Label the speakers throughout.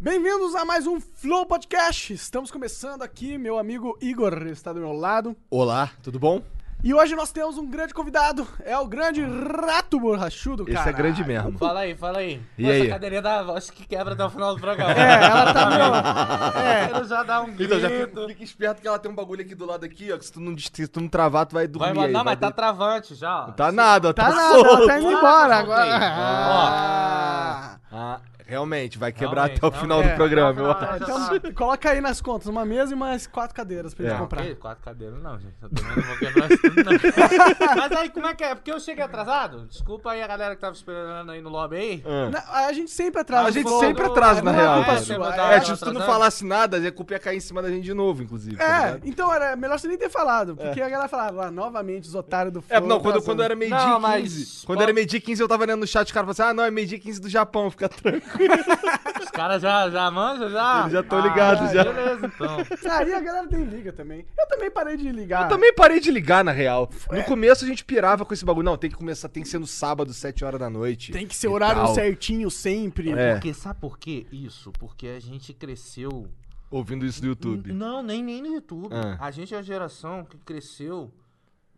Speaker 1: Bem-vindos a mais um Flow Podcast. Estamos começando aqui, meu amigo Igor está do meu lado.
Speaker 2: Olá, tudo bom?
Speaker 1: E hoje nós temos um grande convidado, é o grande Rato Borrachudo, cara.
Speaker 2: Esse é grande mesmo.
Speaker 3: Fala aí, fala aí.
Speaker 2: E
Speaker 3: Pô,
Speaker 2: aí?
Speaker 3: Essa cadeirinha dá, acho que quebra até o final do programa.
Speaker 1: É, ela tá meio...
Speaker 3: É, Ele já dá um grito.
Speaker 2: Então já fica, fica esperto que ela tem um bagulho aqui do lado aqui, ó. Que se tu não, des- se tu não travar, tu vai dormir
Speaker 3: Vai
Speaker 2: aí.
Speaker 3: mandar,
Speaker 2: vai
Speaker 3: mas tá
Speaker 2: dormir.
Speaker 3: travante já. ó.
Speaker 2: Tá nada,
Speaker 1: Tá
Speaker 2: tá,
Speaker 1: nada, ela
Speaker 2: solto.
Speaker 1: tá indo embora agora.
Speaker 3: Ah,
Speaker 2: Ah, realmente, vai quebrar
Speaker 3: Realmente,
Speaker 2: até o final
Speaker 1: realmente.
Speaker 2: do programa, eu
Speaker 3: É,
Speaker 2: acho.
Speaker 3: tá
Speaker 1: Então, coloca aí nas contas, uma mesa e umas quatro cadeiras pra gente
Speaker 2: É.
Speaker 1: comprar.
Speaker 3: Ok, quatro cadeiras não, gente. Eu também não vou quebrar isso tudo, não. Mas aí, como é que é? Porque eu cheguei atrasado? Desculpa aí a galera que tava esperando aí no lobby aí.
Speaker 2: Ah.
Speaker 1: Na- A gente sempre atrasa.
Speaker 2: A gente
Speaker 1: Flow.
Speaker 2: sempre
Speaker 3: do-
Speaker 2: atrasa, na
Speaker 1: não é
Speaker 2: real.
Speaker 1: culpa
Speaker 2: cara.
Speaker 1: sua,
Speaker 3: Tá,
Speaker 2: É,
Speaker 1: é
Speaker 2: tipo, se tu não
Speaker 3: atrasando.
Speaker 2: falasse nada, a culpa ia cair em cima da gente de novo, inclusive. tá
Speaker 1: É,
Speaker 2: ligado?
Speaker 1: então era melhor você nem ter falado, porque a galera falava, ah, novamente os otários do
Speaker 2: É,
Speaker 1: Flow.
Speaker 2: não, quando,
Speaker 1: atrasando."
Speaker 2: quando era meio-dia
Speaker 3: Não,
Speaker 2: e
Speaker 3: mas
Speaker 2: 15.
Speaker 3: pode-
Speaker 2: Quando era meio-dia e 15, eu tava lendo no chat, o cara falou assim: ah, não, é meio-dia e 15 do Japão, fica tranquilo.
Speaker 3: Os caras já, já manjam, já.
Speaker 2: Eles já tão ligados, já. É.
Speaker 3: Beleza, então.
Speaker 1: Aí a galera tem liga também. Eu também parei de ligar.
Speaker 3: Ah.
Speaker 2: Eu também parei de ligar, na real.
Speaker 3: É.
Speaker 2: No começo a gente pirava com esse bagulho. Não, tem que começar, tem que ser no sábado, 7 horas da noite.
Speaker 1: Tem que ser
Speaker 2: e
Speaker 1: horário
Speaker 2: tal.
Speaker 1: certinho sempre.
Speaker 2: É,
Speaker 3: Porque, sabe por que isso? Porque a gente cresceu
Speaker 2: ouvindo isso do YouTube.
Speaker 3: Não, nem, nem no YouTube.
Speaker 2: Ah.
Speaker 3: A gente é a geração que cresceu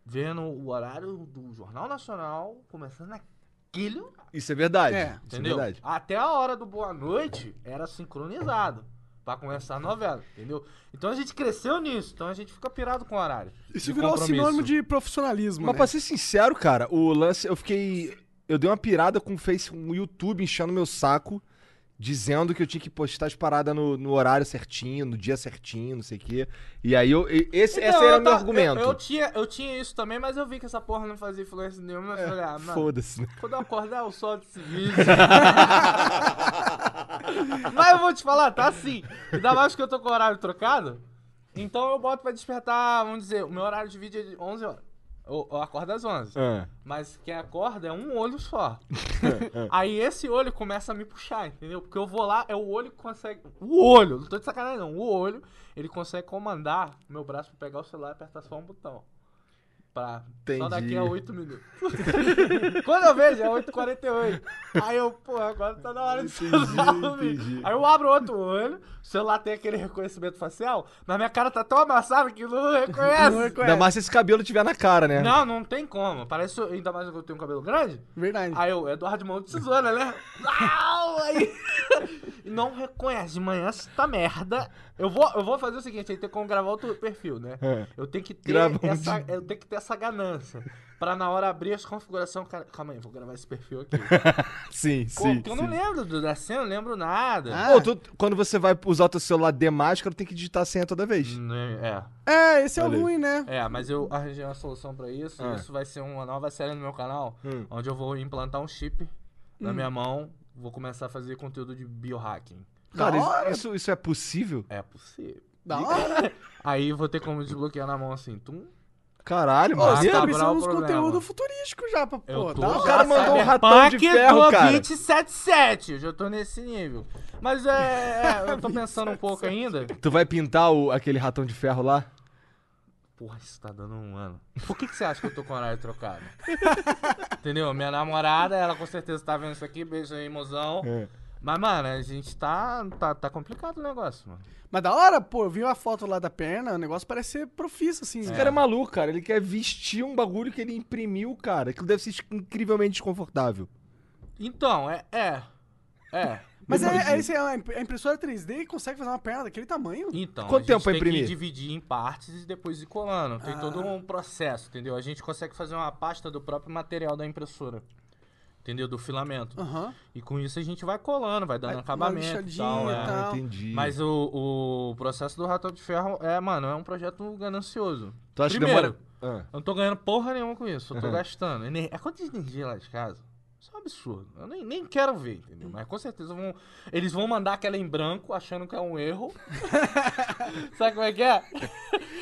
Speaker 3: vendo o horário do Jornal Nacional começando naquele horário,
Speaker 2: Isso é verdade.
Speaker 1: É.
Speaker 2: Isso é
Speaker 3: entendeu?
Speaker 2: verdade.
Speaker 3: Até a hora do Boa Noite era sincronizado pra começar a novela, entendeu? Então a gente cresceu nisso, então a gente fica pirado com o horário.
Speaker 1: Isso virou sinônimo de profissionalismo.
Speaker 2: Mas
Speaker 1: né?
Speaker 2: pra ser sincero, cara, o lance, eu fiquei. Eu dei uma pirada com o Face, com o YouTube enchendo meu saco, dizendo que eu tinha que postar as paradas no, no horário certinho, no dia certinho, não sei o quê. E aí eu. e- Esse,
Speaker 3: Então,
Speaker 2: esse era
Speaker 3: eu
Speaker 2: o meu
Speaker 3: ta-
Speaker 2: argumento.
Speaker 3: Eu, eu tinha, eu tinha isso também, mas eu vi que essa porra não fazia influência nenhuma.
Speaker 2: É,
Speaker 3: Eu falei, ah, mano,
Speaker 2: Foda-se, Ah, né?
Speaker 3: Quando eu acordar, eu solto esse vídeo.
Speaker 2: ah,
Speaker 3: Mas eu vou te falar, tá assim. Ainda mais que eu tô com o horário trocado. Então eu boto pra despertar, vamos dizer, o meu horário de vídeo é de 11 horas. Eu, eu acordo às 11.
Speaker 2: Ah,
Speaker 3: Mas quem acorda é um olho só. Aí esse olho começa a me puxar, entendeu? Porque eu vou lá, é o olho que consegue. O olho, não tô de sacanagem não. O olho, ele consegue comandar o meu braço pra pegar o celular e apertar só um botão. Pra... Só
Speaker 2: Entendi.
Speaker 3: daqui a 8 minutos. Quando eu vejo, é 8h48. Aí eu, pô, agora tá na hora de celular. ouvir.
Speaker 2: entendi.
Speaker 3: Aí eu abro outro olho, o celular tem aquele reconhecimento facial, mas minha cara tá tão amassada que não reconhece. Não,
Speaker 2: Ainda mais se esse cabelo tiver na cara, né?
Speaker 3: não, tem como. Parece, ainda mais que eu tenho um cabelo grande.
Speaker 1: Verdade.
Speaker 3: Aí eu, Eduardo de mão de tesoura, né? Au! Aí... E Não reconhece de manhã essa merda. Eu vou, eu vou fazer o seguinte, aí tem como gravar outro perfil, né?
Speaker 2: É.
Speaker 3: Eu tenho que ter
Speaker 2: Grava um
Speaker 3: essa, eu tenho que ter essa ganância. Pra na hora abrir as configurações, cara, calma aí, vou gravar esse perfil aqui.
Speaker 2: Sim,
Speaker 3: Pô,
Speaker 2: sim.
Speaker 3: porque eu
Speaker 2: sim.
Speaker 3: não lembro do- da cena, eu não lembro nada.
Speaker 1: Ah,
Speaker 2: Pô, tu- quando você vai usar teu celular de máscara, tem que digitar a senha toda vez.
Speaker 3: Né,
Speaker 1: É, esse é o
Speaker 2: Olha aí.
Speaker 1: ruim, né?
Speaker 3: É, é, mas eu arranjei uma solução pra isso.
Speaker 2: Ah.
Speaker 3: Isso vai ser uma nova série no meu canal,
Speaker 2: Hum.
Speaker 3: onde eu vou implantar um chip na minha mão. Vou começar a fazer conteúdo de biohacking.
Speaker 2: Cara,
Speaker 1: Da hora.
Speaker 2: isso, isso, isso é possível?
Speaker 3: É possível.
Speaker 1: Da hora.
Speaker 3: Aí eu vou ter como desbloquear na mão assim. Tum.
Speaker 2: Caralho,
Speaker 1: Ô,
Speaker 2: mano.
Speaker 1: você tá
Speaker 3: Macabrão
Speaker 1: precisando uns
Speaker 3: problema.
Speaker 1: conteúdos futurísticos já, pra
Speaker 3: Eu
Speaker 1: pô.
Speaker 3: tô
Speaker 1: da
Speaker 3: já
Speaker 1: hora.
Speaker 2: O cara mandou um ratão de
Speaker 3: Cyberpunk
Speaker 2: ferro,
Speaker 3: do
Speaker 2: cara.
Speaker 3: 2077. Eu já tô nesse nível. Mas é, é, eu tô pensando um pouco ainda.
Speaker 2: Tu vai pintar o- aquele ratão de ferro lá?
Speaker 3: Porra, isso tá dando um ano. Por que, que você acha que eu tô com horário trocado? Entendeu? Minha namorada, ela com certeza tá vendo isso aqui. Beijo aí, mozão.
Speaker 2: É.
Speaker 3: Mas, mano, a gente tá, tá. Tá complicado o negócio, mano.
Speaker 1: Mas da hora, pô, eu vi uma foto lá da perna, o negócio parece ser profissa, assim.
Speaker 2: Esse cara é maluco, cara. Ele quer vestir um bagulho que ele imprimiu, cara. Aquilo deve ser es- incrivelmente desconfortável.
Speaker 3: Então, é. É. É.
Speaker 1: Mas é, é, isso aí, a imp- a impressora 3D consegue fazer uma perna daquele tamanho.
Speaker 3: Então,
Speaker 2: Quanto
Speaker 3: a gente
Speaker 2: tempo pra
Speaker 3: tem
Speaker 2: imprimir?
Speaker 3: que dividir em partes e depois ir colando.
Speaker 1: Ah.
Speaker 3: Tem todo um processo, entendeu? A gente consegue fazer uma pasta do próprio material da impressora. Entendeu? Do filamento.
Speaker 1: Aham.
Speaker 3: E com isso a gente vai colando, vai dando
Speaker 1: Vai
Speaker 3: acabamento e tal.
Speaker 1: lixadinha e tal.
Speaker 3: é.
Speaker 1: Não.
Speaker 2: Ah, entendi.
Speaker 3: Mas o, o processo do Ratão de Ferro é, mano, é um projeto ganancioso.
Speaker 2: tu acha
Speaker 3: Primeiro,
Speaker 2: que demora. Ah,
Speaker 3: eu não tô ganhando porra nenhuma com isso, eu tô gastando. Ener- É quanto de energia lá de casa? Isso é um absurdo. Eu nem, nem quero ver, entendeu? Mas com certeza vão, eles vão mandar aquela em branco, achando que é um erro. Sabe como é que é?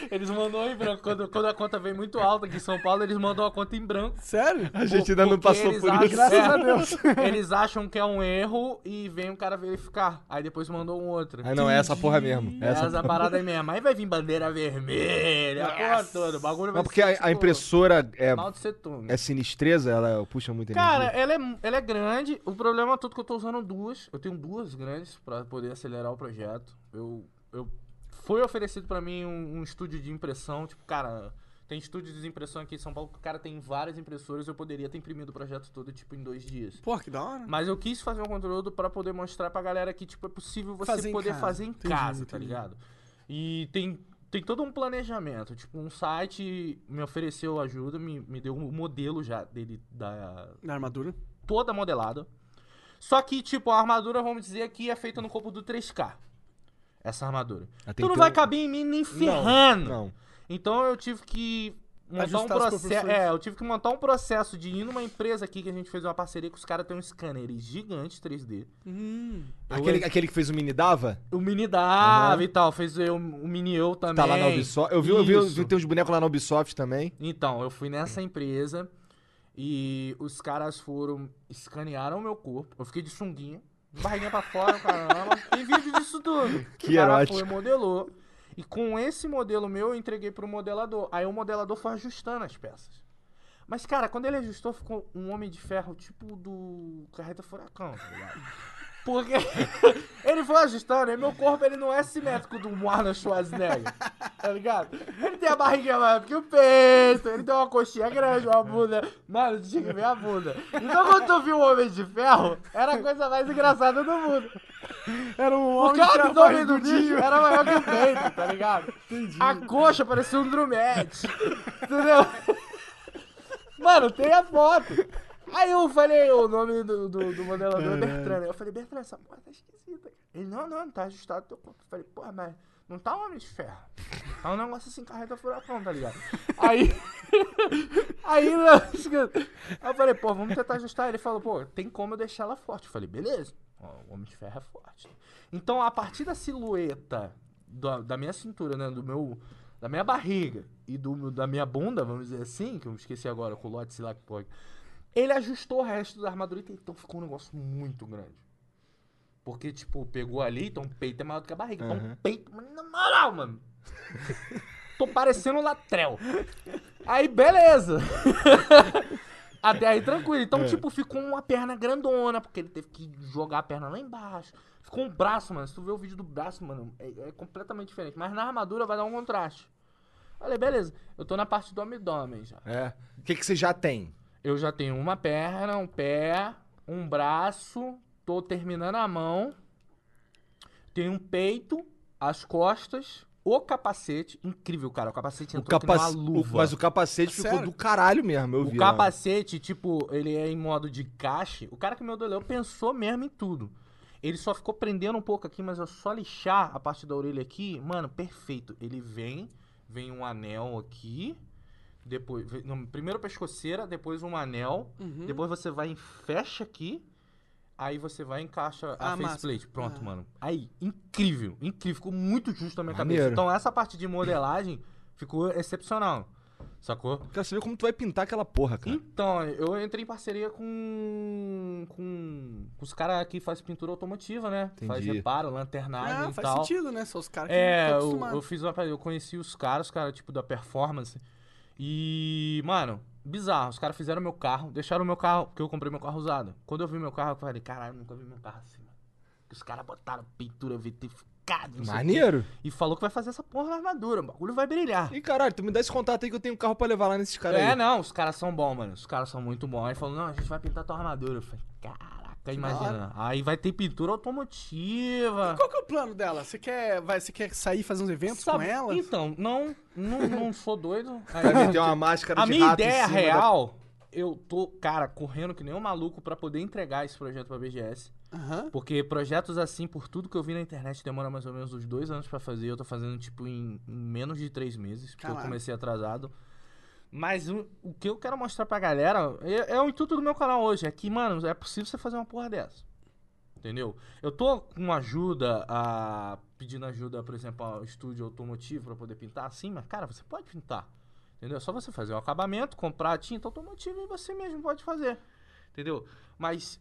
Speaker 3: Eles mandam em branco. Quando, quando a conta vem muito alta aqui em São Paulo, eles mandam a conta em branco.
Speaker 1: Sério?
Speaker 2: A gente ainda não
Speaker 3: Porque
Speaker 2: passou
Speaker 3: eles
Speaker 2: por
Speaker 3: acham-
Speaker 2: isso.
Speaker 1: Graças
Speaker 3: É.
Speaker 1: a Deus.
Speaker 3: Eles acham que é um erro e vem um cara verificar. Aí depois mandou um outro.
Speaker 2: Ah, não, é essa porra mesmo. É
Speaker 3: Essa,
Speaker 2: essa porra.
Speaker 3: parada aí mesmo. Aí vai vir bandeira vermelha, a porra toda. O bagulho vai
Speaker 2: Não, porque
Speaker 3: ser,
Speaker 2: a,
Speaker 3: tipo,
Speaker 2: a impressora é,
Speaker 3: Mao Tse Tung.
Speaker 2: é sinistreza, ela puxa muito
Speaker 3: Cara,
Speaker 2: energia.
Speaker 3: ela é, ela é grande. O problema todo é que eu tô usando duas. Eu tenho duas grandes pra poder acelerar o projeto. Eu, eu foi oferecido pra mim um, um estúdio de impressão, tipo, cara, tem estúdio de impressão aqui em São Paulo, que o cara tem várias impressoras, eu poderia ter imprimido o projeto todo tipo em dois dias.
Speaker 1: Pô, que da hora.
Speaker 3: Mas eu quis fazer um conteúdo pra poder mostrar pra galera que, tipo, é possível você
Speaker 1: Fazer em
Speaker 3: poder
Speaker 1: casa.
Speaker 3: fazer em
Speaker 1: Entendi,
Speaker 3: casa, tá
Speaker 1: entendi.
Speaker 3: ligado? E tem, tem todo um planejamento. Tipo, um site me ofereceu ajuda, me, me deu um modelo já dele, da,
Speaker 1: Na armadura.
Speaker 3: toda modelada. Só que, tipo, a armadura, vamos dizer que é feita no corpo do 3K. Essa armadura.
Speaker 2: Ah, tem
Speaker 3: Tu não
Speaker 2: que
Speaker 3: vai
Speaker 2: ter um-
Speaker 3: caber em mim nem ferrando.
Speaker 2: Não.
Speaker 3: Então eu tive que montar um
Speaker 1: Ajustar as
Speaker 3: processo.
Speaker 1: proporções.
Speaker 3: É, eu tive que montar um processo de ir numa empresa aqui que a gente fez uma parceria que os caras têm um scanner gigante 3D.
Speaker 1: Hum.
Speaker 3: Eu
Speaker 2: Aquele,
Speaker 3: en-
Speaker 2: aquele que fez o mini dava?
Speaker 3: O mini Dave
Speaker 2: Aham.
Speaker 3: e tal, fez eu, o mini eu também.
Speaker 2: Tá lá na Ubisoft. Eu vi, eu vi, eu
Speaker 3: Isso.
Speaker 2: vi tem uns bonecos lá na Ubisoft também.
Speaker 3: Então, eu fui nessa empresa e os caras foram, escanearam o meu corpo. Eu fiquei de sunguinha, barriguinha pra fora, caramba. Tem vídeo disso tudo.
Speaker 2: Que
Speaker 3: o cara
Speaker 2: erótico.
Speaker 3: foi, modelou. E com esse modelo meu, eu entreguei pro modelador. Aí o modelador foi ajustando as peças. Mas, cara, quando ele ajustou, ficou um homem de ferro, tipo do Carreta Furacão, tá ligado? Porque ele foi ajustando, e meu corpo ele não é simétrico do Arnold Schwarzenegger, tá ligado? Ele tem a barriguinha maior que o peito, ele tem uma coxinha grande, uma bunda. Mano, tinha que ver a bunda. Então quando tu viu o Homem de Ferro, era a coisa mais engraçada do mundo.
Speaker 1: Era um
Speaker 3: O
Speaker 1: homem que
Speaker 3: cara tá
Speaker 1: era
Speaker 3: do homem do
Speaker 1: barrigudinho.
Speaker 3: bicho era maior que o peito, tá ligado? A coxa parecia um drumete. Entendeu? Mano, tem a foto. Aí eu falei o nome do, do, do modelador Bertrand. né? Eu falei, Bertrand, essa porra tá esquisita. Ele, não, não, não tá ajustado teu corpo. Eu falei, porra, mas não tá um homem de ferro. Tá um negócio assim, carreta furacão, tá ligado? Aí. Aí, não, aí eu falei, pô, vamos tentar ajustar. Ele falou, pô, tem como eu deixar ela forte. Eu falei, beleza. Ó, o homem de ferro é forte. Então, a partir da silhueta da, da minha cintura, né, do meu... Da minha barriga e do, meu- da minha bunda, vamos dizer assim, que eu esqueci agora, o culote, sei lá que pode. Ele ajustou o resto da armadura, então ficou um negócio muito grande. Porque, tipo, pegou ali, então o peito é maior do que a barriga. Então
Speaker 2: Aham.
Speaker 3: o peito, mano, na moral, mano. Tô parecendo um latrel. Aí, beleza. Até aí, tranquilo. Então, tipo, ficou uma perna grandona, porque ele teve que jogar a perna lá embaixo. Ficou um braço, mano. Se tu ver o vídeo do braço, mano, é, é completamente diferente. Mas na armadura vai dar um contraste. Falei, beleza. Eu tô na parte do abdômen já.
Speaker 2: É. O que, que você já tem?
Speaker 3: Eu já tenho uma perna, um pé, um braço, tô terminando a mão. Tenho um peito, as costas, o capacete. Incrível, cara. O capacete entrou que nem
Speaker 2: capac-
Speaker 3: uma luva.
Speaker 2: o- mas o capacete ficou
Speaker 1: Tá Sério?
Speaker 2: do caralho mesmo, eu
Speaker 3: O
Speaker 2: vi. lá.
Speaker 3: capacete, tipo, ele é em modo de cache. O cara que é me modelou pensou mesmo em tudo. Ele só ficou prendendo um pouco aqui, mas eu só lixar a parte da orelha aqui, mano, perfeito. Ele vem, vem um anel aqui, depois, vem- não, primeiro a pescoceira, depois um anel,
Speaker 1: Uhum.
Speaker 3: depois você vai em fecha aqui, aí você vai e encaixa a
Speaker 1: Ah, massa.
Speaker 3: faceplate. Pronto,
Speaker 1: Ah.
Speaker 3: mano. Aí, incrível, incrível. Ficou muito justo na minha cabeça.
Speaker 2: Maneiro.
Speaker 3: Então essa parte de modelagem ficou excepcional, sacou?
Speaker 2: Quero saber como tu vai pintar aquela porra, cara.
Speaker 3: Então, eu entrei em parceria com. com, com os caras que fazem pintura automotiva, né? Faz
Speaker 2: Entendi.
Speaker 3: reparo, lanternagem
Speaker 1: Ah,
Speaker 3: e
Speaker 1: faz
Speaker 3: tal.
Speaker 1: sentido, né? São os caras que
Speaker 3: É,
Speaker 1: estão
Speaker 3: eu, eu
Speaker 1: acostumados.
Speaker 3: fiz uma. parada, Eu conheci os caras, os caras, tipo, da performance. E, mano, bizarro. Os caras fizeram meu carro, deixaram meu carro, porque eu comprei meu carro usado. Quando eu vi meu carro, eu falei, caralho, nunca vi meu carro assim, mano. Os caras botaram pintura vitrificada. não sei o quê.
Speaker 2: Maneiro.
Speaker 3: E falou que vai fazer essa porra na armadura. O bagulho vai brilhar.
Speaker 2: E caralho, tu me dá esse contato aí que eu tenho um carro pra levar lá nesses caras
Speaker 3: É,
Speaker 2: aí.
Speaker 3: não, os caras são bons, mano. Os caras são muito bons. Aí falou, não, a gente vai pintar tua armadura. Eu falei, caraca, imagina. Aí vai ter pintura automotiva.
Speaker 1: Qual que é o plano dela? Você quer, vai, você quer sair fazer uns eventos com
Speaker 3: Sabe-
Speaker 1: ela?
Speaker 3: Então, não, não, não sou doido. Aí-
Speaker 2: Vai meter uma máscara
Speaker 3: a
Speaker 2: de
Speaker 3: minha
Speaker 2: rato em
Speaker 3: ideia
Speaker 2: cima da-
Speaker 3: real, eu tô, cara, correndo que nem um maluco pra poder entregar esse projeto pra BGS.
Speaker 1: Aham.
Speaker 3: Porque projetos assim, por tudo que eu vi na internet, demora mais ou menos uns dois anos pra fazer. Eu tô fazendo, tipo, em, em menos de três meses, porque
Speaker 1: Caralho.
Speaker 3: eu comecei atrasado. Mas o, o que eu quero mostrar pra galera é, é o intuito do meu canal hoje. É que, mano, é possível você fazer uma porra dessa. Entendeu? Eu tô com ajuda, a, pedindo ajuda, por exemplo, ao estúdio automotivo pra poder pintar assim, mas, cara, você pode pintar. Entendeu? É só você fazer o acabamento, comprar a tinta automotiva e você mesmo pode fazer. Entendeu? Mas,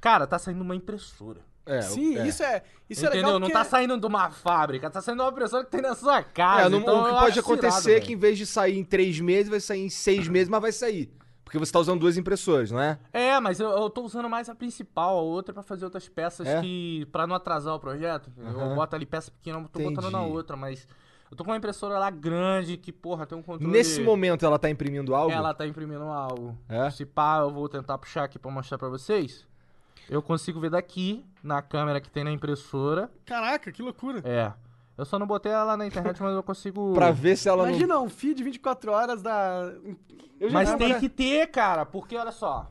Speaker 3: cara, tá saindo uma impressora.
Speaker 2: É,
Speaker 1: Sim,
Speaker 2: é.
Speaker 1: isso é. Isso
Speaker 3: Entendeu?
Speaker 1: é legal.
Speaker 3: não
Speaker 1: porque-
Speaker 3: tá saindo de uma fábrica, tá saindo de uma impressora que tem na sua casa.
Speaker 2: É, não-
Speaker 3: então
Speaker 2: o que
Speaker 3: eu
Speaker 2: pode
Speaker 3: acho
Speaker 2: acontecer
Speaker 3: irado,
Speaker 2: é que em vez de sair em três meses, vai sair em seis meses, mas vai sair. Porque você tá usando duas impressoras, não é?
Speaker 3: É, mas eu, eu tô usando mais a principal, a outra pra fazer outras peças
Speaker 2: É?
Speaker 3: que. pra não atrasar o projeto. entendeu? Eu
Speaker 2: Aham.
Speaker 3: boto ali peça pequena, eu tô botando na
Speaker 2: Entendi.
Speaker 3: outra, mas. Eu tô com uma impressora lá grande que, porra, tem um controle.
Speaker 2: Nesse momento ela tá imprimindo algo?
Speaker 3: Ela tá imprimindo algo.
Speaker 2: É?
Speaker 3: Se pá, eu vou tentar puxar aqui pra mostrar pra vocês. Eu consigo ver daqui, na câmera que tem na impressora.
Speaker 1: Caraca, que loucura.
Speaker 3: É. Eu só não botei ela na internet, mas eu consigo.
Speaker 2: Pra ver se ela
Speaker 1: Imagina um feed 24 horas da. Eu já
Speaker 3: Mas
Speaker 1: vi
Speaker 3: tem
Speaker 1: uma-
Speaker 3: que ter, cara, porque olha só.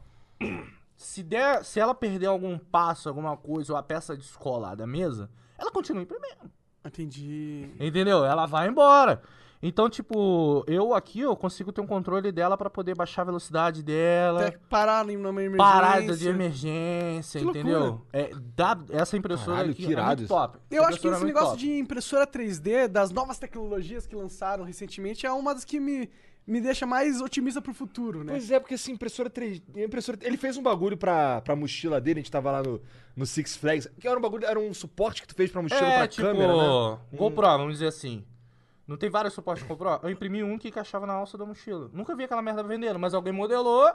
Speaker 3: Se, der, se ela perder algum passo, alguma coisa, ou a peça descolar da mesa, ela continua imprimindo.
Speaker 1: Entendi.
Speaker 3: Entendeu? Ela vai embora. Então, tipo, eu aqui eu consigo ter um controle dela pra poder baixar a velocidade dela.
Speaker 1: Até que parar em uma emergência.
Speaker 3: Parada de emergência,
Speaker 1: Que loucura.
Speaker 3: entendeu? É, dá- essa impressora
Speaker 2: Caralho,
Speaker 3: aqui
Speaker 2: que
Speaker 3: é
Speaker 2: irado
Speaker 3: muito
Speaker 2: isso.
Speaker 3: top.
Speaker 1: Eu acho que esse negócio
Speaker 3: de
Speaker 1: de impressora 3D, das novas tecnologias que lançaram recentemente, é uma das que me, me deixa mais otimista pro futuro, né?
Speaker 2: Pois é, porque essa impressora 3D. Impressora, ele fez um bagulho pra, pra mochila dele, a gente tava lá no, no Six Flags. Que era um bagulho, era um suporte que tu fez pra mochila
Speaker 3: é,
Speaker 2: pra
Speaker 3: tipo,
Speaker 2: câmera, né?
Speaker 3: GoPro, vamos dizer assim. Não tem vários suportes de GoPro? Eu imprimi um que encaixava na alça da mochila. Nunca vi aquela merda vendendo, mas alguém modelou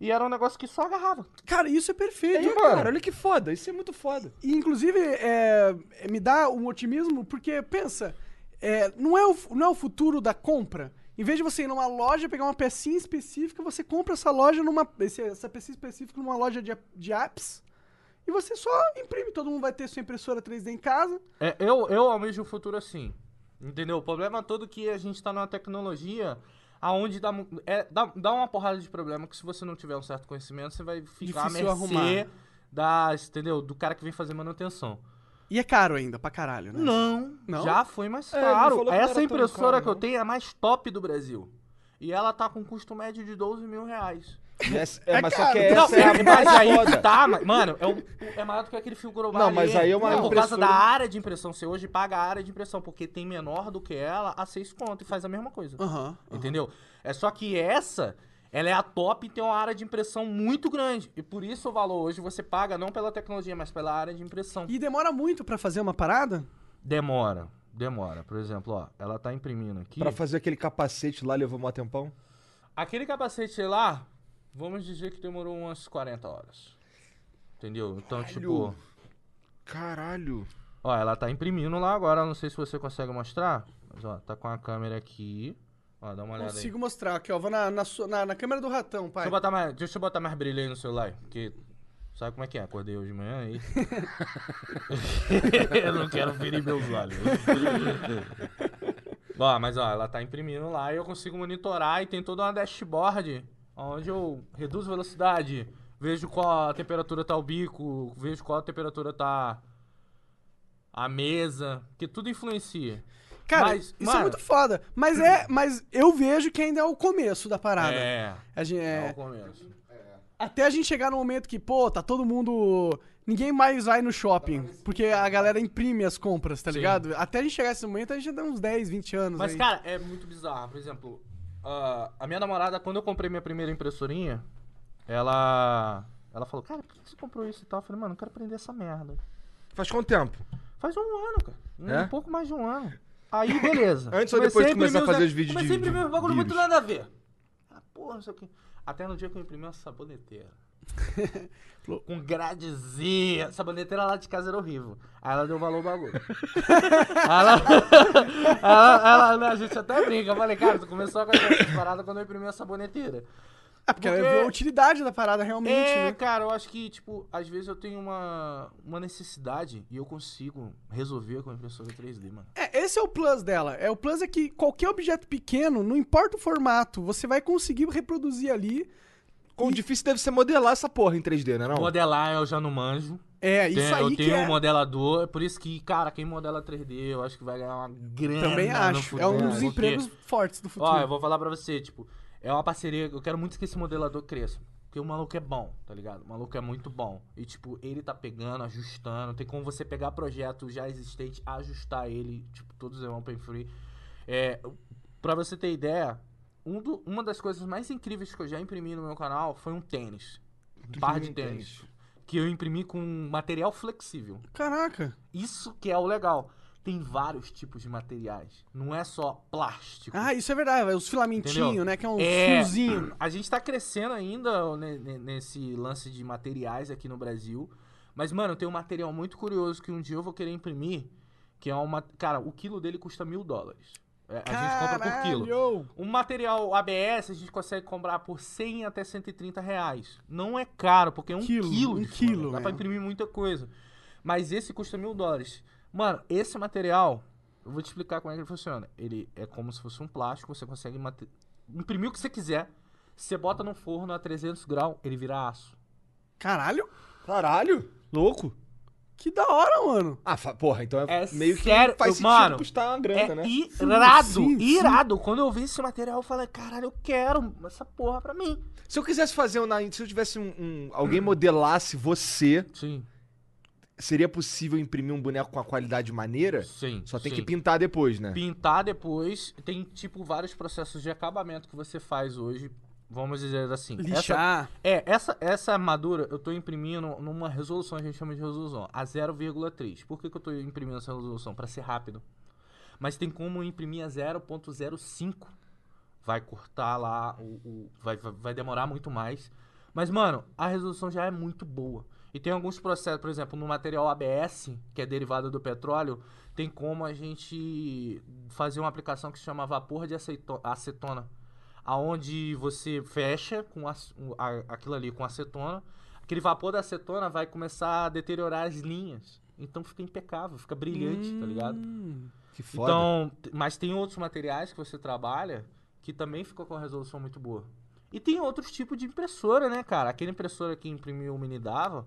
Speaker 3: e era um negócio que só agarrava.
Speaker 1: Cara, isso é
Speaker 2: É,
Speaker 1: perfeito,
Speaker 2: cara, olha que foda, isso é muito foda.
Speaker 1: E, inclusive, é, me dá um otimismo, porque, pensa, é, não, é o, não é o futuro da compra. Em vez de você ir numa loja, pegar uma pecinha específica, você compra essa loja numa. esse- essa pecinha específica numa loja de, ap- de apps. E você só imprime, todo mundo vai ter sua impressora 3D em casa.
Speaker 3: É, eu, eu almejo o futuro assim. Entendeu? O problema todo é que a gente tá numa tecnologia aonde dá, mu- é, dá, dá uma porrada de problema que se você não tiver um certo conhecimento, você vai ficar à
Speaker 1: Difícil
Speaker 3: mercê
Speaker 1: arrumar.
Speaker 3: das, entendeu? do cara que vem fazer manutenção.
Speaker 1: E é caro ainda, pra caralho, né?
Speaker 3: Não,
Speaker 1: Não?
Speaker 3: já foi mais
Speaker 2: É, ele falou
Speaker 3: caro.
Speaker 2: que não era
Speaker 3: Essa
Speaker 2: tão
Speaker 3: impressora
Speaker 2: caro, né?
Speaker 3: que eu
Speaker 2: não.
Speaker 3: tenho é a mais top do Brasil. E ela tá com custo médio de 12 mil reais.
Speaker 2: E essa- É, mas só
Speaker 1: cara.
Speaker 2: que essa é
Speaker 3: não,
Speaker 2: a mais
Speaker 3: mas aí que
Speaker 2: foda.
Speaker 3: tá, mas- mano, é, um- é maior do que aquele fio global.
Speaker 2: Não, mas
Speaker 3: ali.
Speaker 2: aí é uma
Speaker 3: Por causa
Speaker 2: impressora-
Speaker 3: da área de impressão, você hoje paga a área de impressão, porque tem menor do que ela a 6 conto e faz a mesma coisa.
Speaker 1: Aham.
Speaker 3: Entendeu? É só que essa, ela é a top e tem uma área de impressão muito grande. E por isso o valor hoje você paga não pela tecnologia, mas pela área de impressão.
Speaker 1: E demora muito pra fazer uma parada?
Speaker 3: Demora, demora. Por exemplo, ó, ela tá imprimindo aqui.
Speaker 2: Pra fazer aquele capacete lá levou mó tempão.
Speaker 3: Aquele capacete lá, vamos dizer que demorou umas 40 horas. Entendeu? Então, tipo,
Speaker 2: Caralho.
Speaker 3: ó, ela tá imprimindo lá agora, não sei se você consegue mostrar, mas ó, tá com a câmera aqui. Ó, dá uma olhada aí.
Speaker 1: Consigo mostrar aqui, ó. Vou na, na, sua- na, na câmera do ratão,
Speaker 3: Deixa
Speaker 1: pai.
Speaker 3: eu, botar mais, deixa eu botar mais brilho aí no celular, porque sabe como é que é? Acordei hoje de manhã aí. eu não quero ferir meus olhos. ó, mas ó, ela tá imprimindo lá e eu consigo monitorar e tem toda uma dashboard onde eu reduzo velocidade, vejo qual a temperatura tá o bico, vejo qual a temperatura tá a mesa, que tudo influencia.
Speaker 1: Cara,
Speaker 3: Mas,
Speaker 1: isso é
Speaker 3: mano-
Speaker 1: muito foda. Mas é. Mas eu vejo que ainda é o começo da parada.
Speaker 3: É,
Speaker 1: A gente-
Speaker 3: é,
Speaker 1: é,
Speaker 3: o começo.
Speaker 1: Até a gente chegar no momento que, pô, tá todo mundo. Ninguém mais vai no shopping. Porque a galera imprime as compras, tá
Speaker 3: Tá, Sim.
Speaker 1: ligado? Até a gente chegar nesse momento, a gente já dá uns 10, 20 anos.
Speaker 3: Mas,
Speaker 1: aí.
Speaker 3: cara, é muito bizarro. Por exemplo, ah, a minha namorada, quando eu comprei minha primeira impressorinha, ela. Ela falou, cara, por que você comprou isso e tal? Eu falei, mano, eu quero aprender essa merda.
Speaker 2: Faz quanto tempo?
Speaker 3: Faz um ano, cara. Um,
Speaker 2: É?
Speaker 3: pouco mais de um ano. Aí, beleza.
Speaker 2: Antes ou
Speaker 3: Comecei
Speaker 2: depois de
Speaker 3: a imprimir
Speaker 2: começar a
Speaker 3: os-
Speaker 2: fazer os vídeos
Speaker 3: Comecei a
Speaker 2: de-
Speaker 3: imprimir
Speaker 2: de
Speaker 3: um bagulho muito
Speaker 2: vírus?
Speaker 3: nada a ver. Ah, porra, não sei o quê. Até no dia que eu imprimi uma saboneteira. Com gradezinha. Essa saboneteira lá de casa era horrível. Aí ela deu valor ao bagulho. ela, ela, ela- né, a gente até brinca. Eu falei, cara, tu começou a gostar dessa parada quando eu imprimi a saboneteira.
Speaker 1: É porque,
Speaker 3: porque-
Speaker 1: ela viu a utilidade da parada realmente,
Speaker 3: É,
Speaker 1: né?
Speaker 3: cara, eu acho que, tipo, às vezes eu tenho uma, uma necessidade e eu consigo resolver com a impressora 3D, mano.
Speaker 1: É, esse é o plus dela. É o plus é que qualquer objeto pequeno, não importa o formato, você vai conseguir reproduzir ali.
Speaker 2: Quão difícil deve ser modelar essa porra em 3D, né? Não?
Speaker 3: Modelar eu já não manjo.
Speaker 1: É, isso
Speaker 3: Tem-
Speaker 1: aí
Speaker 3: eu
Speaker 1: que
Speaker 3: tenho um
Speaker 1: é.
Speaker 3: modelador, é por isso que, cara, quem modela 3D, eu acho que vai ganhar uma grana.
Speaker 1: Também
Speaker 3: no
Speaker 1: acho. É
Speaker 3: futuro,
Speaker 1: um dos
Speaker 3: porque-
Speaker 1: empregos fortes do futuro.
Speaker 3: Ó, eu vou falar pra você, tipo, é uma parceria. Eu quero muito que esse modelador cresça. Porque o maluco é bom, tá ligado? O maluco é muito bom. E, tipo, ele tá pegando, ajustando. Tem como você pegar projeto já existente, ajustar ele, tipo, todos é open free. É, pra você ter ideia, um do- uma das coisas mais incríveis que eu já imprimi no meu canal foi um tênis. Um par de
Speaker 2: imprimiu um
Speaker 3: tênis. Que eu imprimi com material flexível.
Speaker 1: Caraca.
Speaker 3: Isso que é o legal. Tem vários tipos de materiais. Não é só plástico.
Speaker 1: Ah, isso é verdade. vai, Os filamentinhos,
Speaker 3: Entendeu?
Speaker 1: né? Que é um
Speaker 3: É.
Speaker 1: fiozinho.
Speaker 3: A gente tá crescendo ainda ne- ne- nesse lance de materiais aqui no Brasil. Mas, mano, tem um material muito curioso que um dia eu vou querer imprimir. Que é uma. Cara, o quilo dele custa mil dólares. É, a gente compra por quilo.
Speaker 1: Caralho.
Speaker 3: Um material ABS a gente consegue comprar por 100 até 130 reais. Não é caro, porque é um
Speaker 1: Quilo,
Speaker 3: quilo.
Speaker 1: um
Speaker 3: disso,
Speaker 1: quilo,
Speaker 3: mano. Dá pra
Speaker 1: né?
Speaker 3: imprimir muita coisa. Mas esse custa mil dólares. Mano, esse material, eu vou te explicar como é que ele funciona. Ele é como se fosse um plástico, você consegue mate- imprimir o que você quiser. Você bota num forno a 300 graus, ele vira aço.
Speaker 1: Caralho.
Speaker 2: Caralho, louco.
Speaker 1: Que da hora, mano.
Speaker 2: Ah, fa- porra, então é,
Speaker 3: É
Speaker 2: meio que
Speaker 3: sério,
Speaker 2: faz
Speaker 3: eu-
Speaker 2: sentido
Speaker 3: mano,
Speaker 2: custar uma grana,
Speaker 3: É
Speaker 2: né?
Speaker 3: irado,
Speaker 1: Sim, sim.
Speaker 3: irado. Quando eu vi esse material, eu falei, caralho, eu quero essa porra pra mim.
Speaker 2: Se eu quisesse fazer um, na- se eu tivesse um, um- alguém modelasse você,
Speaker 3: Sim,
Speaker 2: seria possível imprimir um boneco com a qualidade maneira?
Speaker 3: sim.
Speaker 2: Só tem
Speaker 3: sim.
Speaker 2: que pintar depois, né?
Speaker 3: pintar depois. Tem, tipo, vários processos de acabamento que você faz hoje. Vamos dizer assim. Essa,
Speaker 1: Lixar.
Speaker 3: é, essa, essa armadura eu tô imprimindo numa resolução, a gente chama de resolução, a 0,3. Por que, que eu tô imprimindo essa resolução? Pra ser rápido. Mas tem como imprimir a 0,05. Vai cortar lá, o, o- vai, vai- vai demorar muito mais. Mas, mano, a resolução já é muito boa. E tem alguns processos, por exemplo, no material ABS, que é derivado do petróleo, tem como a gente fazer uma aplicação que se chama vapor de aceito- acetona. Aonde você fecha com ac- o- a- aquilo ali com acetona, aquele vapor da acetona vai começar a deteriorar as linhas. Então fica impecável, fica brilhante, tá ligado?
Speaker 1: Hum.
Speaker 2: Que foda.
Speaker 3: Então, t- mas tem outros materiais que você trabalha que também ficam com a resolução muito boa. E tem outros tipos de impressora, né, cara? Aquela impressora que imprimiu o Mini Dava,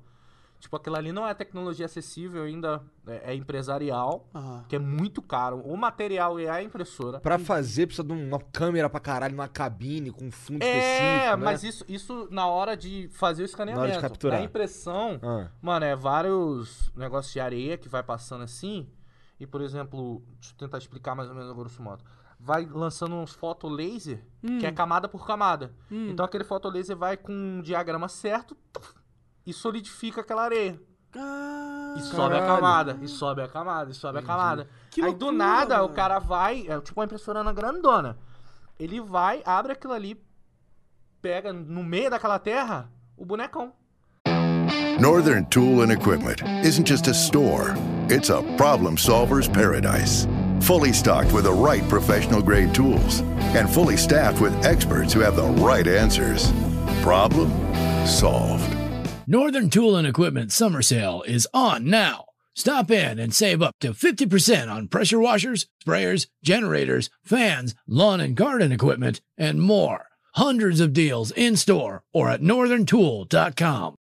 Speaker 3: tipo, aquela ali não é tecnologia acessível ainda, é, é empresarial,
Speaker 1: Ah.
Speaker 3: que é muito caro. O material e a impressora.
Speaker 2: Pra fazer, precisa de uma câmera pra caralho, numa cabine, com um fundo específico.
Speaker 3: É,
Speaker 2: né?
Speaker 3: mas isso, isso na hora de fazer o escaneamento.
Speaker 2: capturar.
Speaker 3: Na impressão,
Speaker 2: Ah,
Speaker 3: Mano, é vários negócios de areia que vai passando assim. E, por exemplo, deixa eu tentar explicar mais ou menos a grosso modo. Vai lançando uns fotolaser,
Speaker 1: Hum.
Speaker 3: que é camada por camada.
Speaker 1: Hum.
Speaker 3: Então aquele fotolaser vai com um diagrama certo tuf, e solidifica aquela areia. E
Speaker 1: Caralho.
Speaker 3: sobe a camada, e sobe a camada, e sobe a camada.
Speaker 1: Que
Speaker 3: Aí
Speaker 1: loucura,
Speaker 3: do nada
Speaker 1: mano.
Speaker 3: o cara vai, é tipo uma impressora na grandona. Ele vai, abre aquilo ali, pega no meio daquela terra o bonecão.
Speaker 4: Northern Tool and Equipment isn't just a store, it's a problem solver's paradise. Fully stocked with the right professional grade tools and fully staffed with experts who have the right answers. Problem solved.
Speaker 5: Northern Tool and Equipment summer sale is on now. Stop in and save up to 50% on pressure washers, sprayers, generators, fans, lawn and garden equipment, and more. Hundreds of deals in store or at northerntool.com.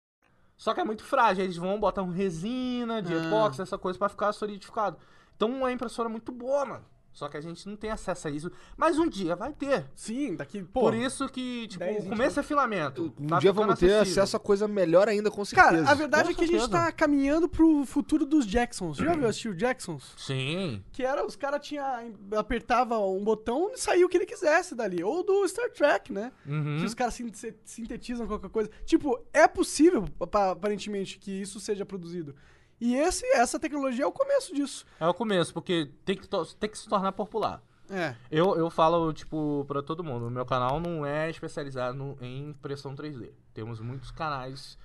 Speaker 3: Só que é muito frágil, eles vão botar um resina,
Speaker 2: Ah.
Speaker 3: de epóxi, essa coisa pra ficar solidificado. Então uma impressora muito boa, mano. Só que a gente não tem acesso a isso. Mas um dia vai ter.
Speaker 1: Sim, daqui, pô.
Speaker 3: Por isso que, tipo,
Speaker 1: 10,
Speaker 3: o começo é filamento.
Speaker 2: um dia vamos ter acesso a coisa melhor ainda, com certeza.
Speaker 1: Cara, a verdade
Speaker 3: Com
Speaker 1: é que a gente
Speaker 3: certeza.
Speaker 1: tá caminhando pro futuro dos Jacksons. Já viu assistir o Jacksons?
Speaker 3: Sim.
Speaker 1: Que era, os caras tinha apertava um botão e saía o que ele quisesse dali. Ou do Star Trek, né?
Speaker 3: Uhum.
Speaker 1: Que os caras sin- se- sintetizam qualquer coisa. Tipo, é possível, apa- aparentemente, que isso seja produzido. E esse, essa tecnologia é o começo disso.
Speaker 3: É o começo, porque tem que, to- tem que se tornar popular.
Speaker 1: É.
Speaker 3: Eu, eu falo, tipo, pra todo mundo, o meu canal não é especializado no- em impressão 3D. Temos muitos canais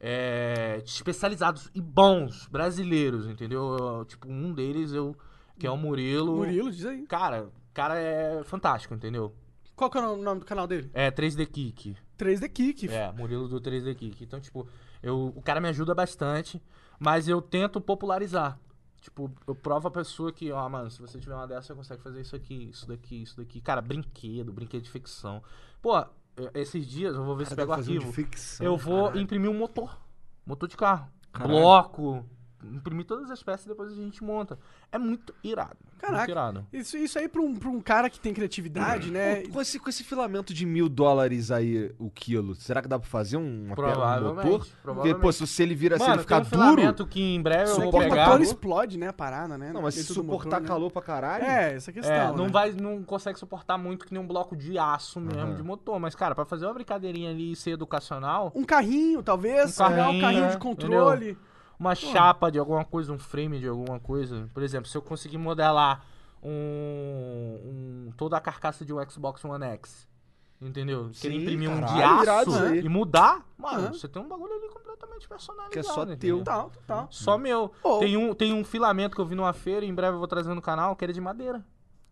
Speaker 3: é, especializados e bons, brasileiros, entendeu? Eu, Tipo, um deles, eu, que é o Murilo.
Speaker 1: Murilo, diz aí.
Speaker 3: Cara, o cara é fantástico, entendeu?
Speaker 1: Qual que é o nome do canal dele?
Speaker 3: É 3D Kick.
Speaker 1: 3D Kick.
Speaker 3: É, Murilo do 3D Kick. Então, tipo, eu, o cara me ajuda bastante, mas eu tento popularizar. Tipo, eu provo a pessoa que, ó, mano, se você tiver uma dessa, você consegue fazer isso aqui, isso daqui, isso daqui. Cara, brinquedo, brinquedo de ficção. Pô, eh, esses dias eu vou ver se pego o
Speaker 2: Fazer um de
Speaker 3: arquivo.
Speaker 2: ficção,
Speaker 3: Eu vou
Speaker 2: caralho.
Speaker 3: imprimir um motor. Motor de carro.
Speaker 2: Caralho.
Speaker 3: bloco, imprimir todas as peças e depois a gente monta. É muito irado. Muito
Speaker 1: Caraca.
Speaker 3: irado.
Speaker 1: Isso, isso aí pra um, pra um cara que tem criatividade, né?
Speaker 2: Com esse, com esse filamento de mil dólares aí o quilo, será que dá pra fazer um, uma perna, um
Speaker 3: Provavelmente,
Speaker 2: motor? Porque, pô,
Speaker 3: provavelmente.
Speaker 2: se se ele vira assim,
Speaker 3: Mano,
Speaker 2: ele ficar
Speaker 3: tem um
Speaker 2: duro.
Speaker 3: filamento que em breve eu
Speaker 1: Isso aí
Speaker 3: vou
Speaker 1: que o
Speaker 3: pegar.
Speaker 1: motor explode, né? A parada, né?
Speaker 2: Não, mas se
Speaker 1: Dentro do
Speaker 2: suportar
Speaker 1: motor, né?
Speaker 2: calor pra caralho.
Speaker 1: É, essa questão.
Speaker 3: É, não
Speaker 1: né?
Speaker 3: vai, não consegue suportar muito que nem um bloco de aço mesmo
Speaker 2: Aham.
Speaker 3: de motor. Mas, cara, pra fazer uma brincadeirinha ali e ser educacional,
Speaker 1: Um carrinho, talvez.
Speaker 3: Um
Speaker 1: né? Um
Speaker 3: carrinho,
Speaker 1: carrinho de
Speaker 3: entendeu?
Speaker 1: controle.
Speaker 3: uma chapa de alguma coisa, um frame de alguma coisa. Por exemplo, se eu conseguir modelar um, um- toda a carcaça de um Xbox One X, entendeu? Querer
Speaker 2: Sim,
Speaker 3: imprimir um
Speaker 2: caralho,
Speaker 3: de
Speaker 2: irado
Speaker 3: aço
Speaker 2: isso aí.
Speaker 3: e mudar, mano,
Speaker 1: Aham.
Speaker 3: você tem um bagulho ali completamente personalizado.
Speaker 2: Que é só
Speaker 3: entendeu?
Speaker 1: Tal, total.
Speaker 3: Só meu.
Speaker 1: Ou-
Speaker 3: Tem, um, tem um filamento que eu vi numa feira, em breve eu vou trazer no canal, que ele é de madeira.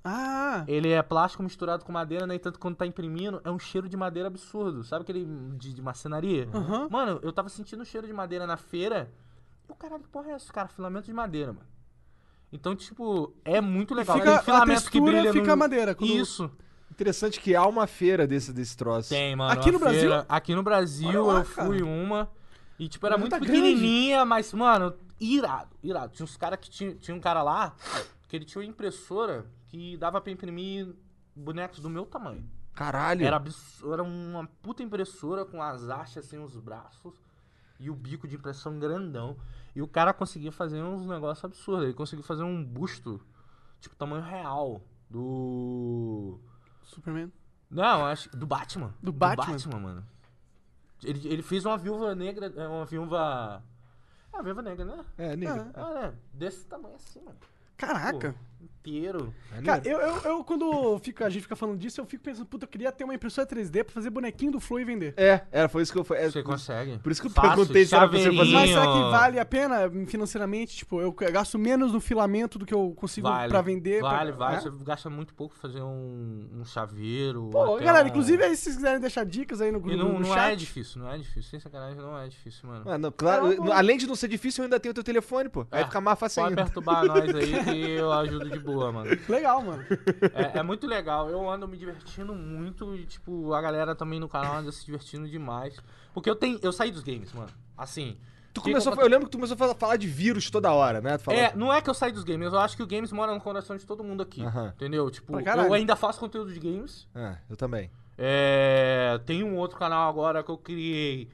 Speaker 1: Ah,
Speaker 3: Ele é plástico misturado com madeira, né? E tanto quando tá imprimindo, é um cheiro de madeira absurdo. Sabe aquele de, de marcenaria?
Speaker 1: Aham.
Speaker 3: Mano, eu tava sentindo o cheiro de madeira na feira. E o caralho, que porra é essa, cara? Filamento de madeira, mano. Então, tipo, é muito legal.
Speaker 1: fica-
Speaker 3: Tem filamento
Speaker 1: a
Speaker 3: que
Speaker 1: textura
Speaker 3: brilha
Speaker 1: fica
Speaker 3: no...
Speaker 1: madeira, quando-
Speaker 3: Isso.
Speaker 2: Interessante que há uma feira desse, desse troço.
Speaker 3: Tem, mano.
Speaker 1: Aqui
Speaker 3: uma
Speaker 1: no Brasil?
Speaker 3: feira- Aqui no Brasil
Speaker 1: Olha lá,
Speaker 3: eu fui
Speaker 1: cara.
Speaker 3: uma. E, tipo, era
Speaker 1: Mas
Speaker 3: muito
Speaker 1: tá grande.
Speaker 3: pequenininha, mas, mano, irado, irado. Tinha uns caras que tinha, tinha um cara lá que ele tinha uma impressora que dava pra imprimir bonecos do meu tamanho.
Speaker 2: Caralho.
Speaker 3: Era, abs- era uma puta impressora com as hastes sem os braços e o bico de impressão grandão. E o cara conseguia fazer uns negócios absurdos. Ele conseguiu fazer um busto, tipo, tamanho real do.
Speaker 1: Superman.
Speaker 3: Não, acho. Do Batman.
Speaker 1: Do Batman?
Speaker 3: mano. Ele, ele fez uma viúva negra. é, Uma viúva. É, uma viúva negra, né?
Speaker 2: É, nega.
Speaker 3: Ah, né? Desse tamanho assim, mano.
Speaker 1: Caraca.
Speaker 3: Inteiro.
Speaker 2: É,
Speaker 1: Cara, eu, eu, eu quando fico, a gente fica falando disso, eu fico pensando, puta, eu queria ter uma impressora 3D pra fazer bonequinho do Flow e vender.
Speaker 2: É, era, foi isso que eu falei. É,
Speaker 3: Você consegue.
Speaker 2: Por isso que eu
Speaker 3: Fácil,
Speaker 2: perguntei se era pra você fazer- um
Speaker 3: chaveirinho.
Speaker 1: Mas será que vale a pena financeiramente? Tipo, eu gasto menos no filamento do que eu consigo
Speaker 3: Vale,
Speaker 1: pra vender. pra-
Speaker 3: Vale, vale.
Speaker 1: É?
Speaker 3: Você gasta muito pouco pra fazer um, um chaveiro.
Speaker 1: Pô,
Speaker 3: até
Speaker 1: galera,
Speaker 3: um-
Speaker 1: inclusive aí se vocês quiserem deixar dicas aí no
Speaker 3: E
Speaker 1: grupo,
Speaker 3: não,
Speaker 1: no
Speaker 3: não
Speaker 1: chat.
Speaker 3: é difícil, não é difícil. Sem sacanagem, não é difícil, mano.
Speaker 2: Ah, não, claro,
Speaker 1: É uma boa.
Speaker 2: além de não ser difícil, eu ainda tenho o teu telefone, pô. Aí
Speaker 3: É,
Speaker 2: fica mais fácil
Speaker 3: Pode
Speaker 2: ainda.
Speaker 3: perturbar nós aí que eu ajudo de boa, mano.
Speaker 1: Legal, mano.
Speaker 3: É, é muito legal, eu ando me divertindo muito e, tipo, a galera também no canal anda se divertindo demais. Porque eu tenho. Eu saí dos games, mano. Assim.
Speaker 2: Tu
Speaker 3: o que
Speaker 2: começou,
Speaker 3: que
Speaker 2: eu lembro que tu começou a fala- falar de vírus toda hora, né? Tu falou-
Speaker 3: É, não é que eu saí dos games, eu acho que o games mora no coração de todo mundo aqui.
Speaker 2: Aham.
Speaker 3: Entendeu? Tipo,
Speaker 1: Pra caralho.
Speaker 3: eu ainda faço conteúdo de games.
Speaker 2: Ah, eu também.
Speaker 3: É, tem um outro canal agora que eu criei.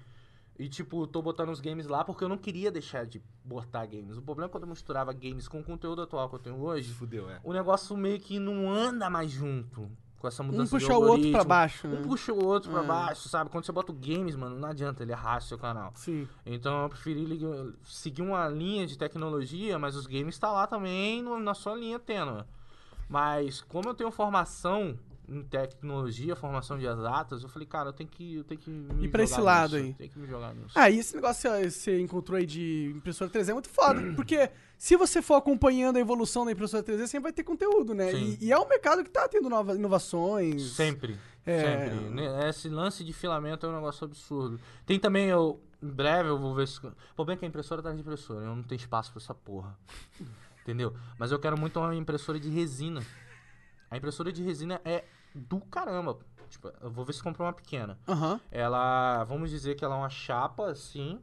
Speaker 3: E, tipo, tô botando os games lá porque eu não queria deixar de botar games. O problema é quando eu misturava games com o conteúdo atual que eu tenho hoje.
Speaker 2: Fudeu, é.
Speaker 3: o negócio meio que não anda mais junto com essa mudança
Speaker 1: Um
Speaker 3: de
Speaker 1: puxar o outro pra
Speaker 3: algoritmo.
Speaker 1: baixo, né?
Speaker 3: Um puxa o outro pra
Speaker 1: É.
Speaker 3: baixo, sabe? Quando você bota o games, mano, não adianta, ele arrasta seu canal.
Speaker 1: Sim.
Speaker 3: Então eu preferi lig- seguir uma linha de tecnologia, mas os games tá lá também no- na sua linha tênue. Mas como eu tenho formação em tecnologia, formação de exatas, eu falei, cara, eu tenho que, eu tenho que me
Speaker 1: Ir pra esse
Speaker 3: jogar
Speaker 1: lado
Speaker 3: nisso,
Speaker 1: aí.
Speaker 3: Tem que me jogar nisso.
Speaker 1: Ah, e esse negócio que você encontrou aí de impressora 3D é muito foda, porque se você for acompanhando a evolução da impressora 3D, sempre vai ter conteúdo, né?
Speaker 3: Sim.
Speaker 1: E, e é um mercado que tá tendo novas inovações.
Speaker 3: Sempre.
Speaker 1: É.
Speaker 3: Sempre. Né, Esse lance de filamento é um negócio absurdo. Tem também, eu. Em breve eu vou ver se. O problema é que a impressora tá de impressora, eu não tenho espaço pra essa porra. Entendeu? Mas eu quero muito uma impressora de resina. A impressora de resina é do caramba. Tipo, eu vou ver se compro uma pequena.
Speaker 1: Aham.
Speaker 3: Ela. Vamos dizer que ela é uma chapa assim.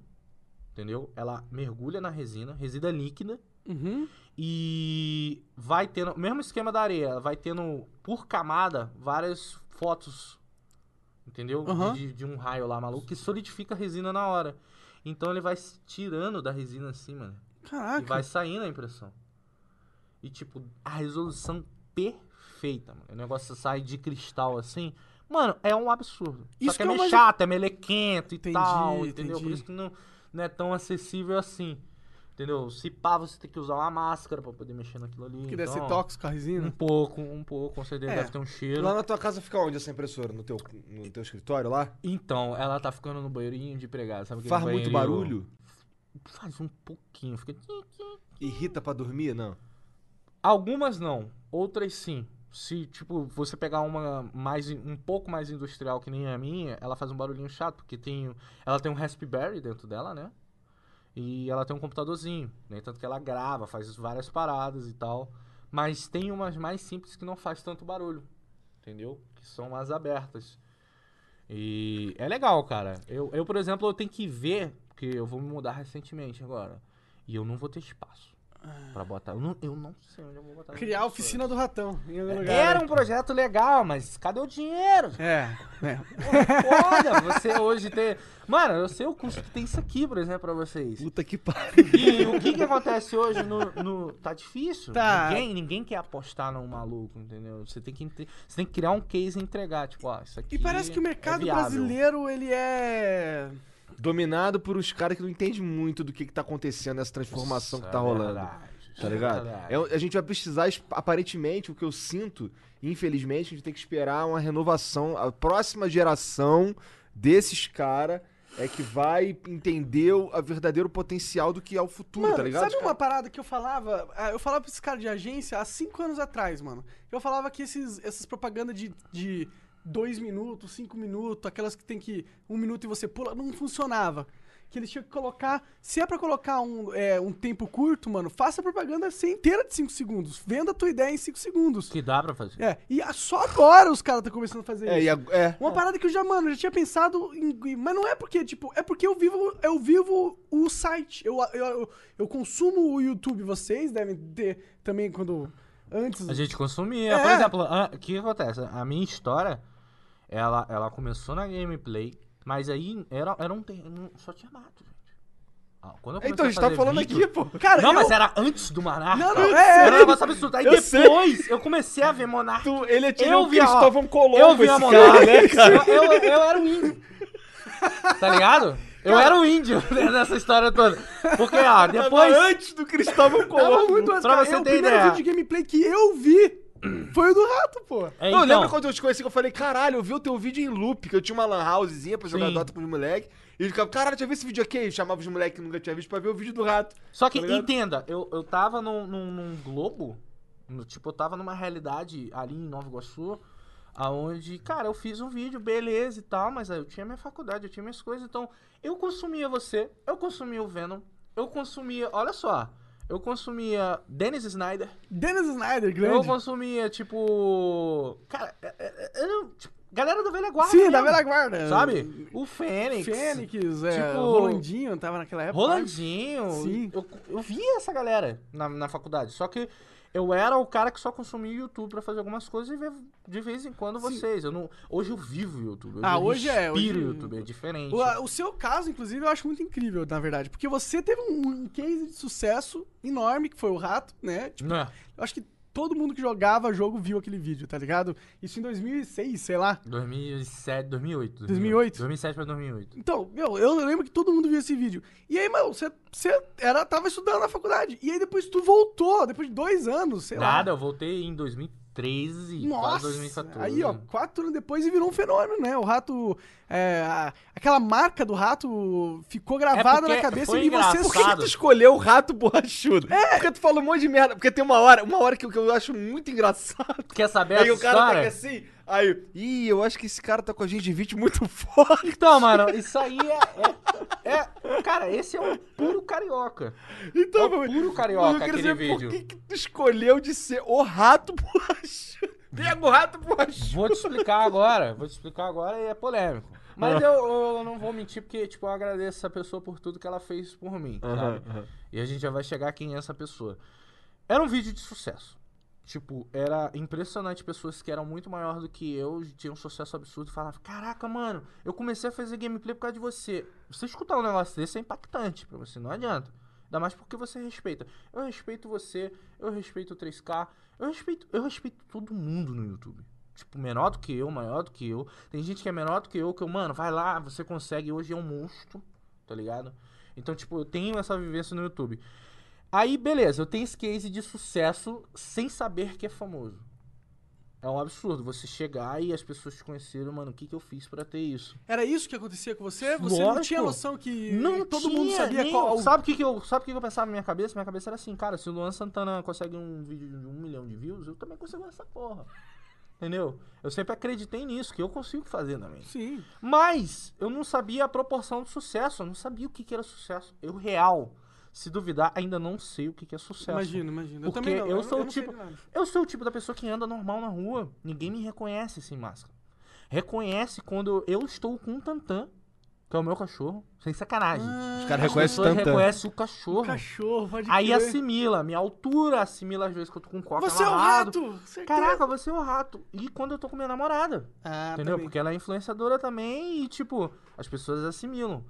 Speaker 3: Entendeu? Ela mergulha na resina, resina líquida.
Speaker 1: Uhum.
Speaker 3: E vai tendo, mesmo esquema da areia, vai tendo por camada várias fotos, entendeu?
Speaker 1: Aham.
Speaker 3: De, de um raio lá maluco que solidifica a resina na hora. Então ele vai se tirando da resina assim, mano. E
Speaker 1: Caraca.
Speaker 3: vai saindo a impressão. E tipo, a resolução perfeita, mano. O negócio sai de cristal assim. Mano, é um absurdo.
Speaker 1: Isso
Speaker 3: Só
Speaker 1: que
Speaker 3: que é
Speaker 1: é
Speaker 3: meio
Speaker 1: mais-
Speaker 3: chato, é meio lequento e
Speaker 1: Entendi,
Speaker 3: tal, entendeu? Por
Speaker 1: entendi.
Speaker 3: isso que não, não é tão acessível assim. Entendeu? Se pá, você tem que usar uma máscara pra poder mexer naquilo ali.
Speaker 1: Que deve ser
Speaker 3: então,
Speaker 1: tóxico a
Speaker 3: Um
Speaker 1: resina.
Speaker 3: pouco, um pouco, com certeza
Speaker 1: né? É.
Speaker 3: deve ter um cheiro.
Speaker 2: Lá na tua casa fica onde essa impressora? No teu, no teu escritório lá?
Speaker 3: Então, ela tá ficando no banheirinho de pregado, sabe? aquele
Speaker 2: Faz muito
Speaker 3: banheirinho-
Speaker 2: barulho?
Speaker 3: Faz um pouquinho, fica...
Speaker 2: Irrita pra dormir? Não.
Speaker 3: Algumas não, outras sim. Se, tipo, você pegar uma mais in- um pouco mais industrial que nem a minha, ela faz um barulhinho chato, porque tem, ela tem um Raspberry dentro dela, né? E ela tem um computadorzinho, né? Tanto que ela grava, faz várias paradas e tal. Mas tem umas mais simples que não faz tanto barulho, entendeu? Que são mais abertas. E é legal, cara. Eu, eu por exemplo, eu tenho que ver Porque eu vou me mudar recentemente agora. E eu não vou ter espaço pra botar. Eu não, eu não sei onde eu vou botar.
Speaker 1: Criar a
Speaker 3: essas
Speaker 1: oficina do ratão em algum
Speaker 3: coisas.
Speaker 1: lugar. né?
Speaker 3: Era um projeto legal, mas cadê o dinheiro?
Speaker 1: É, é.
Speaker 3: Foda você hoje ter. Mano, eu sei o custo que tem isso aqui, por exemplo, pra vocês.
Speaker 2: Puta que pariu.
Speaker 3: E o que que acontece hoje no... no- Tá difícil?
Speaker 1: Tá.
Speaker 3: Ninguém, ninguém quer apostar num maluco, entendeu? Você tem que, entre- você tem que criar um case e entregar, tipo, ó, isso aqui
Speaker 1: E parece que o
Speaker 3: é
Speaker 1: mercado
Speaker 3: viável.
Speaker 1: brasileiro, ele é...
Speaker 2: Dominado por uns caras que não entendem muito do que, que tá acontecendo, essa transformação
Speaker 3: Isso
Speaker 2: que
Speaker 3: é
Speaker 2: tá rolando.
Speaker 3: verdade, isso
Speaker 2: Tá
Speaker 3: é
Speaker 2: ligado?
Speaker 3: verdade.
Speaker 2: É, a gente vai precisar, es- aparentemente, o que eu sinto, infelizmente, a gente tem que esperar uma renovação. A próxima geração desses caras é que vai entender o a verdadeiro potencial do que é o futuro,
Speaker 1: Mano,
Speaker 2: tá ligado?
Speaker 1: sabe uma parada que eu falava? Ah, Eu falava pra esses caras de agência há cinco anos atrás, mano. Eu falava que esses, essas propagandas de, de dois minutos, cinco minutos, aquelas que tem que um minuto e você pula, não funcionava. Que eles tinham que colocar. Se é pra colocar um, é, um tempo curto, mano, faça a propaganda ser inteira de cinco segundos. Venda a tua ideia em cinco
Speaker 2: um
Speaker 1: segundos.
Speaker 3: Que dá pra fazer.
Speaker 1: É, e a- só agora os caras estão começando a fazer
Speaker 2: É,
Speaker 1: isso.
Speaker 2: e ag- é.
Speaker 1: Uma parada que eu já, mano, já tinha pensado em. em- Mas não é porque, tipo, é porque eu vivo, eu vivo o site. Eu, eu, eu, eu consumo o YouTube, vocês devem ter também quando. Antes.
Speaker 3: A gente consumia.
Speaker 1: É.
Speaker 3: Por exemplo, a- o que acontece? A minha história, ela, ela começou na gameplay, mas aí era, era um ter- não- só tinha mato, gente. Ah, quando eu comecei
Speaker 2: Então, a gente tá
Speaker 3: fazer
Speaker 2: falando
Speaker 3: vídeo-
Speaker 2: aqui, pô.
Speaker 1: Tipo, Cara,
Speaker 3: Não,
Speaker 1: eu-
Speaker 3: mas era antes do Monarca.
Speaker 1: Não, não, é,
Speaker 3: Era
Speaker 1: é.
Speaker 3: um negócio absurdo. Aí
Speaker 2: Eu sei.
Speaker 3: depois eu comecei a ver Monarca.
Speaker 2: Tu- ele é tipo
Speaker 3: Eu
Speaker 2: um
Speaker 3: vi a-
Speaker 2: Cristóvão Colombo,
Speaker 3: Eu vi a
Speaker 2: esse
Speaker 3: Monarca.
Speaker 2: cara, né, cara?
Speaker 3: Eu, eu- eu era um índio. Tá ligado? Eu era um índio nessa história toda. Porque, ó, depois.
Speaker 2: Antes do Cristóvão
Speaker 1: Tava
Speaker 2: Colombo.
Speaker 1: muito antes,
Speaker 3: pra
Speaker 1: cara.
Speaker 3: você
Speaker 1: Eu- o
Speaker 3: ter
Speaker 1: primeiro
Speaker 3: ideia.
Speaker 1: vídeo de gameplay que eu vi foi o do rato, pô.
Speaker 3: É,
Speaker 2: Não,
Speaker 3: então,
Speaker 2: lembra quando eu te conheci que eu falei, caralho, eu vi o teu vídeo em loop, que eu tinha uma lan housezinha pra jogar
Speaker 3: Sim.
Speaker 2: Dota com os moleques. E eu ficava, caralho, tinha visto esse vídeo aqui? Eu chamava os moleques que nunca tinha visto pra ver o vídeo do rato.
Speaker 3: Só que,
Speaker 2: Tá ligado?
Speaker 3: entenda, eu, eu tava num, num, num globo, no- tipo, eu tava numa realidade ali em Nova Iguaçu, aonde, cara, eu fiz um vídeo, beleza e tal, mas aí eu tinha minha faculdade, eu tinha minhas coisas, então eu consumia você, eu consumia o Venom, eu consumia, olha só, eu consumia Dennis Snyder,
Speaker 1: Dennis Snyder,
Speaker 3: eu
Speaker 1: grande.
Speaker 3: consumia, tipo, cara, é- é- é- eu, não- tipo, galera da velha guarda
Speaker 1: Sim,
Speaker 3: mesmo,
Speaker 1: da velha guarda.
Speaker 3: Sabe? O Fênix.
Speaker 1: Fênix, é,
Speaker 3: Tipo-
Speaker 1: Rolandinho, tava naquela época.
Speaker 3: Rolandinho.
Speaker 1: É Sim.
Speaker 3: Eu, eu via essa galera na, na faculdade. Só que eu era o cara que só consumia YouTube pra fazer algumas coisas e ver de vez em quando vocês. Eu não, hoje eu vivo YouTube.
Speaker 1: Ah,
Speaker 3: eu
Speaker 1: hoje é,
Speaker 3: respiro
Speaker 1: hoje-
Speaker 3: YouTube, é diferente.
Speaker 1: O, o seu caso, inclusive, eu acho muito incrível, na verdade. Porque você teve um, um case de sucesso enorme, que foi o rato, né? Tipo,
Speaker 3: Não é?
Speaker 1: eu acho que todo mundo que jogava jogo viu aquele vídeo, tá ligado? Isso em 2006, sei lá.
Speaker 3: 2007, 2008.
Speaker 1: 2008?
Speaker 3: 2007 pra 2008.
Speaker 1: Então, meu, eu lembro que todo mundo viu esse vídeo. E aí, mano, você, você era, tava estudando na faculdade. E aí depois tu voltou, depois de dois anos, sei
Speaker 3: Nada,
Speaker 1: lá.
Speaker 3: eu voltei em 2013, quase
Speaker 1: Nossa!
Speaker 3: 2014.
Speaker 1: Aí, ó, quatro anos depois e virou um fenômeno, né? O rato. é, a- aquela marca do rato ficou gravada
Speaker 3: É porque
Speaker 1: na cabeça
Speaker 3: foi
Speaker 1: e você
Speaker 3: engraçado.
Speaker 2: Por que, que tu escolheu o rato borrachudo? É. Porque tu falou um monte de merda. Porque tem uma hora, uma hora que, eu- que eu acho muito engraçado.
Speaker 3: Quer saber
Speaker 2: aí
Speaker 3: essa
Speaker 2: o
Speaker 1: tá
Speaker 2: cara
Speaker 3: história?
Speaker 2: pega assim, aí, ih, eu acho que esse cara tá com a gengivite muito forte.
Speaker 3: Então, mano, isso aí é, é- é- Cara, esse é um puro carioca.
Speaker 2: Então,
Speaker 3: É o puro carioca
Speaker 2: mano, eu quero
Speaker 3: aquele
Speaker 2: saber
Speaker 3: vídeo.
Speaker 2: Por que, que tu escolheu de ser o rato borrachudo? Pega o rato borrachudo.
Speaker 3: Vou te explicar agora, vou te explicar agora e é polêmico. Mas eu, eu não vou mentir porque, tipo, eu agradeço essa pessoa por tudo que ela fez por mim, sabe? E a gente já vai chegar quem é essa pessoa. Era um vídeo de sucesso. Tipo, era impressionante pessoas que eram muito maior do que eu, tinham um sucesso absurdo e falavam, caraca, mano, eu comecei a fazer gameplay por causa de você. Você escutar um negócio desse é impactante pra você, não adianta. Ainda mais porque você respeita. Eu respeito você, eu respeito o 3K, eu respeito, eu respeito todo mundo no YouTube. Tipo, menor do que eu, maior do que eu. Tem gente que é menor do que eu, que eu, mano, vai lá, você consegue, hoje é um monstro, tá ligado? Então, tipo, eu tenho essa vivência no YouTube. Aí, beleza, eu tenho esse case de sucesso sem saber que é famoso. É um absurdo você chegar e as pessoas te conhecerem, mano, o que, que eu fiz pra ter isso?
Speaker 1: Era isso que acontecia com você? Você não tinha
Speaker 3: Lógico.
Speaker 1: noção que
Speaker 3: Não
Speaker 1: todo
Speaker 3: tinha,
Speaker 1: mundo sabia
Speaker 3: nem-
Speaker 1: qual.
Speaker 3: Sabe o que, que eu, sabe o que, que eu pensava na minha cabeça? Minha cabeça era assim, cara, se o Luan Santana consegue um vídeo de um milhão de views, eu também consigo essa porra. Entendeu? Eu sempre acreditei nisso, que eu consigo fazer também.
Speaker 1: Sim.
Speaker 3: Mas eu não sabia a proporção do sucesso, eu não sabia o que, que era sucesso. Eu, real, se duvidar, ainda não sei o que, que é sucesso.
Speaker 1: Imagino, imagino. Eu
Speaker 3: Porque
Speaker 1: também não,
Speaker 3: eu sou o
Speaker 1: não
Speaker 3: tipo-
Speaker 1: sei de nada.
Speaker 3: Eu sou o tipo da pessoa que anda normal na rua, ninguém me reconhece sem máscara. Reconhece quando eu estou com um tantã, que é o meu cachorro, sem sacanagem.
Speaker 1: Ah,
Speaker 2: Os caras
Speaker 3: As
Speaker 2: reconhecem
Speaker 3: pessoas
Speaker 2: tanto.
Speaker 3: reconhecem o cachorro.
Speaker 6: Cachorro, pode
Speaker 3: Aí assim,
Speaker 6: crer.
Speaker 3: assimila, minha altura assimila às vezes que eu tô com coca
Speaker 6: Você é um
Speaker 3: amarrado.
Speaker 6: rato! certeza.
Speaker 3: Caraca, você é um rato. E quando eu tô com minha namorada.
Speaker 1: Ah,
Speaker 3: Entendeu?
Speaker 1: também.
Speaker 3: Porque ela é influenciadora também e, tipo, as pessoas assimilam.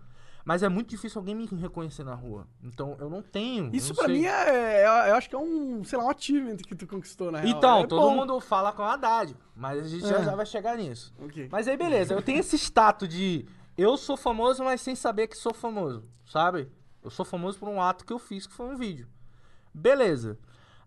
Speaker 3: Mas é muito difícil alguém me reconhecer na rua. Então eu não tenho. eu
Speaker 1: Isso
Speaker 3: não
Speaker 1: pra
Speaker 3: sei.
Speaker 1: mim é, é- Eu acho que é um, sei lá, um achievement que tu conquistou, na real.
Speaker 3: Então,
Speaker 1: É
Speaker 3: todo
Speaker 1: bom.
Speaker 3: mundo fala com a Haddad, mas a gente já,
Speaker 1: É.
Speaker 3: já vai chegar nisso.
Speaker 1: Ok.
Speaker 3: Mas aí, beleza, eu tenho esse status de eu sou famoso, mas sem saber que sou famoso, sabe? Eu sou famoso por um ato que eu fiz, que foi um vídeo. Beleza.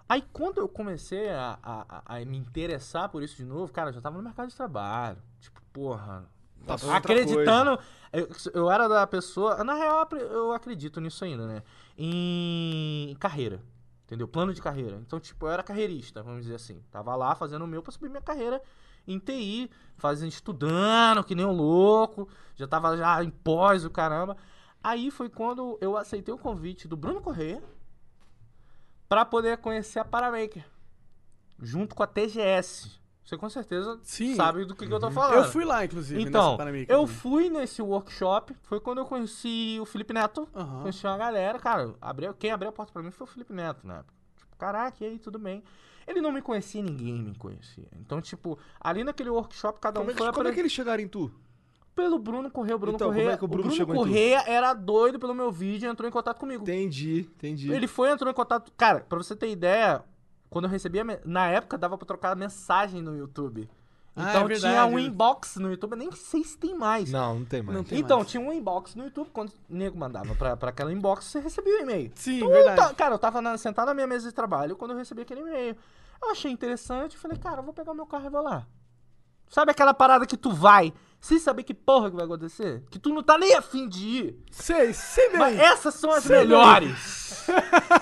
Speaker 3: Aí quando eu comecei a, a- a- a me interessar por isso de novo, cara, eu já tava no mercado de trabalho. Tipo, porra.
Speaker 2: Passou outra
Speaker 3: acreditando. Eu, eu era da pessoa. Na real, eu apre- eu acredito nisso ainda, né? Em carreira. Entendeu? Plano de carreira. Então, tipo, eu era carreirista, vamos dizer assim. Tava lá fazendo o meu pra subir minha carreira em TI, fazendo, estudando, que nem um louco. Já tava já em pós, o caramba. Aí foi quando eu aceitei o convite do Bruno Corrêa pra poder conhecer a Paramaker. Junto com a TGS. Você com certeza
Speaker 1: Sim. Uhum.
Speaker 3: sabe do que, que eu tô falando.
Speaker 1: Eu fui lá, inclusive, nessa
Speaker 3: Então,
Speaker 1: Panamica.
Speaker 3: eu fui nesse workshop, foi quando eu conheci o Felipe Neto,
Speaker 1: Aham.
Speaker 3: conheci uma galera, cara, abriu, quem abriu a porta pra mim foi o Felipe Neto, né? Tipo, caraca, e aí, tudo bem. Ele não me conhecia, ninguém me conhecia. Então, tipo, ali naquele workshop, cada
Speaker 2: Como
Speaker 3: um
Speaker 2: é,
Speaker 3: foi
Speaker 2: que, como é
Speaker 3: apre-
Speaker 2: que eles chegaram em tu?
Speaker 3: pelo Bruno Correia. O Bruno
Speaker 2: Então, como
Speaker 3: Correia,
Speaker 2: é que o
Speaker 3: o
Speaker 2: Bruno
Speaker 3: Bruno
Speaker 2: chegou em tu?
Speaker 3: Correia era doido pelo meu vídeo e entrou em contato comigo.
Speaker 2: Entendi, entendi.
Speaker 3: Ele foi, entrou em contato. Cara, pra você ter ideia, quando eu recebia. me- Na época dava pra trocar mensagem no YouTube.
Speaker 6: Ah, é
Speaker 3: Então tinha
Speaker 6: verdade.
Speaker 3: um inbox no YouTube, eu nem sei se tem mais.
Speaker 2: Não, não tem mais.
Speaker 1: Não tem
Speaker 3: Então,
Speaker 1: mais.
Speaker 3: tinha um inbox no YouTube, quando o nego mandava pra, pra aquela inbox, você recebia o e-mail.
Speaker 1: Sim,
Speaker 3: Então,
Speaker 1: verdade.
Speaker 3: tá- cara, eu tava na- sentado na minha mesa de trabalho quando eu recebi aquele e-mail. Eu achei interessante, falei, cara, eu vou pegar o meu carro e vou lá. Sabe aquela parada que tu vai, sem saber que porra que vai acontecer? Que tu não tá nem afim de ir.
Speaker 1: Sei, sei bem.
Speaker 3: Mas essas são as
Speaker 1: Sei
Speaker 3: melhores.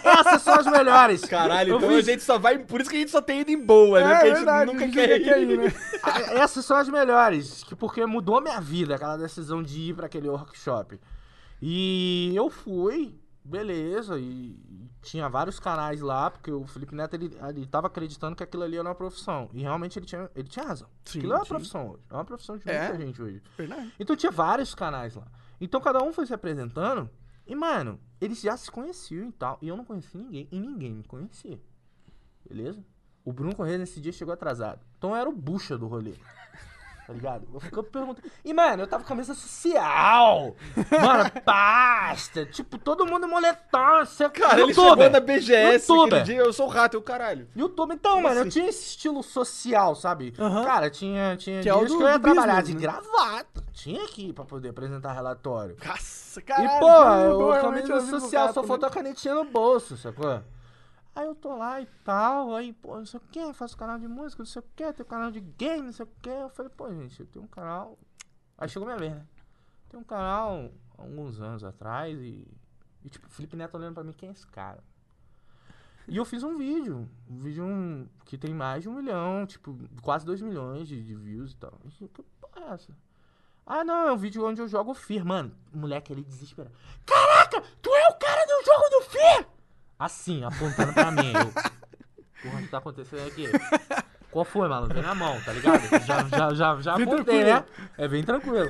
Speaker 3: essas são as melhores.
Speaker 2: Caralho,
Speaker 3: Eu
Speaker 2: então
Speaker 3: fiz-
Speaker 2: a gente só vai. Por isso que a gente só tem ido em boa,
Speaker 3: É
Speaker 2: né? Porque a gente nunca
Speaker 1: ninguém
Speaker 2: quer ir.
Speaker 1: né?
Speaker 3: Ah, Essas são as melhores, que- porque mudou a minha vida aquela decisão de ir pra aquele workshop. E eu fui, beleza, e tinha vários canais lá, porque o Felipe Neto ele, ele tava acreditando que aquilo ali era uma profissão. E realmente ele tinha, ele tinha razão.
Speaker 1: Sim,
Speaker 3: aquilo é uma
Speaker 1: sim.
Speaker 3: profissão hoje. É uma profissão de
Speaker 1: É.
Speaker 3: muita gente hoje.
Speaker 1: Verdade.
Speaker 3: Então tinha vários canais lá. Então cada um foi se apresentando. E, mano, eles já se conheciam e tal. E eu não conheci ninguém. E ninguém me conhecia. Beleza? O Bruno Correia nesse dia chegou atrasado. Então eu era o bucha do rolê. Tá ligado? Eu fico perguntando. E, mano, eu tava com camisa social. Mano, pasta. Tipo, todo mundo em moletom. Você
Speaker 2: Cara, ele chegou na BGS aquele
Speaker 3: Youtuber.
Speaker 2: dia, eu sou o rato, eu caralho.
Speaker 3: YouTube. Então, mano, eu tinha esse estilo social, sabe?
Speaker 1: Aham.
Speaker 3: Cara, tinha, tinha
Speaker 1: Que é o
Speaker 3: dias
Speaker 1: do-
Speaker 3: que eu ia
Speaker 1: do
Speaker 3: trabalhar
Speaker 1: business,
Speaker 3: de
Speaker 1: né?
Speaker 3: gravata. Tinha que ir pra poder apresentar relatório.
Speaker 1: Nossa,
Speaker 3: e,
Speaker 1: caralho. que
Speaker 3: pô, eu,
Speaker 1: boa,
Speaker 3: eu
Speaker 1: realmente
Speaker 3: camisa
Speaker 1: eu vivo
Speaker 3: social,
Speaker 1: gato,
Speaker 3: só
Speaker 1: né?
Speaker 3: faltou a canetinha no bolso, sacou? Aí eu tô lá e tal, aí, pô, não sei o que, faço canal de música, não sei o que, tenho canal de game, não sei o que. Eu falei, pô, gente, eu tenho um canal. Aí chegou minha vez, né? Tem um canal há alguns anos atrás e. E tipo, o Felipe Neto olhando pra mim, quem é esse cara? E eu fiz um vídeo. Um vídeo um- que tem mais de um milhão, tipo, quase dois milhões de, de views e tal. Eu, que porra é essa? Ah, não, é um vídeo onde eu jogo Fear, mano. Moleque, ele desesperado. Caraca, tu é o cara do jogo do Fear! Assim, apontando pra mim. Eu, porra, o que tá acontecendo aqui? Qual foi, malandro? Vem na mão, tá ligado? Já, já, já, já
Speaker 1: Vem
Speaker 3: apontei,
Speaker 1: tranquilo.
Speaker 3: né? É bem tranquilo.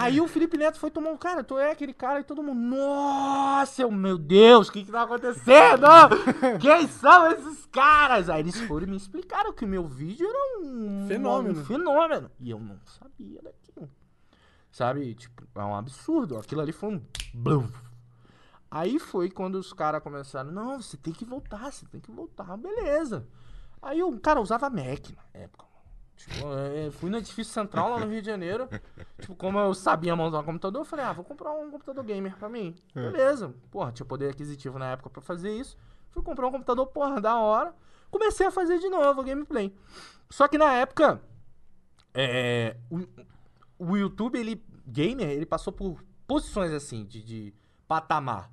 Speaker 3: Aí o Felipe Neto foi tomar um cara, tu é aquele cara e todo mundo. Nossa, eu- meu Deus, o que que tá acontecendo? Quem são esses caras? Aí eles foram e me explicaram que o meu vídeo era um
Speaker 1: Fenômeno.
Speaker 3: um fenômeno. E eu não sabia daquilo. Sabe? Tipo, é um absurdo. Aquilo ali foi um. blum. Aí foi quando os caras começaram, não, você tem que voltar, você tem que voltar, beleza. Aí o cara usava Mac na época, mano. Tipo, é, fui no edifício central lá no Rio de Janeiro. tipo, como eu sabia montar um computador, eu falei, ah, vou comprar um computador gamer pra mim. Beleza. Porra, tinha poder aquisitivo na época pra fazer isso. Fui comprar um computador, porra, da hora. Comecei a fazer de novo a gameplay. Só que na época, é, o, o YouTube, ele, gamer, ele passou por posições assim, de, de patamar.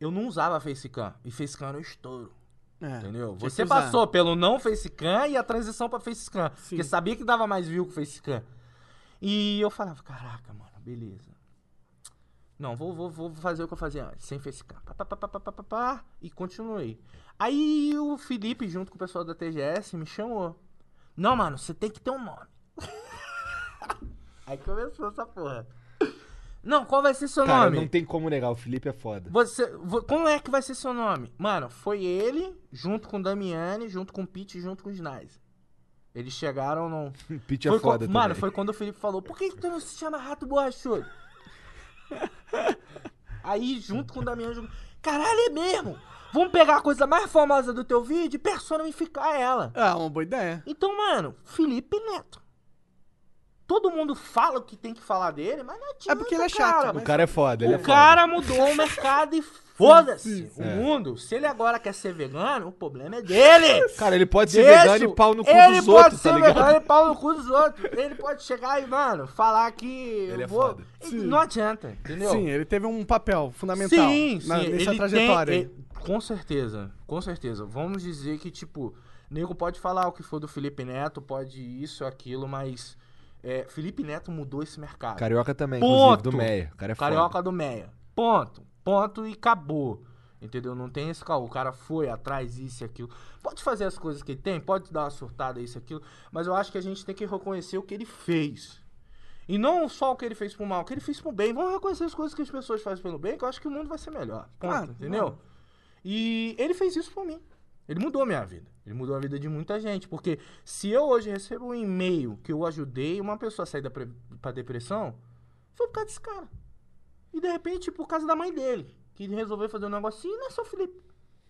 Speaker 3: Eu não usava facecam, e facecam era um estouro.
Speaker 1: É,
Speaker 3: Entendeu?
Speaker 1: tinha
Speaker 3: Você
Speaker 1: que usar.
Speaker 3: passou pelo não facecam e a transição pra facecam.
Speaker 1: Sim.
Speaker 3: Porque sabia que dava mais view que facecam. E eu falava, caraca, mano, beleza. Não, vou, vou, vou fazer o que eu fazia antes, sem facecam. Pá, pá, pá, pá, pá, pá, pá, pá, e continuei. Aí o Felipe, junto com o pessoal da TGS, me chamou. Não, mano, você tem que ter um nome. Aí começou essa porra. Não, qual vai ser seu
Speaker 2: Cara,
Speaker 3: nome?
Speaker 2: não tem como negar, o Felipe é foda.
Speaker 3: Você, vo- como é que vai ser seu nome? Mano, foi ele, junto com o Damiani, junto com o Pete, junto com o Snaz. Eles chegaram no.
Speaker 2: Pitch
Speaker 3: Foi
Speaker 2: é
Speaker 3: co-
Speaker 2: foda também.
Speaker 3: Mano, foi quando o Felipe falou: Por que que tu não se chama Rato Borrachudo? Aí, junto com o Damiani, junto... caralho, é mesmo! Vamos pegar a coisa mais famosa do teu vídeo e personificar ela.
Speaker 1: Ah, uma boa ideia.
Speaker 3: Então, mano, Felipe Neto. Todo mundo fala o que tem que falar dele, mas não adianta,
Speaker 1: É porque ele é chato,
Speaker 3: cara.
Speaker 1: né?
Speaker 2: O cara é foda, ele é
Speaker 3: O
Speaker 2: foda.
Speaker 3: cara mudou o mercado e foda-se o
Speaker 2: É.
Speaker 3: mundo. Se ele agora quer ser vegano, o problema é dele.
Speaker 2: Cara, ele pode ser
Speaker 3: Isso.
Speaker 2: vegano e pau no cu
Speaker 3: ele
Speaker 2: dos
Speaker 3: pode
Speaker 2: outros,
Speaker 3: ser
Speaker 2: tá ligado?
Speaker 3: vegano e pau no cu dos outros. Ele pode chegar e, mano, falar que.
Speaker 2: Ele é foda.
Speaker 3: Não adianta, entendeu?
Speaker 1: Sim, ele teve um papel fundamental
Speaker 3: é Sim,
Speaker 1: na-
Speaker 3: sim,
Speaker 1: nessa
Speaker 3: ele
Speaker 1: trajetória.
Speaker 3: tem-
Speaker 1: aí.
Speaker 3: ele- com certeza, com certeza. Vamos dizer que, tipo, nego pode falar o que for do Felipe Neto, pode isso, aquilo, mas é, Felipe Neto mudou esse mercado.
Speaker 2: Carioca também,
Speaker 3: Ponto.
Speaker 2: inclusive, do Meia. O cara é
Speaker 3: Carioca
Speaker 2: foda.
Speaker 3: do Meia. Ponto. Ponto e acabou. Entendeu? Não tem esse caô. O cara foi atrás, isso e aquilo. Pode fazer as coisas que ele tem, pode dar uma surtada, isso e aquilo. Mas eu acho que a gente tem que reconhecer o que ele fez. E não só o que ele fez pro mal, o que ele fez pro bem. Vamos reconhecer as coisas que as pessoas fazem pelo bem, que eu acho que o mundo vai ser melhor. Ponto,
Speaker 1: Claro,
Speaker 3: entendeu? E ele fez isso por mim. Ele mudou a minha vida. Ele mudou a vida de muita gente. Porque se eu hoje recebo um e-mail que eu ajudei uma pessoa a sair da pre- pra depressão, foi por causa desse cara. E de repente, por causa da mãe dele, que ele resolveu fazer um negocinho e nasceu o Felipe.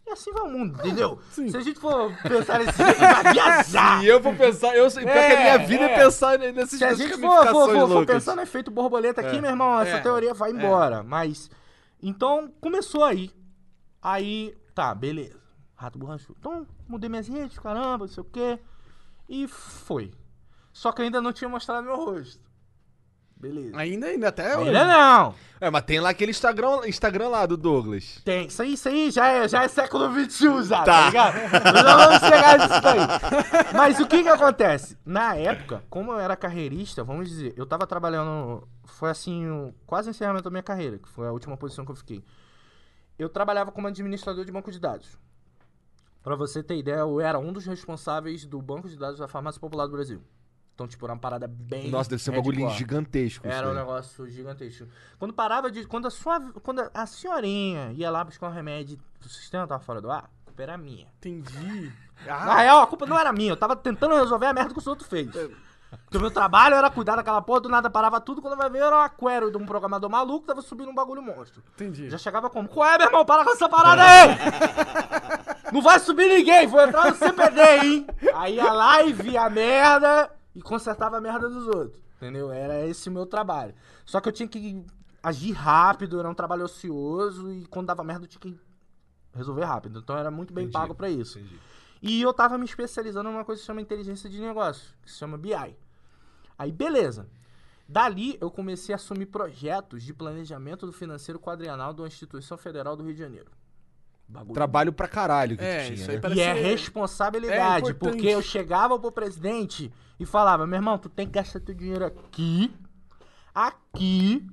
Speaker 3: E assim vai o mundo, entendeu? Se a gente for pensar nesse jeito, vai viajar.
Speaker 2: E eu vou pensar, eu sei, pior que a minha
Speaker 3: Tá. É,
Speaker 2: vida é,
Speaker 3: é.
Speaker 2: pensar ne- nessas
Speaker 3: Se a gente for,
Speaker 2: significações
Speaker 3: for, for, for
Speaker 2: loucas.
Speaker 3: pensar no efeito borboleta aqui, meu irmão, essa
Speaker 1: É.
Speaker 3: teoria vai embora. Mas. Então, começou aí. Aí, tá, beleza. Rato borrachudo. Então, mudei minhas redes, caramba, não sei o quê. E foi. Só que eu ainda não tinha mostrado meu rosto. Beleza.
Speaker 1: Ainda, ainda até hoje.
Speaker 3: Ainda não!
Speaker 2: É, mas tem lá aquele Instagram, Instagram lá do Douglas.
Speaker 3: Tem. Isso aí, isso aí já é, já é século XXI, já, tá,
Speaker 2: Tá.
Speaker 3: ligado? Nós não vamos chegar nisso daí. Mas o que que acontece? Na época, como eu era carreirista, vamos dizer, eu tava trabalhando. Foi assim, o- quase o encerramento da minha carreira, que foi a última posição que eu fiquei. Eu trabalhava como administrador de banco de dados. Pra você ter ideia, eu era um dos responsáveis do banco de dados da Farmácia Popular do Brasil. Então, tipo, era uma parada bem.
Speaker 2: Nossa, deve ser um bagulho
Speaker 3: hardcore.
Speaker 2: gigantesco. isso
Speaker 3: é Era um
Speaker 2: aí.
Speaker 3: negócio gigantesco. Quando parava de. Quando a sua. Quando a- a senhorinha ia lá buscar um remédio e o sistema tava fora do ar, a culpa era minha.
Speaker 1: Entendi.
Speaker 3: Na
Speaker 1: Ah,
Speaker 3: real, a culpa não era minha. Eu tava tentando resolver a merda que os outros fez. Porque o meu trabalho era cuidar daquela porra, do nada parava tudo. Quando vai ver, era um aquário de um programador maluco, tava subindo um bagulho monstro.
Speaker 1: entendi.
Speaker 3: Já chegava como? Qual é, meu irmão? Para com essa parada aí! Não vai subir ninguém, vou entrar no CPD, hein? Aí ia lá e via a merda e consertava a merda dos outros. Entendeu? Era esse o meu trabalho. Só que eu tinha que agir rápido, era um trabalho ocioso e quando dava merda eu tinha que resolver rápido. Então era muito bem pago pra isso. E eu tava me especializando numa coisa que se chama inteligência de negócio, que se chama BI. Aí beleza. Dali eu comecei a assumir projetos de planejamento do financeiro quadrienal da Instituição Federal do Rio de Janeiro. Bagulho
Speaker 2: Trabalho pra caralho que tu
Speaker 1: É,
Speaker 2: tinha,
Speaker 1: isso aí
Speaker 2: né?
Speaker 1: parece
Speaker 3: e é
Speaker 1: é
Speaker 3: responsabilidade,
Speaker 1: importante.
Speaker 3: porque eu chegava pro presidente e falava: meu irmão, tu tem que gastar teu dinheiro aqui, aqui,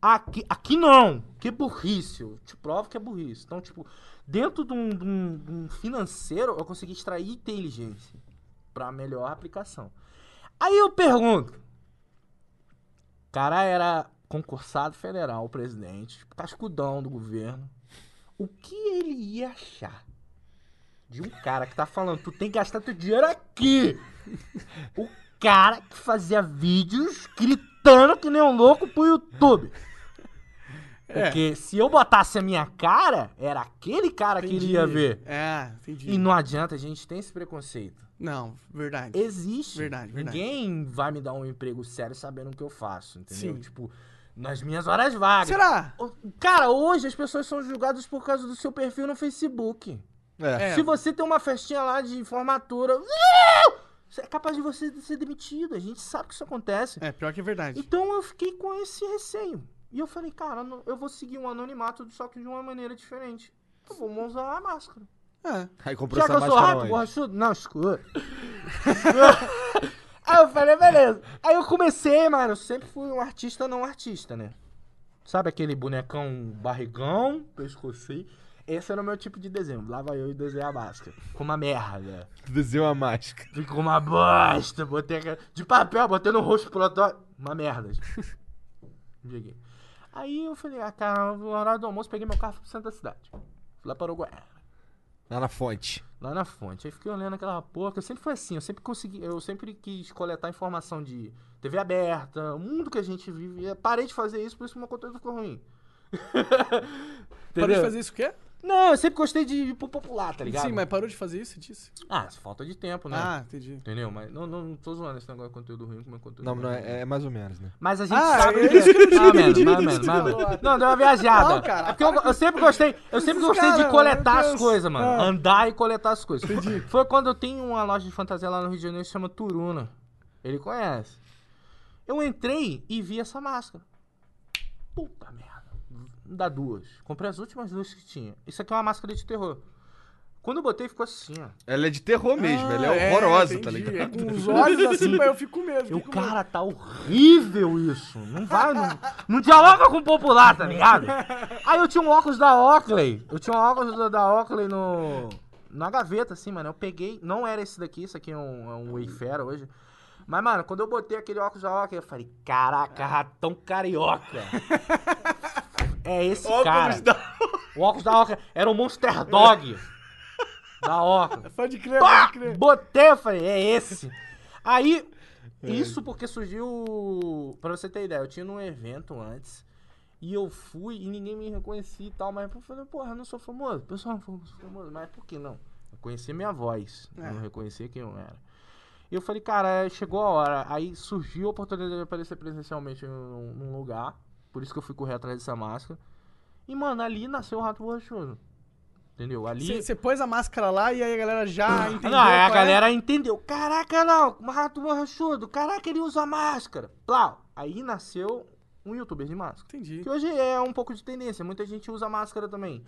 Speaker 3: aqui, aqui não. Que burrice, eu te provo que é burrice. Então, tipo, dentro de um, de um- de um financeiro, eu consegui extrair inteligência pra melhor aplicação. Aí eu pergunto: o cara era concursado federal, presidente, cascudão do governo. O que ele ia achar de um cara que tá falando, tu tem que gastar teu dinheiro aqui? O cara que fazia vídeos gritando que nem um louco pro YouTube. Porque se eu botasse a minha cara, era aquele cara que ele ia ver.
Speaker 1: É, entendi.
Speaker 3: E não adianta, a gente tem esse preconceito.
Speaker 1: Não, verdade.
Speaker 3: Existe.
Speaker 1: Verdade, verdade.
Speaker 3: Ninguém vai me dar um emprego sério sabendo o que eu faço, entendeu?
Speaker 1: Sim.
Speaker 3: Tipo, nas minhas horas vagas.
Speaker 1: Será?
Speaker 3: Cara, hoje as pessoas são julgadas por causa do seu perfil no Facebook.
Speaker 2: É.
Speaker 1: É.
Speaker 3: Se você tem uma festinha lá de formatura, "Não!", você é capaz de você ser demitido. A gente sabe que isso acontece.
Speaker 1: É, pior que é verdade.
Speaker 3: Então eu fiquei com esse receio. E eu falei, cara, não- eu vou seguir um anonimato, só que de uma maneira diferente. Eu vou usar a máscara.
Speaker 1: É.
Speaker 2: Aí comprou
Speaker 3: Já que
Speaker 2: essa
Speaker 3: eu sou
Speaker 2: máscara
Speaker 3: rato,
Speaker 2: onde?
Speaker 3: borrachudo? Não, escuro. Aí eu falei, beleza. Aí eu comecei, mano. Eu sempre fui um artista não artista, né? Sabe aquele bonecão barrigão, pescocinho? Esse era o meu tipo de desenho. Lá vai eu e desenhar a máscara. Com uma merda.
Speaker 2: Desenhou a máscara.
Speaker 3: Ficou uma bosta. Botei aquela- de papel, botei no rosto protótipo. Uma merda. videogame. Aí eu falei, ah, cara, no horário do almoço, peguei meu carro e fui pro centro da cidade. Fui lá para Uruguaiana.
Speaker 2: Lá na fonte.
Speaker 3: lá na fonte. Aí fiquei olhando aquela porra, que eu sempre fui assim, eu sempre consegui, eu sempre quis coletar informação de TV aberta, o mundo que a gente vive. Eu parei de fazer isso, por isso que meu conteúdo ficou ruim.
Speaker 1: Parou de
Speaker 3: Entendeu?
Speaker 1: fazer isso o quê?
Speaker 3: Não, eu sempre gostei de ir pro popular, tá ligado?
Speaker 1: Sim, mas parou de fazer isso, você disse?
Speaker 3: Ah, isso é falta de tempo, né?
Speaker 1: Ah, entendi.
Speaker 3: Entendeu? Mas não, não, não tô zoando esse negócio de conteúdo ruim com meu conteúdo
Speaker 2: Não,
Speaker 3: bom.
Speaker 2: não é, é mais ou menos, né?
Speaker 3: Mas a gente
Speaker 1: Ah,
Speaker 3: sabe
Speaker 1: é
Speaker 3: que...
Speaker 1: isso que eu tinha
Speaker 3: Ah, menos,
Speaker 1: entendido,
Speaker 3: mais
Speaker 1: isso
Speaker 3: ou menos,
Speaker 1: que
Speaker 3: mais ou
Speaker 1: eu
Speaker 3: menos.
Speaker 1: tava-
Speaker 3: Não, deu uma viajada.
Speaker 1: Não, cara,
Speaker 3: é porque eu, eu sempre gostei, eu sempre
Speaker 1: Esses
Speaker 3: gostei de
Speaker 1: caras,
Speaker 3: coletar
Speaker 1: meu
Speaker 3: as
Speaker 1: Deus.
Speaker 3: coisas, mano.
Speaker 1: Ah.
Speaker 3: Andar e coletar as coisas. Foi quando eu tenho uma loja de fantasia lá no Rio de Janeiro que se chama Turuna. Ele conhece. Eu entrei e vi essa máscara. Puta merda. Dá duas. Comprei as últimas duas que tinha. Isso aqui é uma máscara de terror. Quando eu botei, ficou assim, ó.
Speaker 2: Ela é de terror mesmo, ela
Speaker 1: Ah,
Speaker 2: é horrorosa, tá
Speaker 1: entendi.
Speaker 2: ligado?
Speaker 1: É com os olhos assim, mas eu fico com medo.
Speaker 3: Eu,
Speaker 1: fico com medo.
Speaker 3: cara, tá horrível isso. Não vai, não, não dialoga com o popular, tá ligado? Aí eu tinha um óculos da Oakley. Eu tinha um óculos da, da Oakley no. Na gaveta, assim, mano. Eu peguei. Não era esse daqui, isso aqui é um, é um Wayfair hoje. Mas, mano, quando eu botei aquele óculos da Oakley, eu falei, caraca, ratão carioca. É esse cara. O óculos da Oakley era um Monster Dog. Da Oakley.
Speaker 1: Pode crer,
Speaker 3: Pá!
Speaker 1: pode crer.
Speaker 3: Botei, eu falei, é esse. Aí, isso porque surgiu. Pra você ter ideia, eu tinha num evento antes. E eu fui e ninguém me reconhecia e tal, mas eu falei, porra, eu não sou famoso. O pessoal não falou que eu sou famoso, mas por que não? Eu conheci minha voz, não reconhecia quem eu era. E eu falei, cara, é, chegou a hora. Aí surgiu a oportunidade de aparecer presencialmente num, num lugar. Por isso que eu fui correr atrás dessa máscara. E, mano, ali nasceu o Rato Borrachudo. Entendeu? Ali. Ah,
Speaker 1: Você você pôs a máscara lá e aí a galera já entendeu.
Speaker 3: Não, aí a
Speaker 1: qual é?
Speaker 3: galera entendeu. Caraca, não, o rato borrachudo. Caraca, ele usa máscara. Plau. Aí nasceu um youtuber de máscara.
Speaker 1: Entendi.
Speaker 3: Que hoje é um pouco de tendência. Muita gente usa máscara também.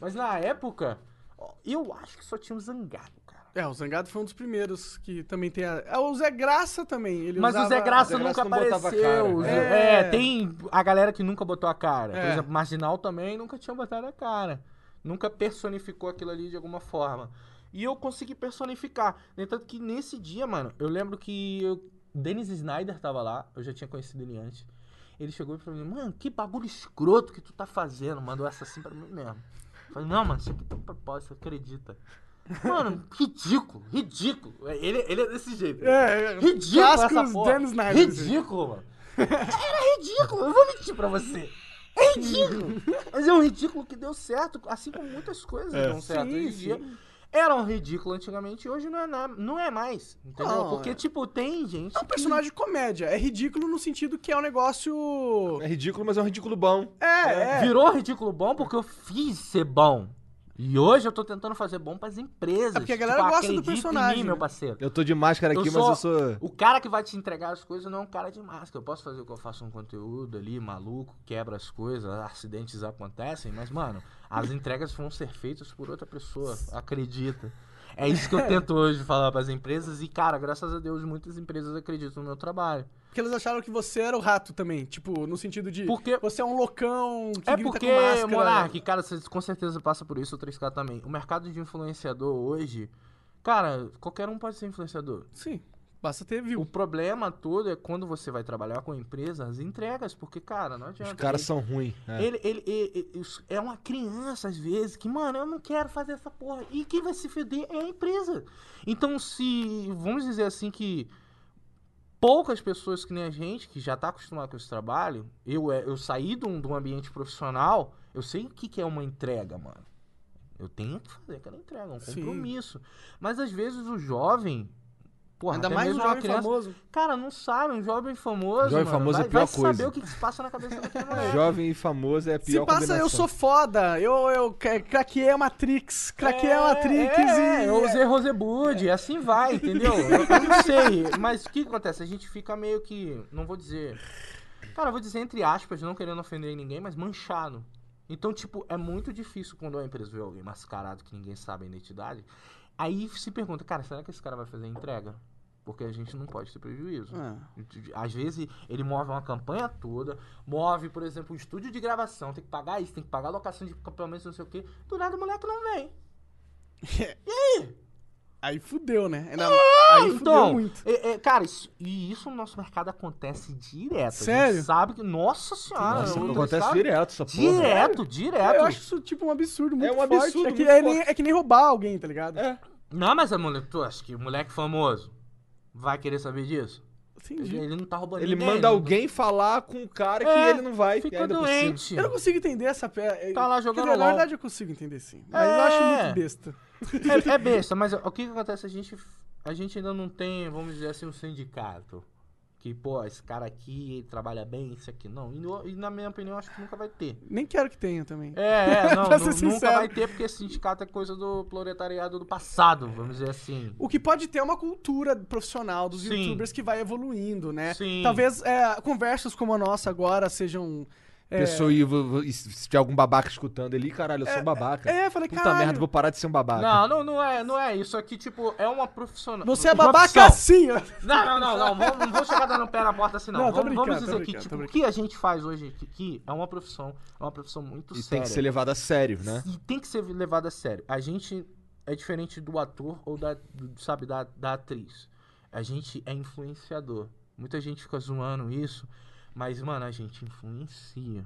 Speaker 3: Mas na época, ó, eu acho que só tinha um zangado, cara.
Speaker 1: É, o Zangado foi um dos primeiros que também tem a. É, o Zé Graça também. Ele
Speaker 3: Mas o
Speaker 1: usava-
Speaker 3: Zé Graça
Speaker 2: Zé Graça
Speaker 3: nunca
Speaker 2: não botava cara,
Speaker 3: apareceu.
Speaker 2: né?
Speaker 3: É.
Speaker 1: É.
Speaker 3: tem a galera que nunca botou a cara. Por
Speaker 1: É.
Speaker 3: exemplo, Marginal também nunca tinha botado a cara. Nunca personificou aquilo ali de alguma forma. E eu consegui personificar. No entanto que nesse dia, mano, eu lembro que eu... Dennis Snyder tava lá, eu já tinha conhecido ele antes. Ele chegou e falou, mano, que bagulho escroto que tu tá fazendo. Mandou essa assim pra mim mesmo. Eu Falei, não, mano, isso aqui tem um propósito, acredita. Mano, ridículo, ridículo. Ele, ele é desse jeito.
Speaker 1: É, é.
Speaker 3: Ridículo essa
Speaker 1: Clássicos
Speaker 3: porra.
Speaker 1: Dan Snyder.
Speaker 3: Ridículo, mano. Era ridículo, eu vou mentir pra você. É ridículo. Mas é um ridículo que deu certo, assim como muitas coisas dão certo
Speaker 1: É. Sim,
Speaker 3: hoje em dia. Era um ridículo antigamente e hoje não é, na- não é mais, entendeu?
Speaker 1: Não,
Speaker 3: Porque,
Speaker 1: é.
Speaker 3: tipo, tem gente...
Speaker 1: É um personagem de comédia. É ridículo no sentido que é um negócio.
Speaker 2: É ridículo, mas é um ridículo bom.
Speaker 1: É, é.
Speaker 3: Virou ridículo bom porque eu fiz ser bom. E hoje eu tô tentando fazer bom pras empresas.
Speaker 1: É porque a galera
Speaker 3: Tipo,
Speaker 1: gosta do
Speaker 3: acredita Em
Speaker 1: personagem,
Speaker 3: mim, meu
Speaker 1: né?
Speaker 3: parceiro.
Speaker 2: Eu tô de máscara aqui,
Speaker 3: Eu
Speaker 2: mas
Speaker 3: sou-
Speaker 2: eu sou.
Speaker 3: O cara que vai te entregar as coisas não é um cara de máscara. Eu posso fazer o que eu faço um conteúdo ali, maluco, quebra as coisas, acidentes acontecem, mas, mano, as entregas vão ser feitas por outra pessoa, acredita. É isso que eu tento hoje falar pras empresas e, cara, graças a Deus, muitas empresas acreditam no meu trabalho.
Speaker 1: Porque eles acharam que você era o rato também. Tipo, no sentido de.
Speaker 3: Porque-
Speaker 1: Você é um loucão que
Speaker 3: é
Speaker 1: grita
Speaker 3: porque,
Speaker 1: com máscara. né?
Speaker 3: Monark, cara, você com certeza passa por isso, o 3K também. O mercado de influenciador hoje, cara, qualquer um pode ser influenciador.
Speaker 1: Sim. Basta ter
Speaker 3: O
Speaker 1: view.
Speaker 3: problema todo é quando você vai trabalhar com empresas, as entregas, porque, cara, não adianta.
Speaker 2: Os caras
Speaker 3: Ele-
Speaker 2: são ruins. É.
Speaker 3: Ele, ele, ele- ele- os- é uma criança, às vezes, que, mano, eu não quero fazer essa porra. E quem vai se feder é a empresa. Então, se. Vamos dizer assim que. Poucas pessoas que nem a gente, que já tá acostumado com esse trabalho, eu, é- eu saí de um, de um ambiente profissional, eu sei o que, que é uma entrega, mano. Eu tenho que fazer aquela entrega, é um
Speaker 1: Sim.
Speaker 3: compromisso. Mas às vezes o jovem. Porra,
Speaker 1: Ainda
Speaker 3: até
Speaker 1: mais um
Speaker 3: mesmo uma
Speaker 1: jovem
Speaker 3: criança,
Speaker 1: famoso.
Speaker 3: Cara, não sabe, um jovem famoso.
Speaker 2: Jovem
Speaker 3: mano,
Speaker 2: famoso é
Speaker 3: vai,
Speaker 2: a pior
Speaker 3: vai saber
Speaker 2: coisa.
Speaker 3: o que, que se passa na cabeça daquele moleque.
Speaker 2: Jovem e famoso é a pior
Speaker 1: Se passa, eu
Speaker 2: combinação.
Speaker 1: sou foda. Eu, eu ca- craqueei a Matrix. Craqueei a Matrix
Speaker 3: é,
Speaker 1: e.
Speaker 3: Eu usei Rosebud, e assim vai, entendeu? Eu, eu não sei. Mas o que acontece? A gente fica meio que. Não vou dizer. Cara, eu vou dizer entre aspas, não querendo ofender ninguém, mas manchado. Então, tipo, é muito difícil quando a empresa vê alguém mascarado que ninguém sabe a identidade. Aí se pergunta, cara, será que esse cara vai fazer a entrega? Porque a gente não pode ter prejuízo.
Speaker 1: Ah.
Speaker 3: Às vezes ele move uma campanha toda, move, por exemplo, um estúdio de gravação, tem que pagar isso, tem que pagar locação de equipamentos, não sei o quê. Do nada o moleque não vem.
Speaker 1: Aí fudeu, né? Ainda- aí fudeu
Speaker 3: Então,
Speaker 1: muito.
Speaker 3: é- é, cara, isso, e isso no nosso mercado acontece direto. A
Speaker 1: Sério?
Speaker 3: gente sabe que. Nossa senhora,
Speaker 2: Nossa,
Speaker 3: eu-
Speaker 2: acontece
Speaker 3: sabe?
Speaker 2: direto essa porra.
Speaker 3: Direto, direto.
Speaker 1: Eu acho isso, tipo, um absurdo muito
Speaker 2: É um
Speaker 1: forte.
Speaker 2: absurdo
Speaker 1: é, que,
Speaker 2: muito
Speaker 1: é nem,
Speaker 2: forte.
Speaker 1: é que nem roubar alguém, tá ligado?
Speaker 2: É.
Speaker 3: Não, mas moleque, tu acha que o moleque famoso vai querer saber disso? Ele,
Speaker 1: Entendi.
Speaker 3: ele não tá roubando
Speaker 2: Ele
Speaker 3: ninguém,
Speaker 2: manda
Speaker 3: não-
Speaker 2: alguém falar com o cara
Speaker 3: É,
Speaker 2: que ele não vai.
Speaker 3: Fica
Speaker 2: ainda por cima.
Speaker 3: doente.
Speaker 1: Eu não consigo entender essa peça.
Speaker 3: Tá lá jogando
Speaker 1: Na
Speaker 3: LOL.
Speaker 1: verdade, eu consigo entender sim. Mas
Speaker 3: É.
Speaker 1: eu acho muito besta.
Speaker 3: É, é besta, mas o que que acontece? A gente, a gente ainda não tem, vamos dizer assim, um sindicato. Que, pô, esse cara aqui ele trabalha bem, isso aqui não. E, no- e na minha opinião, acho que nunca vai ter.
Speaker 1: Nem quero que tenha também.
Speaker 3: É, é, não,
Speaker 1: Pra
Speaker 3: nu-
Speaker 1: ser
Speaker 3: nunca
Speaker 1: sincero.
Speaker 3: vai ter, porque esse sindicato é coisa do proletariado do passado, vamos dizer assim.
Speaker 1: O que pode ter é uma cultura profissional dos
Speaker 3: Sim.
Speaker 1: youtubers que vai evoluindo, né?
Speaker 3: Sim.
Speaker 1: Talvez é, conversas como a nossa agora sejam. É,
Speaker 2: Pessoa, e, vo- vo- e se tiver algum babaca escutando ele, "Ih, caralho, eu sou um babaca.
Speaker 1: é, falei,
Speaker 2: Puta
Speaker 1: caralho.
Speaker 2: merda, vou parar de ser um
Speaker 1: Ah,
Speaker 2: babaca.
Speaker 3: Não, não, não é, não é isso aqui, tipo, é uma profissional.
Speaker 1: tá. Você é
Speaker 3: uma
Speaker 1: babaca
Speaker 3: profissão.
Speaker 1: sim!
Speaker 3: Não, não, não, não, vamos- não vou chegar dando pé na porta assim, não.
Speaker 1: Não, tô
Speaker 3: vamos, vamos
Speaker 1: brincando, tô
Speaker 3: dizer que
Speaker 1: brincando,
Speaker 3: tipo,
Speaker 1: tô
Speaker 3: o que a gente faz hoje aqui aqui é uma profissão, é uma profissão muito
Speaker 2: E tem
Speaker 3: séria.
Speaker 2: que ser levado a sério, né?
Speaker 3: E tem que ser levado a sério. A gente é diferente do ator ou da, do- sabe, da, da atriz. A gente é influenciador. Muita gente fica zoando isso, mas, mano, a gente influencia.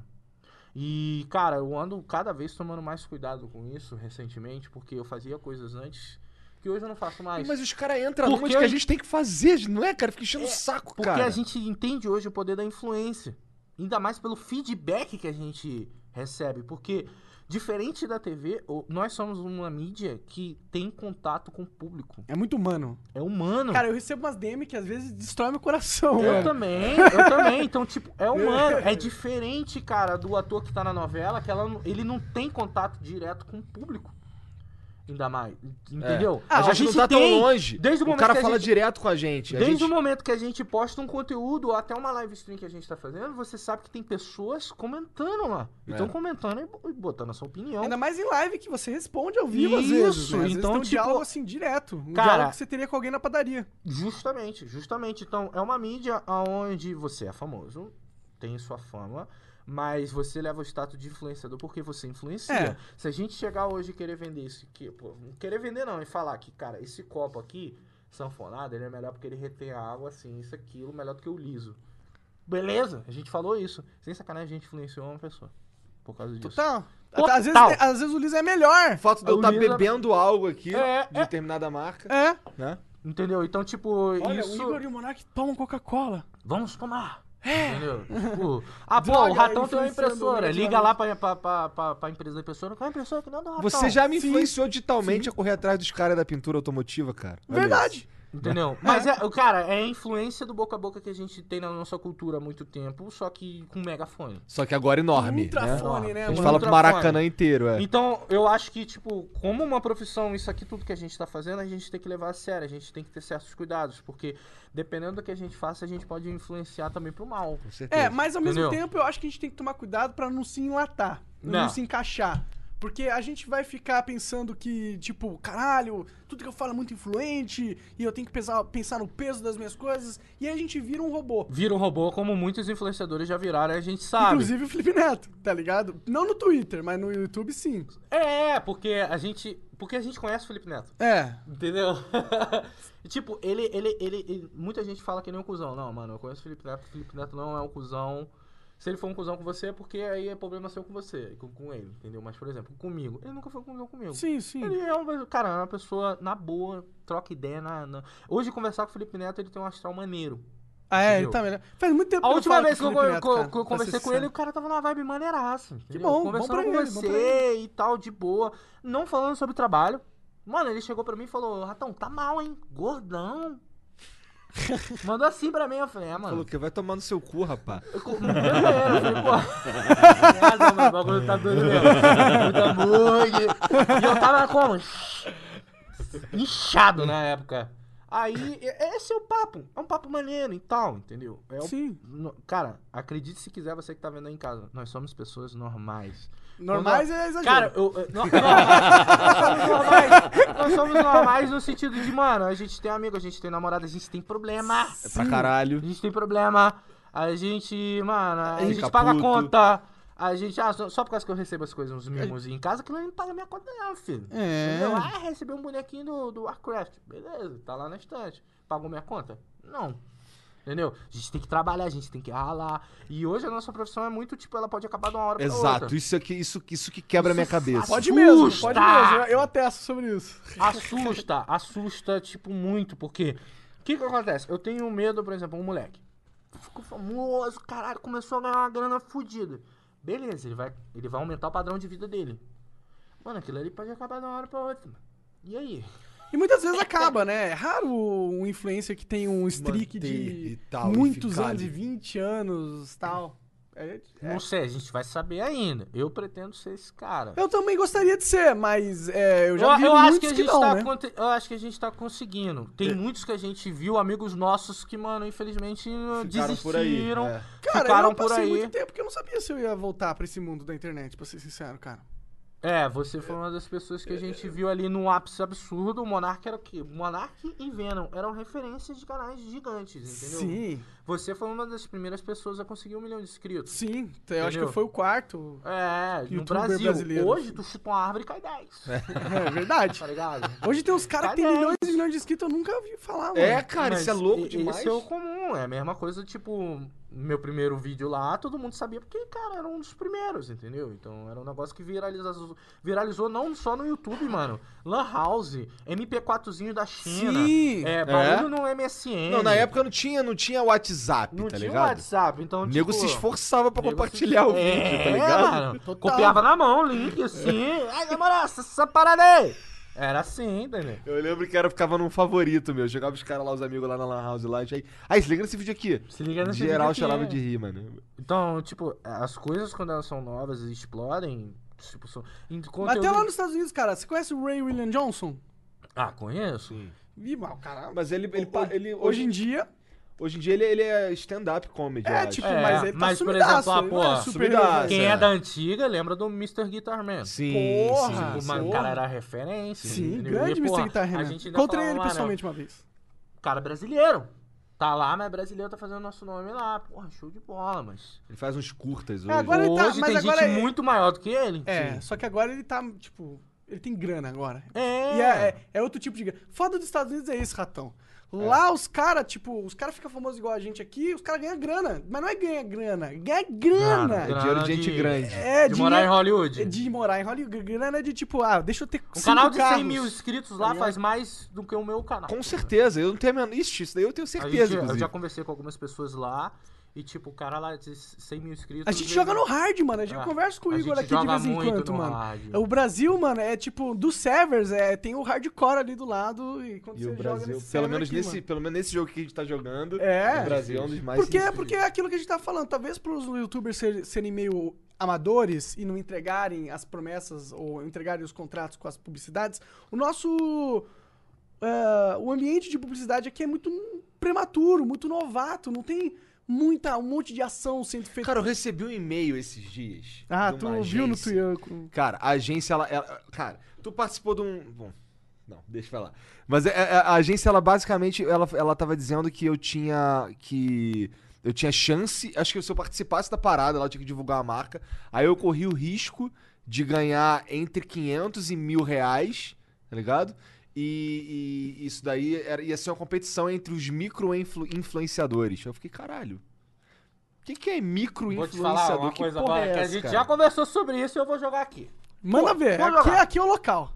Speaker 3: E, cara, eu ando cada vez tomando mais cuidado com isso recentemente, porque eu fazia coisas antes que hoje eu não faço mais.
Speaker 2: Mas os caras entram
Speaker 3: Porque
Speaker 2: numa de que a gente tem que fazer, não é, cara? Fica enchendo o saco,
Speaker 3: Porque
Speaker 2: cara.
Speaker 3: a gente entende hoje o poder da influência. Ainda mais pelo feedback que a gente recebe. Porque, diferente da TV, o- nós somos uma mídia que tem contato com o público.
Speaker 1: É muito humano.
Speaker 3: É humano.
Speaker 1: Cara, eu recebo umas DM que às vezes destrói meu coração. né?
Speaker 3: eu
Speaker 1: mano.
Speaker 3: também, eu também. Então, tipo, é humano. É diferente, cara, do ator que tá na novela, que ela não- ele não tem contato direto com o público. Ainda mais. Entendeu?
Speaker 2: a gente, não tá
Speaker 3: Ah, tem-
Speaker 2: tão longe.
Speaker 3: Desde o
Speaker 2: o
Speaker 3: momento
Speaker 2: cara
Speaker 3: que a
Speaker 2: fala
Speaker 3: gente-
Speaker 2: direto com a gente. A
Speaker 3: Desde
Speaker 2: gente-
Speaker 3: o momento que a gente posta um conteúdo ou até uma live stream que a gente tá fazendo, você sabe que tem pessoas comentando lá.
Speaker 2: É.
Speaker 3: Então comentando e bo- e botando a sua opinião.
Speaker 1: Ainda mais em live que você responde ao vivo às
Speaker 3: Então- Isso,
Speaker 1: vezes. Né? Às vezes
Speaker 3: então,
Speaker 1: tem um
Speaker 3: tipo-
Speaker 1: diálogo assim direto. Um
Speaker 3: Cara-
Speaker 1: diálogo que você teria com alguém na padaria.
Speaker 3: Justamente, justamente. Então, é uma mídia onde você é famoso, tem sua fama, mas você leva o status de influenciador porque você influencia.
Speaker 1: É.
Speaker 3: Se a gente chegar hoje e querer vender isso aqui, pô, não querer vender não, e falar que, cara, esse copo aqui, sanfonado, ele é melhor porque ele retém a água, assim, isso, aquilo, melhor do que o liso. Beleza, a gente falou isso. Sem sacanagem, a gente influenciou uma pessoa. Por causa disso.
Speaker 1: Total.
Speaker 3: Total.
Speaker 1: Às vezes, às vezes o Liz é melhor.
Speaker 2: O fato de eu
Speaker 3: O
Speaker 2: estar
Speaker 3: Lisa-
Speaker 2: bebendo algo aqui
Speaker 3: É,
Speaker 2: de
Speaker 3: é.
Speaker 2: determinada marca,
Speaker 1: É.
Speaker 2: né?
Speaker 3: Entendeu? Então, tipo,
Speaker 1: Olha,
Speaker 3: isso...
Speaker 1: o Igor e o Monark tomam Coca-Cola.
Speaker 3: Vamos tomar. Entendeu? Tipo, ah, pô,
Speaker 1: Droga,
Speaker 3: o ratão tem uma
Speaker 1: influenciando
Speaker 3: impressora.
Speaker 1: negativamente.
Speaker 3: Liga lá pra, pra, pra, pra, pra empresa da impressora. Qual é a impressora que não é do ratão?
Speaker 2: Você já me influenciou digitalmente a correr atrás dos caras da pintura automotiva, cara. Olha
Speaker 1: Verdade.
Speaker 3: Entendeu? Mas, é, o cara, é a influência do boca a boca que a gente tem na nossa cultura há muito tempo, só que com megafone.
Speaker 2: isso. Só que agora enorme. né?
Speaker 1: Ultrafone, né,
Speaker 2: A gente
Speaker 1: mano?
Speaker 2: fala pro
Speaker 3: Ultrafone.
Speaker 2: Maracanã inteiro, é.
Speaker 3: Então, eu acho que, tipo, como uma profissão, isso aqui tudo que a gente tá fazendo, a gente tem que levar a sério, a gente tem que ter certos cuidados, porque dependendo do que a gente faça, a gente pode influenciar também pro mal.
Speaker 2: Com certeza.
Speaker 1: É, mas ao mesmo
Speaker 3: Entendeu?
Speaker 1: tempo eu acho que a gente tem que tomar cuidado pra não se enlatar, não.
Speaker 3: Não.
Speaker 1: se encaixar. Porque a gente vai ficar pensando que, tipo, caralho, tudo que eu falo é muito influente e eu tenho que pensar, pensar no peso das minhas coisas e aí a gente vira um robô.
Speaker 3: Vira um robô, como muitos influenciadores já viraram, a gente sabe.
Speaker 1: Inclusive o Felipe Neto, tá ligado? Não no Twitter, mas no YouTube sim.
Speaker 3: É, porque a gente. Porque a gente conhece o Felipe Neto.
Speaker 1: É.
Speaker 3: Entendeu? tipo, ele, ele, ele, ele- Muita gente fala que ele é um cuzão. Não, mano, eu conheço o Felipe Neto. O Felipe Neto não é um cuzão. Se ele for um cuzão com você, é porque aí é problema seu com você, com, com ele, entendeu? Mas, por exemplo, comigo. Ele nunca foi um cuzão comigo.
Speaker 1: Sim, sim.
Speaker 3: Ele é uma, cara, é uma pessoa na boa, troca ideia. Na, na- Hoje, conversar com o Felipe Neto, ele tem um astral maneiro.
Speaker 1: Ah, é, ele
Speaker 3: Entendeu?
Speaker 1: tá melhor. Faz muito tempo
Speaker 3: A
Speaker 1: eu
Speaker 3: última
Speaker 1: falo
Speaker 3: vez que
Speaker 1: com o
Speaker 3: eu,
Speaker 1: Felipe Neto,
Speaker 3: co- co-
Speaker 1: cara,
Speaker 3: que eu
Speaker 1: pra
Speaker 3: conversei
Speaker 1: ser
Speaker 3: com ele,
Speaker 1: sincero.
Speaker 3: o cara tava numa vibe maneiraça. entendeu?
Speaker 1: bom, bom
Speaker 3: Conversando
Speaker 1: pra
Speaker 3: com
Speaker 1: ele, bom pra
Speaker 3: você e tal, de boa. Não falando sobre trabalho. Mano, ele chegou pra mim e falou, Ratão, tá mal, hein? Gordão. Mandou assim pra mim, eu falei, é, mano.
Speaker 2: Falou que vai tomar no seu cu, rapá.
Speaker 3: Eu co- não, eu falei, pô. tem razão, mano, o bagulho tá doido mesmo. Muita mug. E eu tava como? Inchado na época. Aí, e- esse é o papo. É um papo maneiro e tal, entendeu? É o-
Speaker 1: Sim.
Speaker 3: no- Cara, acredite se quiser, você que tá vendo aí em casa. Nós somos pessoas normais.
Speaker 1: Normais
Speaker 3: Quando-
Speaker 1: é exagero.
Speaker 3: Cara, eu. eu- não- não, nós somos normais. Nós somos normais no sentido de, mano, a gente tem amigo, a gente tem namorada, a gente tem problema.
Speaker 2: É pra
Speaker 1: Sim.
Speaker 3: A
Speaker 2: caralho.
Speaker 3: gente tem problema. A gente, mano, a
Speaker 2: Fica
Speaker 3: gente paga
Speaker 2: puto. É.
Speaker 3: conta. A gente, ah, só só por causa que eu recebo as coisas, uns mimozinhos em casa, que não paga minha conta, não, filho.
Speaker 1: É.
Speaker 3: Entendeu? Ah, recebi um bonequinho do, do Warcraft. Beleza, tá lá na estante. Pagou minha conta? Não. Entendeu? A gente tem que trabalhar, a gente tem que ralar. E hoje a nossa profissão é muito, tipo, ela pode acabar de uma hora pra
Speaker 2: Exato,
Speaker 3: outra.
Speaker 2: isso, aqui, isso, isso que quebra a minha cabeça.
Speaker 1: Pode mesmo, pode
Speaker 3: Assusta!
Speaker 1: mesmo. Eu atesto sobre isso.
Speaker 3: Assusta, assusta, tipo, muito, porque. O que que acontece? Eu tenho medo, por exemplo, um moleque. Ficou famoso, caralho, começou a ganhar uma grana fodida. Beleza, ele vai, ele vai aumentar o padrão de vida dele. Mano, aquilo ali pode acabar de uma hora pra outra, mano. E aí?
Speaker 1: E muitas vezes acaba, né? É raro um influencer que tem um streak
Speaker 2: Manter e
Speaker 1: de
Speaker 2: tal, e
Speaker 1: muitos
Speaker 2: ficar
Speaker 1: anos, de
Speaker 2: ali.
Speaker 1: 20 anos tal. É- é-
Speaker 3: Não sei, a gente vai saber ainda. Eu pretendo ser esse cara.
Speaker 1: Eu também gostaria de ser, mas é, eu já vi
Speaker 3: acho que
Speaker 1: muitos
Speaker 3: a
Speaker 1: que,
Speaker 3: gente
Speaker 1: não,
Speaker 3: tá
Speaker 1: né? É.
Speaker 3: conte- eu acho que a gente tá conseguindo. Tem muitos que a gente viu, amigos nossos, que, mano, infelizmente
Speaker 2: Ficaram por aí,
Speaker 3: desistiram.
Speaker 2: é.
Speaker 1: Cara,
Speaker 3: ficaram
Speaker 1: eu
Speaker 3: por
Speaker 1: passei
Speaker 3: aí.
Speaker 1: muito tempo que eu não sabia se eu ia voltar pra esse mundo da internet, pra ser sincero, cara.
Speaker 3: É, você foi uma das pessoas que a gente viu ali num ápice absurdo. O Monark era o quê? Monark e Venom eram referências de canais gigantes, entendeu?
Speaker 1: Sim,
Speaker 3: Você foi uma das primeiras pessoas a conseguir um milhão de inscritos.
Speaker 1: sim. Eu acho
Speaker 3: Entendeu?
Speaker 1: que foi o quarto.
Speaker 3: É, no
Speaker 1: Youtuber
Speaker 3: Brasil.
Speaker 1: brasileiro.
Speaker 3: Hoje tu chuta uma árvore e cai 10.
Speaker 1: É verdade.
Speaker 3: Tá ligado?
Speaker 1: Hoje tem uns caras que tem
Speaker 3: Cadê?
Speaker 1: milhões e milhões de inscritos, eu nunca ouvi falar, mano.
Speaker 2: É, cara,
Speaker 3: Mas
Speaker 2: isso é louco
Speaker 3: i-
Speaker 2: demais.
Speaker 3: Isso é o comum, é a mesma coisa, tipo, meu primeiro vídeo lá, todo mundo sabia, porque, cara, era um dos primeiros, entendeu? Então era um negócio que viralizou, viralizou não só no YouTube, mano. Lan House, MP4zinho da China.
Speaker 1: Sim.
Speaker 3: É, barulho no MSN.
Speaker 2: Não, na época não tinha, não tinha WhatsApp,
Speaker 3: não
Speaker 2: tá
Speaker 3: tinha
Speaker 2: ligado?
Speaker 3: WhatsApp, então.
Speaker 2: O nego
Speaker 3: tipo,
Speaker 2: se esforçava pra
Speaker 3: nego se-
Speaker 2: compartilhar o
Speaker 3: É,
Speaker 2: vídeo, tá ligado?
Speaker 3: mano, copiava na mão o link, assim. Ai, namorada, essa- essa parada aí. Era assim, entendeu?
Speaker 2: Eu lembro que era, ficava num favorito, meu. Jogava os caras lá, os amigos lá na Lan House lá. e Aí, aí se liga nesse vídeo aqui.
Speaker 3: Se liga nesse vídeo
Speaker 2: Geral
Speaker 3: aqui,
Speaker 2: chorava
Speaker 3: é.
Speaker 2: de rir, mano.
Speaker 3: Então, tipo, as coisas quando elas são novas e explodem, tipo, são. em
Speaker 1: Mas
Speaker 3: Conteúdo...
Speaker 1: até lá nos Estados Unidos, cara, você conhece o Ray William Johnson?
Speaker 3: Ah, conheço?
Speaker 1: Ih, mal, caralho.
Speaker 2: Mas ele, ele, pa- ele-
Speaker 1: Hoje
Speaker 2: hoje,
Speaker 1: em dia,
Speaker 2: hoje em dia ele, ele é stand-up comedy, eu
Speaker 1: é
Speaker 2: acho.
Speaker 1: tipo,
Speaker 3: É,
Speaker 1: mas ele tá
Speaker 3: mas, por
Speaker 1: sumidaço,
Speaker 3: exemplo, ah,
Speaker 1: ele não é
Speaker 3: pô,
Speaker 1: super-herói.
Speaker 2: sumidaço.
Speaker 3: Quem
Speaker 2: Pois
Speaker 3: é.
Speaker 2: é.
Speaker 3: da antiga lembra do Mr. Guitar Man.
Speaker 2: Sim,
Speaker 1: Porra!
Speaker 2: sim.
Speaker 3: Tipo, mano, o
Speaker 1: sim.
Speaker 3: cara era referência.
Speaker 1: Sim,
Speaker 3: entendeu?
Speaker 1: grande
Speaker 3: E,
Speaker 1: Mr.
Speaker 3: porra,
Speaker 1: Guitar
Speaker 3: A
Speaker 1: Hero.
Speaker 3: gente ainda
Speaker 1: Encontrei
Speaker 3: fala
Speaker 1: ele
Speaker 3: lá, né?
Speaker 1: pessoalmente uma vez.
Speaker 3: Cara é brasileiro. Tá lá, mas brasileiro tá fazendo nosso nome lá. Porra, show de bola, mas.
Speaker 2: Ele faz uns curtas hoje.
Speaker 1: É, agora ele tá,
Speaker 3: Hoje
Speaker 1: mas
Speaker 3: tem
Speaker 1: agora
Speaker 3: gente
Speaker 1: é-
Speaker 3: muito maior do que ele.
Speaker 1: É,
Speaker 3: Sim.
Speaker 1: só que agora ele tá, tipo, ele tem grana agora.
Speaker 3: É.
Speaker 1: E é, é- é outro tipo de grana. Foda dos Estados Unidos é isso, ratão. Lá os caras, tipo, os caras ficam famosos igual a gente aqui, os caras ganham grana. Mas não é ganha grana, ganha grana.
Speaker 2: É dinheiro de gente
Speaker 3: de-
Speaker 2: grande.
Speaker 1: É,
Speaker 3: De
Speaker 1: dinhe-
Speaker 3: morar em Hollywood.
Speaker 1: é De morar em Hollywood. Grana é de tipo, ah, deixa eu ter
Speaker 3: Um
Speaker 1: cinco
Speaker 3: canal de 100
Speaker 1: carros. É.
Speaker 3: mil inscritos lá faz mais do que o meu canal.
Speaker 2: Com certeza. Eu não tenho a menor... Ixi, isso daí eu tenho
Speaker 3: A
Speaker 2: certeza,
Speaker 3: gente, tipo, eu
Speaker 2: inclusive.
Speaker 3: já conversei com algumas pessoas lá e, tipo, o cara lá de 100 mil inscritos.
Speaker 1: A
Speaker 3: às
Speaker 1: gente
Speaker 3: vezes-
Speaker 1: joga no hard, mano. A gente
Speaker 3: Ah,
Speaker 1: conversa com o
Speaker 3: a
Speaker 1: Igor
Speaker 3: gente
Speaker 1: aqui de
Speaker 3: joga
Speaker 1: vez em
Speaker 3: muito
Speaker 1: quando,
Speaker 3: no
Speaker 1: mano.
Speaker 3: hard.
Speaker 1: O Brasil, mano, é tipo, dos servers, é, tem o hardcore ali do lado. E, quando
Speaker 2: E
Speaker 1: você
Speaker 2: o
Speaker 1: joga
Speaker 2: Brasil,
Speaker 1: nesse
Speaker 2: pelo
Speaker 1: server
Speaker 2: menos,
Speaker 1: aqui,
Speaker 2: nesse,
Speaker 1: mano.
Speaker 2: pelo menos nesse jogo que a gente tá jogando,
Speaker 1: É.
Speaker 2: o Brasil é um dos mais...
Speaker 1: Porque,
Speaker 2: sinistros.
Speaker 1: porque é aquilo que a gente tá falando. Talvez pros youtubers ser- serem meio amadores e não entregarem as promessas ou entregarem os contratos com as publicidades, o nosso. é, o ambiente de publicidade aqui é muito prematuro, muito novato, não tem muita, um monte de ação sendo feita.
Speaker 2: Cara, eu recebi um e-mail esses dias.
Speaker 1: ah,
Speaker 2: de
Speaker 1: tu
Speaker 2: uma
Speaker 1: viu no
Speaker 2: agência.
Speaker 1: Twitter. com-
Speaker 2: Cara, a agência, ela, ela- Cara, tu participou de um. Bom. Não, deixa pra lá. Mas é- é- a agência, ela basicamente. Ela, ela tava dizendo que eu tinha. Que. Eu tinha chance. Acho que se eu participasse da parada, ela tinha que divulgar a marca. Aí eu corri o risco de ganhar entre 500 e mil reais, tá ligado? E, e isso daí era, ia ser uma competição entre os micro-influenciadores. Eu fiquei, caralho. O que, que é
Speaker 3: Vou te falar
Speaker 2: micro-influenciador?
Speaker 3: uma
Speaker 2: Que
Speaker 3: coisa
Speaker 2: porra
Speaker 3: agora,
Speaker 2: é
Speaker 3: que a
Speaker 2: essa,
Speaker 3: gente
Speaker 2: cara?
Speaker 3: já conversou sobre isso e eu vou jogar aqui.
Speaker 1: Manda ver,
Speaker 3: vou
Speaker 1: aqui,
Speaker 3: jogar.
Speaker 1: aqui é o local.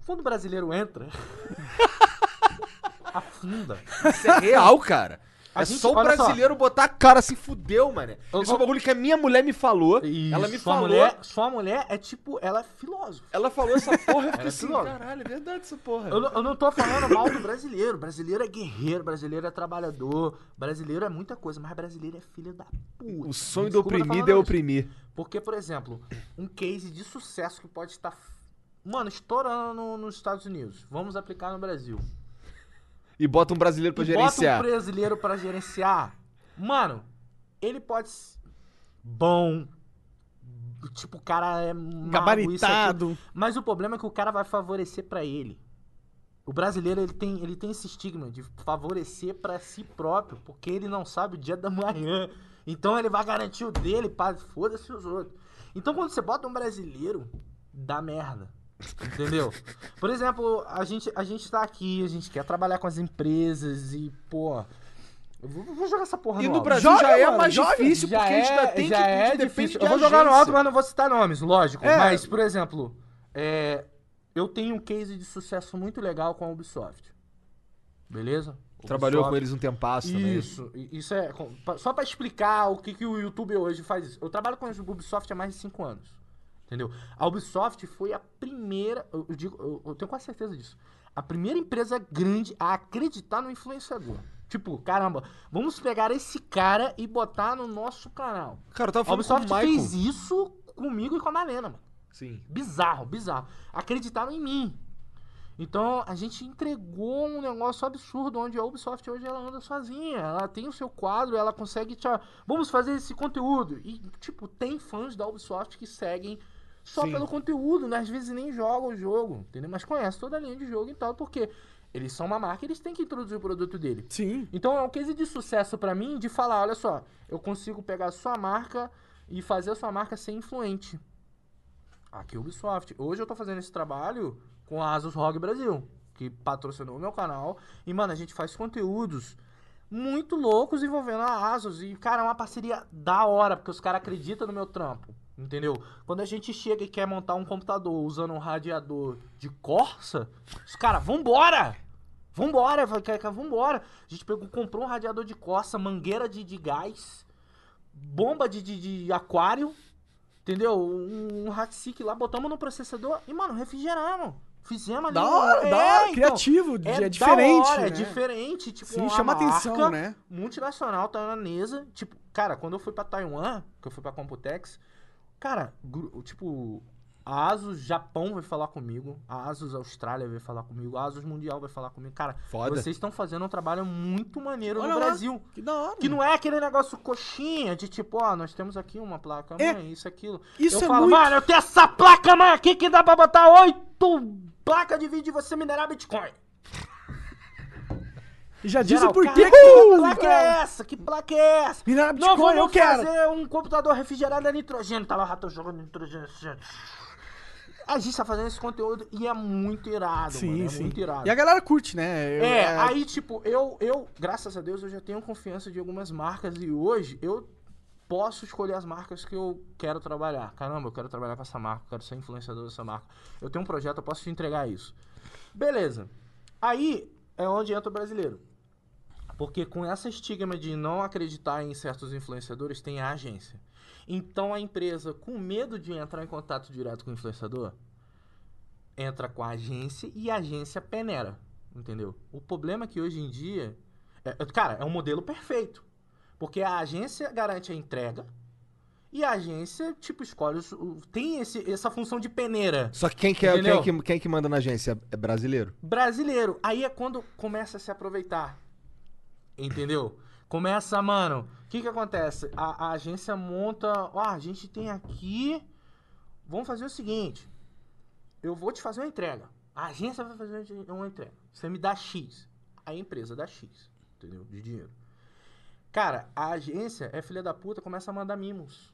Speaker 3: Fundo brasileiro entra. afunda.
Speaker 2: Isso é real, cara.
Speaker 3: A
Speaker 2: é
Speaker 3: gente-
Speaker 2: só o
Speaker 3: olha só.
Speaker 2: brasileiro botar a cara assim, fudeu, mano.
Speaker 3: Eu-
Speaker 2: Isso é um bagulho que a minha mulher me falou.
Speaker 3: Isso,
Speaker 2: ela me
Speaker 3: sua
Speaker 2: falou.
Speaker 3: Mulher, sua mulher é tipo, ela é filósofa.
Speaker 2: Ela falou essa porra. Eu
Speaker 3: Ela
Speaker 2: fiquei
Speaker 3: é
Speaker 2: assim,
Speaker 3: filóloga.
Speaker 2: caralho, é verdade essa porra.
Speaker 3: Eu, não- eu não tô falando mal do brasileiro. Brasileiro é guerreiro, brasileiro é trabalhador, brasileiro é muita coisa, mas brasileiro é filho da puta.
Speaker 2: O sonho do
Speaker 3: Desculpa eu tá
Speaker 2: oprimido
Speaker 3: falando
Speaker 2: é
Speaker 3: isso.
Speaker 2: oprimir.
Speaker 3: Porque, por exemplo, um case de sucesso que pode estar, mano, estourando no- nos Estados Unidos. Vamos aplicar no Brasil.
Speaker 2: E bota um brasileiro pra
Speaker 3: E
Speaker 2: gerenciar.
Speaker 3: Bota um brasileiro pra gerenciar. Mano, ele pode ser bom. Tipo, o cara é mago, isso, aquilo.
Speaker 1: Gabaritado.
Speaker 3: Mas o problema é que o cara vai favorecer pra ele. O brasileiro ele tem, ele tem esse estigma de favorecer pra si próprio, porque ele não sabe o dia da manhã. Então ele vai garantir o dele, pá, foda-se os outros. Então quando você bota um brasileiro, dá merda. Entendeu? Por exemplo, a gente, a gente tá aqui, a gente quer trabalhar com as empresas e, pô. Eu vou, vou jogar essa porra
Speaker 2: E
Speaker 3: no
Speaker 2: no
Speaker 3: alto.
Speaker 2: Brasil
Speaker 1: Joga,
Speaker 2: já é
Speaker 1: mano,
Speaker 2: mais
Speaker 1: joga.
Speaker 2: difícil, porque a gente ainda tem
Speaker 3: já
Speaker 2: que.
Speaker 3: é
Speaker 2: a gente depende
Speaker 3: difícil.
Speaker 2: de
Speaker 3: Eu vou jogar no alto,
Speaker 2: agência.
Speaker 3: mas não vou citar nomes, lógico.
Speaker 2: É.
Speaker 3: Mas, por exemplo, é, eu tenho um case de sucesso muito legal com a Ubisoft. Beleza?
Speaker 2: Trabalhou
Speaker 3: Ubisoft.
Speaker 2: com eles um tempasso também.
Speaker 3: Isso, i- isso é. com- pa- Só pra explicar o que, que o YouTube hoje faz. Eu trabalho com a Ubisoft há mais de 5 anos. Entendeu? A Ubisoft foi a primeira. Eu, eu digo, eu, eu tenho quase certeza disso. A primeira empresa grande a acreditar no influenciador. Tipo, caramba, vamos pegar esse cara e botar no nosso canal.
Speaker 2: Cara, eu tava
Speaker 3: A
Speaker 2: falando com o
Speaker 3: Ubisoft fez
Speaker 2: Michael.
Speaker 3: isso comigo e com a Malena, mano.
Speaker 2: Sim.
Speaker 3: Bizarro, bizarro. Acreditaram em mim. Então a gente entregou um negócio absurdo onde a Ubisoft hoje ela anda sozinha. Ela tem o seu quadro, ela consegue. Tchau, vamos fazer esse conteúdo. E, tipo, tem fãs da Ubisoft que seguem só
Speaker 2: Sim.
Speaker 3: pelo conteúdo, né? às vezes nem jogam o jogo, entendeu? Mas conhece toda a linha de jogo e tal, porque eles são uma marca, eles têm que introduzir o produto dele.
Speaker 1: Sim.
Speaker 3: Então é um case de sucesso pra mim de falar, olha só, eu consigo pegar a sua marca e fazer a sua marca ser influente. Aqui é Ubisoft. Hoje eu tô fazendo esse trabalho com a Asus ROG Brasil, que patrocinou o meu canal. E, mano, a gente faz conteúdos muito loucos envolvendo a Asus. E, cara, é uma parceria da hora, porque os caras acreditam no meu trampo. Entendeu? Quando a gente chega e quer montar um computador usando um radiador de Corsa, os caras, vambora! Vambora, eu falei, cara, cara, vambora. A gente pegou, comprou um radiador de coça, mangueira de, de gás, bomba de, de, de aquário, entendeu? Um, um hack lá, botamos no processador e, mano, refrigeramos. Fizemos ali.
Speaker 1: Da
Speaker 3: um-
Speaker 1: hora, da hora.
Speaker 3: então,
Speaker 1: Criativo,
Speaker 3: é
Speaker 1: é,
Speaker 3: da
Speaker 1: diferente.
Speaker 3: hora,
Speaker 1: né?
Speaker 3: É diferente, tipo,
Speaker 1: Sim,
Speaker 3: uma
Speaker 1: chama atenção,
Speaker 3: marca
Speaker 1: né?
Speaker 3: multinacional taiwanesa. Tipo, cara, quando eu fui pra Taiwan, que eu fui pra Computex, cara, gru- tipo, a Asus Japão vai falar comigo, a Asus Austrália vai falar comigo, a Asus Mundial vai falar comigo. Cara,
Speaker 2: Foda.
Speaker 3: vocês estão fazendo um trabalho muito maneiro
Speaker 1: Olha
Speaker 3: no
Speaker 1: lá.
Speaker 3: Brasil.
Speaker 1: Que da hora.
Speaker 3: Que não é aquele negócio coxinha de tipo, ó, nós temos aqui uma placa,
Speaker 1: É.
Speaker 3: mãe, isso, aquilo.
Speaker 1: Isso
Speaker 3: eu
Speaker 1: é
Speaker 3: falo,
Speaker 1: muito-
Speaker 3: mano, eu tenho essa placa, mano, aqui que dá pra botar oito placas de vídeo e você minerar Bitcoin.
Speaker 1: E já diz
Speaker 3: Geral,
Speaker 1: o porquê
Speaker 3: "Cara,
Speaker 1: que tu
Speaker 3: que
Speaker 1: tá
Speaker 3: placa
Speaker 1: fazendo
Speaker 3: é
Speaker 1: isso.
Speaker 3: essa? Que placa é essa?
Speaker 1: Minerar
Speaker 3: Não
Speaker 1: Bitcoin,
Speaker 3: vamos
Speaker 1: eu quero.
Speaker 3: fazer um computador refrigerado a nitrogênio. Tá lá o ratão jogando nitrogênio. assim, ó. A gente tá fazendo esse conteúdo e é muito irado, mano.
Speaker 1: Sim,
Speaker 3: É
Speaker 1: sim.
Speaker 3: muito irado.
Speaker 1: E a galera curte, né? Eu-
Speaker 3: É, aí tipo, eu, eu, graças a Deus, eu já tenho confiança de algumas marcas e hoje eu posso escolher as marcas que eu quero trabalhar. Caramba, eu quero trabalhar com essa marca, eu quero ser influenciador dessa marca. Eu tenho um projeto, eu posso te entregar isso. Beleza. Aí é onde entra o brasileiro. Porque com essa estigma de não acreditar em certos influenciadores, tem a agência. Então a empresa, com medo de entrar em contato direto com o influenciador, entra com a agência e a agência peneira, entendeu? O problema é que hoje em dia, é- é- cara, é um modelo perfeito. Porque a agência garante a entrega e a agência, tipo, escolhe, os- o- tem esse, essa função de peneira.
Speaker 2: Só que quem, que é, quem, é
Speaker 3: Entendeu?
Speaker 2: que, quem é que manda na agência? É brasileiro?
Speaker 3: brasileiro. Aí é quando começa a se aproveitar. Entendeu? Começa, mano. O que que acontece? A, a agência monta. Ó, a gente tem aqui. Vamos fazer o seguinte. Eu vou te fazer uma entrega. A agência vai fazer uma entrega. Você me dá X. A empresa dá X. Entendeu? De dinheiro. Cara, a agência é filha da puta, começa a mandar mimos.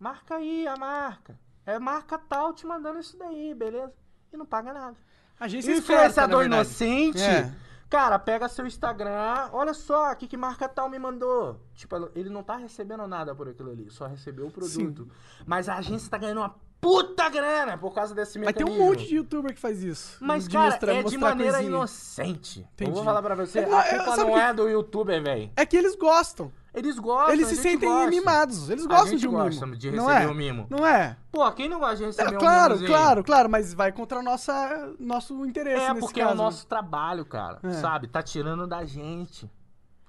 Speaker 3: Marca aí a marca. É marca tal te mandando isso daí, beleza? E não paga nada.
Speaker 1: A agência é esperta, na
Speaker 3: Influenciador
Speaker 1: verdade.
Speaker 3: inocente.
Speaker 1: É.
Speaker 3: Cara, pega seu Instagram, olha só, o que, que marca tal me mandou. Tipo, ela- ele não tá recebendo nada por aquilo ali, só recebeu o produto. Mas a agência tá ganhando uma puta grana por causa desse
Speaker 1: Mas tem
Speaker 3: mecanismo.
Speaker 1: um monte de youtuber que faz isso.
Speaker 3: né? Mas, cara,
Speaker 1: mostrar-
Speaker 3: é de
Speaker 1: mostrar
Speaker 3: maneira
Speaker 1: coisinha.
Speaker 3: inocente. Eu
Speaker 1: Entendi.
Speaker 3: vou falar pra você,
Speaker 1: Eu-
Speaker 3: a
Speaker 1: eu-
Speaker 3: culpa
Speaker 1: sabe
Speaker 3: não
Speaker 1: que-
Speaker 3: é do youtuber, velho.
Speaker 1: É que eles gostam.
Speaker 3: Eles gostam,
Speaker 1: eles
Speaker 3: a
Speaker 1: se
Speaker 3: gente
Speaker 1: sentem
Speaker 3: gosta.
Speaker 1: mimados. Eles
Speaker 3: A
Speaker 1: gostam
Speaker 3: gente
Speaker 1: de um
Speaker 3: gosta
Speaker 1: mimo.
Speaker 3: de
Speaker 1: não
Speaker 3: receber
Speaker 1: é?
Speaker 3: um mimo.
Speaker 1: Não é?
Speaker 3: Pô, quem não gosta de
Speaker 1: É,
Speaker 3: receber um
Speaker 1: claro,
Speaker 3: mimozinho?
Speaker 1: claro, claro, mas vai contra a nossa, nosso interesse
Speaker 3: É,
Speaker 1: nesse
Speaker 3: porque
Speaker 1: caso. né?
Speaker 3: é o nosso trabalho, cara.
Speaker 1: É.
Speaker 3: Sabe? Tá tirando da gente.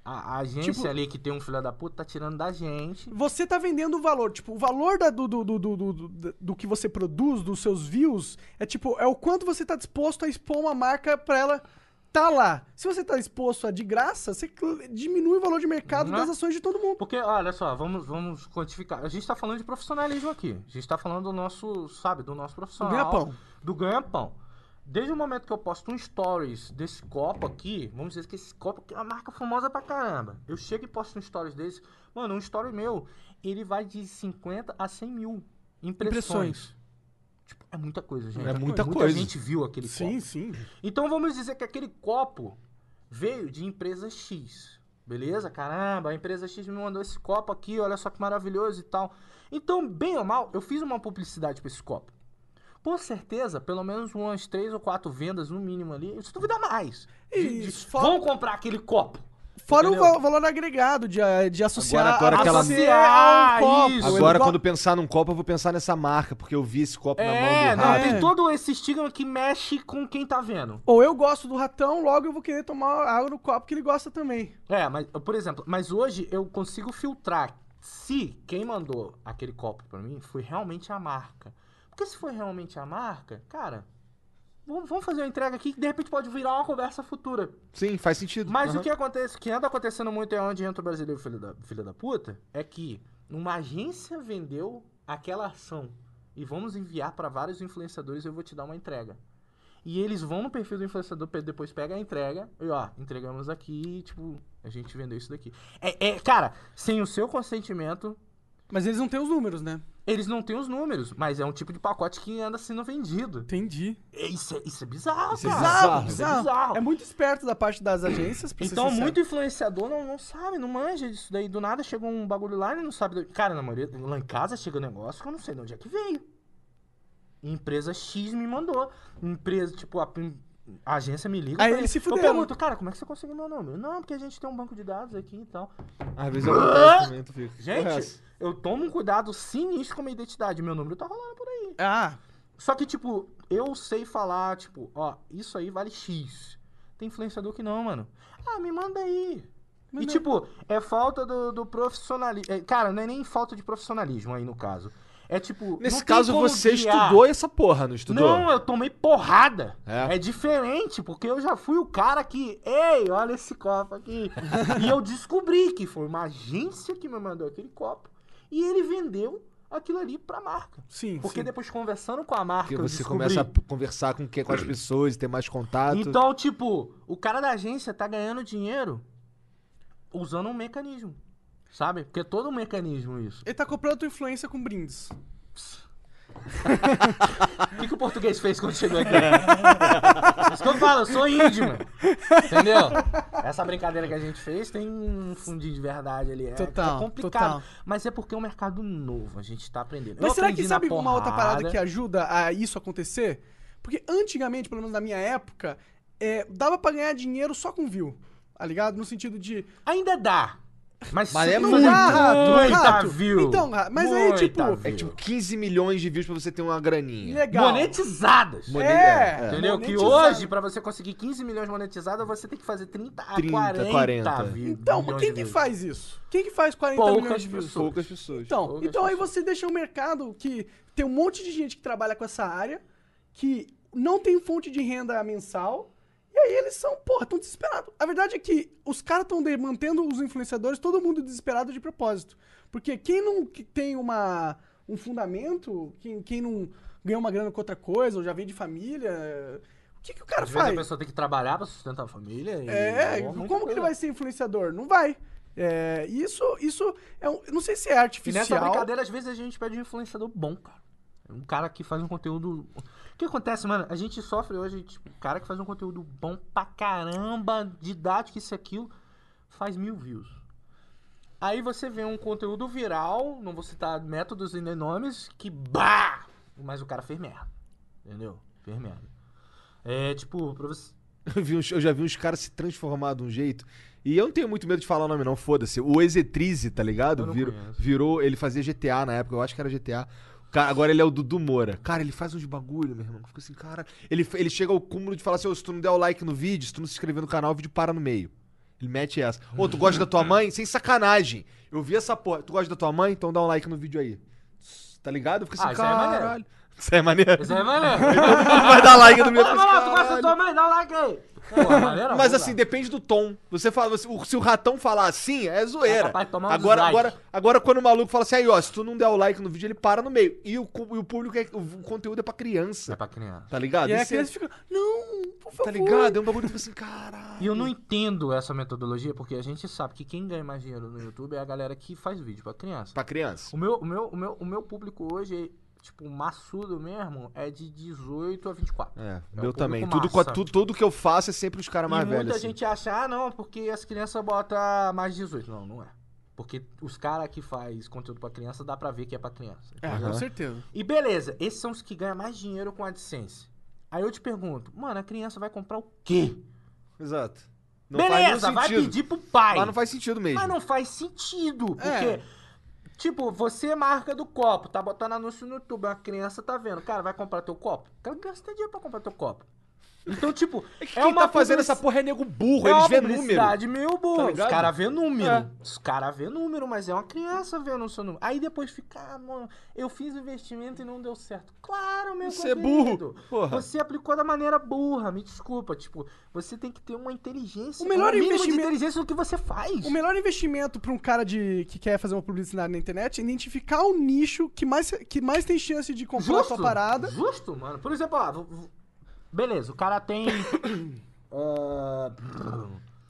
Speaker 3: A, a agência
Speaker 1: Tipo-
Speaker 3: ali que tem um filho da puta tá tirando da gente.
Speaker 1: Você tá vendendo o valor, tipo, o valor da- do, do, do, do, do- do- do que você produz, dos seus views, é tipo, é o quanto você tá disposto a expor uma marca pra ela tá lá. Se você tá exposto a de graça, você cl- diminui o valor de mercado
Speaker 3: Né?
Speaker 1: das ações de todo mundo.
Speaker 3: Porque, olha só, vamos, vamos quantificar. A gente tá falando de profissionalismo aqui. A gente tá falando do nosso, sabe, do nosso profissional.
Speaker 1: ganha-pão.
Speaker 3: Do ganha-pão. Desde o momento que eu posto um stories desse copo aqui, vamos dizer que esse copo aqui é uma marca famosa pra caramba. Eu chego e posto um stories desse, mano, um story meu, ele vai de 50 a 100 mil impressões.
Speaker 1: Impressões.
Speaker 3: Tipo, é muita coisa, gente.
Speaker 2: É muita
Speaker 3: Muita
Speaker 2: coisa.
Speaker 3: gente viu aquele copo.
Speaker 1: Sim, sim.
Speaker 3: Então vamos dizer que aquele copo veio de empresa X. Beleza? Caramba, a empresa X me mandou esse copo aqui, olha só que maravilhoso e tal. Então, bem ou mal, eu fiz uma publicidade pra esse copo. Com certeza, pelo menos umas três ou quatro vendas, no mínimo ali, se duvidar mais. De, de,
Speaker 1: Isso, fora-
Speaker 3: vão comprar aquele copo.
Speaker 1: Fora o
Speaker 3: Entendeu?
Speaker 1: va- valor agregado de, a- de associar
Speaker 2: agora aquela-
Speaker 1: associar ao copo.
Speaker 3: Ah, Isso.
Speaker 1: Ele
Speaker 2: Agora,
Speaker 1: va-
Speaker 2: quando pensar num copo, eu vou pensar nessa marca, porque eu vi esse copo na mão
Speaker 3: É,
Speaker 2: do
Speaker 3: não,
Speaker 2: rato.
Speaker 3: tem todo esse estigma que mexe com quem tá vendo.
Speaker 1: Ou eu gosto do ratão, logo eu vou querer tomar água no copo que ele gosta também.
Speaker 3: É, mas, por exemplo, mas hoje eu consigo filtrar se quem mandou aquele copo pra mim foi realmente a marca. Porque se foi realmente a marca, cara, vamos vamos fazer uma entrega aqui que de repente pode virar uma conversa futura.
Speaker 2: Sim, faz sentido.
Speaker 3: Mas
Speaker 2: Aham.
Speaker 3: o que é- acontece, o que anda acontecendo muito é onde entra o brasileiro filho da, filho da puta, é que uma agência vendeu aquela ação e vamos enviar pra vários influenciadores eu vou te dar uma entrega. E eles vão no perfil do influenciador, pe- depois pega a entrega e ó, entregamos aqui, tipo, a gente vendeu isso daqui. É, é, cara, sem o seu consentimento,
Speaker 1: Mas eles não têm os números, né?
Speaker 3: eles não têm os números, mas é um tipo de pacote que anda sendo vendido.
Speaker 1: Entendi.
Speaker 3: É, Isso é, isso é bizarro,
Speaker 2: Isso é
Speaker 3: cara.
Speaker 2: bizarro,
Speaker 3: Isso é bizarro.
Speaker 1: É muito esperto da parte das agências. pra ser
Speaker 3: Então,
Speaker 1: sincero.
Speaker 3: muito influenciador não, não sabe, não manja disso daí. Do nada chegou um bagulho lá e não sabe. do- Cara, na maioria, lá em casa chega um negócio que eu não sei de onde é que veio. Empresa X me mandou. Empresa, tipo, a, a agência me liga.
Speaker 1: Aí
Speaker 3: pra-
Speaker 1: eles se
Speaker 3: Eu
Speaker 1: fuderam.
Speaker 3: pergunto, cara, como é que você conseguiu meu nome? Não, porque a gente tem um banco de dados aqui e tal.
Speaker 2: Às vezes acontece também, tu fica.
Speaker 3: Gente,
Speaker 2: É.
Speaker 3: eu tomo um cuidado sinistro com a minha identidade. Meu número tá rolando por aí.
Speaker 1: Ah,
Speaker 3: Só que, tipo, eu sei falar, tipo, ó, isso aí vale X. Tem influenciador que não, mano. Ah, me manda aí.
Speaker 1: Mas
Speaker 3: e,
Speaker 1: não-
Speaker 3: tipo, é falta do, do profissionalismo. cara, não é nem falta de profissionalismo aí no caso. É tipo. não
Speaker 2: Nesse
Speaker 3: tem
Speaker 2: caso,
Speaker 3: como
Speaker 2: você
Speaker 3: guiar.
Speaker 2: estudou essa porra, não estudou?
Speaker 3: Não, é eu tomei porrada.
Speaker 2: É?
Speaker 3: É. diferente, porque eu já fui o cara que. Ei, olha esse copo aqui. e eu descobri que foi uma agência que me mandou aquele copo e ele vendeu aquilo ali pra marca.
Speaker 1: sim.
Speaker 3: Porque
Speaker 1: sim.
Speaker 3: depois conversando com a marca,
Speaker 2: Porque
Speaker 3: eu
Speaker 2: você
Speaker 3: descobri. Hum.
Speaker 2: começa a p- conversar com, que, com as pessoas e ter mais contato.
Speaker 3: Então, tipo, o cara da agência tá ganhando dinheiro usando um mecanismo. Sabe? Porque é todo um mecanismo isso.
Speaker 1: Ele tá comprando tua influência com brindes.
Speaker 3: O que, que o português fez quando chegou aqui?
Speaker 1: É.
Speaker 3: Isso que eu falo, eu sou índio, mano. Entendeu? Essa brincadeira que a gente fez tem um fundinho de verdade ali. É,
Speaker 1: Total,
Speaker 3: é complicado.
Speaker 1: total.
Speaker 3: Mas é porque é um mercado novo, a gente tá aprendendo.
Speaker 1: Mas
Speaker 3: Eu
Speaker 1: será que
Speaker 3: aprendi na
Speaker 1: sabe uma outra parada
Speaker 3: porrada.
Speaker 1: que é- ajuda a isso acontecer? Porque antigamente, pelo menos na minha época, é, dava pra ganhar dinheiro só com view. Tá ligado? No sentido de.
Speaker 3: Ainda dá. Mas,
Speaker 2: Mas é
Speaker 3: não
Speaker 2: muito,
Speaker 3: dá,
Speaker 1: rato,
Speaker 3: muita
Speaker 1: rato.
Speaker 3: view.
Speaker 1: Então, rato, mas aí,
Speaker 3: Muita
Speaker 1: tipo, é
Speaker 2: é
Speaker 3: view.
Speaker 2: tipo 15 milhões de views pra você ter uma graninha.
Speaker 3: é
Speaker 1: Legal.
Speaker 3: monetizadas.
Speaker 2: Mone-
Speaker 1: É,
Speaker 2: É.
Speaker 3: tipo, né? Entendeu? Que
Speaker 1: monetizar.
Speaker 3: hoje, pra você conseguir 15 milhões monetizadas, você tem que fazer 30 a
Speaker 2: 30,
Speaker 3: 40,
Speaker 2: 40.
Speaker 3: vi-
Speaker 1: Então, mas
Speaker 3: milhões
Speaker 1: quem
Speaker 3: de
Speaker 1: que
Speaker 3: views.
Speaker 1: faz isso? Quem que faz 40
Speaker 3: Poucas
Speaker 1: milhões de views?
Speaker 3: pessoas.
Speaker 2: Poucas pessoas.
Speaker 1: Então,
Speaker 3: Poucas
Speaker 1: então aí você deixa um mercado que tem um monte de gente que trabalha com essa área, que não tem fonte de renda mensal, e aí eles são, porra, tão desesperados. A verdade é que os caras estão mantendo os influenciadores, todo mundo desesperado de propósito. Porque quem não que tem uma, um fundamento, quem, quem não ganha uma grana com outra coisa, ou já vem de família, o que, que o cara
Speaker 3: Às vezes a
Speaker 1: faz?
Speaker 3: pessoa tem que trabalhar pra sustentar a família. e-
Speaker 1: É,
Speaker 3: Porra,
Speaker 1: como
Speaker 3: muita
Speaker 1: que
Speaker 3: coisa.
Speaker 1: ele vai ser influenciador? Não vai. É, isso, isso é um, não sei se é
Speaker 3: E
Speaker 1: artificial.
Speaker 3: nessa brincadeira, às vezes a gente pede um influenciador bom, cara. Um cara que faz um conteúdo. O que acontece, mano? A gente sofre hoje, tipo, um cara que faz um conteúdo bom pra caramba, didático, isso e aquilo, faz mil views. Aí você vê um conteúdo viral, não vou citar métodos e nem nomes, que bah! Mas o cara fez merda. Entendeu? Fez merda. É tipo, pra você.
Speaker 2: Eu, vi uns- eu já vi uns caras se transformar de um jeito. E eu não tenho muito medo de falar o nome, não, foda-se. O Exetrize, tá ligado?
Speaker 3: Eu não
Speaker 2: Virou,
Speaker 3: conheço.
Speaker 2: virou. Ele fazia GTA na época, eu acho que era GTA. Cara, agora ele é o Dudu Moura. Cara, ele faz uns bagulho, meu irmão. Fica assim, cara. Ele, ele chega ao cúmulo de falar assim: "Ô, se tu não der o like no vídeo, se tu não se inscrever no canal, o vídeo para no meio. Ele mete essa. Ô, tu gosta da tua mãe? Sem sacanagem. Eu vi essa porra. Tu gosta da tua mãe? Então dá um like no vídeo aí. Tá ligado? Fica assim,
Speaker 3: Ah, isso aí é
Speaker 2: caralho.
Speaker 3: maneiro.
Speaker 2: Isso é maneiro.
Speaker 3: Isso aí é maneiro.
Speaker 2: Vai dar like no meu
Speaker 3: Ô, Manoel, tu gosta da tua mãe? Dá um like aí. Porra, maneiro,
Speaker 2: Mas
Speaker 3: vamos lá.
Speaker 2: assim, depende do tom. Você fala, você- o- se o ratão falar assim, é zoeira.
Speaker 3: É capaz de tomar um
Speaker 2: agora,
Speaker 3: dislike.
Speaker 2: agora, agora, quando o maluco fala assim, aí, ó, se tu não der o like no vídeo, ele para no meio. E o, cu- e o público, é, o conteúdo é pra
Speaker 3: É
Speaker 2: criança.
Speaker 3: pra criança.
Speaker 2: Tá ligado?
Speaker 1: E aí a
Speaker 2: Isso é-
Speaker 1: criança fica, não, por favor.
Speaker 2: Tá ligado? É um bagulho tipo assim, caralho.
Speaker 3: E eu não entendo essa metodologia, porque a gente sabe que quem ganha mais dinheiro no YouTube é a galera que faz vídeo pra criança.
Speaker 2: Pra criança.
Speaker 3: O meu, o meu, o meu, o meu público hoje, é, tipo, maçudo mesmo, é de 18 a 24.
Speaker 2: É,
Speaker 3: um
Speaker 2: meu
Speaker 3: público
Speaker 2: também. Tudo, com a-
Speaker 3: massa.
Speaker 2: tu- tudo que eu faço é sempre os caras
Speaker 3: E
Speaker 2: mais
Speaker 3: muita
Speaker 2: velhos. assim.
Speaker 3: gente acha, ah, não, porque as crianças botam mais 18. Não, não é. Porque os caras que faz conteúdo pra criança, dá pra ver que é pra criança.
Speaker 1: É, com certeza.
Speaker 3: E beleza, esses são os que ganham mais dinheiro com a AdSense. Aí eu te pergunto, mano, a criança vai comprar o quê?
Speaker 2: Exato.
Speaker 3: beleza, vai pedir pro pai.
Speaker 2: Mas não faz sentido mesmo.
Speaker 3: Mas não faz sentido, porque.
Speaker 1: É.
Speaker 3: Tipo, você é marca do copo, tá botando anúncio no YouTube, a criança tá vendo, cara, vai comprar teu copo? O cara gasta dinheiro pra comprar teu copo. Então, tipo,
Speaker 2: É que
Speaker 3: é
Speaker 2: quem
Speaker 3: uma
Speaker 2: tá fazendo
Speaker 3: publici-
Speaker 2: essa porra é nego burro,
Speaker 3: é
Speaker 2: eles
Speaker 3: uma
Speaker 2: vê número.
Speaker 3: publicidade meio boa.
Speaker 2: Tá
Speaker 3: Os
Speaker 2: ligado?
Speaker 3: caras vê número.
Speaker 2: É.
Speaker 3: Os caras vê número, mas é uma criança vendo o seu número. Aí depois fica, ah, mano, eu fiz o investimento e não deu certo. Claro, meu
Speaker 2: Você é
Speaker 3: querido.
Speaker 2: burro, porra.
Speaker 3: Você aplicou da maneira burra, me desculpa. Tipo, você tem que ter uma inteligência.
Speaker 1: O melhor
Speaker 3: um mínimo de
Speaker 1: investimento-
Speaker 3: inteligência do que você faz.
Speaker 1: O melhor investimento pra um cara de que quer fazer uma publicidade na internet é identificar o nicho que mais, que mais tem chance de comprar a sua parada.
Speaker 3: Justo, mano. Por exemplo, ó, v- v- beleza, o cara tem. ah,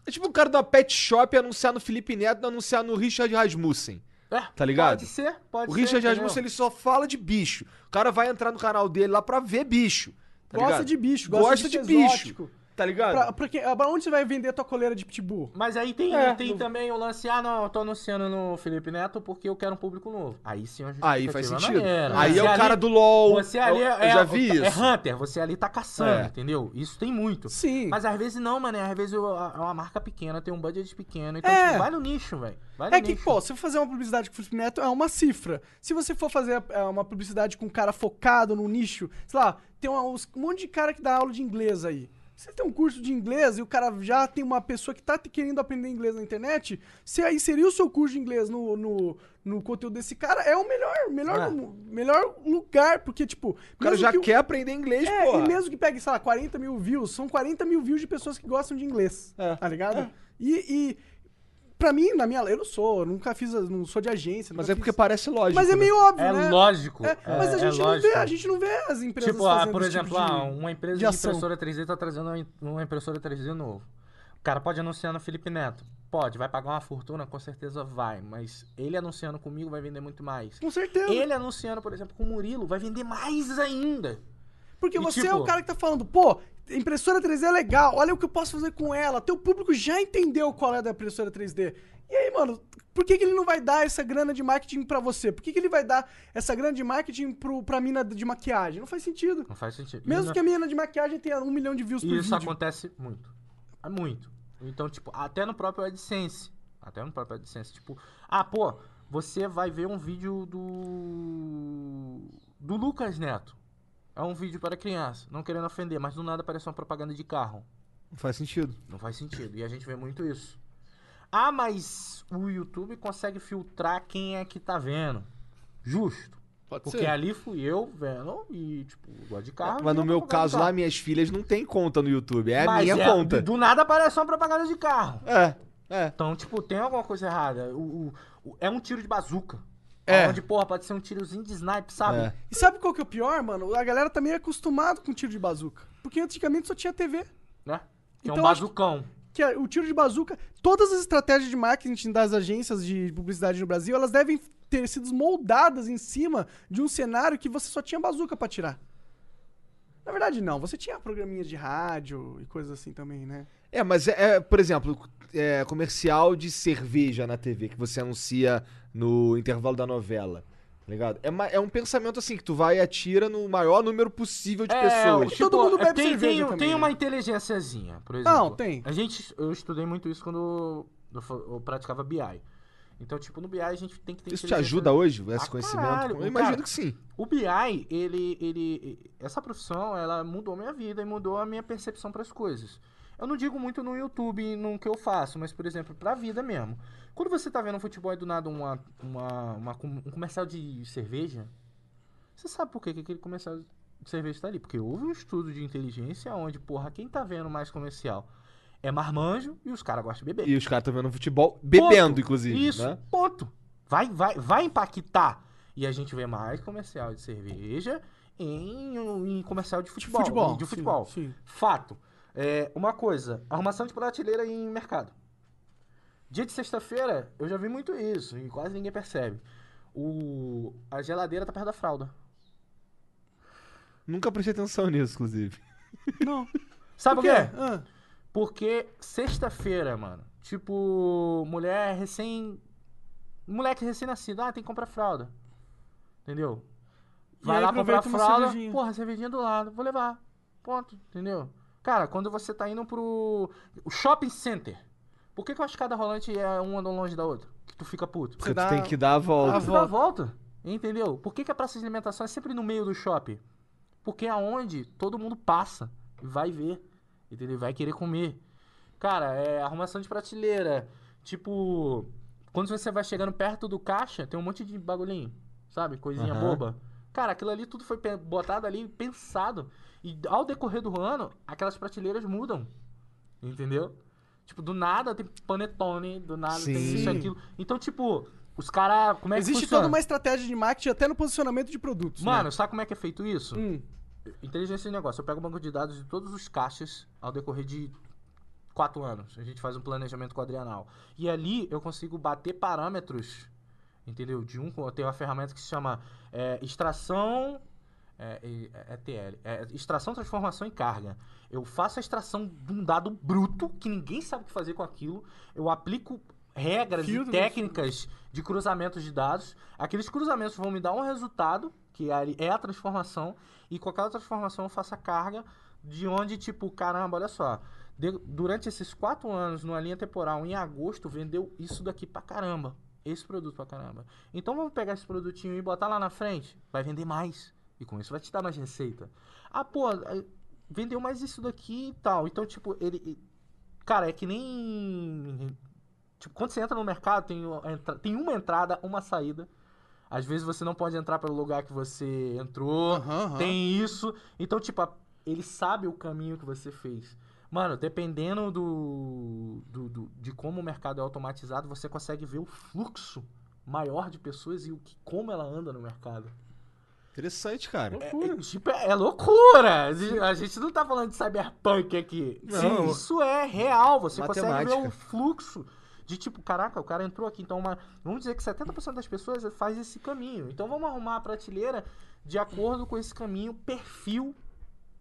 Speaker 2: É tipo o cara da Pet Shop anunciar no Felipe Neto, anunciar no Richard Rasmussen.
Speaker 3: é,
Speaker 2: Tá ligado?
Speaker 3: Pode ser, pode
Speaker 2: O
Speaker 3: ser.
Speaker 2: Richard
Speaker 3: entendeu?
Speaker 2: Rasmussen, ele só fala de bicho. O cara vai entrar no canal dele lá pra ver bicho. tá
Speaker 1: gosta
Speaker 2: ligado?
Speaker 1: de bicho, gosta, de, bicho.
Speaker 2: bicho. Tá ligado?
Speaker 1: Pra, pra quem- pra onde você vai vender a tua coleira de pitbull?
Speaker 3: Mas aí tem,
Speaker 2: É,
Speaker 3: tem
Speaker 2: no-
Speaker 3: também o lance, ah, não, eu tô anunciando no Felipe Neto porque eu quero um público novo. Aí sim é uma
Speaker 2: Aí
Speaker 3: justificativa
Speaker 2: faz sentido.
Speaker 3: maneira.
Speaker 2: Aí é
Speaker 3: né? Você
Speaker 2: o cara
Speaker 3: ali-
Speaker 2: do LOL.
Speaker 3: Você ali
Speaker 2: eu,
Speaker 3: é,
Speaker 2: eu já vi
Speaker 3: é
Speaker 2: isso.
Speaker 3: Hunter, você ali tá caçando,
Speaker 2: É.
Speaker 3: entendeu? Isso tem muito.
Speaker 1: Sim.
Speaker 3: Mas às vezes não, mano. Às vezes eu- é uma marca pequena, tem um budget pequeno. Então,
Speaker 1: É.
Speaker 3: tipo, vai no nicho, velho. Vai no
Speaker 1: É que,
Speaker 3: nicho.
Speaker 1: pô, se for fazer uma publicidade com o Felipe Neto, é uma cifra. Se você for fazer é, uma publicidade com um cara focado no nicho, sei lá, tem uma- uns- um monte de cara que dá aula de inglês aí. Você tem um curso de inglês e o cara já tem uma pessoa que tá te- querendo aprender inglês na internet, se aí inserir o seu curso de inglês no, no, no conteúdo desse cara, é o melhor, melhor,
Speaker 3: É.
Speaker 1: mu- melhor lugar, porque, tipo...
Speaker 2: O cara
Speaker 1: mesmo
Speaker 2: já
Speaker 1: que
Speaker 2: quer aprender inglês,
Speaker 1: É,
Speaker 2: porra.
Speaker 1: e mesmo que pegue, sei lá, 40 mil views, são 40 mil views de pessoas que gostam de inglês,
Speaker 2: É.
Speaker 1: tá ligado? E, e pra mim, na minha... Eu não sou, eu nunca fiz, não sou de agência.
Speaker 2: Mas
Speaker 1: nunca
Speaker 2: é porque
Speaker 1: fiz-
Speaker 2: parece lógico.
Speaker 1: Mas é
Speaker 2: né?
Speaker 1: meio óbvio,
Speaker 3: É
Speaker 1: né?
Speaker 3: lógico.
Speaker 1: É,
Speaker 3: é-
Speaker 1: mas a
Speaker 3: é
Speaker 1: gente, não
Speaker 3: lógico.
Speaker 1: vê, a gente não vê as empresas
Speaker 3: Tipo, ah,
Speaker 1: fazendo
Speaker 3: por
Speaker 1: esse tipo
Speaker 3: exemplo, ah,
Speaker 1: de...
Speaker 3: uma empresa
Speaker 1: de
Speaker 3: de,
Speaker 1: ação.
Speaker 3: impressora 3D tá trazendo uma- uma impressora 3D novo. O cara pode anunciar no Felipe Neto. Pode, vai pagar uma fortuna, com certeza vai. Mas ele anunciando comigo vai vender muito mais.
Speaker 1: Com certeza.
Speaker 3: Ele anunciando, por exemplo, com o Murilo, vai vender mais ainda.
Speaker 1: Porque
Speaker 3: e
Speaker 1: você é
Speaker 3: tipo-
Speaker 1: o cara que tá falando, pô, impressora 3D é legal, olha o que eu posso fazer com ela. Teu público já entendeu qual é da impressora 3D. E aí, mano, por que, que ele não vai dar essa grana de marketing pra você? Por que, que ele vai dar essa grana de marketing pro, pra mina de maquiagem? Não faz sentido.
Speaker 3: Não faz sentido.
Speaker 1: Mesmo
Speaker 3: Não-
Speaker 1: que a mina de maquiagem tenha um milhão de views por
Speaker 3: E isso
Speaker 1: vídeo.
Speaker 3: acontece muito. É muito. Então, tipo, até no próprio AdSense. Até no próprio AdSense. Tipo, ah, pô, você vai ver um vídeo do. Do Lucas Neto. É um vídeo para criança. Não querendo ofender, mas do nada aparece uma propaganda de carro.
Speaker 2: Não faz sentido.
Speaker 3: Não faz sentido. E a gente vê muito isso. Ah, mas o YouTube consegue filtrar quem é que tá vendo. Justo.
Speaker 1: Pode
Speaker 3: Porque ali fui eu vendo e, tipo, gosto de carro.
Speaker 2: Mas
Speaker 3: vi
Speaker 2: no
Speaker 3: uma
Speaker 2: meu
Speaker 3: propaganda de
Speaker 2: caso
Speaker 3: carro.
Speaker 2: lá, minhas filhas não têm conta no YouTube. É a
Speaker 3: Mas
Speaker 2: minha conta.
Speaker 3: Do nada aparece uma propaganda de carro.
Speaker 2: É, é.
Speaker 3: Então, tipo, tem alguma coisa errada. O, o- o- é um tiro de bazuca.
Speaker 2: É.
Speaker 3: Onde, porra, pode ser um tirozinho de snipe, sabe?
Speaker 2: É.
Speaker 1: E sabe qual que é o pior, mano? A galera tá meio acostumada com tiro de bazuca. Porque antigamente só tinha TV.
Speaker 3: Né? Que é um
Speaker 1: Então, acho que-
Speaker 3: bazucão.
Speaker 1: que é o tiro de bazuca, todas as estratégias de marketing das agências de publicidade no Brasil, elas devem ter sido moldadas em cima de um cenário que você só tinha bazuca pra tirar. Na verdade, não. Você tinha programinhas de rádio e coisas assim também, né?
Speaker 2: É, mas é, é, por exemplo, é, comercial de cerveja na TV que você anuncia no intervalo da novela. tá Ligado? É, ma- é um pensamento assim que tu vai e atira no maior número possível de
Speaker 3: o
Speaker 2: pessoas.
Speaker 1: tipo- Todo mundo bebe
Speaker 3: É, tem,
Speaker 1: cerveja
Speaker 3: tem,
Speaker 1: também,
Speaker 3: tem
Speaker 1: né?
Speaker 3: uma inteligênciazinha, por exemplo.
Speaker 1: Não, tem.
Speaker 3: A gente, eu estudei muito isso quando eu, fa- eu praticava BI. Então, tipo, no BI a gente tem que ter
Speaker 2: Isso te
Speaker 3: inteligência-
Speaker 2: ajuda hoje, esse
Speaker 3: Ah,
Speaker 2: conhecimento?
Speaker 3: caralho,
Speaker 2: Eu imagino
Speaker 3: cara.
Speaker 2: que sim.
Speaker 3: O BI, ele, ele, essa profissão, ela mudou minha vida e mudou a minha percepção para as coisas. Eu não digo muito no YouTube, e no que eu faço, mas, por exemplo, pra vida mesmo. Quando você tá vendo um futebol e do nada uma, uma, uma com- um comercial de cerveja, Você sabe por que que aquele comercial de cerveja tá ali? Porque houve um estudo de inteligência onde, porra, quem tá vendo mais comercial é marmanjo e os caras gostam de beber.
Speaker 2: E os caras estão vendo futebol bebendo,
Speaker 3: Ponto.
Speaker 2: inclusive.
Speaker 3: Isso,
Speaker 2: né?
Speaker 3: ponto. Vai, vai, vai impactar. E a gente vê mais comercial de cerveja em, em comercial de futebol.
Speaker 1: futebol, né?
Speaker 3: De
Speaker 1: sim,
Speaker 3: futebol.
Speaker 1: sim.
Speaker 3: Fato. É, uma coisa, arrumação de prateleira em mercado. Dia de sexta-feira, eu já vi muito isso e quase ninguém percebe. O, a geladeira tá perto da fralda.
Speaker 2: Nunca prestei atenção nisso, inclusive.
Speaker 1: Não.
Speaker 3: Sabe o quê?
Speaker 1: Ah,
Speaker 3: Porque sexta-feira, mano, tipo, mulher recém. Moleque recém-nascido, ah, tem que comprar fralda. Entendeu?
Speaker 1: E
Speaker 3: Vai
Speaker 1: aí
Speaker 3: lá comprar
Speaker 1: aproveita uma
Speaker 3: fralda,
Speaker 1: cervejinha.
Speaker 3: porra, cervejinha do lado, vou levar. Ponto, entendeu? Cara, quando você tá indo pro o shopping center, por que, que a escada rolante é uma longe da outra? Que tu fica puto?
Speaker 2: Porque
Speaker 1: dá-
Speaker 2: tu tem que dar a volta.
Speaker 1: a
Speaker 3: Você dá a Ah, volta, entendeu? Por que, que a praça de alimentação é sempre no meio do shopping? Porque é onde todo mundo passa e vai ver, entendeu? Vai querer comer. Cara, é arrumação de prateleira. Tipo, quando você vai chegando perto do caixa, tem um monte de bagulhinho, sabe? Coisinha
Speaker 2: Aham.
Speaker 3: boba. Cara, aquilo ali tudo foi pe- botado ali, pensado. E ao decorrer do ano, aquelas prateleiras mudam. Entendeu? Tipo, do nada tem panetone, do nada tem
Speaker 2: Sim.
Speaker 3: isso, aquilo. Então, tipo, os caras. Como é que
Speaker 1: Existe
Speaker 3: funciona?
Speaker 1: toda uma estratégia de marketing até no posicionamento de produtos. né?
Speaker 3: Mano, sabe como é que é feito isso?
Speaker 1: Hum.
Speaker 3: Inteligência de negócio. Eu pego o banco de dados de todos os caixas ao decorrer de quatro anos. A gente faz um planejamento quadrienal. E ali eu consigo bater parâmetros, entendeu? De um, eu tenho uma ferramenta que se chama é, extração. É, e- é, é TL. É, extração, transformação e carga. Eu faço a extração de um dado bruto, que ninguém sabe o que fazer com aquilo. Eu aplico regras
Speaker 1: Filtros.
Speaker 3: e técnicas de cruzamentos de dados. Aqueles cruzamentos vão me dar um resultado, que ali é a transformação. E com aquela transformação eu faço a carga, de onde, tipo, caramba, olha só. de- durante esses quatro anos, numa linha temporal, em agosto, vendeu isso daqui pra caramba. Esse produto pra caramba. Então vamos pegar esse produtinho e botar lá na frente. Vai vender mais. E com isso vai te dar mais receita. Ah, pô, eh, vendeu mais isso daqui e tal. Então, tipo, ele. e- Cara, é que nem. Tipo, quando você entra no mercado, tem, o- a entra- tem uma entrada, uma saída. Às vezes você não pode entrar pelo lugar que você entrou.
Speaker 1: Aham, aham.
Speaker 3: Tem isso. Então, tipo, a- ele sabe o caminho que você fez. Mano, dependendo do, do- do- de como o mercado é automatizado, você consegue ver o fluxo maior de pessoas e o que, como ela anda no mercado.
Speaker 2: Interessante, cara.
Speaker 3: É, tipo, é é loucura! A gente não tá falando de cyberpunk aqui.
Speaker 2: Não.
Speaker 3: Isso é real. Você consegue ver
Speaker 2: Matemática.
Speaker 3: o fluxo de tipo, caraca, o cara entrou aqui. Então, uma- vamos dizer que 70% das pessoas faz esse caminho. Então, vamos arrumar a prateleira de acordo com esse caminho, perfil.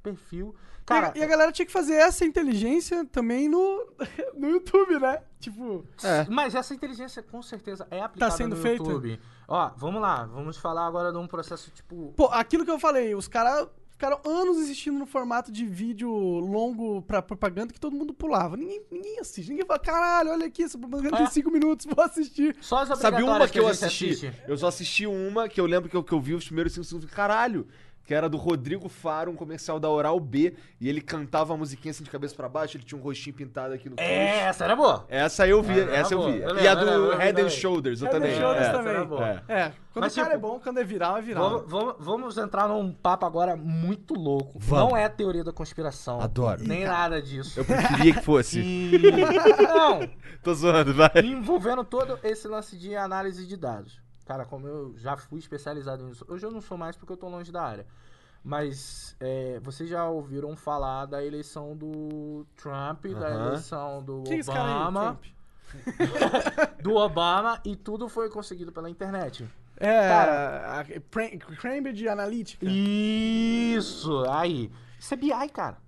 Speaker 3: Perfil. Cara,
Speaker 1: e, a, e a galera tinha que fazer essa inteligência também no, no YouTube, né? Tipo,
Speaker 2: É. Tá
Speaker 3: Mas essa inteligência com certeza é aplicada
Speaker 1: sendo
Speaker 3: no
Speaker 1: feita.
Speaker 3: YouTube. Ó, vamos lá, vamos falar agora de um processo tipo.
Speaker 1: pô, aquilo que eu falei, os caras ficaram anos insistindo no formato de vídeo longo pra propaganda que todo mundo pulava. Ninguém, ninguém assiste, ninguém fala, caralho, olha aqui, essa propaganda tem
Speaker 3: É.
Speaker 1: 5 minutos, vou assistir.
Speaker 3: Só as
Speaker 2: Sabe
Speaker 3: obrigatórias
Speaker 2: uma que, eu
Speaker 3: a gente
Speaker 2: assisti?
Speaker 3: assiste.
Speaker 2: Eu só assisti uma que eu lembro que eu, que eu vi os primeiros cinco segundos. Caralho! Que era do Rodrigo Faro, um comercial da Oral B. E ele cantava a musiquinha assim de cabeça pra baixo. Ele tinha um rostinho pintado aqui no
Speaker 3: É, essa era boa.
Speaker 2: Essa eu vi,
Speaker 3: Ah, tá
Speaker 2: essa eu
Speaker 3: bom.
Speaker 2: vi.
Speaker 3: Eu
Speaker 2: e a
Speaker 3: lembro, eu
Speaker 2: do
Speaker 3: lembro
Speaker 2: Head and
Speaker 3: também.
Speaker 2: Shoulders, eu
Speaker 1: Head and
Speaker 2: também.
Speaker 1: Shoulders
Speaker 2: é.
Speaker 3: essa era
Speaker 1: também.
Speaker 3: boa.
Speaker 2: É.
Speaker 1: É, quando
Speaker 3: Mas,
Speaker 1: o cara
Speaker 3: tipo,
Speaker 1: é bom, quando é viral, é viral.
Speaker 3: Vamos, vamos- vamos entrar num papo agora muito louco.
Speaker 2: Vamos.
Speaker 3: Não é teoria da conspiração.
Speaker 2: Adoro.
Speaker 3: Nem nada disso.
Speaker 2: Eu preferia que fosse.
Speaker 3: E... Não,
Speaker 2: Tô zoando, vai.
Speaker 3: envolvendo todo esse lance de análise de dados. Cara, como eu já fui especializado nisso, hoje eu não sou mais porque eu tô longe da área. Mas é, vocês já ouviram falar da eleição do Trump, da
Speaker 2: Aham.
Speaker 3: eleição do
Speaker 1: Quem é esse cara aí,
Speaker 3: Obama,
Speaker 1: Trump?
Speaker 3: do Obama e tudo foi conseguido pela internet.
Speaker 1: É, cara, a, Cran- Cambridge Analytica.
Speaker 3: Isso, aí. Isso é BI, cara.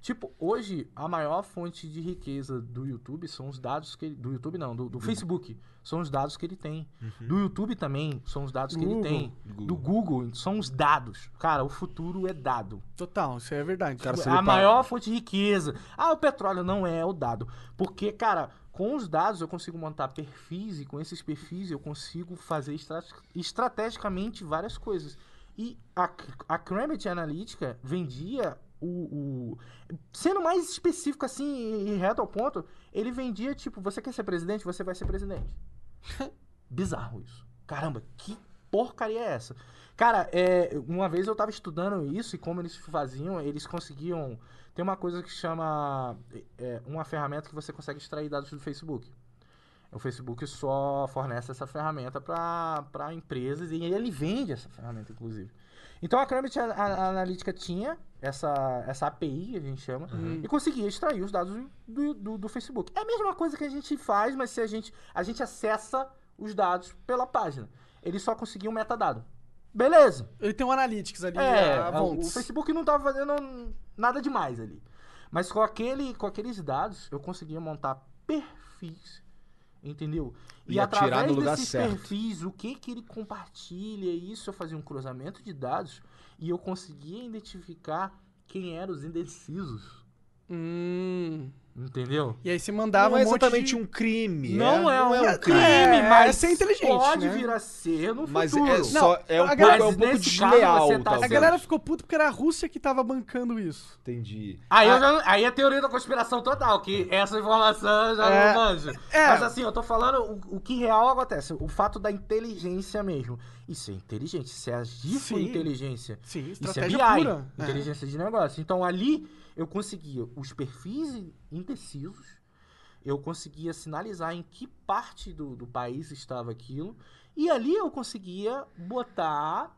Speaker 3: Tipo, hoje a maior fonte de riqueza do YouTube são os dados que ele, do YouTube não, do, do Facebook, são os dados que ele tem. Do YouTube também são os dados que
Speaker 1: Google.
Speaker 3: ele tem. Do Uhum. Google são os dados. Cara, o futuro é dado.
Speaker 1: Total, isso é verdade.
Speaker 2: Cara, se
Speaker 3: A
Speaker 2: ele paga-
Speaker 3: maior fonte de riqueza. Ah, o petróleo não é o dado. Porque, cara, com os dados eu consigo montar perfis e com esses perfis eu consigo fazer estra- estrategicamente várias coisas. E a, a Cambridge Analytica vendia o, o- Sendo mais específico assim e reto ao ponto, ele vendia tipo: você quer ser presidente? Você vai ser presidente. Bizarro isso. Caramba, que porcaria é essa? Cara, é, uma vez eu tava estudando isso e como eles faziam, eles conseguiam. Tem uma coisa que chama. é, uma ferramenta que você consegue extrair dados do Facebook. O Facebook só fornece essa ferramenta para empresas e ele vende essa ferramenta, inclusive. Então a Cambridge Ana- A- Analytica tinha essa, essa API, que a gente chama, e conseguia extrair os dados do, do, do Facebook. É a mesma coisa que a gente faz, mas se a gente, a gente acessa os dados pela página. Ele só conseguia um metadado. Beleza.
Speaker 1: Ele tem um analytics ali,
Speaker 3: É,
Speaker 1: a
Speaker 3: o
Speaker 1: Vonts.
Speaker 3: Facebook não tava fazendo nada demais ali. Mas com, aquele, com aqueles dados, eu conseguia montar perfis, entendeu? E
Speaker 2: Ia tirar
Speaker 3: através
Speaker 2: do lugar
Speaker 3: desses
Speaker 2: certo.
Speaker 3: perfis, o que que ele compartilha, isso, eu fazia um cruzamento de dados e eu conseguia identificar quem eram os indecisos,
Speaker 1: Hum.
Speaker 3: entendeu?
Speaker 1: E aí se mandava
Speaker 2: não é
Speaker 1: um monte
Speaker 2: exatamente
Speaker 1: de...
Speaker 2: um crime.
Speaker 3: Não é, um crime,
Speaker 1: É,
Speaker 3: mas
Speaker 1: ser inteligente,
Speaker 3: pode
Speaker 1: né?
Speaker 3: vir a ser no
Speaker 2: Mas
Speaker 3: futuro.
Speaker 2: é só. é um
Speaker 1: a
Speaker 2: pouco,
Speaker 1: galera-
Speaker 2: é um pouco
Speaker 3: nesse caso,
Speaker 2: desleal,
Speaker 3: você tá
Speaker 1: A
Speaker 2: talvez.
Speaker 1: galera ficou puta porque era a Rússia que tava bancando isso.
Speaker 2: Entendi.
Speaker 3: Aí,
Speaker 1: Ah.
Speaker 3: eu já- aí é a teoria da conspiração total, que essa informação eu já
Speaker 1: É.
Speaker 3: não manjo.
Speaker 1: É.
Speaker 3: Mas assim, eu tô falando o, o que real acontece, o fato da inteligência mesmo. Isso é inteligente, isso é agir com
Speaker 1: Sim.
Speaker 3: inteligência.
Speaker 1: Sim,
Speaker 3: Isso é
Speaker 1: estratégia
Speaker 3: BI,
Speaker 1: pura. É.
Speaker 3: inteligência de negócio. Então ali eu conseguia os perfis in- indecisos, eu conseguia sinalizar em que parte do, do país estava aquilo, e ali eu conseguia botar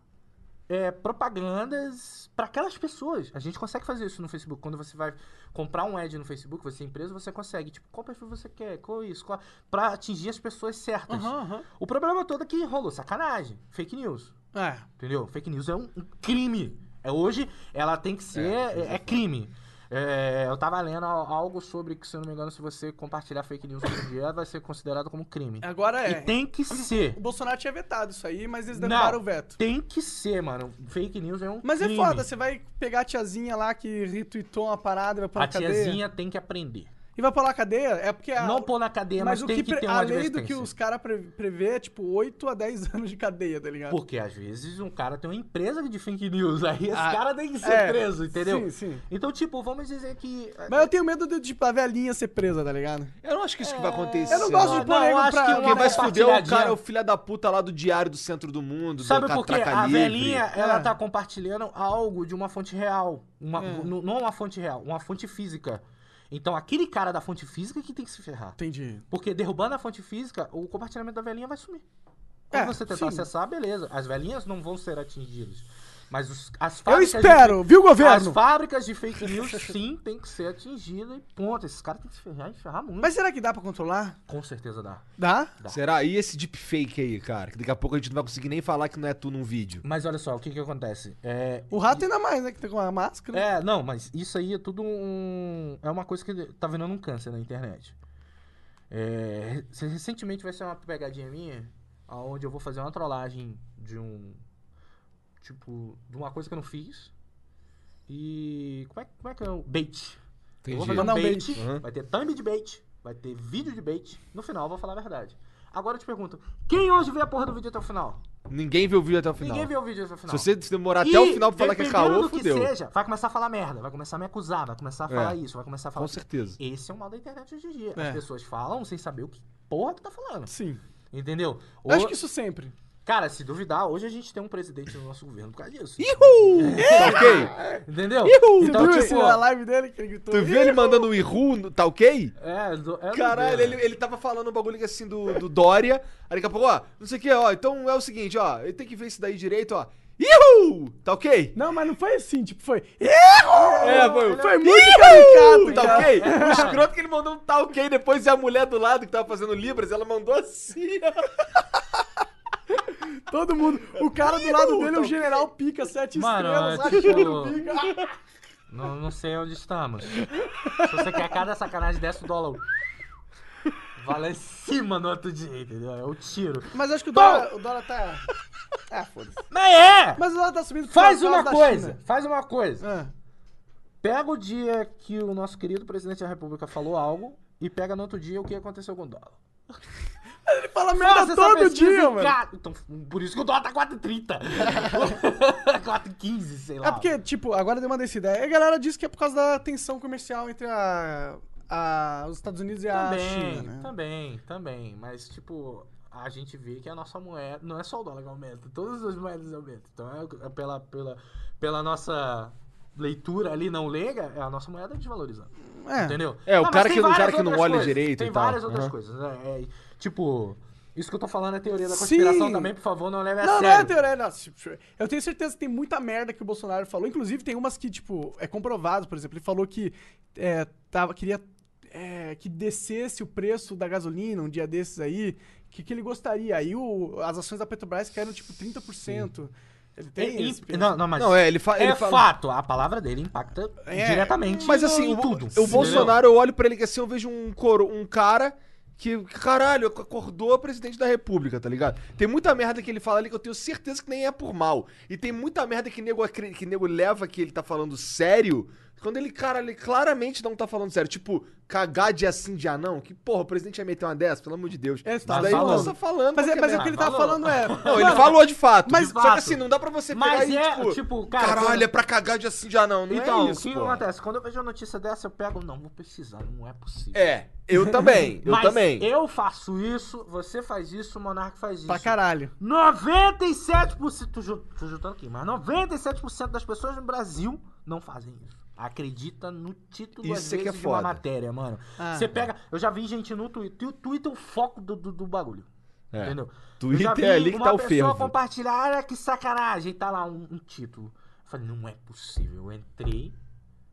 Speaker 3: é, propagandas para aquelas pessoas. A gente consegue fazer isso no Facebook. Quando você vai comprar um ad no Facebook, você é empresa, você consegue. Tipo, qual perfil você quer? Qual isso? Qual... Pra atingir as pessoas certas.
Speaker 1: Aham, aham.
Speaker 3: O problema todo é que rolou sacanagem, fake news.
Speaker 1: É.
Speaker 3: Entendeu? Fake news é um, um crime. É, hoje ela tem que ser. É, é crime. É, eu tava lendo al- algo sobre que, se eu não me engano, se você compartilhar fake news hoje em dia, vai ser considerado como crime.
Speaker 1: Agora é.
Speaker 3: E tem que ser.
Speaker 1: O Bolsonaro tinha vetado isso aí, mas eles
Speaker 3: Não.
Speaker 1: derrubaram o veto.
Speaker 3: Tem que ser, mano. Fake news é um
Speaker 1: Mas é
Speaker 3: crime.
Speaker 1: foda, você vai pegar a tiazinha lá que retweetou uma parada e vai pôr
Speaker 3: A
Speaker 1: na cadeia.
Speaker 3: tiazinha tem que aprender.
Speaker 1: E vai pôr na cadeia? É porque a.
Speaker 3: não pôr na cadeia, mas,
Speaker 1: mas o
Speaker 3: tem
Speaker 1: que,
Speaker 3: que,
Speaker 1: pre-
Speaker 3: ter uma
Speaker 1: a lei do que
Speaker 3: advertência.
Speaker 1: os caras pre- prevê é tipo 8 a 10 anos de cadeia, tá ligado?
Speaker 3: Porque às vezes um cara tem uma empresa de fake news, aí esse
Speaker 1: Ah,
Speaker 3: cara tem que ser
Speaker 1: é.
Speaker 3: preso, entendeu?
Speaker 1: Sim, sim.
Speaker 3: Então, tipo, vamos dizer que.
Speaker 1: Mas eu tenho medo de, tipo, a velhinha ser presa, tá ligado?
Speaker 2: Eu não acho que isso que vai acontecer.
Speaker 1: Eu não gosto de
Speaker 2: não.
Speaker 1: pôr
Speaker 3: é, Não, eu
Speaker 1: nego
Speaker 3: acho
Speaker 1: pra...
Speaker 3: que
Speaker 1: pra-
Speaker 3: uma
Speaker 2: Quem vai se fuder é o cara,
Speaker 3: compartilhadinha.
Speaker 2: é o filho da puta lá do Diário do Centro do Mundo,
Speaker 3: Sabe
Speaker 2: do
Speaker 3: por quê?
Speaker 2: Catraca
Speaker 3: A
Speaker 2: Livre.
Speaker 3: velhinha, ela
Speaker 1: É.
Speaker 3: tá compartilhando algo de uma fonte real. Uma,
Speaker 1: É.
Speaker 3: n- Não uma fonte real, uma fonte física. Então, aquele cara da fonte física que tem que se ferrar.
Speaker 1: Entendi.
Speaker 3: Porque derrubando a fonte física, o compartilhamento da velhinha vai sumir.
Speaker 1: É,
Speaker 3: Quando você tentar
Speaker 1: sim.
Speaker 3: acessar, beleza. As velhinhas não vão ser atingidas. Mas os- as
Speaker 1: Eu
Speaker 3: fábricas. de
Speaker 1: espero, viu,
Speaker 3: fake- As
Speaker 1: governo?
Speaker 3: fábricas de fake news, sim, tem que ser atingida e ponto. Esses caras têm que se ferrar e ferrar muito.
Speaker 1: Mas será que dá pra controlar?
Speaker 3: Com certeza dá.
Speaker 1: Dá?
Speaker 2: Será? E esse deepfake aí, cara? Que daqui a pouco a gente não vai conseguir nem falar que não é tu num vídeo.
Speaker 3: Mas olha só, o que que acontece? É,
Speaker 1: O rato ainda mais, né? Que tá com a máscara.
Speaker 3: É, não, mas isso aí é tudo um. É uma coisa que tá virando um câncer na internet. É, re- recentemente vai ser uma pegadinha minha, onde eu vou fazer uma trollagem de um. Tipo, de uma coisa que eu não fiz. E. Como é, como é que é o. Bait. Eu vou fazer um
Speaker 1: Mandar um
Speaker 3: bait.
Speaker 1: bait.
Speaker 2: Aham.
Speaker 3: Vai ter thumb de bait. Vai ter vídeo de bait. No final eu vou falar a verdade. Agora eu te pergunto: quem hoje vê a porra do vídeo até o final?
Speaker 2: Ninguém viu o vídeo até o final.
Speaker 3: Ninguém vê o vídeo até o final.
Speaker 2: Se você demorar até o
Speaker 3: E,
Speaker 2: final pra falar que é
Speaker 3: dependendo
Speaker 2: caô,
Speaker 3: do que
Speaker 2: fudeu.
Speaker 3: seja, vai começar a falar merda, vai começar a me acusar, vai começar a
Speaker 2: É.
Speaker 3: falar isso, vai começar a falar.
Speaker 2: Com certeza.
Speaker 3: Esse é o mal da internet hoje em dia.
Speaker 1: É.
Speaker 3: As pessoas falam sem saber o que porra que tá falando.
Speaker 1: Sim.
Speaker 3: Entendeu?
Speaker 1: Eu acho
Speaker 3: Ou-
Speaker 1: que isso sempre.
Speaker 3: Cara, se duvidar, hoje a gente tem um presidente no nosso governo por causa disso. É,
Speaker 2: Tá ok?
Speaker 3: Entendeu?
Speaker 1: Então,
Speaker 3: Então,
Speaker 1: viu
Speaker 3: tipo,
Speaker 1: isso na live dele que ele gritou?
Speaker 2: Tu viu ele mandando um ihu, tá ok?
Speaker 3: é, do- é
Speaker 2: Caralho,
Speaker 3: doideira.
Speaker 2: ele, ele tava falando um bagulho que assim do, do Dória. Aí daqui a pouco, ó, não sei o que, ó. Então é o seguinte, ó. Ele tem que ver isso daí direito, ó. Ihu! Tá ok?
Speaker 1: Não, mas não foi assim, tipo, foi.
Speaker 2: É, foi,
Speaker 1: Foi muito
Speaker 2: Ihu!
Speaker 1: caricato,
Speaker 2: Tá
Speaker 1: cara.
Speaker 2: ok? O escroto que ele mandou um tá ok, depois a mulher do lado que tava fazendo Libras, ela mandou assim, ó.
Speaker 1: Todo mundo. O cara do lado
Speaker 2: Ihu!
Speaker 1: dele é
Speaker 2: Tá
Speaker 1: o
Speaker 2: ok.
Speaker 1: general pica, sete
Speaker 3: Mano,
Speaker 1: estrelas,
Speaker 3: é tipo-
Speaker 1: achando o pica.
Speaker 3: Não, não sei onde estamos. Se você quer cada sacanagem dessa, o dólar. Vai lá em cima no outro dia, entendeu? É o tiro.
Speaker 1: Mas acho que o dólar, o dólar tá. Ah, foda-se.
Speaker 3: Mas é!
Speaker 1: Mas o dólar tá subindo por
Speaker 3: Faz
Speaker 1: causa
Speaker 3: uma
Speaker 1: da
Speaker 3: coisa!
Speaker 1: China.
Speaker 3: Faz uma coisa!
Speaker 1: Ah,
Speaker 3: Pega o dia que o nosso querido presidente da República falou algo e pega no outro dia o que aconteceu com o dólar.
Speaker 1: Ele fala merda todo dia, mano.
Speaker 3: Então, por isso que o dólar tá 4,30. 4,15, sei lá.
Speaker 1: É porque, tipo, agora deu uma descida. Aí A galera diz que é por causa da tensão comercial entre a, a- os Estados Unidos e a
Speaker 3: Também,
Speaker 1: China, né?
Speaker 3: também, também. Mas, tipo, a gente vê que a nossa moeda. Não é só o dólar que aumenta, todas as moedas aumentam. Então é, é pela, pela, pela nossa leitura ali não leiga, é a nossa moeda desvalorizando.
Speaker 1: É.
Speaker 3: Entendeu? Ah,
Speaker 2: É, o
Speaker 3: mas
Speaker 2: cara
Speaker 3: tem
Speaker 2: que não- o cara
Speaker 3: várias
Speaker 2: que não
Speaker 3: outras
Speaker 2: olha
Speaker 3: coisas,
Speaker 2: direito
Speaker 3: Tem
Speaker 2: e tal.
Speaker 3: várias outras
Speaker 2: Aham.
Speaker 3: coisas, né? É, tipo, isso que eu tô falando é teoria da conspiração
Speaker 1: Sim.
Speaker 3: também, por favor, não leve a
Speaker 1: Não, não
Speaker 3: sério.
Speaker 1: é teoria, não. Eu tenho certeza que tem muita merda que o Bolsonaro falou. Inclusive, tem umas que, tipo, é comprovado, por exemplo. Ele falou que é, tava, queria é, que descesse o preço da gasolina um dia desses aí, que, que ele gostaria. Aí o- as ações da Petrobras caíram, tipo, 30%. Ele
Speaker 3: É,
Speaker 1: tem
Speaker 3: imp-
Speaker 1: esse pensamento.
Speaker 3: não, não, mas
Speaker 2: Não, é, ele fa-
Speaker 3: é
Speaker 2: ele fala-
Speaker 3: fato, a palavra dele impacta
Speaker 1: É,
Speaker 3: diretamente
Speaker 2: Mas assim,
Speaker 3: em
Speaker 2: o,
Speaker 3: tudo.
Speaker 2: o
Speaker 3: entendeu?
Speaker 2: Bolsonaro, eu olho pra ele que assim, eu vejo um, coro, um cara que, caralho, acordou presidente da república, tá ligado? Tem muita merda que ele fala ali que eu tenho certeza que nem é por mal. E tem muita merda que nego, acre- que nego leva que ele tá falando sério, quando ele, cara, ele claramente não tá falando sério. Tipo, cagar de assim, de anão, que porra, o presidente ia meter uma dessa, pelo amor de Deus.
Speaker 1: É,
Speaker 2: Isso
Speaker 1: tá
Speaker 2: daí
Speaker 3: falando.
Speaker 2: tá falando.
Speaker 1: Mas, é,
Speaker 2: qualquer
Speaker 1: mas é o
Speaker 2: merda.
Speaker 1: que ele tá
Speaker 3: Falou.
Speaker 1: falando é.
Speaker 2: Não, ele
Speaker 1: Mano,
Speaker 2: falou de fato.
Speaker 1: mas-
Speaker 2: Mas, só
Speaker 3: fato.
Speaker 2: que assim, não dá pra você pegar
Speaker 3: Mas
Speaker 2: e,
Speaker 3: é,
Speaker 2: tipo,
Speaker 3: tipo, cara,
Speaker 2: caralho,
Speaker 3: quando-
Speaker 2: é pra cagar de assim, de anão, não
Speaker 3: Então,
Speaker 2: é
Speaker 3: o
Speaker 2: isso,
Speaker 3: que
Speaker 2: porra.
Speaker 3: acontece? Quando eu vejo a notícia dessa, eu pego, não, vou precisar, não é possível.
Speaker 2: É, eu também, eu
Speaker 3: Mas
Speaker 2: também.
Speaker 3: eu faço isso, você faz isso, o Monark faz isso.
Speaker 1: Pra caralho.
Speaker 3: 97%, tô, ju- tô juntando aqui, mas 97% das pessoas no Brasil não fazem isso. Acredita no título às
Speaker 2: Isso é que
Speaker 3: vezes,
Speaker 2: é
Speaker 3: de uma
Speaker 2: foda.
Speaker 3: matéria, mano.
Speaker 1: Ah.
Speaker 3: Você pega, eu já vi gente no Twitter, e o Twitter é o foco do, do, do bagulho.
Speaker 2: É.
Speaker 3: Entendeu?
Speaker 2: Twitter
Speaker 3: Eu já vi
Speaker 2: é ali que
Speaker 3: uma
Speaker 2: tá o
Speaker 3: pessoa
Speaker 2: fervo.
Speaker 3: compartilhar, ah, que sacanagem, e tá lá um, um título. Eu falei, não é possível. Eu entrei.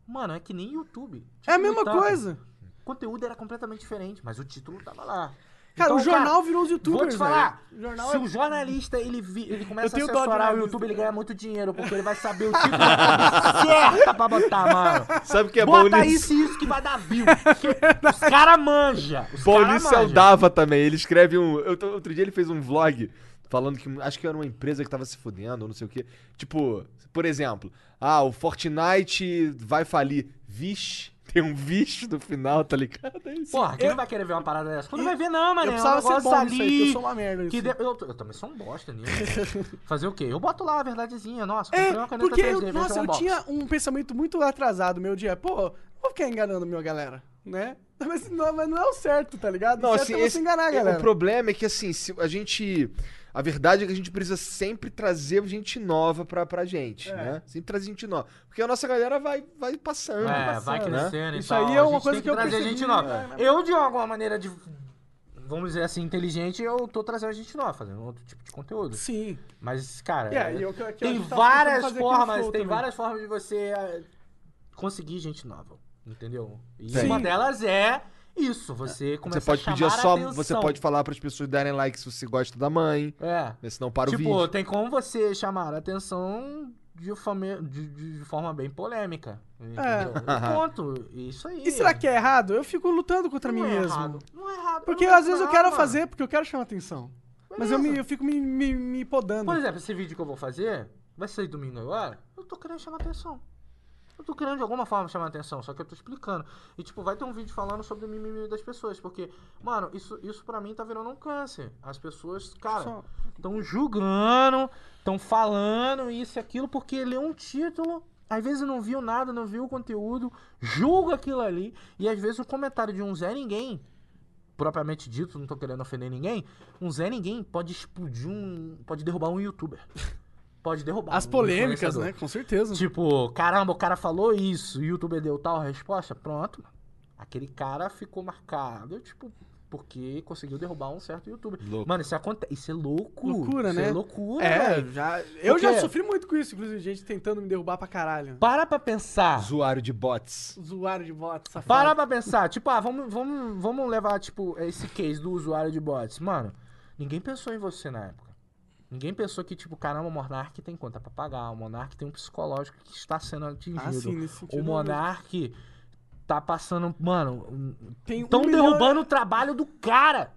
Speaker 3: Mano, é que nem YouTube.
Speaker 1: É a
Speaker 3: Tipo,
Speaker 1: mesma
Speaker 3: tá-
Speaker 1: coisa.
Speaker 3: O conteúdo era completamente diferente, mas o título tava lá.
Speaker 1: Cara,
Speaker 3: Então,
Speaker 1: o jornal virou os youtubers.
Speaker 3: Vou te falar,
Speaker 1: velho. O jornal
Speaker 3: se
Speaker 1: é-
Speaker 3: o jornalista ele, vi- ele começa a
Speaker 1: tenho dó de
Speaker 3: assessorar o
Speaker 1: jornalista.
Speaker 3: YouTube, ele ganha muito dinheiro, porque ele vai saber o título certo pra botar, mano.
Speaker 2: Sabe o que é bom
Speaker 3: Bota
Speaker 2: nisso?
Speaker 3: isso e isso que vai dar view. Os caras manja. Os
Speaker 2: Bom
Speaker 3: cara
Speaker 2: nisso é o
Speaker 3: manja.
Speaker 2: Dava também. Ele escreve um. eu tô- outro dia ele fez um vlog falando que. Acho que era uma empresa que tava se fudendo, ou não sei o quê. Tipo, por exemplo, ah, o Fortnite vai falir. Vixe, tem um vixe no final, tá ligado? É isso.
Speaker 3: Porra, quem não vai querer ver uma parada dessa? Quando
Speaker 1: Eu-
Speaker 3: vai ver, não, mano.
Speaker 1: eu
Speaker 3: é um
Speaker 1: precisava ser
Speaker 3: negócio
Speaker 1: bom nisso aí, que eu
Speaker 3: ali
Speaker 1: sou uma merda.
Speaker 3: que
Speaker 1: nisso.
Speaker 3: de- eu, eu também sou um bosta nisso. Fazer o quê? Eu boto lá a verdadezinha, nossa, comprei uma
Speaker 1: É,
Speaker 3: caneta
Speaker 1: porque
Speaker 3: 3D,
Speaker 1: eu,
Speaker 3: veio
Speaker 1: nossa,
Speaker 3: ser um
Speaker 1: eu
Speaker 3: box.
Speaker 1: tinha um pensamento muito atrasado meu dia. Pô, não vou ficar enganando minha galera, né? Mas não, mas não é o certo, tá ligado?
Speaker 2: Não,
Speaker 1: o certo
Speaker 2: assim,
Speaker 1: é você
Speaker 2: esse-
Speaker 1: enganar a
Speaker 2: é,
Speaker 1: galera.
Speaker 2: O problema é que, assim, se a gente. A verdade é que a gente precisa sempre trazer gente nova pra, pra gente, né? Sempre trazer gente nova. Porque a nossa galera vai, vai passando.
Speaker 3: É, vai
Speaker 1: passando, né?
Speaker 3: crescendo e
Speaker 1: Isso
Speaker 3: tal.
Speaker 1: aí é
Speaker 3: A
Speaker 1: uma
Speaker 3: gente
Speaker 1: coisa
Speaker 3: tem
Speaker 1: que eu
Speaker 3: trazer
Speaker 1: percebi,
Speaker 3: gente nova.
Speaker 1: né?
Speaker 3: Eu, de alguma maneira, de, vamos dizer assim, inteligente, eu tô trazendo gente nova, fazendo outro tipo de conteúdo.
Speaker 1: Sim.
Speaker 3: Mas, cara,
Speaker 1: É, e eu que- que a
Speaker 3: tem
Speaker 1: gente tá
Speaker 3: várias
Speaker 1: tentando fazer aqui no
Speaker 3: formas,
Speaker 1: Flow
Speaker 3: tem
Speaker 1: também.
Speaker 3: várias formas de você eh, conseguir gente nova, entendeu? E
Speaker 2: Sim.
Speaker 3: uma delas é isso, você começar
Speaker 2: Você pode
Speaker 3: a chamar
Speaker 2: pedir a sua.
Speaker 3: atenção.
Speaker 2: Você pode falar pras pessoas darem like se você gosta da mãe.
Speaker 3: É.
Speaker 2: né? Senão para o
Speaker 3: tipo,
Speaker 2: vídeo.
Speaker 3: tem como você chamar a atenção de forma, de, de forma bem polêmica. Entendeu? E Ponto. Isso aí.
Speaker 1: É. E será que é errado? Eu fico lutando contra
Speaker 3: não
Speaker 1: mim
Speaker 3: é
Speaker 1: mesmo.
Speaker 3: errado. Não é errado.
Speaker 1: Porque
Speaker 3: não é
Speaker 1: às vezes eu
Speaker 3: errado,
Speaker 1: quero
Speaker 3: mano.
Speaker 1: fazer, porque eu quero chamar atenção. Mas eu, me, eu fico me, me, me podando.
Speaker 3: Por exemplo, esse vídeo que eu vou fazer, vai sair domingo agora, eu tô querendo chamar atenção. Eu tô querendo de alguma forma chamar atenção, só que eu tô explicando. E tipo, vai ter um vídeo falando sobre o mimimi das pessoas, porque, mano, isso, isso pra mim tá virando um câncer. As pessoas, cara, tá
Speaker 1: Só-
Speaker 3: estão julgando, estão falando isso e aquilo, porque lê um título, às vezes não viu nada, não viu o conteúdo, julga aquilo ali, e às vezes o comentário de um Zé Ninguém propriamente dito, não tô querendo ofender ninguém, um Zé Ninguém pode explodir um. pode derrubar um youtuber. Pode derrubar.
Speaker 1: As
Speaker 3: um
Speaker 1: polêmicas,
Speaker 3: influenciador.
Speaker 1: né? Com certeza.
Speaker 3: Tipo, caramba, o cara falou isso, o youtuber deu tal resposta, pronto. mano. Aquele cara ficou marcado, tipo, porque conseguiu derrubar um certo youtuber.
Speaker 2: Louco.
Speaker 3: Mano, isso acontece. Isso é louco.
Speaker 1: Loucura,
Speaker 3: isso
Speaker 1: né?
Speaker 3: É loucura,
Speaker 1: é,
Speaker 3: velho.
Speaker 1: já, eu
Speaker 3: Porque-
Speaker 1: já sofri muito com isso, inclusive, gente tentando me derrubar pra caralho.
Speaker 3: Para pra pensar.
Speaker 2: Usuário de bots.
Speaker 1: Usuário de bots, safado.
Speaker 3: Para pra pensar, tipo, ah, vamos, vamos, vamos levar, tipo, esse case do usuário de bots. Mano, ninguém pensou em você na época. Ninguém pensou que, tipo, caramba, o Monark tem conta pra pagar, o Monark tem um psicológico que está sendo atingido.
Speaker 1: Ah, sim, nesse sentido.
Speaker 3: o Monark tá passando, mano,
Speaker 1: Tem um
Speaker 3: estão
Speaker 1: milhão-
Speaker 3: derrubando o trabalho do cara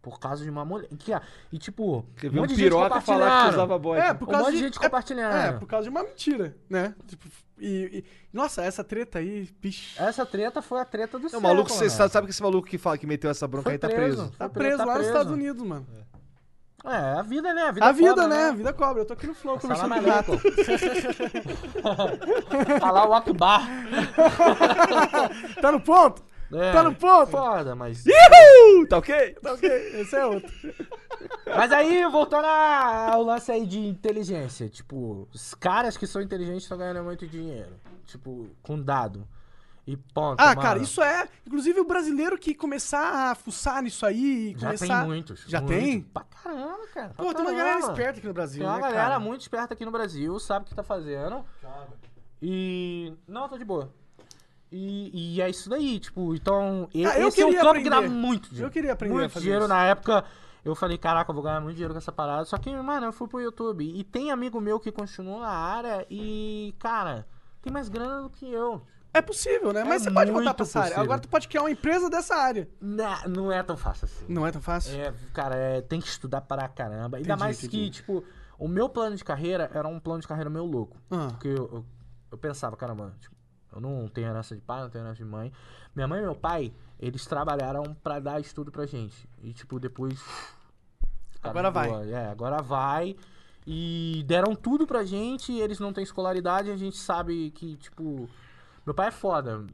Speaker 3: por causa de uma mulher. Que, ah, E, tipo,
Speaker 2: Teve um
Speaker 3: monte de gente
Speaker 2: piroca falar que
Speaker 3: compartilhando.
Speaker 2: usava bot.
Speaker 1: É, por
Speaker 3: Um
Speaker 1: causa
Speaker 3: monte
Speaker 1: de
Speaker 3: de gente
Speaker 1: é-
Speaker 3: compartilhando.
Speaker 1: É, por causa de uma mentira, né? Tipo, e, e- nossa, essa treta aí, bicho.
Speaker 3: Essa treta foi a treta do
Speaker 2: Não,
Speaker 3: século, né?
Speaker 2: o maluco, você
Speaker 3: mano.
Speaker 2: sabe, sabe que esse maluco que fala que meteu essa bronca
Speaker 3: Foi
Speaker 2: aí tá preso.
Speaker 1: Tá
Speaker 3: foi
Speaker 1: preso lá nos Estados Unidos, mano.
Speaker 3: É, a vida, né? é A vida,
Speaker 1: A vida,
Speaker 3: cobra,
Speaker 1: né? A vida cobra. Eu tô aqui no Flow conversando com o
Speaker 3: Salamalaico.
Speaker 1: gato.
Speaker 3: Falar o Akbar.
Speaker 1: Tá no ponto?
Speaker 3: É,
Speaker 1: Tá no ponto?
Speaker 3: Foda, mas.
Speaker 2: Ihu! Tá ok?
Speaker 1: Tá ok, esse é outro.
Speaker 3: Mas aí, voltando a- ao lance aí de inteligência, tipo, os caras que são inteligentes estão ganhando muito dinheiro. Tipo, com dado. E ponto.
Speaker 1: Ah,
Speaker 3: mano.
Speaker 1: cara, isso é. Inclusive o brasileiro que começar a fuçar nisso aí e
Speaker 3: Já
Speaker 1: começar.
Speaker 3: tem muitos.
Speaker 1: Já
Speaker 3: muitos.
Speaker 1: tem?
Speaker 3: Pra caramba, cara. pra
Speaker 1: Pô, tem uma galera
Speaker 3: caramba.
Speaker 1: esperta aqui no Brasil.
Speaker 3: Tem uma
Speaker 1: né,
Speaker 3: galera
Speaker 1: cara?
Speaker 3: muito esperta aqui no Brasil, sabe o que tá fazendo. E. Não, tô de boa. E, e é isso daí, tipo, então. e-
Speaker 1: Ah, eu
Speaker 3: esse é um
Speaker 1: queria
Speaker 3: campo que dá
Speaker 1: aprender.
Speaker 3: muito dinheiro.
Speaker 1: queria aprender a
Speaker 3: Muito
Speaker 1: fazer
Speaker 3: dinheiro
Speaker 1: isso.
Speaker 3: na época. Eu falei, caraca, eu vou ganhar muito dinheiro com essa parada. Só que, mano, eu fui pro YouTube. E tem amigo meu que continua na área e, cara, tem mais grana do que eu.
Speaker 1: É possível, né? Mas
Speaker 3: É
Speaker 1: você pode voltar
Speaker 3: muito
Speaker 1: pra essa área.
Speaker 3: possível.
Speaker 1: Agora tu pode criar uma empresa dessa área.
Speaker 3: Não, não é tão fácil assim.
Speaker 1: Não é tão fácil?
Speaker 3: É, cara, é, tem que estudar para caramba. Ainda
Speaker 1: Entendi,
Speaker 3: mais
Speaker 1: entendi.
Speaker 3: que, tipo, o meu plano de carreira era um plano de carreira meu louco.
Speaker 1: Ah.
Speaker 3: Porque eu, eu, eu pensava, caramba, tipo, eu não tenho herança de pai, não tenho herança de mãe. Minha mãe e meu pai, eles trabalharam pra dar estudo pra gente. E, tipo, depois. cara,
Speaker 1: Agora vai.
Speaker 3: boa. É, agora vai. E deram tudo pra gente, eles não têm escolaridade, a gente sabe que, tipo. Meu pai é foda.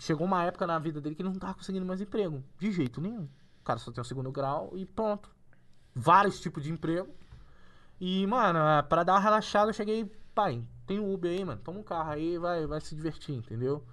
Speaker 3: Chegou uma época na vida dele que ele não tava conseguindo mais emprego. De jeito nenhum. O cara só tem o segundo grau e pronto. Vários tipos de emprego. E, mano, ah, pra dar uma relaxada, eu cheguei, pai, tem um Uber aí, mano, toma um carro aí, vai, vai se divertir, entendeu?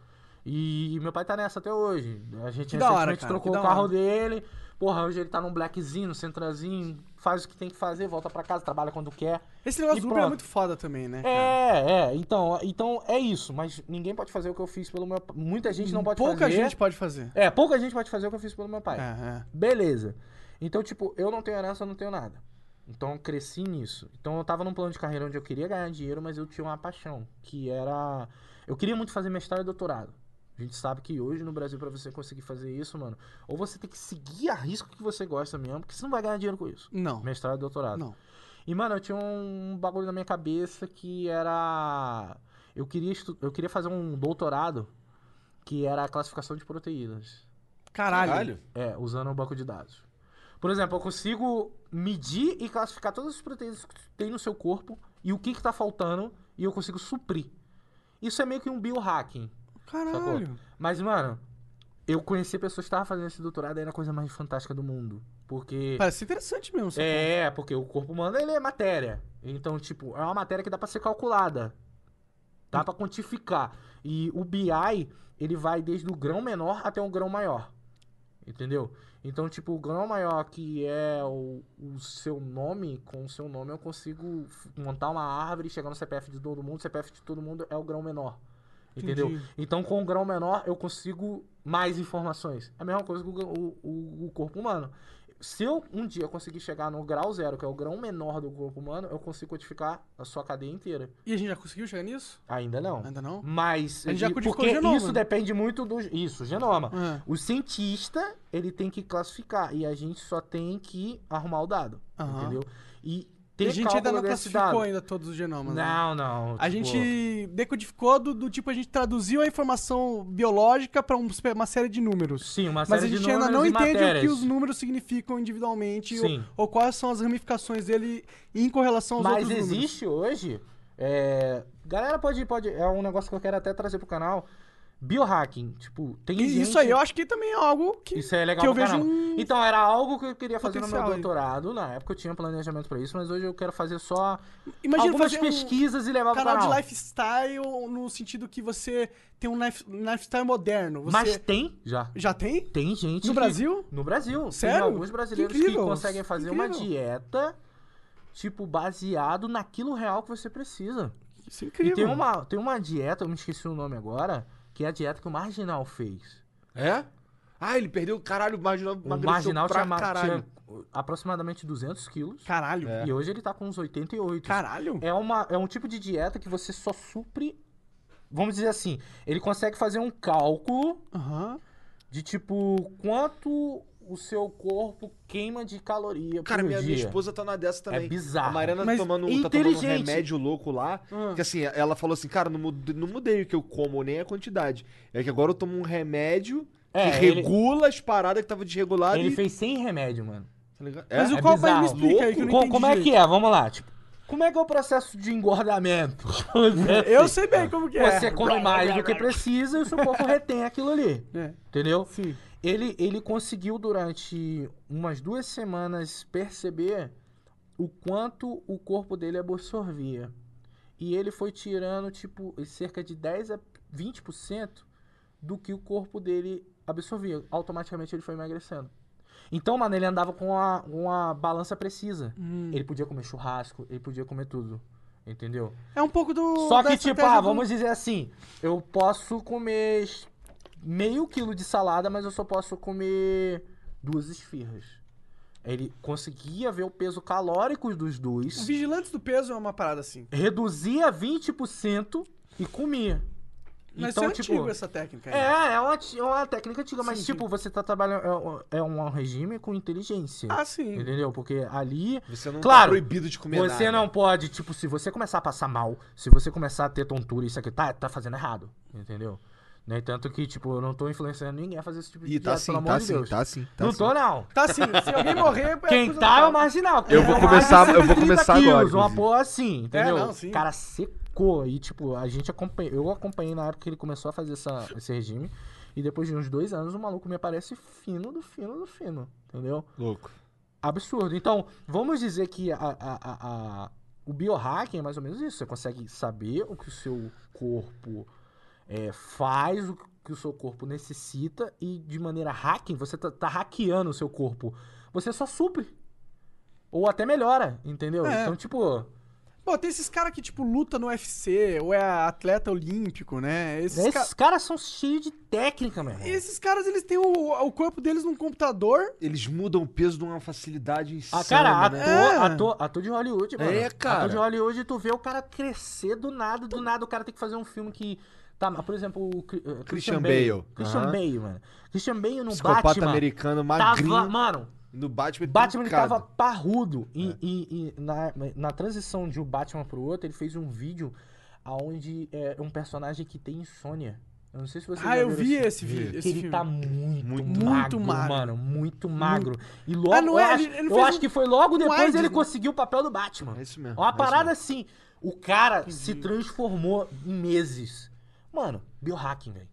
Speaker 3: E meu pai tá nessa até hoje. A gente
Speaker 1: Que da hora,
Speaker 3: recentemente
Speaker 1: cara,
Speaker 3: trocou
Speaker 1: que
Speaker 3: o
Speaker 1: da
Speaker 3: carro
Speaker 1: hora.
Speaker 3: dele. Porra, hoje ele tá num blackzinho, no centrazinho, faz o que tem que fazer, volta pra casa, trabalha quando quer.
Speaker 1: Esse negócio
Speaker 3: E
Speaker 1: do Uber é
Speaker 3: pronto.
Speaker 1: muito foda também, né? cara?
Speaker 3: É, é, então, então é isso, mas ninguém pode fazer o que eu fiz pelo meu pai. Muita gente não pode
Speaker 1: Hum, Pouca
Speaker 3: fazer.
Speaker 1: gente pode fazer.
Speaker 3: É, pouca gente pode fazer o que eu fiz pelo meu pai.
Speaker 1: É, é.
Speaker 3: Beleza. Então, tipo, eu não tenho herança, eu não tenho nada. Então eu cresci nisso. Então eu tava num plano de carreira onde eu queria ganhar dinheiro, mas eu tinha uma paixão, que era. Eu queria muito fazer mestrado e doutorado. A gente sabe que hoje no Brasil, pra você conseguir fazer isso, mano, ou você tem que seguir a risco que você gosta mesmo, porque você não vai ganhar dinheiro com isso.
Speaker 1: Não.
Speaker 3: Mestrado e doutorado.
Speaker 1: Não.
Speaker 3: E, mano, eu tinha um bagulho na minha cabeça que era. Eu queria, estu... eu queria fazer um doutorado que era a classificação de proteínas.
Speaker 1: Caralho.
Speaker 3: É, usando um banco de dados. Por exemplo, eu consigo medir e classificar todas as proteínas que tu tem no seu corpo e o que que tá faltando e eu consigo suprir. Isso é meio que um biohacking.
Speaker 1: Caralho.
Speaker 3: Mas, mano, eu conheci pessoas que estavam fazendo esse doutorado e era a coisa mais fantástica do mundo. Porque.
Speaker 1: Parece interessante mesmo. sacou?
Speaker 3: É, porque o corpo humano, ele é matéria. Então, tipo, é uma matéria que dá pra ser calculada. Dá pra quantificar. E o BI, ele vai desde o grão menor até o grão maior. Entendeu? Então, tipo, o grão maior, que é o, o seu nome, com o seu nome eu consigo f- montar uma árvore e chegar no CPF de todo mundo. O CPF de todo mundo é o grão menor. Entendeu?
Speaker 1: Entendi.
Speaker 3: Então, com o grão menor, eu consigo mais informações. É a mesma coisa que o grão- o- o- o corpo humano. Se eu um dia conseguir chegar no grau zero, que é o grão menor do corpo humano, eu consigo codificar a sua cadeia inteira.
Speaker 1: E a gente já conseguiu chegar nisso?
Speaker 3: Ainda não.
Speaker 1: Ainda não?
Speaker 3: Mas
Speaker 1: A gente já
Speaker 3: e-
Speaker 1: codificou
Speaker 3: porque
Speaker 1: o genoma,
Speaker 3: isso
Speaker 1: né?
Speaker 3: depende muito do isso, genoma.
Speaker 1: É.
Speaker 3: O cientista, ele tem que classificar e a gente só tem que arrumar o dado,
Speaker 1: Aham.
Speaker 3: entendeu? E ter
Speaker 1: E a gente ainda
Speaker 3: cálculo
Speaker 1: não
Speaker 3: desse
Speaker 1: classificou
Speaker 3: dado.
Speaker 1: ainda todos os genomas. né?
Speaker 3: Não, não.
Speaker 1: A
Speaker 3: tipo,
Speaker 1: gente decodificou do, do tipo, a gente traduziu a informação biológica pra um- uma série de números.
Speaker 3: Sim, uma
Speaker 1: Mas
Speaker 3: série
Speaker 1: a gente
Speaker 3: de
Speaker 1: ainda
Speaker 3: números
Speaker 1: não
Speaker 3: e
Speaker 1: entende o que
Speaker 3: matérias.
Speaker 1: os números significam individualmente ou,
Speaker 3: Sim.
Speaker 1: ou quais são as ramificações dele em correlação aos
Speaker 3: Mas
Speaker 1: outros números.
Speaker 3: existe hoje. é, Galera, pode, pode. É um negócio que eu quero até trazer pro canal. Biohacking. Tipo, tem
Speaker 1: E
Speaker 3: gente-
Speaker 1: isso aí eu acho que também é algo que.
Speaker 3: Isso é legal
Speaker 1: que eu
Speaker 3: pra
Speaker 1: vejo
Speaker 3: caramba.
Speaker 1: um
Speaker 3: Então, era algo que eu queria fazer no meu
Speaker 1: potencial aí.
Speaker 3: doutorado. Na época eu tinha planejamento pra isso, mas hoje eu quero fazer só
Speaker 1: Imagina
Speaker 3: é algumas
Speaker 1: fazer um
Speaker 3: pesquisas e levar pro
Speaker 1: canal
Speaker 3: canal.
Speaker 1: de lifestyle no sentido que você tem um life- lifestyle moderno. Você
Speaker 3: Mas tem já.
Speaker 1: já tem?
Speaker 3: Tem gente.
Speaker 1: No
Speaker 3: que-
Speaker 1: Brasil?
Speaker 3: No Brasil.
Speaker 1: Sério?
Speaker 3: Tem alguns brasileiros
Speaker 1: Que
Speaker 3: que,
Speaker 1: incrível.
Speaker 3: conseguem
Speaker 1: Que
Speaker 3: fazer uma
Speaker 1: incrível.
Speaker 3: dieta, tipo, baseado naquilo real que você precisa.
Speaker 1: Isso é
Speaker 3: E
Speaker 1: incrível.
Speaker 3: tem um uma, tem uma dieta, eu me esqueci o nome agora, que é a dieta que o Marginal fez.
Speaker 2: É? Ah, ele perdeu o caralho, o marginal
Speaker 3: O
Speaker 2: emagreceu
Speaker 3: Marginal
Speaker 2: pra
Speaker 3: tinha, ma-
Speaker 2: caralho.
Speaker 3: tinha aproximadamente 200 quilos.
Speaker 1: Caralho.
Speaker 3: E hoje ele tá com uns 88.
Speaker 1: Caralho.
Speaker 3: É, uma, é um tipo de dieta que você só supre. Vamos dizer assim, ele consegue fazer um cálculo
Speaker 1: Aham.
Speaker 3: de tipo quanto o seu corpo queima de caloria
Speaker 2: Cara,
Speaker 3: por
Speaker 2: minha,
Speaker 3: dia.
Speaker 2: minha esposa tá na dessa também.
Speaker 3: É bizarro.
Speaker 2: A Mariana
Speaker 1: Mas
Speaker 2: tomando, tá tomando um
Speaker 3: inteligente.
Speaker 2: remédio louco lá.
Speaker 1: Ah.
Speaker 2: Que assim, ela falou assim, cara, não mudei, não mudei o que eu como, nem a quantidade. É que agora eu tomo um remédio
Speaker 3: É,
Speaker 2: que
Speaker 3: ele-
Speaker 2: regula as paradas que tava tá É,
Speaker 3: É
Speaker 2: desregulado
Speaker 3: Como é que é o processo de engordamento?
Speaker 1: Eu sei bem como que é.
Speaker 3: É, Você come mais do que precisa e o seu corpo retém aquilo ali.
Speaker 1: É,
Speaker 3: Entendeu?
Speaker 1: sim.
Speaker 3: Ele, ele conseguiu durante umas duas semanas perceber o quanto o corpo dele absorvia. E ele foi tirando, tipo, cerca de 10 a 20% do que o corpo dele absorvia. Automaticamente ele foi emagrecendo. Então, mano, ele andava com uma, uma balança precisa. Ele podia comer churrasco, ele podia comer tudo. Entendeu?
Speaker 1: É um pouco do.
Speaker 3: Só
Speaker 1: da
Speaker 3: que, tipo,
Speaker 1: estratégia
Speaker 3: ah,
Speaker 1: do-
Speaker 3: vamos dizer assim, eu posso comer meio quilo de salada, mas eu só posso comer duas esfirras. Ele conseguia ver o peso calórico dos
Speaker 1: O
Speaker 3: dois,
Speaker 1: Vigilantes do Peso é uma parada assim.
Speaker 3: reduzia 20% e comia.
Speaker 1: Mas
Speaker 3: então,
Speaker 1: isso é
Speaker 3: tipo,
Speaker 1: antigo essa técnica. aí.
Speaker 3: é, é uma, ti- uma técnica antiga, mas
Speaker 1: Sim, sim.
Speaker 3: tipo, você tá trabalhando. é um- É, um regime com inteligência.
Speaker 1: Ah, sim.
Speaker 3: entendeu? Porque ali
Speaker 2: Você não tá
Speaker 3: Claro,
Speaker 2: proibido de comer
Speaker 3: Você
Speaker 2: nada.
Speaker 3: não pode, tipo, se você começar a passar mal, se você começar a ter tontura, isso aqui tá, tá fazendo errado, entendeu? Né? Tanto que, tipo, eu não tô influenciando ninguém a fazer esse tipo de
Speaker 2: Ih, tá
Speaker 3: dieta,
Speaker 2: sim,
Speaker 3: pelo amor
Speaker 2: tá
Speaker 3: de
Speaker 2: sim,
Speaker 3: Deus.
Speaker 2: tá sim, tá
Speaker 3: não
Speaker 2: sim.
Speaker 3: tô, não.
Speaker 1: Tá sim, se alguém morrer. é
Speaker 3: Quem
Speaker 1: coisa
Speaker 3: tá é
Speaker 1: do
Speaker 3: o marginal.
Speaker 2: Eu vou
Speaker 3: Tem mais de
Speaker 2: começar- eu vou
Speaker 3: 130
Speaker 2: começar agora,
Speaker 3: quilos, Uma
Speaker 2: inclusive. É,
Speaker 3: porra assim, entendeu?
Speaker 1: não, sim.
Speaker 3: O cara secou. E, tipo, a gente acompanha. Eu acompanhei na época que ele começou a fazer essa, esse regime. E depois de uns dois anos, o maluco me aparece fino do fino do fino, entendeu?
Speaker 2: Louco.
Speaker 3: absurdo. Então, vamos dizer que a, a- a- a- o biohacking é mais ou menos isso. Você consegue saber o que o seu corpo é, faz, o que o seu corpo necessita, e de maneira hacking, você tá, tá hackeando o seu corpo. Você só supre. Ou até melhora, entendeu?
Speaker 1: É.
Speaker 3: Então, tipo.
Speaker 1: Pô, tem esses caras que, tipo, luta no UFC, ou é atleta olímpico, né? Esses,
Speaker 3: Esses
Speaker 1: ca-
Speaker 3: caras são cheios de técnica, meu irmão.
Speaker 1: esses caras, eles têm o, o corpo deles num computador.
Speaker 2: Eles mudam o peso de uma facilidade insana,
Speaker 3: Ah, cara, ator,
Speaker 2: né?
Speaker 1: É.
Speaker 3: ator, ator de Hollywood, mano.
Speaker 2: É, cara.
Speaker 3: Ator de Hollywood, tu vê o cara crescer do nada, do nada o cara tem que fazer um filme que... Tá, mas, por exemplo, o Cri- eh, Christian,
Speaker 2: Christian
Speaker 3: Bale.
Speaker 2: Bale.
Speaker 3: Christian
Speaker 2: Aham.
Speaker 3: Bale, mano. Christian Bale no
Speaker 2: Psicopata
Speaker 3: Batman.
Speaker 2: americano, magrinho.
Speaker 3: tava, mano,
Speaker 2: No Batman, é
Speaker 3: Batman ele
Speaker 2: trincado.
Speaker 3: tava parrudo. E,
Speaker 2: É.
Speaker 3: e- e na, na transição de um Batman pro outro, ele fez um vídeo onde é um personagem que tem insônia. Eu não sei se você
Speaker 1: Ah,
Speaker 3: já
Speaker 1: eu
Speaker 3: viu
Speaker 1: vi
Speaker 3: esse
Speaker 1: esse vídeo.
Speaker 3: que
Speaker 1: Esse
Speaker 3: ele
Speaker 1: filme.
Speaker 3: tá muito,
Speaker 2: Muito
Speaker 3: magro,
Speaker 1: magro.
Speaker 3: mano. Muito magro. E logo,
Speaker 1: Ah, não é?
Speaker 3: eu, acho,
Speaker 1: Ele- ele
Speaker 3: eu
Speaker 1: fez
Speaker 3: acho
Speaker 1: um-
Speaker 3: que foi logo
Speaker 1: um
Speaker 3: depois
Speaker 1: AIDS,
Speaker 3: ele
Speaker 1: né?
Speaker 3: conseguiu o papel do Batman.
Speaker 2: É isso mesmo,
Speaker 3: Uma
Speaker 2: é isso
Speaker 3: parada
Speaker 2: mesmo.
Speaker 3: assim. O cara se transformou em meses. Mano, biohacking, velho.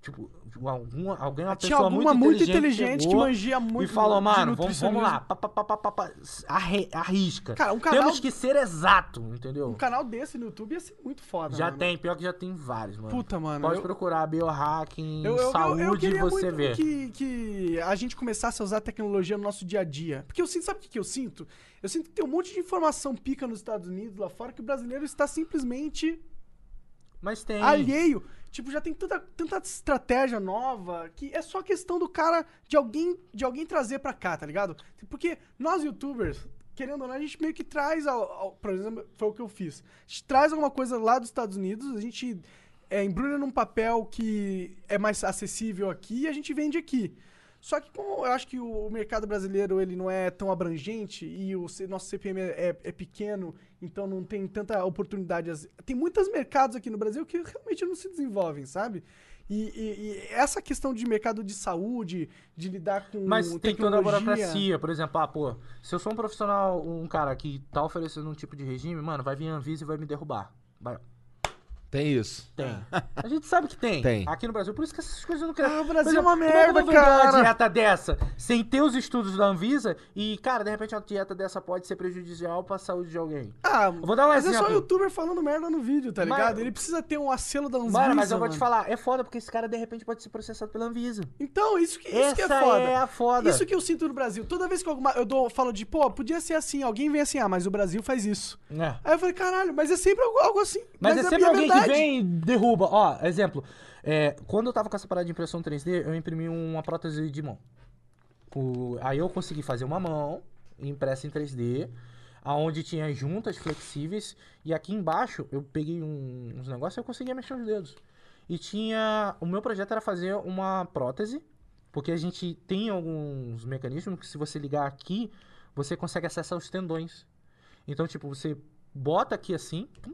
Speaker 3: Tipo, alguma, alguém, uma
Speaker 1: Tinha
Speaker 3: pessoa
Speaker 1: alguma muito inteligente, que
Speaker 3: chegou
Speaker 1: mangia muito
Speaker 3: e falou,
Speaker 1: de
Speaker 3: mano, vamos, vamos lá,
Speaker 1: nutricionismo."
Speaker 3: pá, pá, pá, pá, pá, pá, arre- arrisca.
Speaker 1: Cara, um canal-
Speaker 3: Temos que ser exato, entendeu?
Speaker 1: Um canal desse no YouTube ia ser muito foda.
Speaker 3: Já
Speaker 1: mano.
Speaker 3: tem, pior que já tem vários, mano.
Speaker 1: Puta, mano.
Speaker 3: Pode
Speaker 1: eu-
Speaker 3: procurar biohacking,
Speaker 1: Eu, eu, eu,
Speaker 3: saúde,
Speaker 1: eu queria
Speaker 3: você
Speaker 1: muito
Speaker 3: vê.
Speaker 1: Que, que a gente começasse a usar a tecnologia no nosso dia a dia. Porque eu sinto, sabe o que, que eu sinto? Eu sinto que tem um monte de informação pica nos Estados Unidos, lá fora, que o brasileiro está simplesmente
Speaker 3: Mas tem.
Speaker 1: alheio. Tipo, já tem tanta, tanta estratégia nova que é só questão do cara, de alguém, de alguém trazer pra cá, tá ligado? Porque nós, youtubers, querendo ou não, a gente meio que traz, ao- ao- por exemplo, foi o que eu fiz. A gente traz alguma coisa lá dos Estados Unidos, a gente é, embrulha num papel que é mais acessível aqui e a gente vende aqui. Só que como eu acho que o mercado brasileiro ele não é tão abrangente e o C- nosso CPM é, é pequeno, então não tem tanta oportunidade. as- Tem muitos mercados aqui no Brasil que realmente não se desenvolvem, sabe? E, e- e essa questão de mercado de saúde, de lidar com
Speaker 3: Mas tem toda a
Speaker 1: tecnologia-
Speaker 3: burocracia, por exemplo, ah, pô, se eu sou um profissional, um cara que tá oferecendo um tipo de regime, mano, vai vir a Anvisa e vai me derrubar. Vai- assim.
Speaker 2: Tem isso.
Speaker 3: Tem. A gente sabe que tem.
Speaker 2: Tem.
Speaker 3: Aqui no Brasil. Por isso que essas coisas não crescem.
Speaker 1: É. Ah, o
Speaker 3: Por
Speaker 1: Brasil é
Speaker 3: exemplo,
Speaker 1: uma merda,
Speaker 3: como é que eu vou vender
Speaker 1: cara.
Speaker 3: uma dieta dessa sem ter os estudos da Anvisa e, cara, de repente uma dieta dessa pode ser prejudicial pra saúde de alguém.
Speaker 1: Ah,
Speaker 3: Vou dar um
Speaker 1: mas é só
Speaker 3: exemplo.
Speaker 1: o youtuber falando merda no vídeo, tá
Speaker 3: Mas-
Speaker 1: ligado? Ele precisa ter um acelo da Anvisa.
Speaker 3: Mano, mas eu vou
Speaker 1: mano.
Speaker 3: te falar, é foda porque esse cara de repente pode ser processado pela Anvisa.
Speaker 1: Então, isso que, isso
Speaker 3: Essa
Speaker 1: que é foda.
Speaker 3: é a foda.
Speaker 1: Isso que eu sinto no Brasil. Toda vez que alguma, eu dou, falo de, pô, podia ser assim, alguém vem assim, ah, mas o Brasil faz isso.
Speaker 3: É.
Speaker 1: Aí eu falei, caralho, mas é sempre algo, algo assim.
Speaker 3: Mas, é sempre
Speaker 1: a
Speaker 3: alguém
Speaker 1: verdade.
Speaker 3: que vem e derruba. Ó, exemplo. é, quando eu tava com essa parada de impressão 3D, eu imprimi uma prótese de mão. O- aí eu consegui fazer uma mão impressa em 3D, aonde tinha juntas flexíveis, e aqui embaixo eu peguei um- uns negócios e eu conseguia mexer os dedos. E tinha. O meu projeto era fazer uma prótese, porque a gente tem alguns mecanismos que se você ligar aqui, você consegue acessar os tendões. Então, tipo, você bota aqui assim, pum,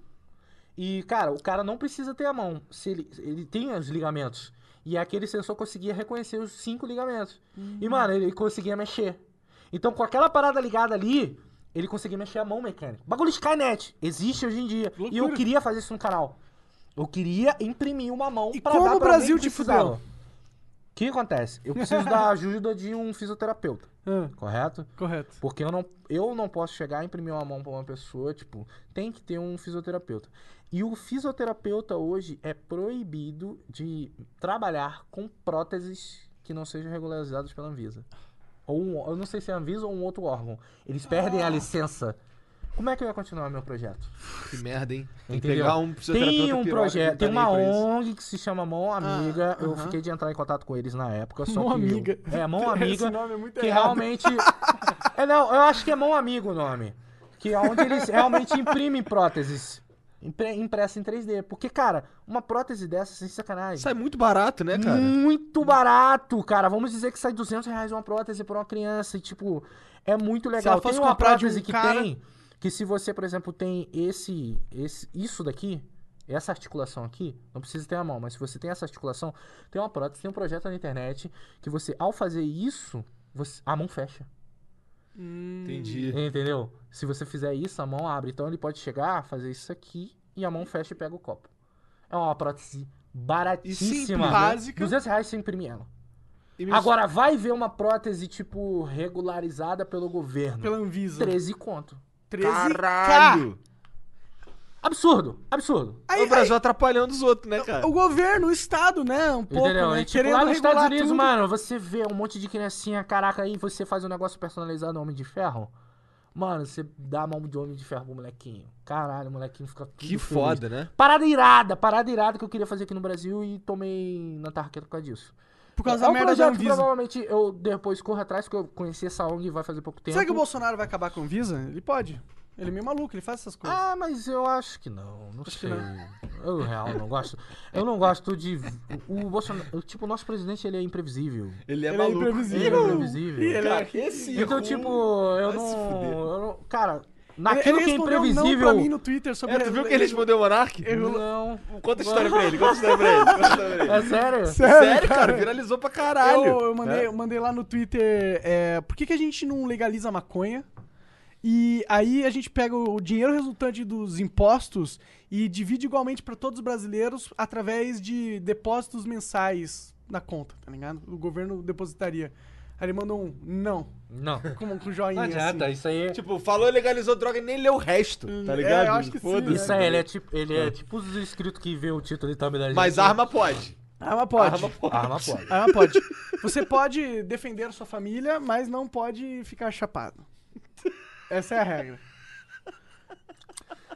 Speaker 3: e, cara, o cara não precisa ter a mão. Se ele, ele tem os ligamentos. E é aquele sensor conseguia reconhecer os
Speaker 1: Uhum.
Speaker 3: cinco ligamentos. E, mano, ele conseguia mexer. Então, com aquela parada ligada ali, ele conseguia mexer a mão mecânica. Bagulho Skynet. Existe hoje em dia. E eu
Speaker 1: Loucura.
Speaker 3: queria fazer isso no canal. Eu queria imprimir uma mão
Speaker 1: E
Speaker 3: pra
Speaker 1: como
Speaker 3: dar
Speaker 1: o
Speaker 3: pra alguém
Speaker 1: Brasil
Speaker 3: que
Speaker 1: te
Speaker 3: precisava.
Speaker 1: fudeu?
Speaker 3: O que acontece? Eu preciso da ajuda de um fisioterapeuta,
Speaker 1: Ah,
Speaker 3: correto?
Speaker 1: correto.
Speaker 3: Porque eu não, eu não posso chegar e imprimir uma mão pra uma pessoa, tipo, tem que ter um fisioterapeuta. E o fisioterapeuta hoje é proibido de trabalhar com próteses que não sejam regularizadas pela Anvisa. Ou um- eu não sei se é a Anvisa ou um outro órgão. Eles perdem
Speaker 1: Ah.
Speaker 3: a licença. Como é que eu ia continuar meu projeto?
Speaker 2: Que merda, hein? Tem que
Speaker 3: Entendeu?
Speaker 2: pegar um
Speaker 3: Tem um
Speaker 2: tá
Speaker 3: projeto, tem uma
Speaker 2: onda.
Speaker 3: ONG que se chama Mão Amiga. eu
Speaker 1: Ah, aham.
Speaker 3: fiquei de entrar em contato com eles na época. Só
Speaker 1: Mão
Speaker 3: que eu-
Speaker 1: Amiga.
Speaker 3: É, Mão
Speaker 1: Esse
Speaker 3: Amiga.
Speaker 1: nome é muito
Speaker 3: que
Speaker 1: errado.
Speaker 3: realmente. é, não, eu acho que é Mão Amigo o nome. Que é onde eles realmente imprimem próteses. Impre- Impressa em 3D. Porque, cara, uma prótese dessa, sem sacanagem.
Speaker 2: Sai muito barato, né, cara?
Speaker 3: Hum. Muito barato, cara. Vamos dizer que sai 200 reais uma prótese pra uma criança. E, tipo, é muito legal.
Speaker 1: ela fosse
Speaker 3: tem uma
Speaker 1: comprar de
Speaker 3: prótese
Speaker 1: um
Speaker 3: que
Speaker 1: cara-
Speaker 3: tem. Que se você, por exemplo, tem esse, esse. Isso daqui, essa articulação aqui, não precisa ter a mão, mas se você tem essa articulação, tem uma prótese, tem um projeto na internet que você, ao fazer isso, você- a mão fecha.
Speaker 1: Hum,
Speaker 2: Entendi.
Speaker 3: Entendeu? Se você fizer isso, a mão abre. Então ele pode chegar, fazer isso aqui e a mão fecha e pega o copo. É uma prótese baratíssima.
Speaker 2: simples, né?
Speaker 1: Básica.
Speaker 3: 200 reais sem imprimir ela.
Speaker 2: E me-
Speaker 3: Agora, vai ver uma prótese, tipo, regularizada pelo governo.
Speaker 1: Pela Anvisa.
Speaker 3: 13 conto.
Speaker 1: 13K.
Speaker 2: Caralho!
Speaker 3: Absurdo, absurdo.
Speaker 1: Aí,
Speaker 2: o Brasil atrapalhando os outros, né,
Speaker 1: aí,
Speaker 2: cara?
Speaker 1: o governo, o Estado, né? Um pouco,
Speaker 3: Entendeu?
Speaker 1: né?
Speaker 3: E, tipo, lá nos Estados
Speaker 1: regular
Speaker 3: Unidos,
Speaker 1: tudo.
Speaker 3: mano, você vê um monte de criancinha, caraca, aí você faz um negócio personalizado no Homem de Ferro. Mano, você dá a mão de Homem de Ferro pro molequinho. Caralho, o molequinho fica tudo
Speaker 2: Que
Speaker 3: feliz.
Speaker 2: foda, né?
Speaker 3: Parada irada, parada irada que eu queria fazer aqui no Brasil e tomei na tarraqueta por causa disso.
Speaker 1: Por causa
Speaker 3: é
Speaker 1: da
Speaker 3: um
Speaker 1: merda da
Speaker 3: projeto que
Speaker 1: Anvisa.
Speaker 3: provavelmente eu depois corro atrás, porque eu conheci essa ONG vai fazer pouco tempo.
Speaker 1: Será que o Bolsonaro vai acabar com a Anvisa? Ele pode. Ele é meio maluco, ele faz essas coisas.
Speaker 3: Ah, mas eu acho que não. Não sei.
Speaker 1: que
Speaker 3: Eu, real, não gosto. Eu não gosto de. O Bolsonaro. Tipo, o nosso presidente, ele é imprevisível.
Speaker 2: Ele é
Speaker 1: ele é
Speaker 2: maluco.
Speaker 3: Ele é
Speaker 1: imprevisível.
Speaker 3: imprevisível.
Speaker 1: Ele é-
Speaker 2: Cara, esse
Speaker 3: então,
Speaker 2: erro
Speaker 3: tipo, eu
Speaker 2: vai se
Speaker 3: não,
Speaker 2: fuder.
Speaker 3: eu não- Cara,
Speaker 1: Ele-
Speaker 3: naquilo
Speaker 1: ele
Speaker 3: que é
Speaker 1: respondeu um não
Speaker 3: imprevisível.
Speaker 1: pra mim no Twitter sobre...
Speaker 2: É, tu viu que ele respondeu o Monark? Hum,
Speaker 3: não.
Speaker 2: Conta a história pra ele, conta a história pra ele. Conta a história pra ele.
Speaker 3: É sério?
Speaker 2: Sério, cara, viralizou pra caralho.
Speaker 1: Eu, eu
Speaker 3: né?
Speaker 1: mandei, eu mandei lá no Twitter é, por que, que a gente não legaliza a maconha? E aí a gente pega o o dinheiro resultante dos impostos e divide igualmente pra todos os brasileiros através de depósitos mensais na conta, tá ligado? O governo depositaria. Aí ele mandou um não,
Speaker 3: Não.
Speaker 1: com, com joinha.
Speaker 3: Não adianta,
Speaker 1: assim.
Speaker 3: isso aí. é,
Speaker 2: Tipo, falou legalizou droga e nem leu o resto, tá ligado?
Speaker 1: É, eu acho que sim,
Speaker 2: Foda-se.
Speaker 3: Isso aí, ele é tipo, ele é tipo os inscritos que vê o título e thumbnail.
Speaker 2: né? Mas arma pode.
Speaker 1: Ah, mas pode.
Speaker 2: Arma pode.
Speaker 3: Arma pode.
Speaker 1: Ah, mas pode. Você pode defender a sua família, mas não pode ficar chapado. Essa é a regra.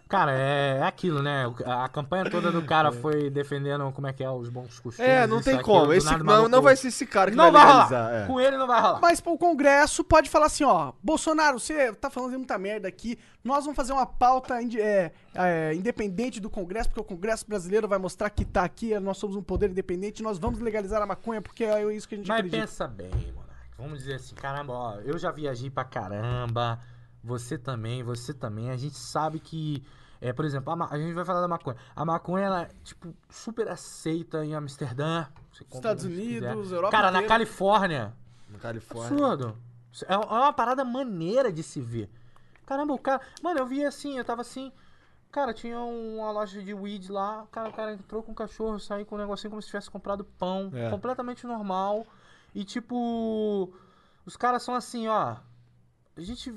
Speaker 3: Cara, é, é aquilo, né? O- A a campanha toda do cara foi defendendo como é que é os bons costumes.
Speaker 2: É, não
Speaker 3: isso,
Speaker 2: tem
Speaker 3: aquilo,
Speaker 2: como.
Speaker 3: do
Speaker 2: Esse,
Speaker 3: nada,
Speaker 2: não, não
Speaker 3: maluco.
Speaker 2: vai ser esse cara que
Speaker 3: Não
Speaker 2: vai
Speaker 3: vai
Speaker 2: legalizar.
Speaker 3: rolar.
Speaker 2: é.
Speaker 3: Com ele não vai rolar.
Speaker 1: Mas o Congresso pode falar assim, ó, Bolsonaro, você tá falando de muita merda aqui, nós vamos fazer uma pauta indi- é, é, independente do Congresso, porque o Congresso brasileiro vai mostrar que tá aqui, nós somos um poder independente, nós vamos legalizar a maconha, porque é isso que a gente
Speaker 3: Mas
Speaker 1: acredita.
Speaker 3: pensa bem, mano. Vamos dizer assim, caramba, ó, eu já viajei pra caramba. Você também, você também. A gente sabe que. É, por exemplo, a, ma- a gente vai falar da maconha. A maconha, ela, é, tipo, super aceita em Amsterdã. Você compra
Speaker 1: Estados
Speaker 3: onde você quiser.
Speaker 1: Unidos, Europa
Speaker 3: Cara, na
Speaker 1: inteira.
Speaker 3: Califórnia.
Speaker 2: Na Califórnia.
Speaker 3: Absurdo. É é uma parada maneira de se ver. Caramba, o cara. Mano, eu vi assim, eu tava assim. Cara, tinha uma loja de weed lá. Cara, o cara entrou com o cachorro, saiu com um negocinho como se tivesse comprado pão.
Speaker 2: É.
Speaker 3: Completamente normal. E tipo. Os caras são assim, ó. A gente.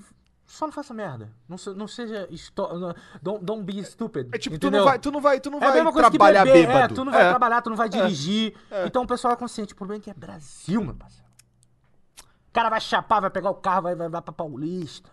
Speaker 3: Só não faça merda. Não, se- não seja. esto- não- Don't, don't be stupid.
Speaker 2: É tipo,
Speaker 3: entendeu?
Speaker 2: tu não vai, tu não vai, tu não
Speaker 3: É a
Speaker 2: vai
Speaker 3: mesma coisa que
Speaker 2: trabalhar
Speaker 3: beber,
Speaker 2: bêbado.
Speaker 3: É, tu não vai
Speaker 2: É.
Speaker 3: trabalhar, tu não vai dirigir. Então o pessoal é consciente. O problema é que é Brasil, meu parceiro. O cara vai chapar, vai pegar o carro, vai, vai, vai pra Paulista.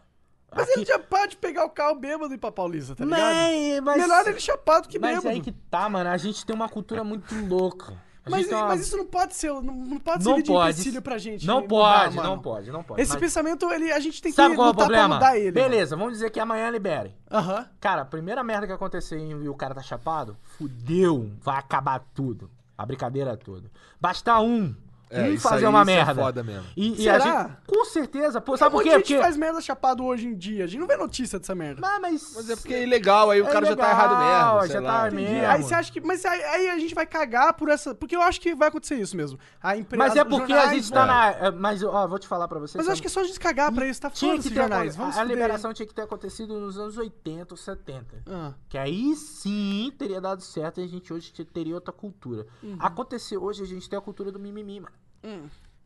Speaker 1: Mas é ele já pode pegar o carro bêbado e ir pra Paulista, tá ligado?
Speaker 3: Mas, mas,
Speaker 1: Melhor ele chapado é que
Speaker 3: mas
Speaker 1: bêbado.
Speaker 3: aí que tá, mano. A gente tem uma cultura muito louca. A
Speaker 1: Mas,
Speaker 3: gente tem uma-
Speaker 1: mas isso não pode ser, não, não pode
Speaker 3: não
Speaker 1: servir
Speaker 3: pode.
Speaker 1: de empecilho pra gente. né?
Speaker 3: Não
Speaker 1: mudar,
Speaker 3: pode,
Speaker 1: mano.
Speaker 3: não pode, não pode.
Speaker 1: Esse
Speaker 3: Mas
Speaker 1: pensamento, ele, a gente tem
Speaker 3: sabe
Speaker 1: que
Speaker 3: qual é o
Speaker 1: lutar pra
Speaker 3: problema?
Speaker 1: mudar ele. mano.
Speaker 3: Beleza, vamos dizer que amanhã libere.
Speaker 1: Aham.
Speaker 3: Cara, a primeira merda que acontecer e o cara tá chapado, fudeu, vai acabar tudo. A brincadeira toda. é Basta um.
Speaker 2: É,
Speaker 3: e
Speaker 2: isso
Speaker 3: fazer
Speaker 2: aí,
Speaker 3: uma
Speaker 2: isso é
Speaker 3: merda.
Speaker 2: foda mesmo.
Speaker 3: E, e a
Speaker 1: Será?
Speaker 3: gente- com certeza, pô, sabe por
Speaker 1: Porque
Speaker 3: quê?
Speaker 1: a gente
Speaker 3: Porque...
Speaker 1: faz merda chapado hoje em dia. A gente não vê notícia dessa merda.
Speaker 3: Mas, mas...
Speaker 2: Mas é porque é ilegal, aí o
Speaker 3: É
Speaker 2: cara já tá
Speaker 3: ilegal,
Speaker 2: errado mesmo.
Speaker 3: já
Speaker 2: sei
Speaker 3: tá
Speaker 2: lá.
Speaker 3: mesmo.
Speaker 1: Entendi. Aí você acha que. Mas aí, aí a gente vai cagar por essa. Porque eu acho que vai acontecer isso mesmo. A empresa.
Speaker 3: Mas é porque a gente tá
Speaker 2: É.
Speaker 3: na. é, Mas, ó, vou te falar pra vocês.
Speaker 1: né? Mas eu acho que é só a gente cagar pra isso. Tá foda
Speaker 3: tinha
Speaker 1: esses
Speaker 3: que ter
Speaker 1: jornais.
Speaker 3: jornais.
Speaker 1: Vamos
Speaker 3: A,
Speaker 1: se fuder.
Speaker 3: liberação tinha que ter acontecido nos anos 80 ou 70.
Speaker 1: Ah,
Speaker 3: Que aí sim teria dado certo e a gente hoje te- teria outra cultura.
Speaker 1: Uhum.
Speaker 3: Aconteceu hoje, a gente tem a cultura do mimimi, mano.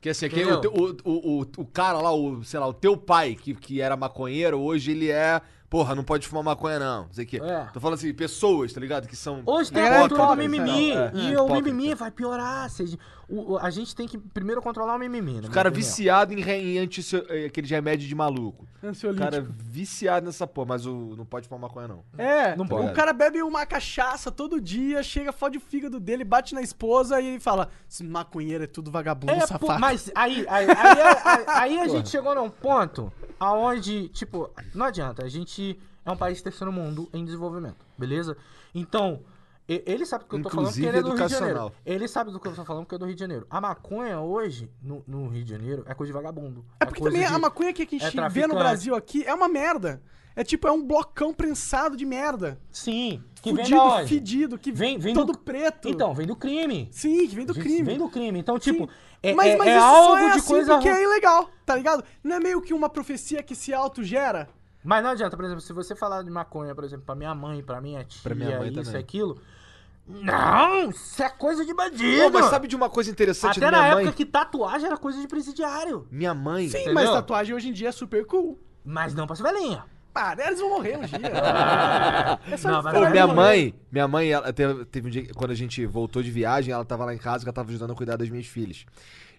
Speaker 2: Que assim, aquele, o,
Speaker 3: Entendeu?
Speaker 2: teu- o, o, o- o cara lá, o, sei lá, o teu pai, que, que era maconheiro, hoje ele é. Porra, não pode fumar maconha, não. Não sei o quê.
Speaker 3: É.
Speaker 2: Tô falando assim, pessoas, tá ligado? Que são.
Speaker 3: Hoje tem
Speaker 1: Galera
Speaker 3: a cultura do
Speaker 1: hipócrita,
Speaker 3: mimimi.
Speaker 2: então, é.
Speaker 3: E
Speaker 2: É,
Speaker 3: o
Speaker 2: hipócrita.
Speaker 3: mimimi vai piorar. se a gente- o- o- a gente tem que primeiro controlar o mimimi. né, na
Speaker 2: O
Speaker 3: minha
Speaker 2: cara
Speaker 3: opinião.
Speaker 2: viciado em, re- em anti, eh, aqueles remédios de maluco. O
Speaker 1: ansiolítico.
Speaker 2: cara viciado nessa porra, mas o, não pode fumar maconha, não.
Speaker 1: É,
Speaker 3: Não
Speaker 1: o
Speaker 2: pode.
Speaker 1: cara bebe uma cachaça todo dia, chega, fode o fígado dele, bate na esposa e ele fala: Esse maconheiro é tudo vagabundo,
Speaker 3: É,
Speaker 1: safado.
Speaker 3: pô, mas aí, aí, aí, aí- aí a gente chegou num ponto aonde, tipo, não adianta, a gente é um país terceiro mundo em desenvolvimento, beleza? Então, e- ele sabe do que eu tô falando porque
Speaker 2: Inclusive
Speaker 3: ele é do Rio de
Speaker 2: educacional.
Speaker 3: Janeiro. Ele sabe do que eu tô falando porque é do Rio de Janeiro. A maconha hoje, no, no Rio de Janeiro, é coisa de vagabundo.
Speaker 1: É porque
Speaker 3: coisa
Speaker 1: também
Speaker 3: de-
Speaker 1: a maconha que a gente
Speaker 3: é
Speaker 1: vê no
Speaker 3: traficante.
Speaker 1: Brasil aqui é uma merda. É tipo, é um blocão prensado de merda.
Speaker 3: Sim, que vem da
Speaker 1: Fudido,
Speaker 3: onde?
Speaker 1: fedido, que
Speaker 3: Vem- vem
Speaker 1: todo
Speaker 3: do-
Speaker 1: preto.
Speaker 3: Então, vem do crime.
Speaker 1: Sim, que vem do
Speaker 3: Gente,
Speaker 1: crime.
Speaker 3: Vem do crime. Então, tipo,
Speaker 1: Sim.
Speaker 3: é,
Speaker 1: mas,
Speaker 3: é-
Speaker 1: mas
Speaker 3: é
Speaker 1: isso
Speaker 3: algo
Speaker 1: só é
Speaker 3: de
Speaker 1: assim
Speaker 3: coisa...
Speaker 1: porque
Speaker 3: ruim.
Speaker 1: é ilegal, tá ligado? Não é meio que uma profecia que se autogera?
Speaker 3: Mas não adianta, por exemplo, se você falar de maconha, por exemplo, pra minha mãe, pra minha tia,
Speaker 2: Pra minha mãe
Speaker 3: isso
Speaker 2: também.
Speaker 3: e aquilo. Não, isso é coisa de bandido.
Speaker 2: Pô, mas sabe de uma coisa interessante
Speaker 3: Até
Speaker 2: da
Speaker 3: na
Speaker 2: minha
Speaker 3: época
Speaker 2: mãe?
Speaker 3: que tatuagem era coisa de presidiário.
Speaker 2: Minha mãe.
Speaker 1: Sim,
Speaker 3: Entendeu?
Speaker 1: mas tatuagem hoje em dia é super cool.
Speaker 3: Mas não pra velhinha.
Speaker 1: Ah, né, eles vão morrer um dia. é
Speaker 3: Não,
Speaker 1: eles
Speaker 3: mas-
Speaker 2: Pô,
Speaker 1: morrerem.
Speaker 2: minha mãe, minha mãe, ela teve, teve um dia que- quando a gente voltou de viagem, ela tava lá em casa, que ela tava ajudando a cuidar das minhas filhas.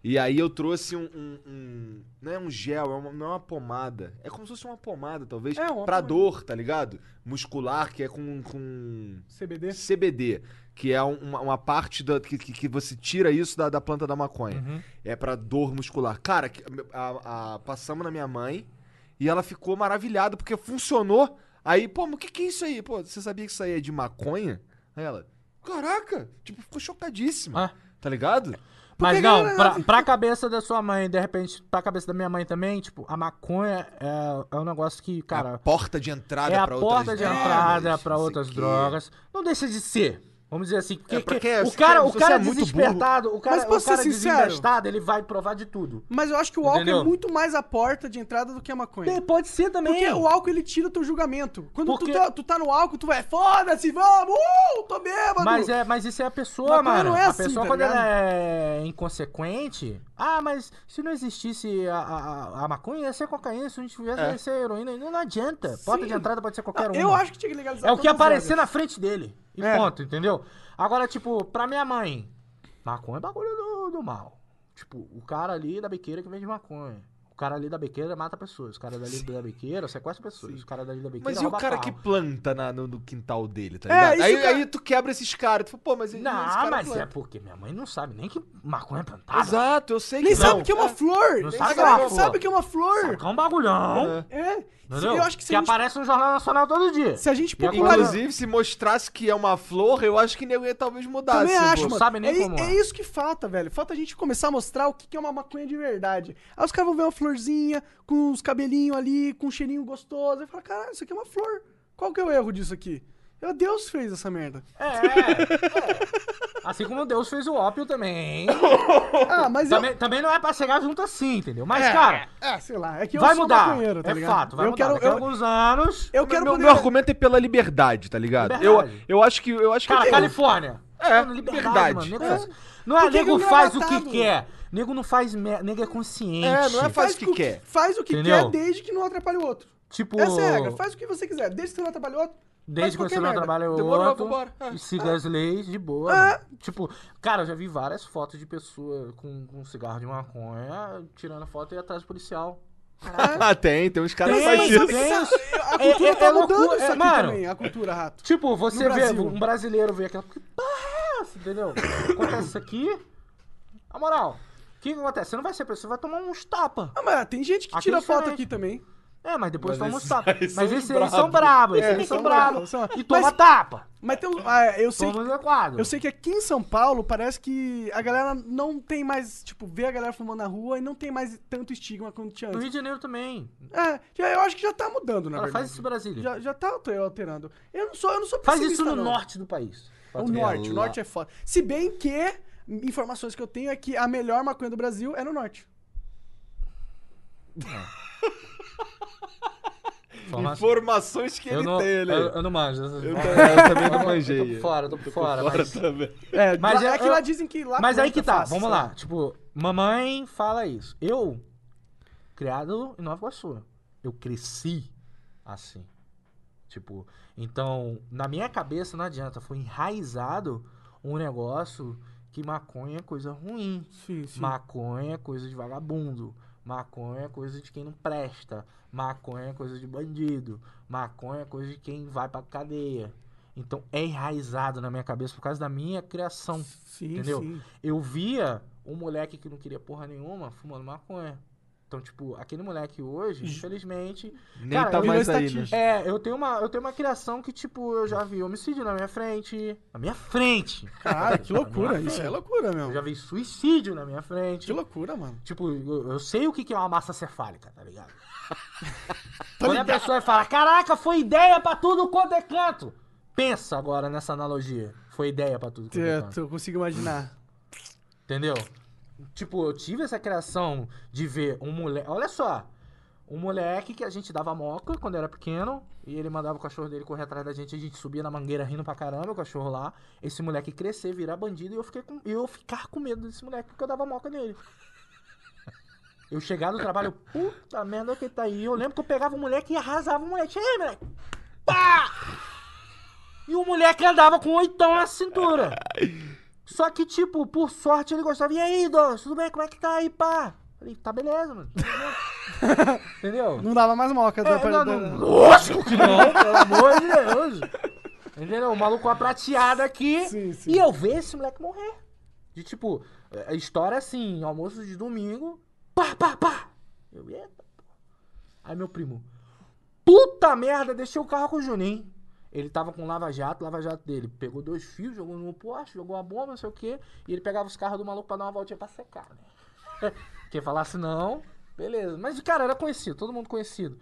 Speaker 2: E aí eu trouxe um, um- um- não é um gel, é uma- não é uma pomada, é como se fosse uma pomada, talvez,
Speaker 1: É, uma
Speaker 2: pra
Speaker 1: pomada.
Speaker 2: dor, tá ligado? Muscular, que é com, com
Speaker 3: É.
Speaker 1: CBD.
Speaker 2: CBD, que é um- uma, uma parte da, que, que- que você tira isso da, da planta da maconha.
Speaker 3: Uhum.
Speaker 2: É pra dor muscular. Cara, que- a- a- passamos na minha mãe e ela ficou maravilhada porque funcionou. Aí, pô, mas o que, que é isso aí? Pô, você sabia que isso aí é de maconha? Aí ela, caraca, tipo, ficou chocadíssima.
Speaker 3: Ah.
Speaker 2: Tá ligado?
Speaker 3: Mas
Speaker 1: a
Speaker 3: não,
Speaker 1: galera-
Speaker 3: pra, pra cabeça da sua mãe, de repente, pra cabeça da minha mãe também, tipo, a maconha é, é um negócio que,
Speaker 2: é a
Speaker 3: cara,
Speaker 2: porta de entrada
Speaker 3: é a
Speaker 2: pra outras
Speaker 3: porta de
Speaker 2: drogas,
Speaker 3: entrada
Speaker 2: não
Speaker 3: pra
Speaker 2: sei
Speaker 3: outras
Speaker 2: o quê.
Speaker 3: drogas. Não deixa de ser. Vamos dizer assim, porque,
Speaker 2: É, porque
Speaker 3: que- o
Speaker 2: se
Speaker 3: cara,
Speaker 2: você-
Speaker 3: o
Speaker 2: se
Speaker 3: cara
Speaker 2: você é muito burro-
Speaker 3: desespertado, o cara,
Speaker 1: Mas posso
Speaker 3: o cara
Speaker 1: ser sincero?
Speaker 3: desinvestado, ele vai provar de tudo.
Speaker 1: Mas eu acho que o álcool é
Speaker 3: Entendeu?
Speaker 1: muito mais a porta de entrada do que a maconha.
Speaker 3: Tem- É, Pode ser também.
Speaker 1: Porque o álcool ele tira o teu julgamento. Quando tu
Speaker 3: Porque-
Speaker 1: tá, tu tá no álcool, tu vai, foda-se, vamos, uh, tô bêbado.
Speaker 3: Mas, é, mas isso é a pessoa,
Speaker 1: Mas
Speaker 3: mano.
Speaker 1: não é
Speaker 3: a
Speaker 1: assim,
Speaker 3: pessoa
Speaker 1: tá
Speaker 3: quando ela
Speaker 1: ligado?
Speaker 3: é inconsequente. Ah, mas se não existisse a, a, a maconha, ia ser cocaína. Se não tivesse,
Speaker 2: É.
Speaker 3: ia ser heroína. Não, não adianta. Porta de entrada pode ser
Speaker 2: Ah,
Speaker 3: qualquer um.
Speaker 1: Eu acho que tinha que legalizar
Speaker 3: É o que
Speaker 1: todas as
Speaker 3: aparecer
Speaker 1: drogas.
Speaker 3: na frente dele. E
Speaker 1: É.
Speaker 3: ponto, entendeu? Agora, tipo, pra minha mãe, maconha é bagulho do, do mal. Tipo, o cara ali da biqueira que vende maconha. O cara ali da biqueira mata pessoas. O cara dali da biqueira sequestra pessoas. O cara dali da biqueira
Speaker 2: Mas e o
Speaker 3: rouba
Speaker 2: cara
Speaker 3: carro.
Speaker 2: que planta na- no, no quintal dele, tá
Speaker 1: É,
Speaker 2: ligado?
Speaker 1: isso
Speaker 2: aí,
Speaker 1: que eu-
Speaker 2: aí tu quebra esses caras, tu fala, pô, mas
Speaker 3: Não,
Speaker 2: esse cara
Speaker 3: mas
Speaker 2: planta.
Speaker 3: é porque minha mãe não sabe nem que maconha é plantada.
Speaker 2: Exato, eu sei
Speaker 1: Nem
Speaker 2: que não.
Speaker 1: sabe o que é uma flor.
Speaker 3: Não
Speaker 1: Nem
Speaker 3: sabe
Speaker 1: sabe,
Speaker 3: o que é uma
Speaker 1: não
Speaker 3: flor.
Speaker 1: sabe o que é uma flor.
Speaker 3: Saca um bagulhão.
Speaker 1: É. Se-
Speaker 3: Entendeu?
Speaker 1: eu acho que
Speaker 2: um
Speaker 1: se a gente,
Speaker 3: aparece no Jornal Nacional todo dia.
Speaker 1: se a gente
Speaker 3: E agora-
Speaker 1: popularizar.
Speaker 2: Inclusive, se mostrasse que é uma flor, eu acho que nego ia talvez mudasse.
Speaker 1: Também acho,
Speaker 2: pô.
Speaker 1: mano.
Speaker 3: sabe nem
Speaker 1: é,
Speaker 3: como é.
Speaker 1: é isso que falta, velho. Falta a gente começar a mostrar o que que é uma maconha de verdade. Aí os caras vão ver uma florzinha, com os cabelinhos ali, com um cheirinho gostoso. Aí fala, caralho, isso aqui é uma flor. Qual que é o erro disso aqui? Meu Deus fez essa merda.
Speaker 3: É, é. Assim como Deus fez o ópio também.
Speaker 1: Ah, mas eu...
Speaker 3: também. Também não é pra chegar junto assim, entendeu? Mas, cara,
Speaker 1: Ah, sei lá. É que eu
Speaker 3: vai
Speaker 1: sou
Speaker 3: mudar.
Speaker 1: maconheiro, tá
Speaker 3: é
Speaker 1: ligado?
Speaker 3: fato, vai
Speaker 1: eu
Speaker 3: mudar.
Speaker 1: Quero,
Speaker 3: Daqui a
Speaker 1: eu,
Speaker 3: alguns anos...
Speaker 1: eu quero
Speaker 2: meu,
Speaker 1: poder...
Speaker 2: meu argumento é pela liberdade, tá ligado?
Speaker 3: Liberdade.
Speaker 2: Eu, eu acho que. Eu acho que um-
Speaker 3: Cara,
Speaker 2: eu-
Speaker 3: Califórnia.
Speaker 2: É,
Speaker 3: Mano,
Speaker 2: liberdade.
Speaker 3: Mano, nego,
Speaker 1: É.
Speaker 3: Não é,
Speaker 1: Por que que
Speaker 3: nego
Speaker 1: não é
Speaker 3: faz o que
Speaker 1: matado?
Speaker 3: quer. Nego não faz... Me... Nego é consciente.
Speaker 2: É, não é fácil.
Speaker 1: Faz,
Speaker 2: Faz o que
Speaker 1: o que
Speaker 2: quer.
Speaker 1: Faz o que quer
Speaker 3: Entendeu?
Speaker 1: desde que não atrapalhe o outro.
Speaker 3: Tipo...
Speaker 1: Essa é a regra. Faz o que você quiser. Desde que você não atrapalhe o outro.
Speaker 3: Desde que
Speaker 1: faz
Speaker 3: você
Speaker 1: qualquer
Speaker 3: não
Speaker 1: merda.
Speaker 3: trabalha o
Speaker 2: Demorou,
Speaker 3: outro,
Speaker 2: vambora. É.
Speaker 3: e siga as leis de boa.
Speaker 1: É.
Speaker 3: mano. Tipo, cara, eu já vi várias fotos de pessoa com, com cigarro de maconha tirando foto e atrás do policial.
Speaker 2: Ah, tem, tem uns caras que
Speaker 3: Tem,
Speaker 2: fazem
Speaker 3: tem.
Speaker 1: Sabe
Speaker 2: isso.
Speaker 1: que
Speaker 3: Deus.
Speaker 1: essa- a
Speaker 3: É-
Speaker 1: cultura
Speaker 3: é-
Speaker 1: tá
Speaker 3: é
Speaker 1: mudando
Speaker 3: loucura,
Speaker 1: isso
Speaker 3: é,
Speaker 1: aqui
Speaker 3: mano.
Speaker 1: também, a cultura, rato.
Speaker 3: Tipo, você
Speaker 1: No
Speaker 3: vê
Speaker 1: Brasil.
Speaker 3: um brasileiro vê aquela. Que porra é essa? Entendeu? Acontece isso aqui. A moral, o que, que acontece? Você não vai ser preso, você vai tomar uns tapa.
Speaker 1: Ah, mas tem gente que
Speaker 3: Aqui
Speaker 1: tira
Speaker 3: é
Speaker 1: foto
Speaker 3: diferente.
Speaker 1: aqui também.
Speaker 3: É, mas depois
Speaker 6: Mas
Speaker 3: toma os
Speaker 6: esses
Speaker 3: tapas.
Speaker 6: aí
Speaker 3: Mas
Speaker 6: são
Speaker 3: esses eles
Speaker 6: bravos.
Speaker 3: são bravos, esses
Speaker 1: É,
Speaker 3: eles são
Speaker 1: são
Speaker 3: bravos.
Speaker 1: bravos, são-
Speaker 3: E toma
Speaker 1: Mas-
Speaker 3: tapa.
Speaker 1: Mas tem um, ah, eu sei
Speaker 3: Toma no quadro.
Speaker 1: Eu sei que aqui em São Paulo parece que a galera não tem mais, tipo, vê a galera fumando na rua e não tem mais tanto estigma quanto tinha
Speaker 3: No Rio
Speaker 1: antes.
Speaker 3: de Janeiro também.
Speaker 1: É, já- eu acho que já tá mudando, na
Speaker 3: Cara,
Speaker 1: verdade.
Speaker 3: faz isso em Brasília.
Speaker 1: já, já tá alter- alterando. Eu não sou, eu não sou
Speaker 3: Faz
Speaker 1: pessimista,
Speaker 3: isso no
Speaker 1: não.
Speaker 3: norte do país.
Speaker 1: O norte, o norte é foda. Se bem que informações que eu tenho é que a melhor maconha do Brasil é no norte.
Speaker 2: Informações que
Speaker 3: Eu
Speaker 2: ele
Speaker 3: não,
Speaker 2: tem, né?
Speaker 3: eu, eu não manjo. dessas
Speaker 2: Eu,
Speaker 3: porra.
Speaker 2: eu também não
Speaker 3: Eu tô
Speaker 2: manjei.
Speaker 3: por fora, eu tô por fora. mas-
Speaker 6: também.
Speaker 1: É,
Speaker 3: Mas
Speaker 1: mas é,
Speaker 3: eu-
Speaker 1: que
Speaker 3: eu-
Speaker 1: lá dizem que lá
Speaker 3: Mas aí
Speaker 1: corta
Speaker 3: que tá,
Speaker 1: é fácil,
Speaker 3: vamos
Speaker 1: sabe?
Speaker 3: lá. Tipo, mamãe fala isso. Eu, criado em Nova Iguaçu, eu cresci assim. Tipo, então, na minha cabeça não adianta. Foi enraizado um negócio que maconha é coisa ruim.
Speaker 1: Sim, sim.
Speaker 3: Maconha é coisa de vagabundo. Maconha é coisa de quem não presta. Maconha é coisa de bandido. Maconha é coisa de quem vai pra cadeia. Então é enraizado na minha cabeça por causa da minha criação.
Speaker 1: sim,
Speaker 3: entendeu?
Speaker 1: sim.
Speaker 3: Eu via um moleque que não queria porra nenhuma fumando maconha. Então, tipo, aquele moleque hoje, infelizmente.
Speaker 2: Nem
Speaker 3: Cara,
Speaker 2: tá
Speaker 3: virou
Speaker 2: mais aí, né?
Speaker 1: estatística.
Speaker 3: É, eu tenho, uma, eu tenho uma criação que, tipo, eu já vi homicídio na minha frente. Na minha frente!
Speaker 1: Cara, Ah, que loucura.
Speaker 3: Nossa.
Speaker 1: Isso é loucura,
Speaker 3: Eu
Speaker 1: meu.
Speaker 3: já vi suicídio na minha frente.
Speaker 1: Que loucura, mano.
Speaker 3: Tipo, eu, eu sei o que que é uma massa cefálica, tá ligado? Quando a pessoa fala, caraca, foi ideia pra tudo quanto é canto. Pensa agora nessa analogia. Foi ideia pra tudo quanto é canto.
Speaker 1: Certo, eu consigo imaginar.
Speaker 3: Entendeu? Tipo, eu tive essa criação de ver um moleque. Olha só. Um moleque que a gente dava moca quando era pequeno. E ele mandava o cachorro dele correr atrás da gente. A gente subia na mangueira rindo pra caramba, o cachorro lá. Esse moleque crescer, virar bandido. E eu, fiquei com... eu ficar com medo desse moleque porque eu dava moca nele. Eu chegar no trabalho, puta merda que tá aí. Eu lembro que eu pegava o moleque e arrasava o moleque. Ei, moleque! Pá! E o moleque andava com um oitão na cintura. Só que, tipo, por sorte ele gostava. E aí, Douglas, tudo bem? Como é que tá aí, pá? Falei, tá beleza, mano. Entendeu?
Speaker 1: Não dava mais moca.
Speaker 3: É,
Speaker 1: dá pra-
Speaker 3: não,
Speaker 1: dá-
Speaker 3: não, lógico que não, pelo amor de Deus. Entendeu? O maluco com a prateada aqui.
Speaker 1: Sim, sim.
Speaker 3: E eu ver esse moleque morrer. De tipo, a história assim, almoço de domingo, pá, pá, pá. Eu, eita, pô. Aí meu primo, puta merda, deixei o carro com o Juninho. Ele tava com lava-jato, lava-jato dele. Pegou dois fios, jogou no poste, jogou uma bomba, não sei o quê. E ele pegava os carros do maluco pra dar uma voltinha pra secar, né? Quem falasse não, beleza. Mas, cara, era conhecido, todo mundo conhecido.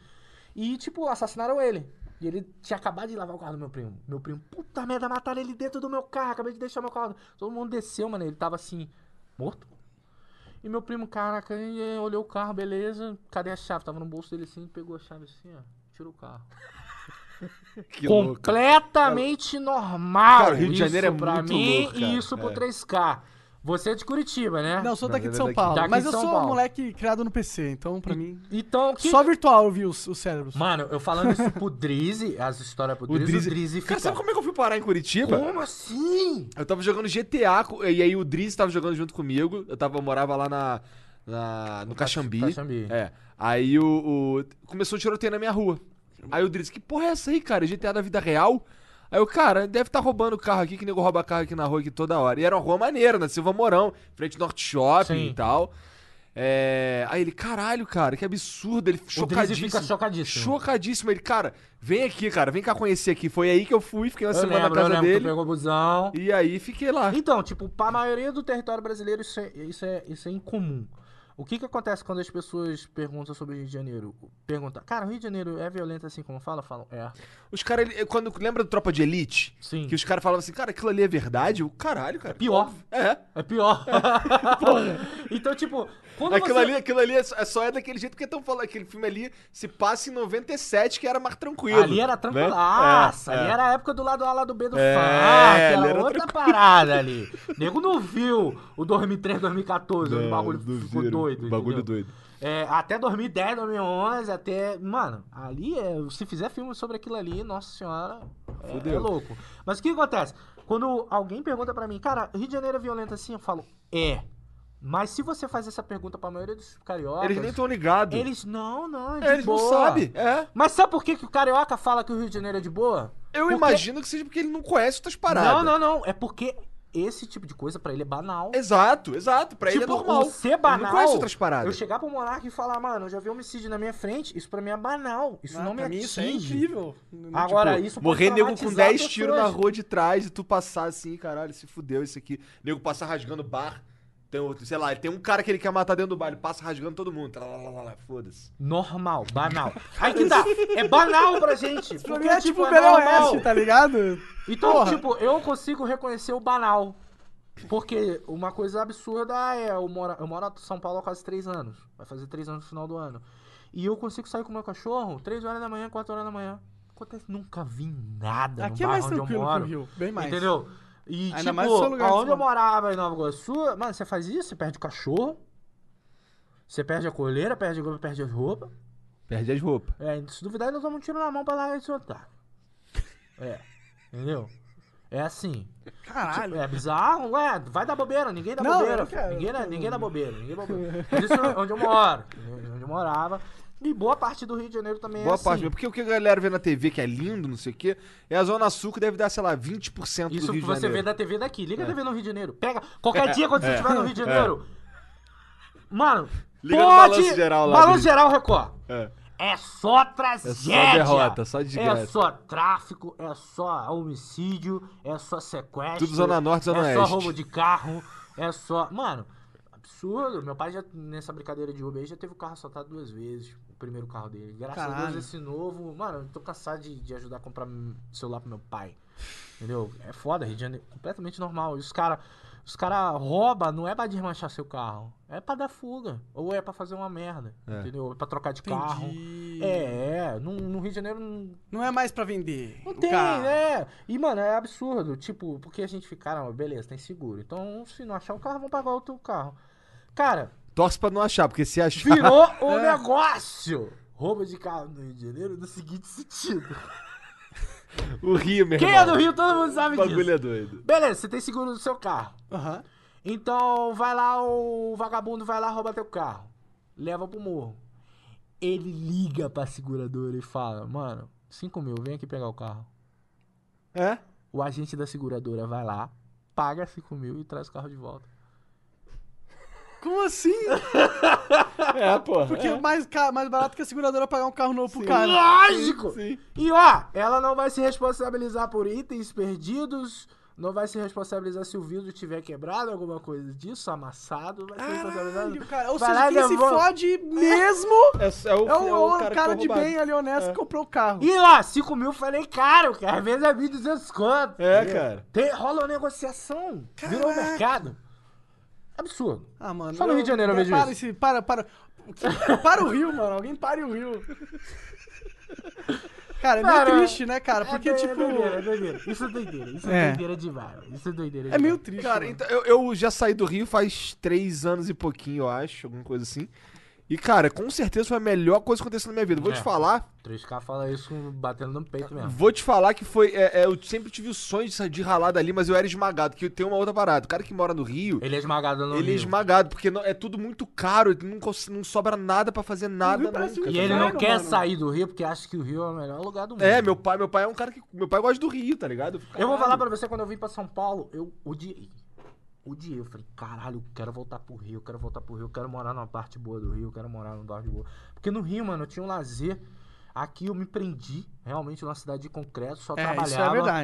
Speaker 3: E, tipo, assassinaram ele. E ele tinha acabado de lavar o carro do meu primo. Meu primo, puta merda, mataram ele dentro do meu carro. Acabei de deixar meu carro. Todo mundo desceu, mano. Ele tava assim, morto. E meu primo, caraca, ele olhou o carro, beleza. Cadê a chave? Tava no bolso dele assim, pegou a chave assim, ó. Tirou o carro.
Speaker 2: Que louco.
Speaker 3: Completamente normal.
Speaker 2: Cara, o Rio de Janeiro é
Speaker 3: isso pra
Speaker 2: muito
Speaker 3: mim
Speaker 2: louco, cara.
Speaker 3: e isso pro 3K. Você é de Curitiba, né?
Speaker 1: Não, sou
Speaker 2: Na
Speaker 1: daqui de
Speaker 2: verdade,
Speaker 1: São
Speaker 2: daqui.
Speaker 1: Paulo.
Speaker 3: Daqui
Speaker 1: mas
Speaker 3: de
Speaker 1: eu
Speaker 3: São
Speaker 1: sou
Speaker 3: Paulo.
Speaker 1: um moleque criado no PC, então pra mim.
Speaker 3: Então, que...
Speaker 1: Só virtual eu vi os, os cérebros.
Speaker 3: Mano, eu falando isso pro Drizzy, as histórias pro
Speaker 2: O
Speaker 3: Drizzy, o Drizzy,
Speaker 2: Drizzy-
Speaker 3: fica...
Speaker 2: Cara, sabe como é que eu fui parar em Curitiba?
Speaker 3: Como assim?
Speaker 2: Eu tava jogando GTA, co- e aí o Driz tava jogando junto comigo. Eu tava, eu morava lá na. na- no Caxambi.
Speaker 3: Caxambi.
Speaker 2: É. Aí o, o- Começou o tiroteio na minha rua. Aí o Driz, que porra é essa aí, cara? GTA da vida real? Aí o cara, deve estar tá roubando carro aqui, que nego rouba carro aqui na rua aqui toda hora. E era uma rua maneira, na Silva Mourão, frente ao Norte Shopping
Speaker 3: Sim.
Speaker 2: e tal. É... Aí ele, caralho, cara, que absurdo. Ele
Speaker 3: O
Speaker 2: chocadíssimo.
Speaker 3: Drizzy fica chocadíssimo.
Speaker 2: Chocadíssimo. Ele, cara, vem aqui, cara, vem cá conhecer aqui. Foi aí que eu fui, fiquei uma
Speaker 3: Eu
Speaker 2: semana
Speaker 3: lembro,
Speaker 2: na
Speaker 3: eu
Speaker 2: casa
Speaker 3: lembro, tu
Speaker 2: dele.
Speaker 3: pegou o busão.
Speaker 2: E aí fiquei lá.
Speaker 3: Então, tipo, pra maioria do território brasileiro isso é, isso é, isso é incomum. O que que acontece quando as pessoas perguntam sobre o Rio de Janeiro? Perguntam, cara, o Rio de Janeiro é violento assim como fala? Falam, é.
Speaker 2: Os caras, ele- quando lembra do Tropa de Elite?
Speaker 3: Sim.
Speaker 2: Que os caras falavam assim, cara, aquilo ali é verdade? O caralho, cara.
Speaker 3: Pior.
Speaker 2: É.
Speaker 3: É pior. então, tipo, quando
Speaker 2: Aquilo
Speaker 3: você...
Speaker 2: ali, aquilo ali é só, é só é daquele jeito que estão falando. Aquele filme ali se passa em 97, que era mais tranquilo. né? É,
Speaker 3: Ali era
Speaker 2: tranquilo
Speaker 3: tranquilaça. ali era a época do lado A, lado B do
Speaker 2: É,
Speaker 3: funk. Era,
Speaker 2: ali era
Speaker 3: outra parada ali. Nego não viu o 2003, 2014, onde o um bagulho ficou doido.
Speaker 2: Bagulho
Speaker 3: entendeu?
Speaker 2: doido.
Speaker 3: É, até 2010, 2011, até. Mano, ali é. Se fizer filme sobre aquilo ali, nossa senhora. é- É,
Speaker 2: Fudeu.
Speaker 3: louco. Mas o que acontece? Quando alguém pergunta pra mim, cara, Rio de Janeiro é violento assim? Eu falo, é. Mas se você faz essa pergunta pra maioria dos cariocas.
Speaker 2: Eles nem tão ligados.
Speaker 3: Eles não, não. é de
Speaker 2: É, eles não
Speaker 3: boa.
Speaker 2: sabem. É.
Speaker 3: Mas sabe por que, que o carioca fala que o Rio de Janeiro é de boa?
Speaker 2: Eu
Speaker 3: Porque-
Speaker 2: imagino que seja porque ele não conhece outras paradas.
Speaker 3: Não, não, não. É porque esse tipo de coisa pra ele é banal.
Speaker 2: Exato, exato. Pra ele é
Speaker 3: Tipo,
Speaker 2: normal.
Speaker 3: o ser banal.
Speaker 2: Eu não conheço outras paradas.
Speaker 3: Eu chegar pro monarca e falar, mano, eu já vi um homicídio na minha frente, isso pra mim é banal.
Speaker 2: Ah,
Speaker 3: Isso não me
Speaker 1: pra mim
Speaker 3: atinge.
Speaker 1: isso é incrível. Tipo,
Speaker 3: Agora, isso pode
Speaker 2: né? Tipo, Morrer nego com
Speaker 3: traumatizar
Speaker 2: 10
Speaker 3: pessoas.
Speaker 2: tiros na rua de trás e tu passar assim, caralho, se fudeu isso aqui. Nego passar rasgando bar. Tem outro, sei lá, tem um cara que ele quer matar dentro do bar, ele passa rasgando todo mundo. tá Tralalala, Foda-se.
Speaker 3: Normal, banal. Aí que tá. É banal pra gente. Porque,
Speaker 1: Pra mim é tipo
Speaker 3: tipo,
Speaker 1: o
Speaker 3: é
Speaker 1: Velho
Speaker 3: normal.
Speaker 1: Oeste, tá ligado?
Speaker 3: Então,
Speaker 1: Porra.
Speaker 3: tipo, eu consigo reconhecer o banal. Porque uma coisa absurda é, eu moro, eu moro em São Paulo há quase três anos. Vai fazer três anos no final do ano. E eu consigo sair com o meu cachorro três horas da manhã, quatro horas da manhã. Acontece, nunca vi nada
Speaker 1: Aqui é
Speaker 3: no bairro
Speaker 1: mais
Speaker 3: onde eu
Speaker 1: tranquilo que
Speaker 3: moro.
Speaker 1: o Rio. Bem mais.
Speaker 3: Entendeu? E,
Speaker 1: Ainda
Speaker 3: tipo,
Speaker 1: mais se for lugar
Speaker 3: aonde eu
Speaker 1: assim.
Speaker 3: morava em Nova Iguaçu, mano, você faz isso, você perde o cachorro, você perde a coleira, perde, a- perde as roupas.
Speaker 2: Perde as roupas.
Speaker 3: É, se duvidar, nós tomamos um tiro na mão pra largar tá? esse otário. É, entendeu? É assim.
Speaker 1: Caralho.
Speaker 3: É bizarro, ué, vai dar bobeira, ninguém dá
Speaker 1: Não, eu
Speaker 3: bobeira.
Speaker 1: não quero.
Speaker 3: Ninguém, dá, ninguém dá bobeira, ninguém dá bobeira. Mas isso é onde eu moro, onde eu morava. E boa parte do Rio de Janeiro também
Speaker 2: Boa
Speaker 3: é assim.
Speaker 2: parte mesmo. Porque o que a galera vê na TV, que é lindo, não sei o quê, é a Zona Sul que deve dar, sei lá, 20%
Speaker 3: Isso
Speaker 2: do
Speaker 3: que
Speaker 2: Rio de
Speaker 3: você vê
Speaker 2: Janeiro. É.
Speaker 3: da TV daqui. Liga a TV no Rio de Janeiro. Pega. Qualquer dia quando você estiver no Rio de Janeiro. Mano,
Speaker 2: Liga no
Speaker 3: pode...
Speaker 2: Balanço Geral lá,
Speaker 3: Balanço
Speaker 2: Brito.
Speaker 3: Geral Record.
Speaker 2: É.
Speaker 3: É só tragédia.
Speaker 2: derrota, só desgraça.
Speaker 3: É só tráfico, é só homicídio, é só sequestro.
Speaker 2: Tudo Zona Norte, Zona
Speaker 3: é só
Speaker 2: Oeste.
Speaker 3: roubo de carro, é só... Mano, absurdo. Meu pai já, nessa brincadeira de roubo aí, já teve o carro assaltado duas vezes. O primeiro carro dele. Graças a Deus,
Speaker 1: Caralho.
Speaker 3: esse novo... Mano, eu tô cansado de, de ajudar a comprar celular pro meu pai. Entendeu? É foda, Rio de Janeiro. é Completamente normal. E os caras os cara roubam, não é pra desmanchar seu carro. É pra dar fuga. Ou é pra fazer uma merda. Entendeu? É pra trocar de carro.
Speaker 1: Entendi.
Speaker 3: É, é. No, no Rio de Janeiro não,
Speaker 1: Não é mais pra vender.
Speaker 3: não
Speaker 1: o
Speaker 3: tem,
Speaker 1: carro.
Speaker 3: né? E, mano, é absurdo. Tipo, porque a gente fica, caramba, beleza, tem seguro. Então, se não achar o carro, vão pagar outro carro. Cara,
Speaker 2: Torce pra não achar, porque se achar.
Speaker 3: virou o negócio. Roubo de carro no Rio de Janeiro no seguinte sentido.
Speaker 2: o Rio, meu
Speaker 3: Quem é
Speaker 2: irmão.
Speaker 3: do Rio, todo mundo sabe
Speaker 2: O bagulho é
Speaker 3: disso.
Speaker 2: doido.
Speaker 3: Beleza, você tem seguro do seu carro.
Speaker 1: Aham.
Speaker 3: Então vai lá, o vagabundo vai lá, rouba teu carro. Leva pro morro. Ele liga pra seguradora e fala, mano, 5 mil, vem aqui pegar o carro.
Speaker 2: É?
Speaker 3: O agente da seguradora vai lá, paga 5 mil e traz o carro de volta.
Speaker 1: Como assim?
Speaker 2: É, porra.
Speaker 1: Porque é mais, ca- mais barato que a seguradora pagar um carro novo pro cara.
Speaker 3: Lógico!
Speaker 2: Sim.
Speaker 3: E ó, ela não vai se responsabilizar por itens perdidos, não vai se responsabilizar se o vidro tiver quebrado, alguma coisa disso, amassado, vai se
Speaker 1: Caralho,
Speaker 3: responsabilizar.
Speaker 1: cara. Ou
Speaker 3: Vai
Speaker 1: seja,
Speaker 3: lá e
Speaker 1: quem se
Speaker 3: devolve.
Speaker 1: fode mesmo
Speaker 2: É, é o,
Speaker 1: é o, o cara,
Speaker 2: foi
Speaker 1: de
Speaker 2: roubado.
Speaker 1: bem ali honesto que comprou o carro.
Speaker 3: E lá, 5 mil falei caro, que às vezes é 1.200 conto.
Speaker 2: É, cara.
Speaker 3: Tem, rola uma negociação. Virou um
Speaker 1: Caraca.
Speaker 3: mercado. Absurdo.
Speaker 1: Ah, mano.
Speaker 3: Só no
Speaker 1: eu-
Speaker 3: Rio de Janeiro eu vejo
Speaker 1: para
Speaker 3: isso.
Speaker 1: Esse, para, para. Para o Rio, mano. Alguém pare o Rio. Cara, é meio
Speaker 3: Cara,
Speaker 1: triste, né, cara? Porque,
Speaker 3: é, doi-
Speaker 1: tipo.
Speaker 3: É doideira, é doideira. Isso é doideira. Isso é,
Speaker 1: É.
Speaker 3: doideira demais. Isso é doideira
Speaker 1: É meio
Speaker 3: demais.
Speaker 1: triste.
Speaker 2: Cara,
Speaker 1: mano.
Speaker 2: então, eu, eu já saí do Rio faz três anos e pouquinho, eu acho, alguma coisa assim. E, cara, com certeza foi a melhor coisa que aconteceu na minha vida. Vou te
Speaker 3: É.
Speaker 2: falar,
Speaker 3: 3K fala isso com- batendo no peito mesmo.
Speaker 2: vou te falar que foi. é, é, eu sempre tive o sonho de, sa- de ralar dali, mas eu era esmagado. Que tem uma outra parada. O cara que mora no Rio,
Speaker 3: Ele é esmagado no
Speaker 2: ele é
Speaker 3: Rio.
Speaker 2: esmagado, porque não- é tudo muito caro, não, cons- não sobra nada pra fazer nada.
Speaker 1: Rio parece
Speaker 2: nunca,
Speaker 1: um
Speaker 3: E
Speaker 2: tá
Speaker 3: ele
Speaker 2: ligado?
Speaker 3: não
Speaker 1: Claro,
Speaker 3: quer
Speaker 1: mano.
Speaker 3: sair do Rio porque acha que o Rio é o melhor lugar do mundo.
Speaker 2: É, meu pai, meu pai é um cara que. Meu pai gosta do Rio, tá ligado? fico,
Speaker 3: Eu vou
Speaker 2: caralho.
Speaker 3: falar pra você, quando eu vim pra São Paulo, eu odiei. Odiei. Eu falei, caralho, eu quero voltar pro Rio, eu quero voltar pro Rio, eu quero morar numa parte boa do Rio, eu quero morar num lugar de boa. Porque no Rio, mano, eu tinha um lazer. Aqui eu me prendi realmente numa cidade de concreto,
Speaker 1: É,
Speaker 3: só trabalhava.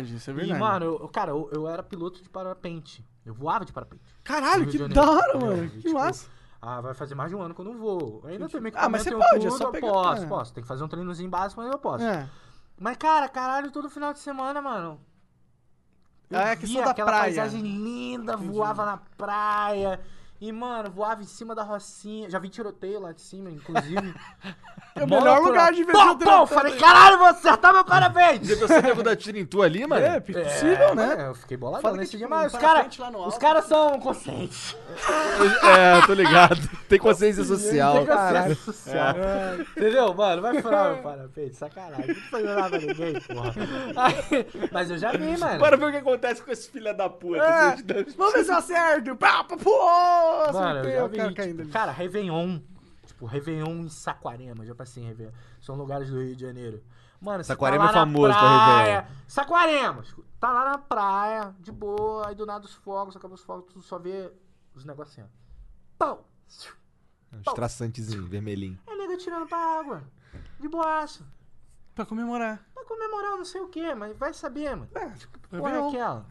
Speaker 1: isso é
Speaker 3: E, mano, eu, eu- cara, eu, eu era piloto de parapente. Eu voava de parapente.
Speaker 1: Caralho,
Speaker 3: no Rio
Speaker 1: que
Speaker 3: de
Speaker 1: da
Speaker 3: Janeiro.
Speaker 1: hora,
Speaker 3: É,
Speaker 1: mano.
Speaker 3: e,
Speaker 1: Que
Speaker 3: tipo,
Speaker 1: massa.
Speaker 3: Ah, vai fazer mais de um ano que eu não vou. Eu Ainda tenho
Speaker 1: Ah, mas você
Speaker 3: equipamento, eu
Speaker 1: pode, é
Speaker 3: tudo,
Speaker 1: só
Speaker 3: eu
Speaker 1: pegar-
Speaker 3: Posso,
Speaker 1: é.
Speaker 3: posso. Tem que fazer um treinozinho básico, mas eu posso.
Speaker 1: É.
Speaker 3: Mas, cara, caralho, todo final de semana, mano. Eu
Speaker 1: Ah, é a questão
Speaker 3: via
Speaker 1: da
Speaker 3: aquela
Speaker 1: praia.
Speaker 3: paisagem linda, voava na praia. E, mano, voava em cima da rocinha. Já vi tiroteio lá de cima, inclusive.
Speaker 1: É o melhor lugar de ver
Speaker 3: Pô, pô,
Speaker 1: tiroteio.
Speaker 3: falei, caralho, vou acertar meu parabéns!
Speaker 2: Você deu da tiro em tu ali, mano?
Speaker 1: É, possível,
Speaker 3: É,
Speaker 1: né?
Speaker 3: mano, Eu fiquei boladão
Speaker 1: Fala que,
Speaker 3: nesse
Speaker 1: tipo,
Speaker 3: dia,
Speaker 1: um
Speaker 3: mas os
Speaker 1: parapente
Speaker 3: caras
Speaker 1: lá no
Speaker 3: os
Speaker 1: alto.
Speaker 3: caras são conscientes.
Speaker 2: É, tô ligado. Tem consciência
Speaker 3: é
Speaker 2: social.
Speaker 3: Tem consciência social.
Speaker 1: É.
Speaker 3: Entendeu, mano? Vai furar meu parapente, sacanagem. Não foi nada pra ninguém, porra. Aí, mas eu já vi, mano.
Speaker 2: Bora ver o que acontece com esse filho da puta.
Speaker 1: É.
Speaker 2: Vocês dois-
Speaker 1: Vamos ver se eu acerto. Pá, pá, pô,
Speaker 3: Mano, eu
Speaker 2: é
Speaker 1: acertei,
Speaker 3: já
Speaker 1: o
Speaker 3: vi,
Speaker 1: cara
Speaker 3: tipo,
Speaker 1: caindo ali.
Speaker 3: cara, Réveillon. Tipo, Réveillon em Saquarema, já passei em Réveillon. São lugares do Rio de Janeiro. Mano,
Speaker 2: Saquarema
Speaker 3: você
Speaker 2: é
Speaker 3: tá lá
Speaker 2: famoso
Speaker 3: na
Speaker 2: pra
Speaker 3: praia. Saquarema, escu- tá lá na praia, de boa, aí do nada os fogos, acaba os fogos, tu só vê os negocinhos. Pau!
Speaker 2: Um traçantezinho, vermelhinho.
Speaker 3: É nega tirando pra água. De boaça.
Speaker 1: Pra comemorar.
Speaker 3: Vai comemorar não sei o que, mas vai saber, mano.
Speaker 1: Vai
Speaker 3: Porra,
Speaker 1: ver
Speaker 3: é
Speaker 1: um.
Speaker 3: aquela.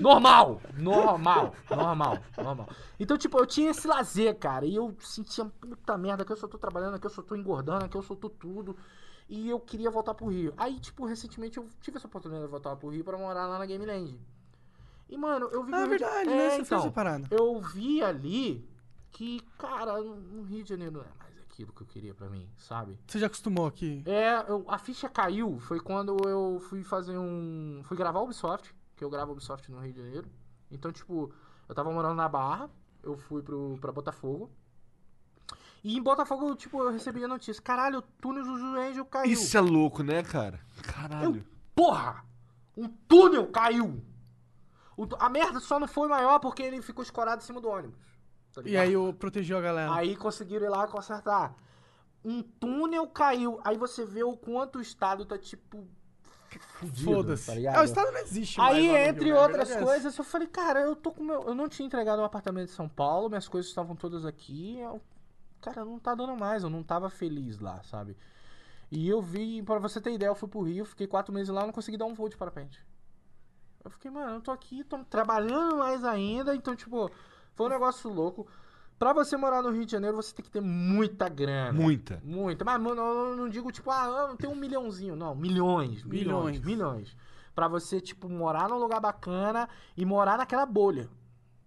Speaker 3: normal! Normal, normal, normal. Então, tipo, eu tinha esse lazer, cara. E eu sentia puta merda que eu só tô trabalhando, que eu só tô engordando, que eu só tô tudo. E eu queria voltar pro Rio. Aí, tipo, recentemente eu tive essa oportunidade de voltar pro Rio pra morar lá na Game Land. E, mano, eu vi
Speaker 1: Ah,
Speaker 3: que
Speaker 1: é
Speaker 3: o Rio de-
Speaker 1: verdade, né? Você fez
Speaker 3: então,
Speaker 1: essa parada.
Speaker 3: Eu vi ali que, cara, no- no Rio de Janeiro não é mais aquilo que eu queria pra mim, sabe?
Speaker 1: Você já acostumou aqui.
Speaker 3: É, eu- a ficha caiu foi quando eu fui fazer um. Fui gravar Ubisoft, que eu gravo Ubisoft no Rio de Janeiro. Então, tipo, eu tava morando na Barra, eu fui pro, pra Botafogo. E em Botafogo, eu, tipo, eu recebi a notícia: caralho, o túnel do Juvenjo caiu.
Speaker 2: Isso é louco, né, cara? Caralho.
Speaker 3: Porra! Um túnel caiu! O tu- a merda só não foi maior porque ele ficou escorado em cima do ônibus. tá
Speaker 1: E
Speaker 3: ligado?
Speaker 1: aí eu protegeu a galera.
Speaker 3: Aí conseguiram ir lá consertar. Um túnel caiu. Aí você vê o quanto o estado tá tipo. fudido,
Speaker 1: Foda-se.
Speaker 3: tá
Speaker 1: É,
Speaker 3: ligado?
Speaker 1: o Estado não existe mais
Speaker 3: Aí,
Speaker 1: lá no Rio,
Speaker 3: entre
Speaker 1: né? A
Speaker 3: outras
Speaker 1: verdade é essa.
Speaker 3: coisas, eu falei, cara, eu tô com meu. Eu não tinha entregado o apartamento de São Paulo, minhas coisas estavam todas aqui. eu- Cara, não tá dando mais, eu não tava feliz lá, sabe? E eu vi, pra você ter ideia, eu fui pro Rio, fiquei quatro meses lá, eu não consegui dar um voo de parapente. Eu fiquei, mano, eu tô aqui, tô trabalhando mais ainda, então, tipo, foi um negócio louco. Pra você morar no Rio de Janeiro, você tem que ter muita grana.
Speaker 2: Muita.
Speaker 3: Muito, mas mano, eu não digo tipo, ah, eu não tenho um milhãozinho, não, milhões, milhões,
Speaker 1: Milhões.
Speaker 3: milhões. Pra você, tipo, morar num lugar bacana e morar naquela bolha.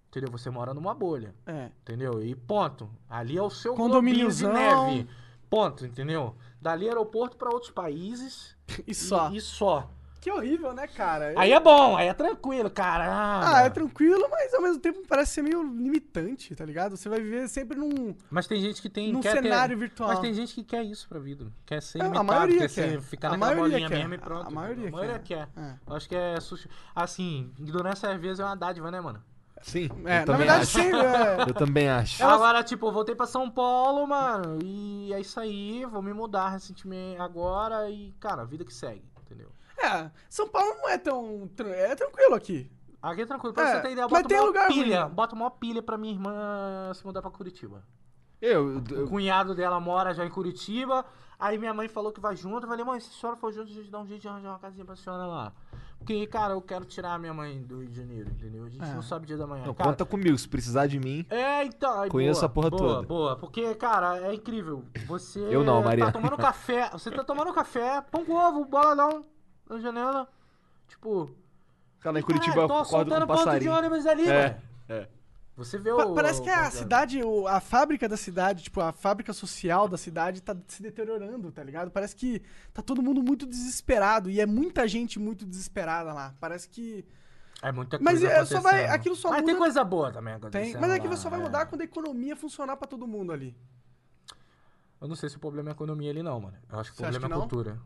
Speaker 3: Entendeu? Você mora numa bolha,
Speaker 1: É.
Speaker 3: entendeu? E ponto. Ali é o seu condomínio de
Speaker 1: Condomíniozão.
Speaker 3: neve. Ponto, entendeu? Dali é aeroporto pra outros países
Speaker 1: E só.
Speaker 3: E, e só.
Speaker 1: Que horrível, né, cara?
Speaker 3: Aí é bom, aí é tranquilo, caramba.
Speaker 1: Ah, é tranquilo, mas ao mesmo tempo parece ser meio limitante, tá ligado? Você vai viver sempre num.
Speaker 3: Mas tem gente que tem
Speaker 1: Num
Speaker 3: quer ter-
Speaker 1: cenário virtual.
Speaker 3: Mas tem gente que quer isso pra vida. Quer ser
Speaker 1: É, a
Speaker 3: limitado,
Speaker 1: maioria
Speaker 3: quer, ser-
Speaker 1: quer.
Speaker 3: ficar
Speaker 1: A
Speaker 3: naquela
Speaker 1: maioria
Speaker 3: bolinha
Speaker 1: quer.
Speaker 3: mesmo e
Speaker 1: A- a
Speaker 3: pronto.
Speaker 1: maioria
Speaker 3: quer.
Speaker 1: É.
Speaker 3: Eu Acho que é sus- assim, ignorância às vezes é uma dádiva, né, mano?
Speaker 2: Sim.
Speaker 1: É,
Speaker 2: eu
Speaker 1: na
Speaker 2: também
Speaker 1: verdade,
Speaker 2: acho.
Speaker 1: sim. É...
Speaker 2: Eu também acho.
Speaker 3: Agora, tipo, eu voltei pra São Paulo, mano, e é isso aí, vou me mudar recentemente agora e, cara, a vida que segue, entendeu?
Speaker 1: é, São Paulo não é tão. tran- É tranquilo aqui.
Speaker 3: Aqui é tranquilo, pra
Speaker 1: É,
Speaker 3: você ter ideia, eu
Speaker 1: mas
Speaker 3: boto
Speaker 1: tem
Speaker 3: mó
Speaker 1: lugar
Speaker 3: pilha,
Speaker 1: ruim.
Speaker 3: boto mó pilha pra minha irmã se mudar pra Curitiba.
Speaker 2: Eu, eu-
Speaker 3: O cunhado dela mora já em Curitiba. Aí minha mãe falou que vai junto. Eu falei, mãe, se a senhora for junto, a gente dá um jeito de arranjar uma casinha pra senhora lá. Porque, cara, eu quero tirar a minha mãe do Rio de Janeiro, entendeu? A gente
Speaker 1: É.
Speaker 3: não sabe o dia da manhã.
Speaker 2: Não,
Speaker 3: cara.
Speaker 2: conta comigo, se precisar de mim.
Speaker 3: É, então. Aí,
Speaker 2: Conheço
Speaker 3: boa,
Speaker 2: a porra
Speaker 3: boa,
Speaker 2: toda.
Speaker 3: Boa, porque, cara, é incrível. Você.
Speaker 2: Eu não, Maria.
Speaker 3: Tá tomando café. Você tá tomando café, pão com ovo, bola não, na janela. Tipo.
Speaker 2: Cara, lá em Curitiba
Speaker 3: caralho,
Speaker 2: eu
Speaker 3: então é, tô
Speaker 2: acordo com
Speaker 3: soltando
Speaker 2: um
Speaker 3: ponto de
Speaker 2: passarinho.
Speaker 3: ônibus ali,
Speaker 2: É,
Speaker 3: mano.
Speaker 2: é.
Speaker 3: Você vê
Speaker 1: Pa-
Speaker 3: o.
Speaker 1: parece que é
Speaker 3: o
Speaker 1: a
Speaker 3: ponto de ônibus.
Speaker 1: cidade, o- a fábrica da cidade, tipo, a fábrica social da cidade tá se deteriorando, tá ligado? Parece que tá todo mundo muito desesperado e é muita gente muito desesperada lá. Parece que.
Speaker 3: É muita coisa
Speaker 1: Mas é, só vai-
Speaker 3: acontecendo.
Speaker 1: aquilo só
Speaker 3: Mas tem
Speaker 1: muda-
Speaker 3: coisa boa também
Speaker 1: Tem,
Speaker 3: acontecendo.
Speaker 1: mas aquilo
Speaker 3: Tá lá,
Speaker 1: só vai
Speaker 3: é.
Speaker 1: mudar quando a economia funcionar pra todo mundo ali.
Speaker 3: Eu não sei se o problema é a economia ali não, mano. Eu acho que o
Speaker 1: Você acha
Speaker 3: problema é
Speaker 1: que não?
Speaker 3: cultura.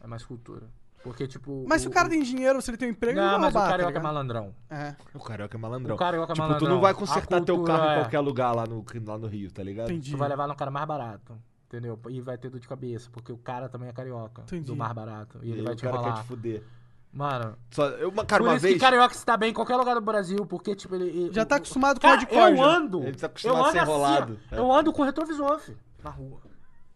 Speaker 3: É mais cultura. Porque, tipo...
Speaker 1: Mas se o cara tem dinheiro, se ele tem um emprego, ele
Speaker 3: Não,
Speaker 1: vai
Speaker 3: mas
Speaker 1: roubar,
Speaker 3: o
Speaker 1: tá
Speaker 3: carioca é
Speaker 1: ligado?
Speaker 3: malandrão.
Speaker 1: É,
Speaker 2: O carioca é malandrão.
Speaker 3: O carioca é
Speaker 2: tipo, tu
Speaker 3: malandrão.
Speaker 2: não vai consertar
Speaker 3: A
Speaker 2: teu
Speaker 3: cultura
Speaker 2: carro
Speaker 3: é.
Speaker 2: em qualquer lugar lá no, lá no Rio, tá ligado?
Speaker 1: entendi.
Speaker 3: Tu vai levar no cara mais barato. Entendeu? E vai ter dor de cabeça, porque o cara também é carioca.
Speaker 1: Entendi.
Speaker 3: Do mais barato. E
Speaker 2: E
Speaker 3: ele
Speaker 2: aí
Speaker 3: vai
Speaker 2: é o
Speaker 3: te
Speaker 2: cara quer
Speaker 3: falar.
Speaker 2: te fuder.
Speaker 3: Mano,
Speaker 2: Só, eu, uma- cara,
Speaker 3: por
Speaker 2: uma
Speaker 3: isso
Speaker 2: vez.
Speaker 3: que carioca se dá bem em qualquer lugar do Brasil, porque, tipo, ele... ele-
Speaker 1: Já tá
Speaker 3: o-
Speaker 1: acostumado com o
Speaker 3: Cara,
Speaker 1: de
Speaker 3: eu
Speaker 1: corja.
Speaker 3: ando.
Speaker 2: Ele tá
Speaker 3: eu
Speaker 2: acostumado
Speaker 3: ando
Speaker 2: a ser enrolado. É.
Speaker 3: Assim, ó. Eu ando com retrovisor, filho, na rua.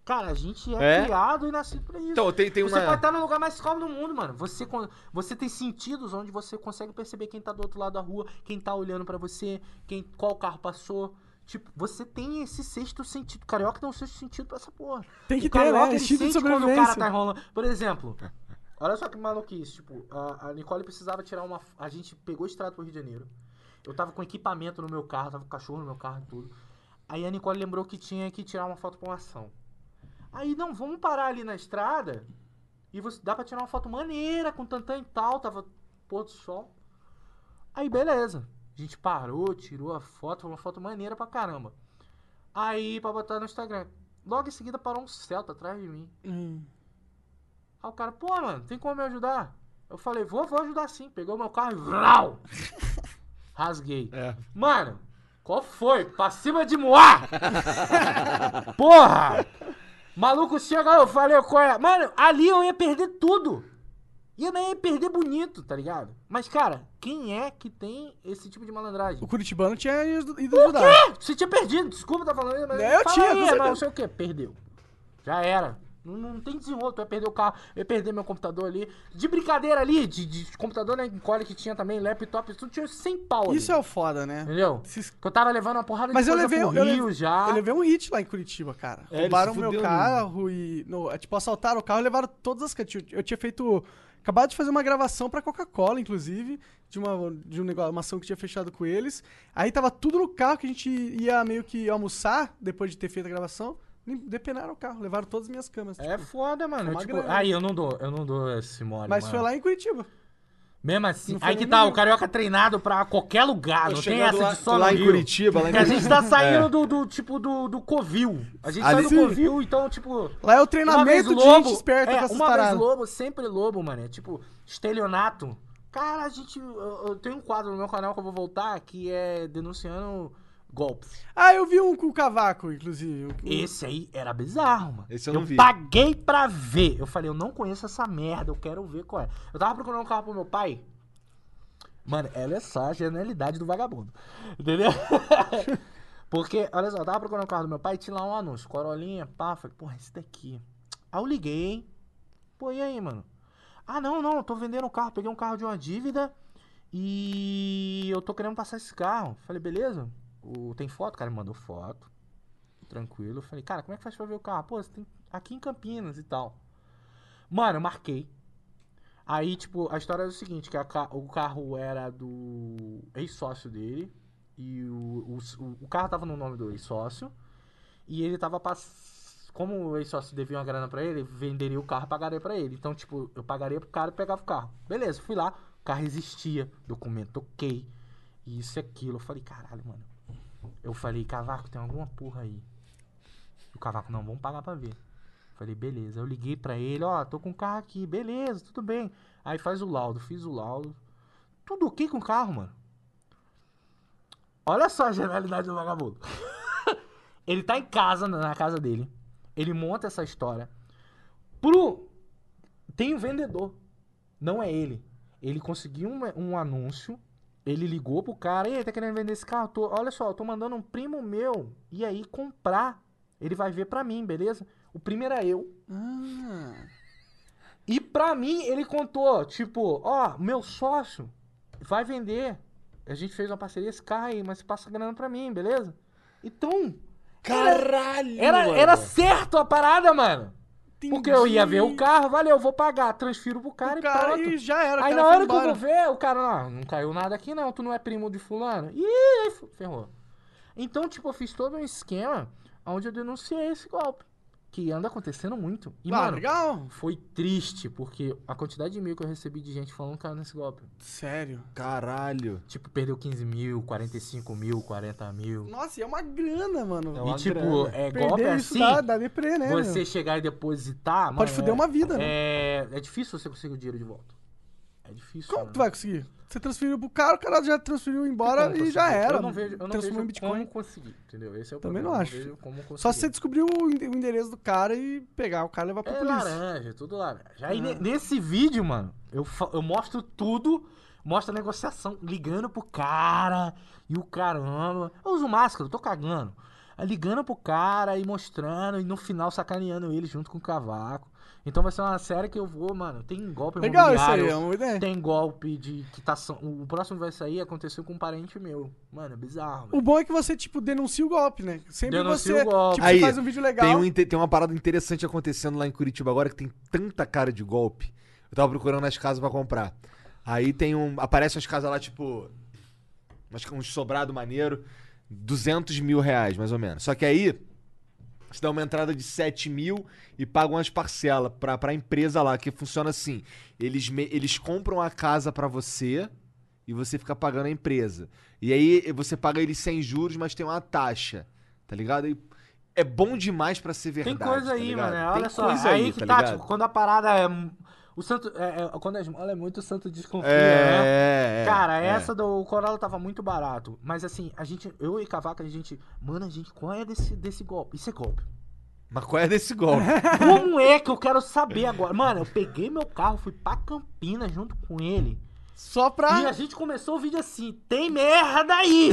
Speaker 3: Cara, a gente é,
Speaker 2: É?
Speaker 3: criado e nascido pra isso.
Speaker 2: Então, tem, tem
Speaker 3: você pode
Speaker 2: uma.
Speaker 3: estar no lugar mais calmo do mundo, mano. Você, con- você tem sentidos onde você consegue perceber quem tá do outro lado da rua, quem tá olhando pra você, quem qual carro passou. Tipo, você tem esse sexto sentido. Carioca tem um sexto sentido pra essa porra.
Speaker 1: Tem que
Speaker 3: o
Speaker 1: ter,
Speaker 3: carioca,
Speaker 1: né?
Speaker 3: ele
Speaker 1: Instinto de
Speaker 3: sente quando o cara
Speaker 1: sobrevivência.
Speaker 3: tá enrolando. Por exemplo, olha só que maluquice. Tipo, a, a Nicole precisava tirar uma... f- A gente pegou estrada pro Rio de Janeiro. Eu tava com equipamento no meu carro, tava com cachorro no meu carro e tudo. Aí a Nicole lembrou que tinha que tirar uma foto pra uma ação. Aí, não, vamos parar ali na estrada e você dá pra tirar uma foto maneira com tantã e tal, tava pôr do sol. Aí, beleza. A gente parou, tirou a foto, foi uma foto maneira pra caramba. Aí, pra botar no Instagram. Logo em seguida parou um Celta atrás de mim.
Speaker 1: Hum.
Speaker 3: Aí o cara, pô, mano, tem como me ajudar? Eu falei, vou, vou ajudar sim. Pegou meu carro e vrau! Rasguei.
Speaker 2: É.
Speaker 3: Mano, qual foi? Pra cima de Moá! Porra! Maluco chega, eu falei, qual é? Mano, ali eu ia perder tudo. E eu nem ia perder bonito, tá ligado? Mas, cara, quem é que tem esse tipo de malandragem?
Speaker 1: O Curitibano tinha ido ido ajudar.
Speaker 3: Você tinha perdido, desculpa tá falando, mas.
Speaker 1: É, eu
Speaker 3: fala
Speaker 1: tinha,
Speaker 3: aí,
Speaker 1: com
Speaker 3: mas
Speaker 1: certeza.
Speaker 3: não sei o que, perdeu. Já era. Não, não tem desenrolo, tu ia perder o carro, eu ia perder meu computador ali. De brincadeira ali, de, de computador na encolha que tinha também, laptop, tudo tinha 100 pau ali.
Speaker 1: Isso é o foda, né?
Speaker 3: Entendeu?
Speaker 1: Esses-
Speaker 3: Que eu tava levando uma porrada
Speaker 1: Mas
Speaker 3: de
Speaker 1: eu
Speaker 3: coisa
Speaker 1: levei, um- eu,
Speaker 3: pro
Speaker 1: leve-
Speaker 3: Rio já.
Speaker 1: eu levei um hit lá em Curitiba, cara.
Speaker 2: É, ele
Speaker 1: Roubaram
Speaker 2: se
Speaker 1: meu
Speaker 2: fudeu,
Speaker 1: carro e. no- é, tipo, assaltaram o carro e levaram todas as cantinhas. Eu tinha feito. Acabado de fazer uma gravação pra Coca-Cola, inclusive, de uma, de um negócio, uma ação que tinha fechado com eles. Aí tava tudo no carro que a gente ia meio que almoçar depois de ter feito a gravação. Lim- Depenaram o carro, levaram todas as minhas câmeras.
Speaker 3: É
Speaker 1: tipo.
Speaker 3: foda, mano.
Speaker 1: uma
Speaker 3: tipo,
Speaker 1: grana.
Speaker 3: aí eu não dou, eu não dou esse mole,
Speaker 1: Mas
Speaker 3: mano.
Speaker 1: foi lá em Curitiba.
Speaker 3: Mesmo assim,
Speaker 1: Não foi
Speaker 3: aí que
Speaker 1: nem
Speaker 3: tá,
Speaker 1: nenhum.
Speaker 3: o carioca treinado pra qualquer lugar, não tem
Speaker 2: Chegando
Speaker 3: essa
Speaker 2: lá,
Speaker 3: de só
Speaker 2: lá
Speaker 3: no
Speaker 2: em
Speaker 3: Rio.
Speaker 2: Curitiba, lá em
Speaker 3: Porque a
Speaker 2: Curitiba.
Speaker 3: gente tá saindo
Speaker 2: É.
Speaker 3: do, do, tipo, do, do covil. A gente
Speaker 2: Ali-
Speaker 3: sai do
Speaker 2: Sim.
Speaker 3: covil, então, tipo...
Speaker 1: Lá é o
Speaker 3: Uma vez
Speaker 1: treinamento de
Speaker 3: lobo,
Speaker 1: gente esperta
Speaker 3: é,
Speaker 1: com essas
Speaker 3: uma
Speaker 1: paradas.
Speaker 3: vez lobo, sempre lobo, mano. É tipo, estelionato. Cara, a gente... Eu, eu tenho um quadro no meu canal que eu vou voltar, que é denunciando golpes.
Speaker 1: Ah, eu vi um com o cavaco, inclusive.
Speaker 3: Esse aí era bizarro, mano.
Speaker 2: Hum. Esse eu não vi.
Speaker 3: paguei pra ver. Eu falei, eu não conheço essa merda, eu quero ver qual é. Eu tava procurando um carro pro meu pai. Mano, ela é só a genialidade do vagabundo. Entendeu? Porque, olha só, eu tava procurando um carro do meu pai e tinha lá um anúncio. Corolinha, pá. Falei, porra, esse daqui. Aí eu liguei, hein? Pô, e aí, mano? Ah, não, não, eu tô vendendo um carro. Peguei um carro de uma dívida e eu tô querendo passar esse carro. Falei, beleza? O, tem foto? O cara me mandou foto tranquilo. Falei, cara, como é que faz pra ver o carro? Pô, você tem aqui em Campinas e tal. Mano, eu marquei. Aí, tipo, a história é o seguinte, que a ca- o carro era do ex-sócio dele. E o, o, o carro tava no nome do ex-sócio. E ele tava pass... Como o ex-sócio devia uma grana pra ele, venderia o carro e pagaria pra ele. Então, tipo, eu pagaria pro cara e pegava o carro. Beleza, fui lá. O carro existia. Documento ok. Isso e aquilo. Eu falei, caralho, mano. Eu falei, Cavaco, tem alguma porra aí. O Cavaco, não, vamos pagar pra ver. Falei, beleza. Eu liguei pra ele, ó, tô com o carro aqui, beleza, tudo bem. Aí faz o laudo, fiz o laudo. Tudo ok com o carro, mano. Olha só a genialidade do vagabundo. ele tá em casa, na- na casa dele. Ele monta essa história. Pro. Tem um vendedor. Não é ele. Ele conseguiu um, um anúncio. Ele ligou pro cara, ei, tá querendo vender esse carro? Tô- olha só, eu tô mandando um primo meu e aí comprar. Ele vai ver pra mim, beleza? O primo era eu.
Speaker 1: Ah.
Speaker 3: E pra mim, ele contou, tipo, ó, meu sócio vai vender. A gente fez uma parceria, esse carro aí, mas passa grana pra mim, beleza? Então,
Speaker 2: Caralho!
Speaker 3: era,
Speaker 2: mano.
Speaker 3: era certo a parada, mano. Porque eu ia ver o
Speaker 1: Entendi.
Speaker 3: carro, valeu, vou pagar, transfiro pro cara
Speaker 1: O
Speaker 3: e
Speaker 1: cara
Speaker 3: pronto.
Speaker 1: e já era. o
Speaker 3: Aí
Speaker 1: cara
Speaker 3: na
Speaker 1: foi
Speaker 3: hora que eu
Speaker 1: embora.
Speaker 3: vou ver, o cara, "Ah, não, não caiu nada aqui não, tu não é primo de fulano. Ih, aí fu- ferrou. Então, tipo, eu fiz todo um esquema onde eu denunciei esse golpe. Que anda acontecendo muito. E,
Speaker 1: ah,
Speaker 3: mano,
Speaker 1: legal.
Speaker 3: foi triste, porque a quantidade de mil que eu recebi de gente falando que caiu nesse golpe.
Speaker 1: Sério.
Speaker 2: Caralho.
Speaker 3: Tipo, perdeu 15 mil, 45 mil, 40 mil.
Speaker 1: Nossa, e é uma grana, mano.
Speaker 2: É
Speaker 3: E,
Speaker 2: uma
Speaker 3: tipo,
Speaker 2: grana.
Speaker 3: é
Speaker 1: Perder
Speaker 3: golpe
Speaker 1: isso
Speaker 3: assim,
Speaker 1: dá, dá deprê, né? meu?
Speaker 3: você chegar e depositar...
Speaker 1: Pode
Speaker 3: mano,
Speaker 1: fuder
Speaker 3: é-
Speaker 1: uma vida, né?
Speaker 3: é, é difícil você conseguir o dinheiro de volta. É difícil.
Speaker 1: Como
Speaker 3: mano.
Speaker 1: tu vai conseguir? Você transferiu pro cara, o cara já transferiu embora
Speaker 3: Como
Speaker 1: e
Speaker 3: conseguir?
Speaker 1: já era.
Speaker 3: Então, Eu não vejo, eu não
Speaker 1: transformou
Speaker 3: vejo
Speaker 1: em Bitcoin.
Speaker 3: como conseguir, entendeu? Esse é o
Speaker 1: Também
Speaker 3: problema.
Speaker 1: não
Speaker 3: eu
Speaker 1: acho.
Speaker 3: vejo como conseguir.
Speaker 1: Só se você descobriu o ende- o endereço do cara e pegar o cara e levar pra
Speaker 3: É
Speaker 1: polícia. É.
Speaker 3: laranja, tudo laranja. Aí ne- nesse vídeo, mano, eu, fa- eu mostro tudo, mostro a negociação, ligando pro cara e o caramba. Eu uso máscara, eu tô cagando. Aí Ligando pro cara e mostrando, e no final sacaneando ele junto com o cavaco. Então vai ser uma série que eu vou, mano. Tem golpe
Speaker 1: Legal isso
Speaker 3: imobiliário,
Speaker 1: aí, é uma ideia.
Speaker 3: Tem golpe de quitação. O próximo vai sair, aconteceu com um parente meu. Mano, é bizarro. velho.
Speaker 1: O bom é que você, tipo, denuncia o golpe, né? Sempre
Speaker 3: Denuncia
Speaker 1: você
Speaker 3: o golpe.
Speaker 1: Tipo,
Speaker 2: Aí,
Speaker 1: faz um vídeo legal.
Speaker 2: Tem, um inte- tem uma parada interessante acontecendo lá em Curitiba agora que tem tanta cara de golpe. Eu tava procurando as casas pra comprar. Aí tem um. Aparecem umas casas lá, tipo. Umas, um sobrado maneiro. 200 mil reais, mais ou menos. Só que aí. Você dá uma entrada de 7 mil e paga umas parcelas pra, pra empresa lá, que funciona assim. Eles, me- eles compram a casa pra você e você fica pagando a empresa. E aí você paga eles sem juros, mas tem uma taxa, tá ligado? E é bom demais pra ser
Speaker 3: Tem
Speaker 2: verdade.
Speaker 3: coisa
Speaker 2: tá
Speaker 3: aí,
Speaker 2: ligado?
Speaker 3: mano. Olha
Speaker 2: Tem
Speaker 3: só.
Speaker 2: coisa
Speaker 3: aí que tá,
Speaker 2: ligado?
Speaker 3: tipo, quando a parada é. O santo. é- é- quando a esmola é muito, o santo desconfia, né?
Speaker 2: É, é, é,
Speaker 3: Cara,
Speaker 2: é.
Speaker 3: essa do Corolla tava muito barato. Mas assim, a gente. Eu e Cavaca, a gente. Mano, a gente, qual é desse, desse golpe? Isso é golpe.
Speaker 2: Mas qual é desse golpe?
Speaker 3: Como é que eu quero saber agora? Mano, eu peguei meu carro, fui pra Campinas junto com ele.
Speaker 1: Só pra.
Speaker 2: Tá.
Speaker 3: E a gente começou o vídeo assim: tem merda aí!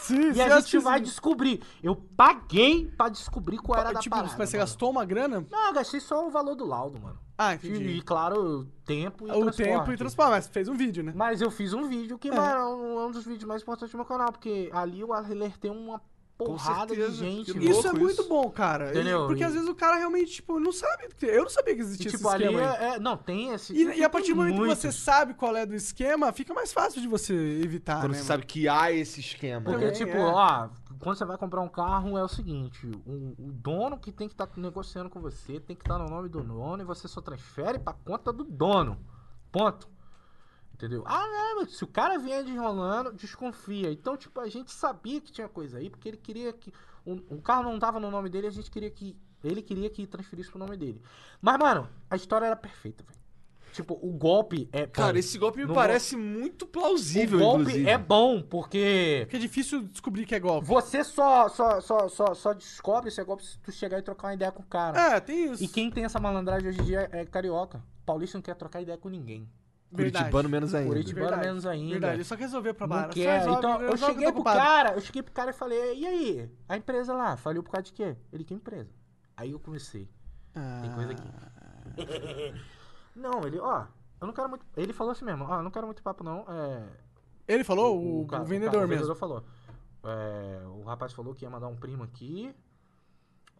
Speaker 1: Sim,
Speaker 3: E a
Speaker 2: é
Speaker 3: gente
Speaker 2: assim.
Speaker 3: vai descobrir. Eu paguei pra descobrir qual
Speaker 2: é
Speaker 3: era da
Speaker 1: Tipo,
Speaker 3: parada.
Speaker 1: mas você
Speaker 3: mano.
Speaker 1: gastou uma grana?
Speaker 3: Não, eu gastei só o valor do laudo, mano.
Speaker 1: Ah,
Speaker 3: E,
Speaker 1: entendi.
Speaker 3: claro, tempo e
Speaker 1: O tempo e
Speaker 3: transporte.
Speaker 1: transporte, mas fez um vídeo, né?
Speaker 3: Mas eu fiz um vídeo que, mano, é um- é um dos vídeos mais importantes do meu canal, porque ali eu alertei uma porrada de
Speaker 2: certeza,
Speaker 3: gente.
Speaker 2: que
Speaker 3: mano.
Speaker 1: Isso é
Speaker 2: louco
Speaker 1: muito
Speaker 2: isso.
Speaker 1: bom, cara. E-
Speaker 3: Entendeu?
Speaker 1: porque
Speaker 3: E-
Speaker 1: às vezes o cara realmente, tipo, não sabe. Eu não sabia que
Speaker 3: E,
Speaker 1: existia
Speaker 3: tipo,
Speaker 1: esse
Speaker 3: ali
Speaker 1: esquema. aí.
Speaker 3: é, é- Não, tem esse.
Speaker 1: E, e a
Speaker 3: tem
Speaker 1: partir do momento
Speaker 3: muitos.
Speaker 1: que você sabe qual é do esquema, fica mais fácil de você evitar,
Speaker 2: Quando
Speaker 1: né?
Speaker 2: você
Speaker 1: mano?
Speaker 2: sabe que há esse esquema.
Speaker 3: Porque,
Speaker 1: Também,
Speaker 3: tipo,
Speaker 1: é.
Speaker 3: ó, quando você vai comprar um carro é o seguinte: o, o dono que tem que estar negociando com você tem que estar no nome do dono e você só transfere pra conta do dono. Ponto. Entendeu? Ah, não, mas se o cara vier desenrolando, desconfia. Então, tipo, a gente sabia que tinha coisa aí, porque ele queria que. O, o carro não tava no nome dele, a gente queria que. Ele queria que transferisse pro nome dele. Mas, mano, a história era perfeita, velho. Tipo, o golpe é.
Speaker 2: Cara,
Speaker 3: bom.
Speaker 2: esse golpe me
Speaker 3: No-
Speaker 2: parece muito plausível,
Speaker 3: O golpe
Speaker 2: inclusive.
Speaker 3: é bom, porque.
Speaker 1: Porque é difícil descobrir que é golpe.
Speaker 3: Você só, só, só, só, só descobre se é golpe se tu chegar e trocar uma ideia com o cara.
Speaker 1: É, tem isso.
Speaker 3: E quem tem essa malandragem hoje em dia é carioca. Paulista não quer trocar ideia com ninguém.
Speaker 1: Verdade.
Speaker 2: Curitibano menos ainda.
Speaker 3: é Curitibano
Speaker 1: Verdade.
Speaker 3: menos ainda.
Speaker 1: Verdade, é só que resolver pra
Speaker 3: Não
Speaker 1: barra.
Speaker 3: quer. Então, eu
Speaker 1: tá
Speaker 3: cheguei pro cara, eu cheguei pro cara e falei, e aí? A empresa lá, faliu por causa de quê? Ele, que empresa? Aí eu comecei.
Speaker 1: Ah.
Speaker 3: Tem coisa aqui. não, ele, ó, eu não quero muito... Ele falou assim mesmo, ó, eu não quero muito papo não, é...
Speaker 1: Ele falou? O,
Speaker 3: ca-
Speaker 1: o vendedor
Speaker 3: ca- o
Speaker 1: mesmo.
Speaker 3: vendedor falou. É, o rapaz falou que ia mandar um primo aqui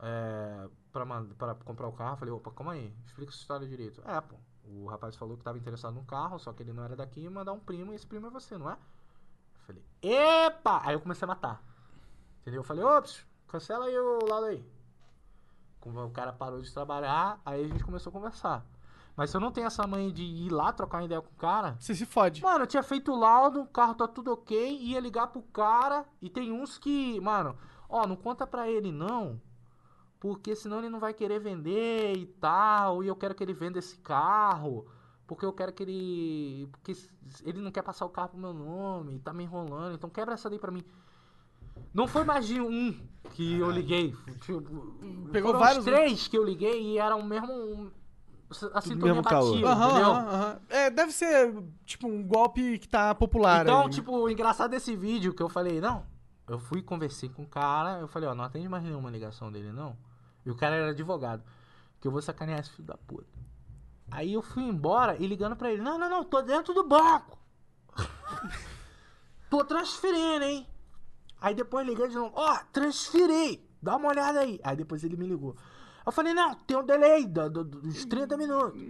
Speaker 3: é, pra, man- pra comprar o carro. Eu Falei, opa, calma aí, explica essa história direito. É, pô. O rapaz falou que tava interessado no carro, só que ele não era daqui, ia mandar um primo, e esse primo é você, não é? Eu falei, epa! Aí eu comecei a matar. Entendeu? Eu falei, ops, cancela aí o lado aí. Como o cara parou de trabalhar, aí a gente começou a conversar. Mas se eu não tenho essa mãe de ir lá trocar uma ideia com o cara,
Speaker 1: Você se fode.
Speaker 3: Mano, eu tinha feito o laudo, o carro tá tudo ok, ia ligar pro cara, e tem uns que, mano, ó, não conta pra ele não, porque senão ele não vai querer vender e tal, e eu quero que ele venda esse carro, porque eu quero que ele, porque s- ele não quer passar o carro pro meu nome, tá me enrolando, então quebra essa daí pra mim. Não foi mais de um que eu liguei, tipo,
Speaker 1: Pegou
Speaker 3: foram
Speaker 1: vários,
Speaker 3: os
Speaker 1: né?
Speaker 3: três que eu liguei e era o mesmo, um- a sintonia
Speaker 2: mesmo caô.
Speaker 3: batida,
Speaker 1: Aham,
Speaker 3: entendeu?
Speaker 1: aham, aham. É, deve ser, tipo, um golpe que tá popular
Speaker 3: Então,
Speaker 1: aí, né?
Speaker 3: tipo, o engraçado desse vídeo que eu falei, não, eu fui conversei com o cara, eu falei, ó, não atende mais nenhuma ligação dele, não. E o cara era advogado. Que eu vou sacanear esse filho da puta. Aí eu fui embora e ligando pra ele, não, não, não, tô dentro do banco. tô transferindo, hein? Aí depois ligando de novo, ó, transferi, dá uma olhada aí. Aí depois ele me ligou. Eu falei, não, tem um delay do- do- dos 30 minutos.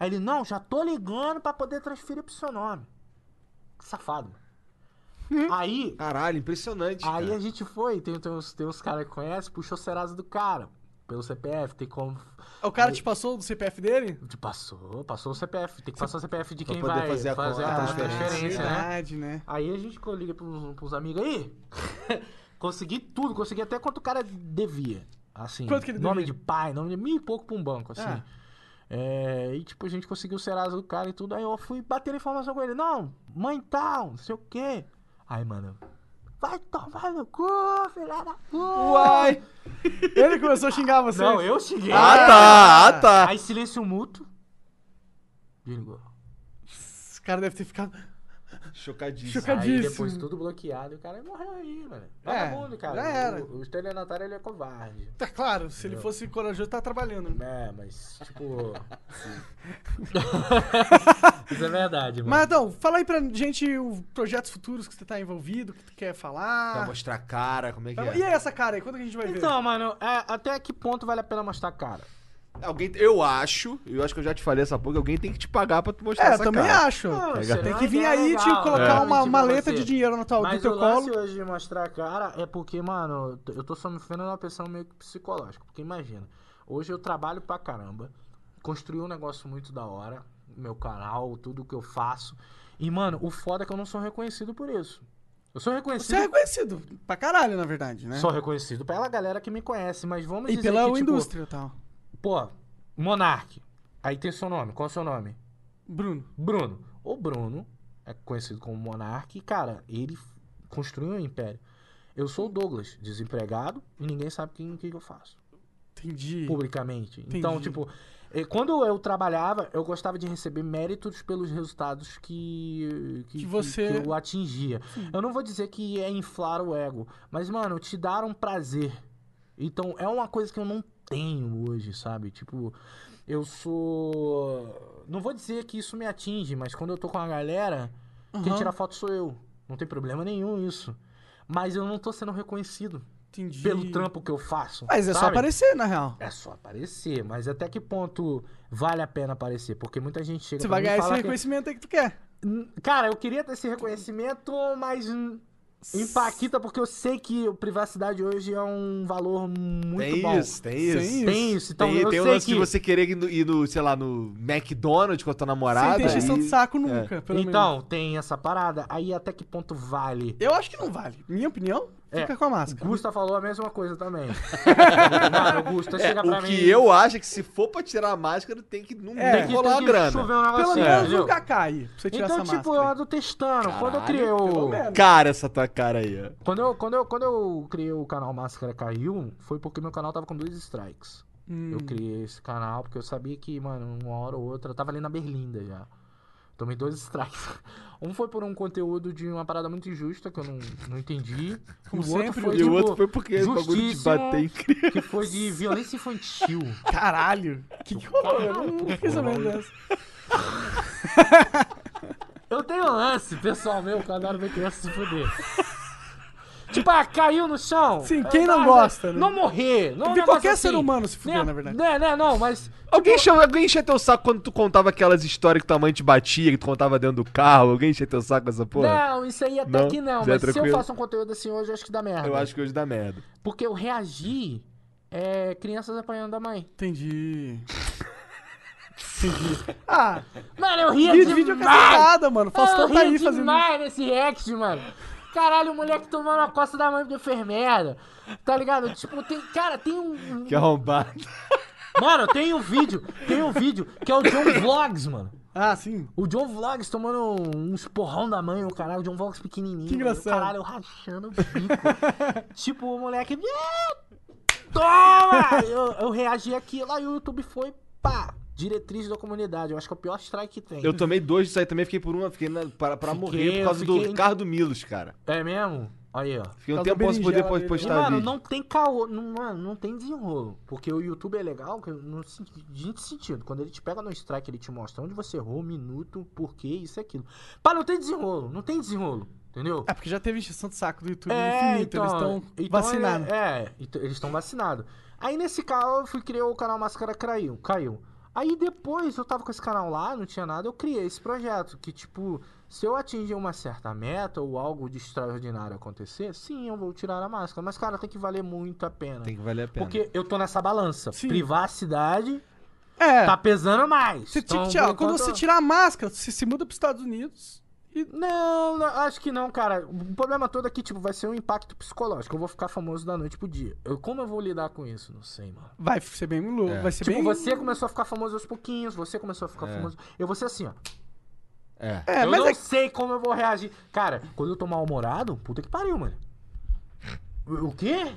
Speaker 3: Aí ele, não, já tô ligando pra poder transferir pro seu nome. Que safado. mano. Aí,
Speaker 2: Caralho, impressionante.
Speaker 3: aí
Speaker 2: cara.
Speaker 3: a gente foi, tem, tem uns, tem uns caras que conhecem, puxou o Serasa do cara. Pelo CPF, tem como.
Speaker 1: É O cara te passou do CPF dele?
Speaker 3: Te Passou, passou o CPF. Tem que passar o CPF de
Speaker 2: Pra
Speaker 3: quem
Speaker 2: poder
Speaker 3: vai
Speaker 2: fazer a
Speaker 3: fazer
Speaker 2: conta,
Speaker 3: a
Speaker 2: a
Speaker 3: transferência, Ah, tá né?
Speaker 1: verdade, né?
Speaker 3: Aí a gente co- liga pros, pros amigos aí. consegui tudo, consegui até quanto o cara devia. Assim,
Speaker 1: Quanto que ele
Speaker 3: nome
Speaker 1: devia?
Speaker 3: de pai, nome de mil e pouco pra um banco, assim.
Speaker 1: Ah.
Speaker 3: É, e tipo, a gente conseguiu o Serasa do cara e tudo. Aí eu fui bater a informação com ele. Não, mãe tal, não sei o quê. Aí, mano, vai tomar no cu, filha da puta.
Speaker 2: Uai!
Speaker 1: Ele começou a xingar você.
Speaker 3: Não, eu cheguei.
Speaker 2: Ah tá, ah tá.
Speaker 3: Aí silêncio mútuo. Desligou.
Speaker 1: Esse cara deve ter ficado...
Speaker 2: Chocadíssimo.
Speaker 1: Chocadíssimo.
Speaker 3: Aí depois tudo bloqueado, o cara morreu aí, mano. Vagabundo, cara.
Speaker 1: já era.
Speaker 3: O, o estelionatário, ele é covarde.
Speaker 1: Tá claro, se ele fosse corajoso, tá trabalhando. né?
Speaker 3: É, mas, tipo... Isso é verdade, mano.
Speaker 1: Mas então, fala aí pra gente os projetos futuros que você tá envolvido, que tu quer
Speaker 2: Pra
Speaker 1: falar.
Speaker 2: mostrar a cara, como é que
Speaker 1: E
Speaker 2: é?
Speaker 1: Ah. aí essa cara aí, quando que a gente vai ver?
Speaker 3: Tá Então, mano, é, até que ponto vale a pena mostrar a cara?
Speaker 2: Alguém, eu acho, eu acho que eu já te falei essa pouco, alguém tem que te pagar pra tu mostrar
Speaker 1: É,
Speaker 2: essa
Speaker 1: também
Speaker 2: cara.
Speaker 1: acho.
Speaker 3: Não,
Speaker 2: Legal.
Speaker 3: será
Speaker 1: Tem
Speaker 3: uma
Speaker 1: que vir
Speaker 3: ideia
Speaker 1: aí te
Speaker 3: legal,
Speaker 1: colocar
Speaker 3: né?
Speaker 1: uma
Speaker 3: Tipo,
Speaker 1: maleta
Speaker 3: você-
Speaker 1: de dinheiro na tua, no
Speaker 3: Mas
Speaker 1: teu
Speaker 3: o lance
Speaker 1: colo.
Speaker 3: hoje de mostrar a cara é porque, mano, eu tô- eu tô sofrendo uma pressão meio que psicológica. Porque imagina, hoje eu trabalho pra caramba, construí um negócio muito da hora, meu canal, tudo que eu faço. E, mano, o foda é que eu não sou reconhecido por isso. Eu sou
Speaker 1: Você é
Speaker 3: reconhecido.
Speaker 1: reconhecido pra caralho, na verdade, né?
Speaker 3: Sou reconhecido pela galera que me conhece, mas vamos
Speaker 1: E
Speaker 3: dizer
Speaker 1: pela
Speaker 3: que, tipo,
Speaker 1: indústria e tal.
Speaker 3: pô, Monark. Aí tem seu nome, qual é o seu nome?
Speaker 1: Bruno.
Speaker 3: Bruno. O Bruno é conhecido como Monark e, cara, ele f- construiu um império. Eu sou o Douglas, desempregado, e ninguém sabe quem- o que, que eu faço.
Speaker 1: Entendi.
Speaker 3: publicamente. Então,
Speaker 1: Entendi.
Speaker 3: tipo, eh, quando eu trabalhava, eu gostava de receber méritos pelos resultados que
Speaker 1: Que você-
Speaker 3: que eu atingia. Eu não vou dizer que é inflar o ego, mas mano, te dar um prazer. Então, é uma coisa que eu não tenho hoje, sabe? Tipo, eu sou não vou dizer que isso me atinge, mas quando eu tô com a galera, quem
Speaker 1: Aham.
Speaker 3: tira foto sou eu. Não tem problema nenhum isso. Mas eu não tô sendo reconhecido
Speaker 1: Entendi.
Speaker 3: pelo trampo que eu faço.
Speaker 1: Mas é só
Speaker 3: sabe?
Speaker 1: aparecer, na real.
Speaker 3: É só aparecer, mas até que ponto vale a pena aparecer? Porque muita gente chega
Speaker 1: Você
Speaker 3: pra
Speaker 1: vai
Speaker 3: mim e
Speaker 1: ganhar esse é
Speaker 3: fala que-
Speaker 1: reconhecimento aí que tu quer.
Speaker 3: N- Cara, eu queria ter esse reconhecimento, mas hum, empaquita porque eu sei que a privacidade hoje é um valor muito
Speaker 2: tem
Speaker 3: bom.
Speaker 2: isso, tem isso.
Speaker 1: Tem isso.
Speaker 3: Tem isso, então
Speaker 2: tem
Speaker 3: eu
Speaker 2: tem o
Speaker 3: sei
Speaker 2: lance
Speaker 3: que...
Speaker 2: de você querer ir no, ir no, sei lá, no McDonald's com a tua namorada.
Speaker 1: Sem ter encheção
Speaker 2: e-
Speaker 1: de saco nunca, pelo menos.
Speaker 3: Então, tem essa parada, aí até que ponto vale?
Speaker 1: Eu acho que não vale. Minha opinião, fica
Speaker 3: É.
Speaker 1: com a máscara.
Speaker 3: Gusta falou a mesma coisa também. Mano, o Gusta Então chega pra
Speaker 2: É, o
Speaker 3: mim...
Speaker 2: que eu acho é que se for pra tirar a máscara, tem que não
Speaker 1: É,
Speaker 3: tem que,
Speaker 2: rolar
Speaker 3: tem
Speaker 2: a
Speaker 3: que
Speaker 2: grana.
Speaker 3: chover um negocinho,
Speaker 1: Pelo menos
Speaker 3: entendeu?
Speaker 1: nunca cai. Pra você tirar
Speaker 3: Então,
Speaker 1: essa
Speaker 3: tipo, eu
Speaker 1: máscara. aí.
Speaker 3: ando testando. Quando eu criei
Speaker 1: pelo
Speaker 3: o...
Speaker 1: menos.
Speaker 2: Cara, essa tua cara aí, ó.
Speaker 3: Quando eu, quando, eu, quando eu criei o canal Máscara Caiu, foi porque meu canal tava com dois strikes.
Speaker 2: Hum.
Speaker 3: Eu criei esse canal porque eu sabia que, mano, uma hora ou outra, eu tava ali na Berlinda já. Tomei dois strikes. Um foi por um conteúdo de uma parada muito injusta que eu não, não entendi.
Speaker 1: Como
Speaker 3: e o outro
Speaker 1: sempre,
Speaker 3: foi,
Speaker 2: né? e
Speaker 3: tipo,
Speaker 2: o outro foi porque o bagulho de
Speaker 3: justíssimo,
Speaker 2: bater em criança.
Speaker 3: que foi de violência infantil.
Speaker 1: Caralho. Que que rolou? Eu não- não fiz a mesma dessa.
Speaker 3: Eu tenho lance, pessoal meu, que adoro ver criança se fuder. Tipo, ah, caiu no chão.
Speaker 1: Sim,
Speaker 3: Ah,
Speaker 1: quem não
Speaker 3: ah,
Speaker 1: gosta, né?
Speaker 3: Não morrer. Não um
Speaker 1: Tem
Speaker 3: negócio
Speaker 1: qualquer ser
Speaker 3: assim.
Speaker 1: humano se fuder,
Speaker 3: Né,
Speaker 1: na verdade.
Speaker 3: Né, né, não, mas
Speaker 2: Alguém, chama, alguém enchia teu saco quando tu contava aquelas histórias que tua mãe te batia, que tu contava dentro do carro? Alguém enchia teu saco com essa porra?
Speaker 3: Não, isso aí até
Speaker 2: Não?
Speaker 3: que não.
Speaker 2: Já é
Speaker 3: Mas se eu
Speaker 2: tranquilo?
Speaker 3: faço um conteúdo assim hoje, eu acho que dá merda.
Speaker 2: Eu acho que hoje dá merda.
Speaker 3: Porque eu reagi é, crianças apanhando da mãe.
Speaker 1: Entendi. Entendi. Ah,
Speaker 3: Mano, eu ria
Speaker 1: vídeo,
Speaker 3: demais.
Speaker 1: vídeo é cacetada, mano.
Speaker 3: eu
Speaker 1: Faustão tá
Speaker 3: ria
Speaker 1: aí fazendo.
Speaker 3: demais nesse react, mano. Caralho, o moleque tomando a costa da mãe porque fez merda. Tá ligado? Tipo, tem. Cara, tem um.
Speaker 2: Que arrombado.
Speaker 3: Mano, tem um vídeo. Tem um vídeo que é o John Vlogs, mano.
Speaker 1: Ah, sim.
Speaker 3: O John Vlogs tomando uns porrão da mãe, o caralho, o John Vlogs pequenininho.
Speaker 1: Que engraçado.
Speaker 3: O caralho, eu rachando o bico. tipo, o moleque... "Ah, Toma! Eu, eu reagi aquilo, aí o YouTube foi, pá, diretriz da comunidade. Eu acho que é o pior strike que tem.
Speaker 2: Eu tomei dois disso aí também, fiquei por uma, fiquei na, pra, pra morrer por
Speaker 3: eu
Speaker 2: causa do
Speaker 3: fiquei-
Speaker 2: carro do Milos, cara.
Speaker 3: É mesmo? Aí, ó.
Speaker 2: Fiquei um
Speaker 1: Por causa
Speaker 2: tempo
Speaker 1: da
Speaker 2: sem poder
Speaker 1: berinjela dele,
Speaker 3: E,
Speaker 2: postar
Speaker 3: mano,
Speaker 2: tá vídeo.
Speaker 3: não tem caô, não, mano, não tem desenrolo. Porque o YouTube é legal que no sen- de sentido. Quando ele te pega no strike, ele te mostra onde você errou, minuto, porquê, isso e aquilo. Pá, não tem desenrolo, não tem desenrolo, entendeu?
Speaker 1: É porque já teve encheção de saco do YouTube
Speaker 3: É,
Speaker 1: infinito. eles estão
Speaker 3: então
Speaker 1: vacinados.
Speaker 3: ele- É, então, eles estão vacinados. Aí nesse canal eu fui criar o canal Máscara Caiu. caiu. Aí depois eu tava com esse canal lá, não tinha nada, eu criei esse projeto. Que tipo, se eu atingir uma certa meta ou algo de extraordinário acontecer, sim, eu vou tirar a máscara. Mas cara, tem que valer muito a pena.
Speaker 2: Tem que valer a pena.
Speaker 3: Porque eu tô nessa balança.
Speaker 1: Sim.
Speaker 3: Privacidade
Speaker 1: É.
Speaker 3: tá pesando mais.
Speaker 1: Você tinha
Speaker 3: Então,
Speaker 1: que tirar-
Speaker 3: por
Speaker 1: quando
Speaker 3: enquanto-
Speaker 1: você tirar a máscara, você se muda pros Estados Unidos.
Speaker 3: Não, não, acho que não, cara. O problema todo é que, tipo, vai ser um impacto psicológico. Eu vou ficar famoso da noite pro dia. Eu, como eu vou lidar com isso? Não sei, mano.
Speaker 1: Vai ser bem louco. Vai ser
Speaker 3: Tipo,
Speaker 1: bem.
Speaker 3: você começou a ficar famoso aos pouquinhos, você começou a ficar famoso. Eu vou ser assim, ó.
Speaker 2: É.
Speaker 1: É,
Speaker 3: eu
Speaker 1: mas
Speaker 3: não
Speaker 1: é
Speaker 3: sei como eu vou reagir. Cara, quando eu tô mal-humorado, puta que pariu, mano. O o quê?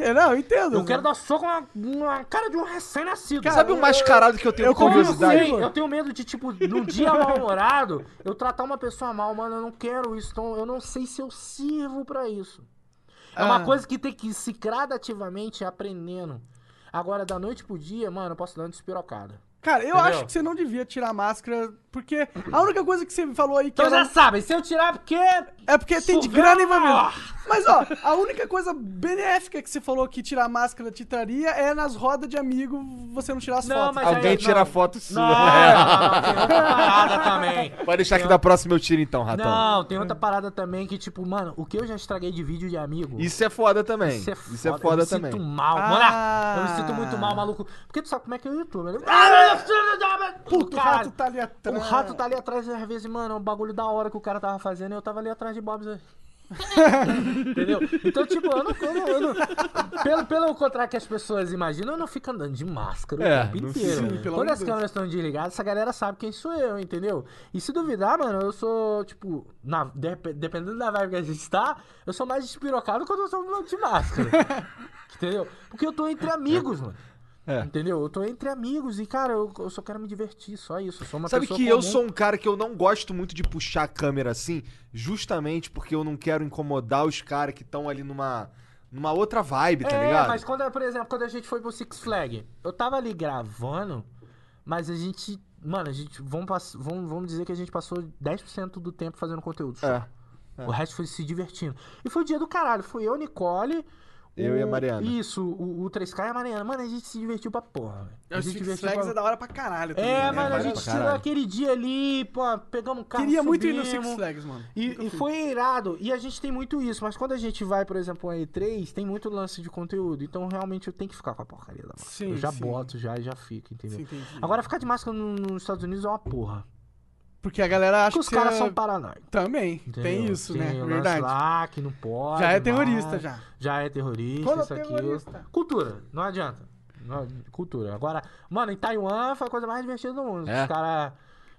Speaker 1: É, não, eu entendo.
Speaker 3: Eu quero dar soco na, na cara de um recém-nascido.
Speaker 2: Sabe o mascarado que eu tenho
Speaker 1: eu
Speaker 3: Como eu
Speaker 1: curiosidade?
Speaker 3: sei, eu tenho medo de, tipo, num dia mal-humorado, eu tratar uma pessoa mal, mano, eu não quero isso, então eu não sei se eu sirvo pra isso. É
Speaker 1: Ah.
Speaker 3: uma coisa que tem que se gradativamente aprendendo. Agora, da noite pro dia, mano, eu posso dar uma despirocada.
Speaker 1: Cara, eu
Speaker 3: Entendeu?
Speaker 1: acho que você não devia tirar a máscara, porque a única coisa que você me falou aí que
Speaker 3: Então
Speaker 1: era- um
Speaker 3: já sabem, se eu tirar, porque.
Speaker 1: é porque tem de
Speaker 3: Sugar!
Speaker 1: grana e vai mesmo. Mas ó, a única coisa benéfica que você falou que tirar a máscara te traria é nas rodas de amigo você não tirar as
Speaker 3: Não,
Speaker 1: fotos. Ah,
Speaker 3: mas
Speaker 2: Alguém
Speaker 3: aí-
Speaker 2: tira
Speaker 3: não.
Speaker 2: foto
Speaker 3: Não,
Speaker 2: sua.
Speaker 3: não, tem outra parada também.
Speaker 2: Pode deixar que da próxima eu tiro então, ratão.
Speaker 3: Não, tem outra parada também que, tipo, mano, o que eu já estraguei de vídeo de amigo.
Speaker 2: Isso é foda também. Isso é foda,
Speaker 3: eu me
Speaker 2: também.
Speaker 3: sinto mal,
Speaker 1: Ah.
Speaker 3: mano. Eu me sinto muito mal, maluco. Porque tu sabe como é que é o YouTube, né? Ah, meu filho da-
Speaker 1: Puta, o
Speaker 3: Cara,
Speaker 1: rato tá ali
Speaker 3: O
Speaker 1: atrás.
Speaker 3: rato tá ali atrás, às vezes, mano, o bagulho da hora que o cara tava fazendo, eu tava ali atrás de Bob's. Entendeu? Então, tipo, eu não. Eu não, eu não- pelo, pelo contrário que as pessoas imaginam, eu não fico andando de máscara
Speaker 2: É,
Speaker 3: o tempo
Speaker 2: não
Speaker 3: inteiro.
Speaker 2: fica. Sim,
Speaker 1: pelo amor
Speaker 3: Quando
Speaker 1: de
Speaker 3: as
Speaker 1: Deus.
Speaker 3: câmeras estão desligadas, essa galera sabe quem sou eu, entendeu? E se duvidar, mano, eu sou, tipo, na, dep- dependendo da vibe que a gente tá, eu sou mais despirocado quando eu sou de máscara. entendeu? Porque eu tô entre amigos, mano.
Speaker 2: É.
Speaker 3: Entendeu? Eu tô entre amigos e, cara, eu, eu só quero me divertir, só isso. Eu sou uma
Speaker 2: Sabe que
Speaker 3: pessoa
Speaker 2: eu
Speaker 3: comum.
Speaker 2: sou um cara que eu não gosto muito de puxar a câmera assim, justamente porque eu não quero incomodar os caras que estão ali numa, numa outra vibe, tá
Speaker 3: é,
Speaker 2: ligado?
Speaker 3: mas quando, por exemplo, quando a gente foi pro Six Flag, eu tava ali gravando, mas a gente. Mano, a gente. Vamos, pass- vamos, vamos dizer que a gente passou 10% do tempo fazendo conteúdo. só.
Speaker 2: É.
Speaker 3: O resto foi se divertindo. E foi o dia do caralho. Foi eu, Nicole.
Speaker 2: Eu
Speaker 3: o-
Speaker 2: e a Mariana.
Speaker 3: Isso, o, o 3K e a Mariana. Mano, a gente se divertiu pra porra. velho. A
Speaker 1: Os
Speaker 3: gente
Speaker 1: Six
Speaker 3: divertiu
Speaker 1: Flags
Speaker 3: pra-
Speaker 1: é da hora pra caralho também.
Speaker 3: É,
Speaker 1: né?
Speaker 3: mano, a
Speaker 2: vale
Speaker 3: gente
Speaker 2: pra
Speaker 3: tirou
Speaker 2: caralho.
Speaker 3: aquele dia ali, pô, pegamos o carro.
Speaker 1: Queria muito ir no
Speaker 3: subimos.
Speaker 1: Six Flags, mano.
Speaker 3: E, e foi irado. E a gente tem muito isso, mas quando a gente vai, por exemplo, a E3, tem muito lance de conteúdo. Então realmente eu tenho que ficar com a porcaria da máscara.
Speaker 1: Sim,
Speaker 3: eu já
Speaker 1: sim.
Speaker 3: boto já e já fico, entendeu?
Speaker 1: Sim, entendi.
Speaker 3: Agora ficar de máscara no- nos Estados Unidos é uma porra.
Speaker 1: Porque a galera acha
Speaker 3: Porque os
Speaker 1: que
Speaker 3: caras
Speaker 1: você-
Speaker 3: são paranoicos.
Speaker 1: Também,
Speaker 3: entendeu?
Speaker 1: tem isso, né?
Speaker 3: o lance
Speaker 1: Verdade.
Speaker 3: Lá, que não pode.
Speaker 1: Já é
Speaker 3: mais.
Speaker 1: terrorista, já.
Speaker 3: Já é terrorista,
Speaker 1: Todo
Speaker 3: isso aqui.
Speaker 1: terrorista.
Speaker 3: Cultura, não adianta. Não- cultura. Agora, mano, em Taiwan foi a coisa mais divertida do mundo.
Speaker 2: É.
Speaker 3: Os caras.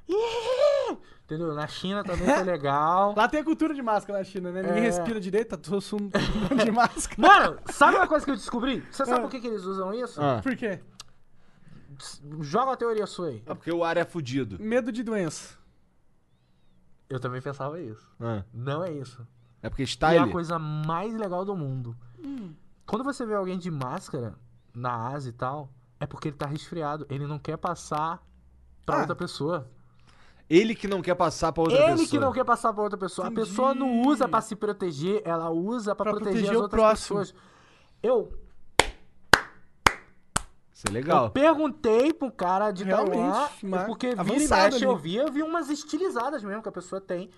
Speaker 3: Ih! Entendeu? Na China também foi legal.
Speaker 1: Lá tem a cultura de máscara na China, né? Ninguém
Speaker 3: É.
Speaker 1: respira direito, tá todo mundo de máscara.
Speaker 3: Mano, sabe uma coisa que eu descobri? Você sabe por que, que eles usam isso?
Speaker 2: Ah,
Speaker 1: Por quê?
Speaker 3: Joga a teoria sua aí.
Speaker 2: é porque o ar é fudido.
Speaker 1: Medo de doença.
Speaker 3: Eu também pensava isso.
Speaker 2: Ah,
Speaker 3: Não é isso.
Speaker 2: É porque
Speaker 3: E é
Speaker 2: style.
Speaker 3: a coisa mais legal do mundo.
Speaker 1: Hum.
Speaker 3: Quando você vê alguém de máscara na asa e tal, é porque ele tá resfriado. Ele não quer passar pra
Speaker 1: Ah.
Speaker 3: outra pessoa.
Speaker 2: Ele que não quer passar pra outra
Speaker 3: ele
Speaker 2: pessoa.
Speaker 3: que não quer passar pra outra pessoa. A
Speaker 1: Entendi.
Speaker 3: pessoa não usa pra se proteger, ela usa pra
Speaker 1: Pra
Speaker 3: proteger,
Speaker 1: proteger
Speaker 3: as
Speaker 1: o
Speaker 3: outras
Speaker 1: próximo.
Speaker 3: pessoas. Eu,
Speaker 2: Isso é
Speaker 3: eu
Speaker 2: legal.
Speaker 3: perguntei pro cara de
Speaker 1: Realmente,
Speaker 3: Taiwan,
Speaker 1: ma-
Speaker 3: porque vira e
Speaker 1: avançado
Speaker 3: mexe,
Speaker 1: ali.
Speaker 3: eu vi, eu vi umas estilizadas mesmo que a pessoa tem. Ele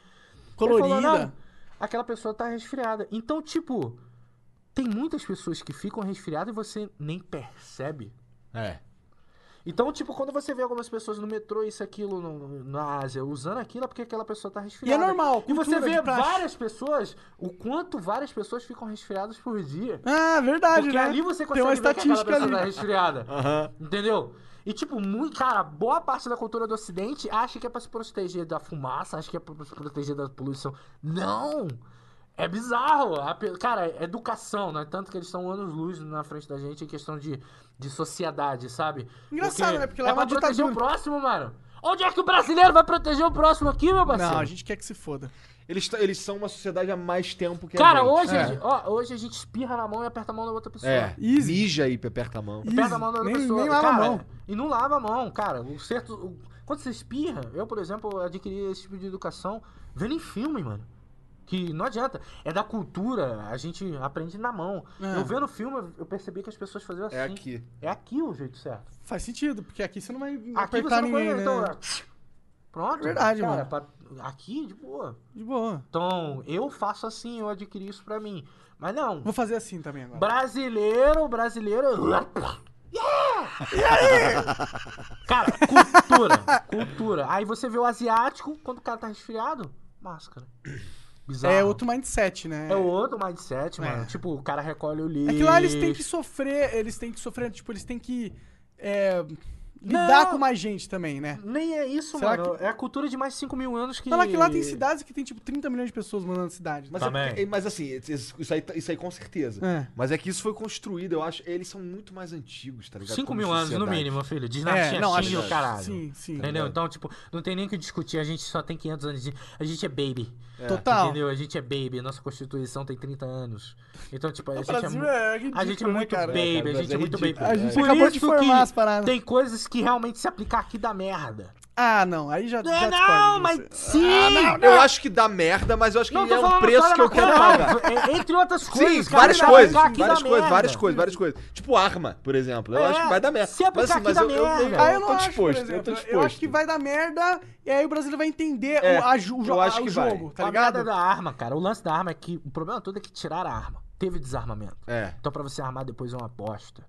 Speaker 1: Colorida.
Speaker 3: Falou, não, aquela pessoa tá resfriada. Então, tipo, tem muitas pessoas que ficam resfriadas e você nem percebe.
Speaker 2: É.
Speaker 3: Então, tipo, quando você vê algumas pessoas no metrô, isso, aquilo, no- no- na Ásia, usando aquilo, é porque aquela pessoa tá resfriada.
Speaker 1: é normal,
Speaker 3: E
Speaker 1: cultura
Speaker 3: você vê
Speaker 1: de praxe.
Speaker 3: várias pessoas, o quanto várias pessoas ficam resfriadas por dia.
Speaker 1: Ah, verdade,
Speaker 3: Porque
Speaker 1: né?
Speaker 3: ali você
Speaker 1: tem
Speaker 3: consegue
Speaker 1: uma
Speaker 3: ver que
Speaker 1: estatística
Speaker 3: aquela pessoa tá
Speaker 1: ali.
Speaker 3: resfriada.
Speaker 2: Aham.
Speaker 3: Entendeu? E, tipo, muito, cara, boa parte da cultura do ocidente acha que é pra se proteger da fumaça, acha que é pra se proteger da poluição. Não! É bizarro. A pe- Cara, é educação, né? Tanto que eles estão anos-luz na frente da gente em questão de, de sociedade, sabe?
Speaker 1: Engraçado, né? Porque lá
Speaker 3: é
Speaker 1: é uma
Speaker 3: pra proteger o
Speaker 1: ditadura.
Speaker 3: próximo, mano. Onde é que o brasileiro vai proteger o próximo aqui, meu parceiro?
Speaker 1: Não, a gente quer que se foda.
Speaker 2: Eles, t- eles são uma sociedade há mais tempo que
Speaker 3: Cara,
Speaker 2: a gente.
Speaker 3: hoje,
Speaker 2: é.
Speaker 3: a gente, ó, hoje a gente espirra na mão e aperta a mão da outra pessoa.
Speaker 2: É.
Speaker 1: Easy.
Speaker 2: Mija aí, aperta a mão.
Speaker 1: Easy.
Speaker 3: Aperta a mão da outra
Speaker 1: Nem-
Speaker 3: pessoa.
Speaker 1: nem lava a
Speaker 3: cara,
Speaker 1: mão.
Speaker 3: E não lava a mão, cara. O certo. o- Quando você espirra, eu, por exemplo, adquiri esse tipo de educação vendo em filme, mano. Que não adianta. É da cultura, a gente aprende na mão.
Speaker 1: É.
Speaker 3: Eu vendo filme, eu percebi que as pessoas faziam assim.
Speaker 2: É aqui.
Speaker 3: É aqui o jeito certo.
Speaker 1: Faz sentido, porque aqui você não vai
Speaker 3: Aqui você
Speaker 1: apertar
Speaker 3: não
Speaker 1: ninguém,
Speaker 3: pode,
Speaker 1: né? É
Speaker 3: então. é- Pronto.
Speaker 1: verdade,
Speaker 3: cara,
Speaker 1: mano.
Speaker 3: pra- Aqui, de boa.
Speaker 1: De boa.
Speaker 3: Então, eu faço assim, eu adquiri isso pra mim. Mas não,
Speaker 1: Vou fazer assim também agora.
Speaker 3: Brasileiro, brasileiro. Yeah! Cara, cultura, cultura. Aí você vê o asiático, quando o cara tá resfriado, máscara. Bizarro.
Speaker 1: É outro mindset, né?
Speaker 3: Ah. É outro mindset, mano.
Speaker 1: É.
Speaker 3: Tipo, o cara recolhe o lixo.
Speaker 1: É que lá eles têm que sofrer, eles têm que sofrer, tipo, eles têm que é, lidar
Speaker 3: Não.
Speaker 1: com mais gente também, né?
Speaker 3: Nem é isso,
Speaker 1: Será
Speaker 3: mano.
Speaker 1: que-
Speaker 3: É a cultura de mais 5 mil anos que...
Speaker 1: Fala que lá tem cidades que tem, tipo, 30 milhões de pessoas morando na cidade.
Speaker 2: Mas,
Speaker 3: Também.
Speaker 2: é porque- mas assim, isso isso aí, tá- isso aí com certeza.
Speaker 1: É.
Speaker 2: Mas é que isso foi construído, eu acho. Eles são muito mais antigos, tá ligado?
Speaker 3: 5
Speaker 2: Como
Speaker 3: mil anos, no
Speaker 2: sociedade.
Speaker 3: mínimo, filho. Diz na China, China,
Speaker 1: É, que-
Speaker 3: caralho.
Speaker 1: Sim, sim. É.
Speaker 3: Entendeu? Então, tipo, não tem nem o que discutir. A gente só tem 500 anos de... A gente é baby.
Speaker 1: Total.
Speaker 3: Entendeu? A gente é baby, nossa constituição tem 30 anos. Então, tipo, a gente é,
Speaker 1: Brasil
Speaker 3: mu-
Speaker 1: é
Speaker 3: a
Speaker 1: ridículo,
Speaker 3: gente é
Speaker 1: né,
Speaker 3: muito
Speaker 1: cara?
Speaker 2: É, cara,
Speaker 3: baby, a
Speaker 2: o
Speaker 3: gente é
Speaker 2: Brasil é
Speaker 3: muito baby.
Speaker 2: ridículo, A
Speaker 1: gente
Speaker 3: Por
Speaker 1: acabou de
Speaker 3: isso
Speaker 1: formar
Speaker 3: que
Speaker 1: as paradas.
Speaker 3: Tem coisas que realmente se aplicar aqui dá merda.
Speaker 1: Ah, não, aí já. já
Speaker 3: Não,
Speaker 1: discordo
Speaker 3: não,
Speaker 1: de
Speaker 3: mas
Speaker 1: você.
Speaker 3: sim!
Speaker 2: Ah, Eu acho que dá merda, mas eu acho que
Speaker 3: Não, tô
Speaker 2: é um
Speaker 3: falando
Speaker 2: preço
Speaker 3: só
Speaker 2: que eu
Speaker 3: da
Speaker 2: quero
Speaker 3: maconha,
Speaker 2: pagar.
Speaker 3: não. É, Entre outras
Speaker 2: Sim,
Speaker 3: coisas, cara,
Speaker 2: várias
Speaker 3: se
Speaker 2: coisas,
Speaker 3: aplicar tá aqui dá
Speaker 2: várias coisas,
Speaker 3: merda.
Speaker 2: várias coisas, várias coisas. Tipo arma, por exemplo. Eu
Speaker 3: É,
Speaker 2: acho que vai dar merda.
Speaker 3: se aplicar
Speaker 2: mas assim,
Speaker 3: aqui
Speaker 2: mas
Speaker 3: dá
Speaker 2: eu, eu,
Speaker 3: merda.
Speaker 2: eu,
Speaker 1: Ah, eu não
Speaker 2: tô
Speaker 1: acho,
Speaker 2: disposto,
Speaker 1: por exemplo,
Speaker 2: eu tô disposto.
Speaker 1: eu acho que vai dar merda e aí o brasileiro vai entender
Speaker 2: É,
Speaker 1: o, a ju- o jo-
Speaker 2: eu acho
Speaker 1: a- o
Speaker 2: que vai.
Speaker 1: jogo, tá
Speaker 3: a merda
Speaker 1: ligado?
Speaker 3: da arma, cara. O lance da arma é que o problema todo é que tiraram a arma. Teve desarmamento.
Speaker 2: É.
Speaker 3: Então, pra você armar depois é uma aposta.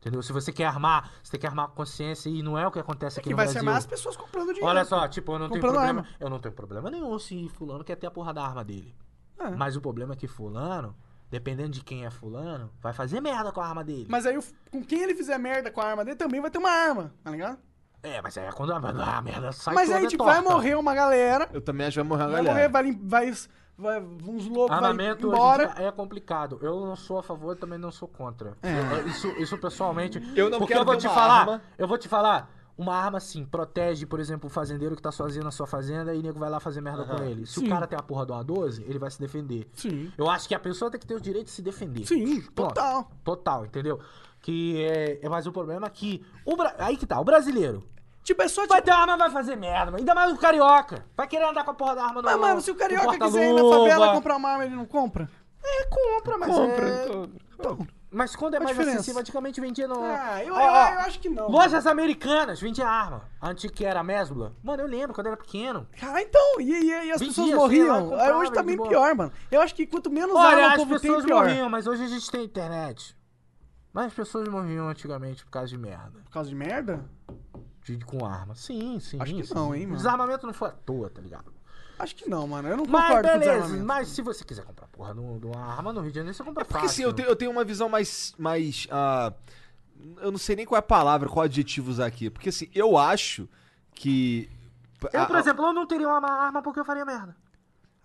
Speaker 3: Entendeu? Se você quer armar, você tem que armar com consciência e não é o que acontece
Speaker 1: Que
Speaker 3: aqui no
Speaker 1: vai
Speaker 3: Brasil.
Speaker 1: ser mais as pessoas comprando dinheiro.
Speaker 3: Olha só, tipo, eu não tenho
Speaker 1: Comprando
Speaker 3: problema.
Speaker 1: arma.
Speaker 3: Eu não tenho problema nenhum se fulano quer ter a porra da arma dele.
Speaker 1: É.
Speaker 3: Mas o problema é que fulano, dependendo de quem é fulano, vai fazer merda com a arma dele.
Speaker 1: Mas aí, o f- com quem ele fizer merda com a arma dele, também vai ter uma arma, tá ligado?
Speaker 3: É, mas aí é quando a, a merda sai
Speaker 1: Mas
Speaker 3: toda
Speaker 1: aí, tipo,
Speaker 3: torta.
Speaker 1: vai morrer uma galera.
Speaker 2: Eu também acho que vai morrer uma
Speaker 1: Vai
Speaker 2: galera.
Speaker 1: morrer, vai, lim- vai, vai, uns
Speaker 3: Ah,
Speaker 1: loucos vai
Speaker 3: Armamento hoje em
Speaker 1: embora. É.
Speaker 3: dia é complicado. Eu não sou a favor, também não sou contra. Eu- Isso, isso pessoalmente.
Speaker 2: Eu não
Speaker 3: porque
Speaker 2: quero
Speaker 3: eu vou
Speaker 2: ter
Speaker 3: te
Speaker 2: uma
Speaker 3: falar,
Speaker 2: arma.
Speaker 3: eu vou te falar. Uma arma assim protege, por exemplo, o fazendeiro que tá sozinho na sua fazenda e o nego vai lá fazer merda com ele. Se
Speaker 1: Sim.
Speaker 3: o cara tem a porra de uma 12, ele vai se defender.
Speaker 1: Sim.
Speaker 3: Eu acho que a pessoa tem que ter o direito de se defender.
Speaker 1: Sim,
Speaker 3: Pronto.
Speaker 1: total.
Speaker 3: Total, entendeu? Que é, é mais o problema é que o bra- aí que tá, o brasileiro
Speaker 1: Tipo, é só
Speaker 3: vai
Speaker 1: tipo,
Speaker 3: ter arma, vai fazer merda, mas ainda mais o carioca. Vai querer andar com a porra da arma no
Speaker 1: mas, mano, se o
Speaker 3: no
Speaker 1: carioca quiser ir na
Speaker 3: porta-luva.
Speaker 1: favela comprar uma arma, ele não compra?
Speaker 3: É, compra, mas
Speaker 1: Compra, Então,
Speaker 3: é... Mas quando é
Speaker 1: Qual a
Speaker 3: mais
Speaker 1: diferença?
Speaker 3: acessível, antigamente vendia no...
Speaker 1: Ah, eu-
Speaker 3: Ó,
Speaker 1: eu-
Speaker 3: ó,
Speaker 1: eu acho que não.
Speaker 3: Lojas americanas vendia arma. A Antiga era a Mesbla. Mano, eu lembro, quando eu era pequeno.
Speaker 1: Cara, então, e, e- e as
Speaker 3: Vendia,
Speaker 1: pessoas
Speaker 3: sei lá,
Speaker 1: morriam.
Speaker 3: comprava,
Speaker 1: Aí hoje tá
Speaker 3: era de
Speaker 1: bem
Speaker 3: boa.
Speaker 1: pior, mano. Eu acho que quanto menos
Speaker 3: Olha,
Speaker 1: arma o
Speaker 3: as
Speaker 1: povo tem,
Speaker 3: pessoas
Speaker 1: pior.
Speaker 3: morriam, mas hoje a gente tem internet. Mas as pessoas morriam antigamente por causa de merda.
Speaker 1: Por causa de merda?
Speaker 3: De, com arma. Sim, sim.
Speaker 1: Acho que
Speaker 3: sim.
Speaker 1: não, hein,
Speaker 3: O
Speaker 1: mano.
Speaker 3: desarmamento não foi à toa, tá ligado?
Speaker 1: Acho que não, mano. Eu não
Speaker 3: Mas
Speaker 1: concordo com o
Speaker 3: beleza,
Speaker 1: desarmamento. É
Speaker 3: mas se você quiser comprar porra de um- de uma arma no Rio de Janeiro, você compra
Speaker 2: Porque assim,
Speaker 3: fácil.
Speaker 2: eu tenho, eu tenho uma visão mais. mais ah, eu não sei nem qual é a palavra, qual adjetivo usar aqui. Porque assim, eu acho que.
Speaker 3: Eu, por
Speaker 2: a- a-
Speaker 3: exemplo, eu não teria uma arma porque eu faria merda.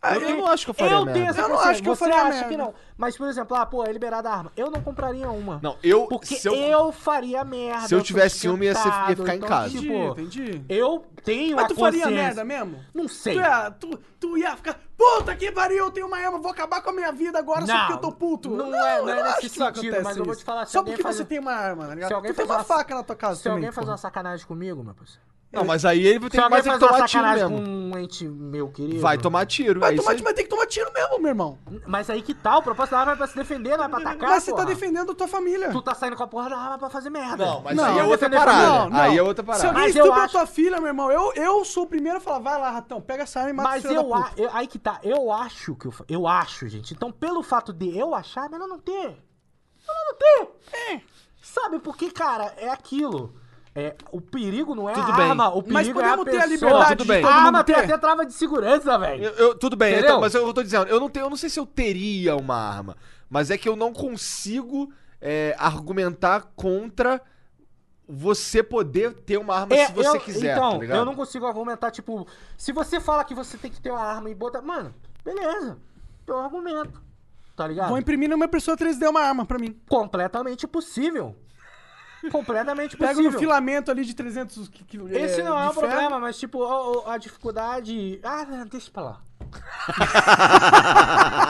Speaker 1: Ah,
Speaker 2: eu
Speaker 1: eu-
Speaker 2: não acho que eu faria
Speaker 3: eu
Speaker 2: merda.
Speaker 3: tenho essa
Speaker 1: Eu não
Speaker 3: consciência,
Speaker 1: acho que eu
Speaker 3: você
Speaker 1: faria
Speaker 3: acha
Speaker 1: merda.
Speaker 3: que não. Mas, por exemplo, ah, pô, é liberada a arma. Eu não compraria uma.
Speaker 2: Não, eu.
Speaker 3: Porque
Speaker 2: se
Speaker 3: eu,
Speaker 2: eu,
Speaker 3: faria merda.
Speaker 2: se eu
Speaker 3: sou
Speaker 2: tivesse uma, ia ser- ia
Speaker 3: esquentado,
Speaker 2: ficar em
Speaker 3: então,
Speaker 2: casa.
Speaker 1: Entendi,
Speaker 3: Tipo,
Speaker 1: entendi.
Speaker 3: eu tenho
Speaker 1: Mas
Speaker 3: a
Speaker 1: tu faria
Speaker 3: consciência-
Speaker 1: merda mesmo?
Speaker 3: Não sei.
Speaker 1: Tu é, ia, tu, tu ia ficar, puta que pariu, eu tenho uma arma, vou acabar com a minha vida agora só
Speaker 3: Não,
Speaker 1: porque eu tô puto.
Speaker 3: não é-
Speaker 1: eu
Speaker 3: não é nesse
Speaker 1: acho que isso
Speaker 3: sentido,
Speaker 1: acontece
Speaker 3: mas eu vou te falar, se
Speaker 1: Só
Speaker 3: alguém
Speaker 1: porque
Speaker 3: faz-
Speaker 1: você tem uma arma, tá
Speaker 3: Se
Speaker 1: ligado?
Speaker 3: alguém
Speaker 1: Tu tem
Speaker 3: fazer
Speaker 1: uma faca na tua casa
Speaker 3: Se
Speaker 1: também,
Speaker 3: alguém fazer
Speaker 1: porra.
Speaker 3: uma sacanagem comigo, meu parceiro.
Speaker 2: Não, mas aí ele
Speaker 3: Se
Speaker 2: tem
Speaker 3: alguém
Speaker 2: mais é que
Speaker 3: fazer uma
Speaker 2: tomar tiro
Speaker 3: sacanagem
Speaker 2: mesmo.
Speaker 3: com um ente meu querido.
Speaker 2: Vai tomar tiro.
Speaker 1: Vai
Speaker 2: é isso
Speaker 1: tomar,
Speaker 2: aí.
Speaker 1: tiro, mas tem que tomar tiro mesmo, meu irmão.
Speaker 3: Mas aí que tal? O propósito da arma é pra se defender, não é pra atacar.
Speaker 1: mas você tá
Speaker 3: porra.
Speaker 1: defendendo a tua família.
Speaker 3: Tu tá saindo com a porra da arma pra fazer merda.
Speaker 2: Não, mas
Speaker 1: Não,
Speaker 2: aí é outra
Speaker 3: defender a
Speaker 2: parada.
Speaker 3: família.
Speaker 1: Não, não.
Speaker 2: Aí é outra parada.
Speaker 1: Se alguém
Speaker 3: Mas eu
Speaker 1: estupra a
Speaker 3: acho-
Speaker 1: tua filha, meu irmão, eu, eu sou o primeiro a falar, vai lá, ratão, pega essa arma e mata
Speaker 3: Mas
Speaker 1: esse filho
Speaker 3: eu,
Speaker 1: da
Speaker 3: a,
Speaker 1: puta.
Speaker 3: eu- aí que tá, eu acho que eu fa- eu acho, gente. Então, pelo fato de eu achar, é melhor não ter. Melhor não ter. É. Sabe porque, cara, é aquilo. É, o perigo não é
Speaker 2: Tudo
Speaker 3: a
Speaker 2: bem.
Speaker 3: arma, o perigo
Speaker 1: Mas
Speaker 3: é a
Speaker 1: podemos ter a
Speaker 3: pessoa.
Speaker 1: liberdade
Speaker 2: Tudo de bem.
Speaker 3: A
Speaker 2: todo
Speaker 3: arma
Speaker 1: mundo
Speaker 3: tem
Speaker 1: ter?
Speaker 3: até trava de segurança, velho.
Speaker 2: Eu, eu- tudo bem,
Speaker 3: Entendeu?
Speaker 2: então, mas eu, eu tô dizendo, eu não, tenho, eu não sei se eu teria uma arma, mas é que eu não consigo é, argumentar contra você poder ter uma arma
Speaker 3: É,
Speaker 2: se você
Speaker 3: eu-
Speaker 2: quiser,
Speaker 3: Então,
Speaker 2: tá ligado?
Speaker 3: eu não consigo argumentar, tipo, se você fala que você tem que ter uma arma e botar. Mano, beleza. Eu argumento. Tá ligado?
Speaker 1: Vou imprimir numa pessoa 3D uma arma pra mim.
Speaker 3: Completamente possível. Completamente
Speaker 1: Pega
Speaker 3: possível.
Speaker 1: no filamento ali de 300 quilos.
Speaker 3: Esse não é
Speaker 1: de
Speaker 3: um
Speaker 1: ferro.
Speaker 3: problema, mas tipo, ó, ó, a dificuldade. Ah, não, deixa pra lá.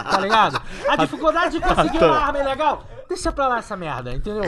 Speaker 3: tá ligado? A dificuldade de conseguir
Speaker 1: Tá.
Speaker 3: uma arma ilegal, deixa pra lá essa merda, entendeu?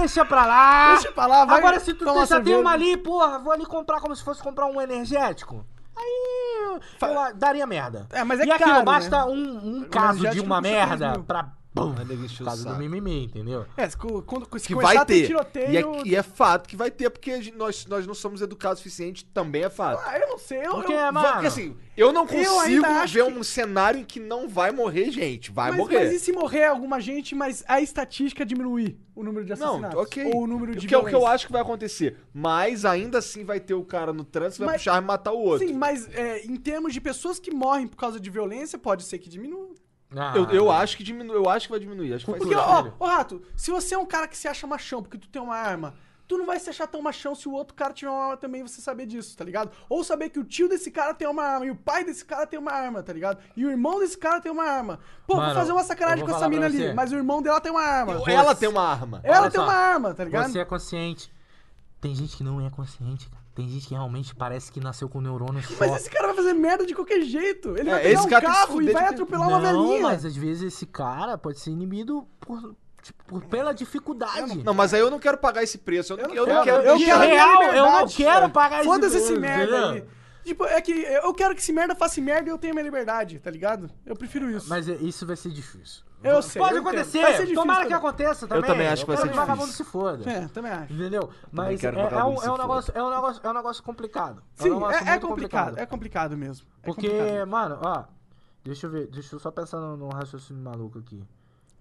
Speaker 3: deixa pra lá.
Speaker 1: Deixa pra lá, vai
Speaker 3: Agora se tu
Speaker 1: tomar
Speaker 3: tem- já tem
Speaker 1: cerveja.
Speaker 3: uma ali, porra, vou ali comprar como se fosse comprar um energético. Aí eu- eu ah, daria merda.
Speaker 1: É, mas é
Speaker 3: e aquilo,
Speaker 1: caro, né?
Speaker 3: basta um, um caso de
Speaker 1: energético
Speaker 3: uma
Speaker 1: custa três
Speaker 3: merda
Speaker 1: mil.
Speaker 3: pra. Bum,
Speaker 2: Mas nego enche o
Speaker 3: por causa do
Speaker 2: saco.
Speaker 3: mimimi, entendeu?
Speaker 1: É, se co- quando se
Speaker 2: que
Speaker 1: começar
Speaker 2: vai
Speaker 1: a ter
Speaker 2: ter.
Speaker 1: tiroteio...
Speaker 2: E é, e é fato que vai ter, porque a gente- nós, nós não somos educados o suficiente, também é fato.
Speaker 1: Ah, eu não sei, eu...
Speaker 3: Porque, é
Speaker 1: eu-
Speaker 3: mano,
Speaker 2: Porque assim, eu não
Speaker 1: Eu ainda
Speaker 2: consigo
Speaker 1: acho
Speaker 2: ver
Speaker 1: que-
Speaker 2: um cenário em que não vai morrer gente, vai
Speaker 1: mas,
Speaker 2: morrer.
Speaker 1: mas e se morrer alguma gente, mas a estatística diminuir o número de
Speaker 2: Não,
Speaker 1: assassinatos?
Speaker 2: ok.
Speaker 1: é Ou o número de
Speaker 2: que é o que eu
Speaker 1: violência?
Speaker 2: acho que vai acontecer. Mas ainda assim vai ter o cara no trânsito, vai
Speaker 1: Mas-
Speaker 2: puxar e matar o outro.
Speaker 1: Sim, mas é, em termos de pessoas que morrem por causa de violência, pode ser que diminua.
Speaker 3: Ah,
Speaker 2: Eu, eu acho que diminui, eu acho que vai diminuir. Acho que vai
Speaker 1: Porque,
Speaker 2: ser-
Speaker 1: ó, ó, Rato, se você é um cara que se acha machão porque tu tem uma arma, tu não vai se achar tão machão se o outro cara tiver uma arma também e você saber disso, tá ligado? Ou saber que o tio desse cara tem uma arma, e o pai desse cara tem uma arma, tá ligado? E o irmão desse cara tem uma arma. Pô,
Speaker 3: Mano,
Speaker 1: vou fazer uma
Speaker 3: eu
Speaker 1: sacanagem
Speaker 3: vou
Speaker 1: com essa
Speaker 3: falar pra
Speaker 1: mina ali,
Speaker 3: você.
Speaker 1: mas o irmão dela tem uma arma.
Speaker 2: Eu- ela tem uma arma.
Speaker 1: Ela
Speaker 3: Olha
Speaker 1: tem
Speaker 3: só,
Speaker 1: uma arma, tá ligado?
Speaker 3: Você é consciente. Tem gente que não é consciente, cara. Tem gente que realmente parece que nasceu com neurônio só.
Speaker 1: Mas esse cara vai fazer merda de qualquer jeito. Ele
Speaker 2: É,
Speaker 1: vai pegar
Speaker 2: esse
Speaker 1: um
Speaker 2: cara tem que se
Speaker 1: carro e
Speaker 2: fuder
Speaker 1: vai
Speaker 2: de qualquer-
Speaker 1: atropelar uma velhinha.
Speaker 3: mas às vezes esse cara pode ser inibido por, tipo, por- pela dificuldade.
Speaker 2: Não, mas aí eu não quero pagar esse preço. Eu não, eu não quero.
Speaker 3: eu
Speaker 2: que-
Speaker 3: quero-
Speaker 1: a minha
Speaker 3: Real, eu não
Speaker 1: liberdade,
Speaker 3: quero
Speaker 1: cara.
Speaker 3: pagar esse
Speaker 1: Foda-se esse
Speaker 3: preço,
Speaker 1: merda aí.
Speaker 3: entendeu?
Speaker 1: Tipo, é que eu quero que esse merda faça merda e eu tenha minha liberdade, tá ligado? Eu prefiro isso.
Speaker 3: Mas é- isso vai ser difícil.
Speaker 1: Eu sei,
Speaker 3: Pode
Speaker 1: eu entendo.
Speaker 3: acontecer.
Speaker 1: Vai ser difícil
Speaker 3: Tomara que
Speaker 1: também.
Speaker 3: aconteça também.
Speaker 2: também acho que vai
Speaker 3: quero
Speaker 2: ser
Speaker 3: que vagabundo
Speaker 2: difícil.
Speaker 3: se foda.
Speaker 1: É, também acho.
Speaker 3: Entendeu? Mas é,
Speaker 2: quero que
Speaker 3: é um,
Speaker 2: vagabundo se
Speaker 3: é um
Speaker 2: foda.
Speaker 3: negócio, é um negócio, é um negócio complicado.
Speaker 1: Sim,
Speaker 3: um negócio
Speaker 1: é, é
Speaker 3: muito
Speaker 1: complicado, é complicado mesmo. É
Speaker 3: Porque,
Speaker 1: complicado.
Speaker 3: mano, ó. Deixa eu ver, deixa eu só pensar num, num raciocínio maluco aqui.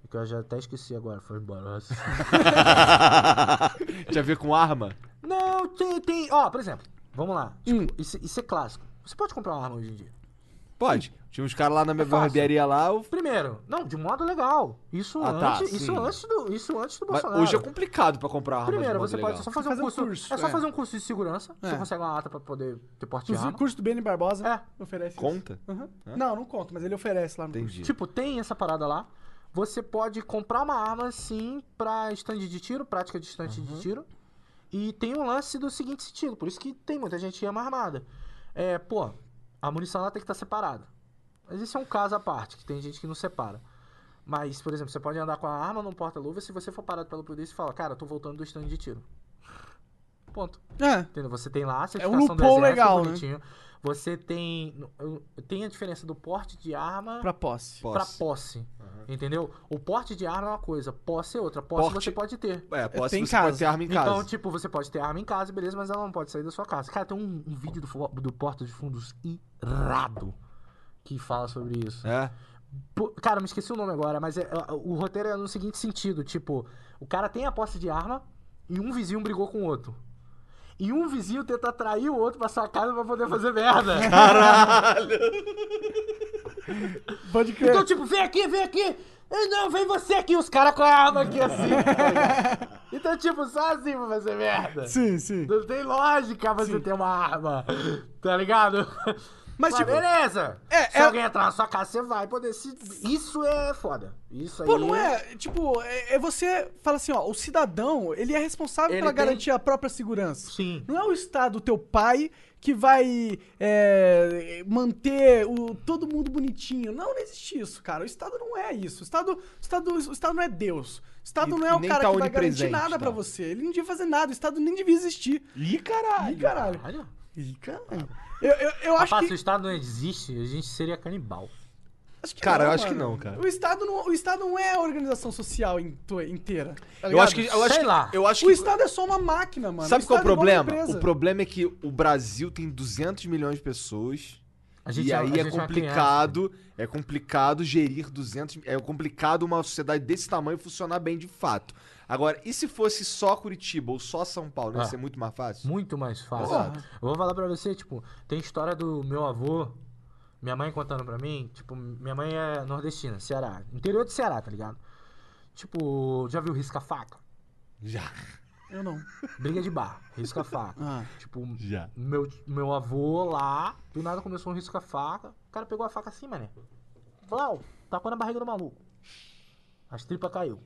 Speaker 3: Que eu já até esqueci agora, foi embora. o raciocínio.
Speaker 2: Tinha a ver com arma? Hum.
Speaker 3: Não, tem, tem. Ó, por exemplo, vamos lá. Tipo, isso, isso é clássico. Você pode comprar uma arma hoje em dia.
Speaker 2: Pode. Tinha uns caras lá na minha
Speaker 3: fácil.
Speaker 2: barbearia lá. eu-
Speaker 3: Primeiro, não, de modo legal. Isso,
Speaker 2: Ah, tá,
Speaker 3: antes, isso,
Speaker 2: sim.
Speaker 3: antes do, isso antes do
Speaker 2: Mas
Speaker 3: Bolsonaro.
Speaker 2: hoje é complicado pra comprar arma.
Speaker 3: Primeiro,
Speaker 2: de modo
Speaker 3: você
Speaker 2: legal.
Speaker 3: pode só fazer um
Speaker 1: Fazer um
Speaker 3: curso.
Speaker 1: curso,
Speaker 3: é só
Speaker 1: é.
Speaker 3: fazer um curso de segurança. Você
Speaker 1: É.
Speaker 3: consegue uma ata pra poder ter porte de
Speaker 1: Inclusive,
Speaker 3: arma.
Speaker 1: o curso do Benny Barbosa
Speaker 3: É.
Speaker 1: oferece isso.
Speaker 2: Conta?
Speaker 1: Aham. Não, não conta, mas ele oferece lá no curso.
Speaker 2: Entendi.
Speaker 3: Tipo, tem essa parada lá. Você pode comprar uma arma, sim, pra stand de tiro, prática de stand
Speaker 1: Uhum.
Speaker 3: de tiro. E tem um lance do seguinte sentido, por isso que tem muita gente que ama armada. É, pô, a munição lá tem que estar separada. Mas esse é um caso à parte, que tem gente que não separa. Mas, por exemplo, você pode andar com a arma num porta-luva se você for parado pela polícia e falar, cara, eu tô voltando do stand de tiro. Ponto.
Speaker 1: É.
Speaker 3: Entendeu? Você tem lá a certificação do
Speaker 1: loophole
Speaker 3: exército,
Speaker 1: legal, né?
Speaker 3: bonitinho. Você tem... Tem a diferença do porte de arma
Speaker 1: Pra posse.
Speaker 3: Tipo, pra posse. Entendeu? O porte de arma é uma coisa, posse é outra. Posse
Speaker 2: Porte-
Speaker 3: você pode ter.
Speaker 2: É, posse
Speaker 1: Tem
Speaker 2: você
Speaker 1: casa.
Speaker 2: pode ter arma em casa.
Speaker 3: Então, tipo, você pode ter arma em casa, beleza, mas ela não pode sair da sua casa. Cara, tem um, um vídeo do, fo- do Porta de Fundos irado que fala sobre isso.
Speaker 2: É.
Speaker 3: Pô, Cara, me esqueci o nome agora, mas é- é- o roteiro é no seguinte sentido: tipo, o cara tem a posse de arma e um vizinho brigou com o outro. E um vizinho tenta atrair o outro pra sua casa pra poder fazer merda.
Speaker 1: Pode crer.
Speaker 3: Então, tipo, vem aqui, vem aqui. Ei, Não, vem você aqui, os caras com a arma aqui assim. tá ligado? então, tipo, só assim pra fazer merda.
Speaker 1: Sim, sim.
Speaker 3: Não tem lógica você ter uma arma, tá ligado?
Speaker 1: Mas, tipo,
Speaker 3: beleza.
Speaker 1: é-
Speaker 3: se
Speaker 1: é-
Speaker 3: alguém entrar na sua casa, você vai poder se... Isso é foda. Isso aí...
Speaker 1: Pô,
Speaker 2: Uhum.
Speaker 1: não é? Tipo, é, é você fala assim, ó, o cidadão, ele é responsável
Speaker 3: Ele
Speaker 1: pela
Speaker 3: tem-
Speaker 1: garantir a própria segurança.
Speaker 3: Sim.
Speaker 1: Não é o Estado, teu pai, que vai é, manter o, todo mundo bonitinho. Não, não existe isso, cara. O Estado não é isso. O Estado, o Estado, o Estado não é Deus. O Estado
Speaker 2: E-
Speaker 1: não
Speaker 2: e
Speaker 1: é o
Speaker 2: nem
Speaker 1: cara
Speaker 2: tá
Speaker 1: que vai garantir
Speaker 2: onipresente,
Speaker 1: nada pra
Speaker 2: não.
Speaker 1: você. Ele não devia fazer nada. O Estado nem devia existir.
Speaker 2: Ih, caralho.
Speaker 1: Ih, caralho.
Speaker 3: Caralho.
Speaker 1: Ih, caralho. Eu, eu, eu acho
Speaker 3: Rapaz,
Speaker 1: que...
Speaker 3: se o Estado não existe, a gente seria canibal.
Speaker 1: Acho que
Speaker 2: Cara,
Speaker 1: não,
Speaker 2: eu acho que
Speaker 1: mano.
Speaker 2: não, cara.
Speaker 1: O Estado não, o Estado não é a organização social in- to- inteira. tá
Speaker 2: Eu
Speaker 1: ligado?
Speaker 2: acho que. Eu acho
Speaker 3: Sei
Speaker 2: que,
Speaker 3: lá.
Speaker 2: Eu acho
Speaker 1: O
Speaker 2: que-
Speaker 1: Estado é só uma máquina, mano.
Speaker 2: Sabe qual é o
Speaker 1: Estado igual uma
Speaker 2: problema?
Speaker 1: empresa.
Speaker 2: O problema é que o Brasil tem 200 milhões de pessoas.
Speaker 3: A gente
Speaker 2: e
Speaker 3: a
Speaker 2: aí é
Speaker 3: gente uma
Speaker 2: complicado, é complicado gerir 200, é complicado uma sociedade desse tamanho funcionar bem de fato. Agora, e se fosse só Curitiba ou só São Paulo, ia
Speaker 3: Ah.
Speaker 2: ser muito mais fácil?
Speaker 3: Muito mais fácil.
Speaker 2: Exato.
Speaker 3: Eu vou falar pra você, tipo, tem história do meu avô, minha mãe contando pra mim, tipo, minha mãe é nordestina, Ceará, interior de Ceará, tá ligado? Tipo, já viu risca-faca?
Speaker 2: Já,
Speaker 1: Eu não.
Speaker 3: Briga de bar, risca-faca.
Speaker 1: Ah.
Speaker 3: Tipo,
Speaker 2: já.
Speaker 3: meu, meu avô lá, do nada começou um risca-faca, o cara pegou a faca assim, mané. Blau, tacou na barriga do maluco. As tripas caiu.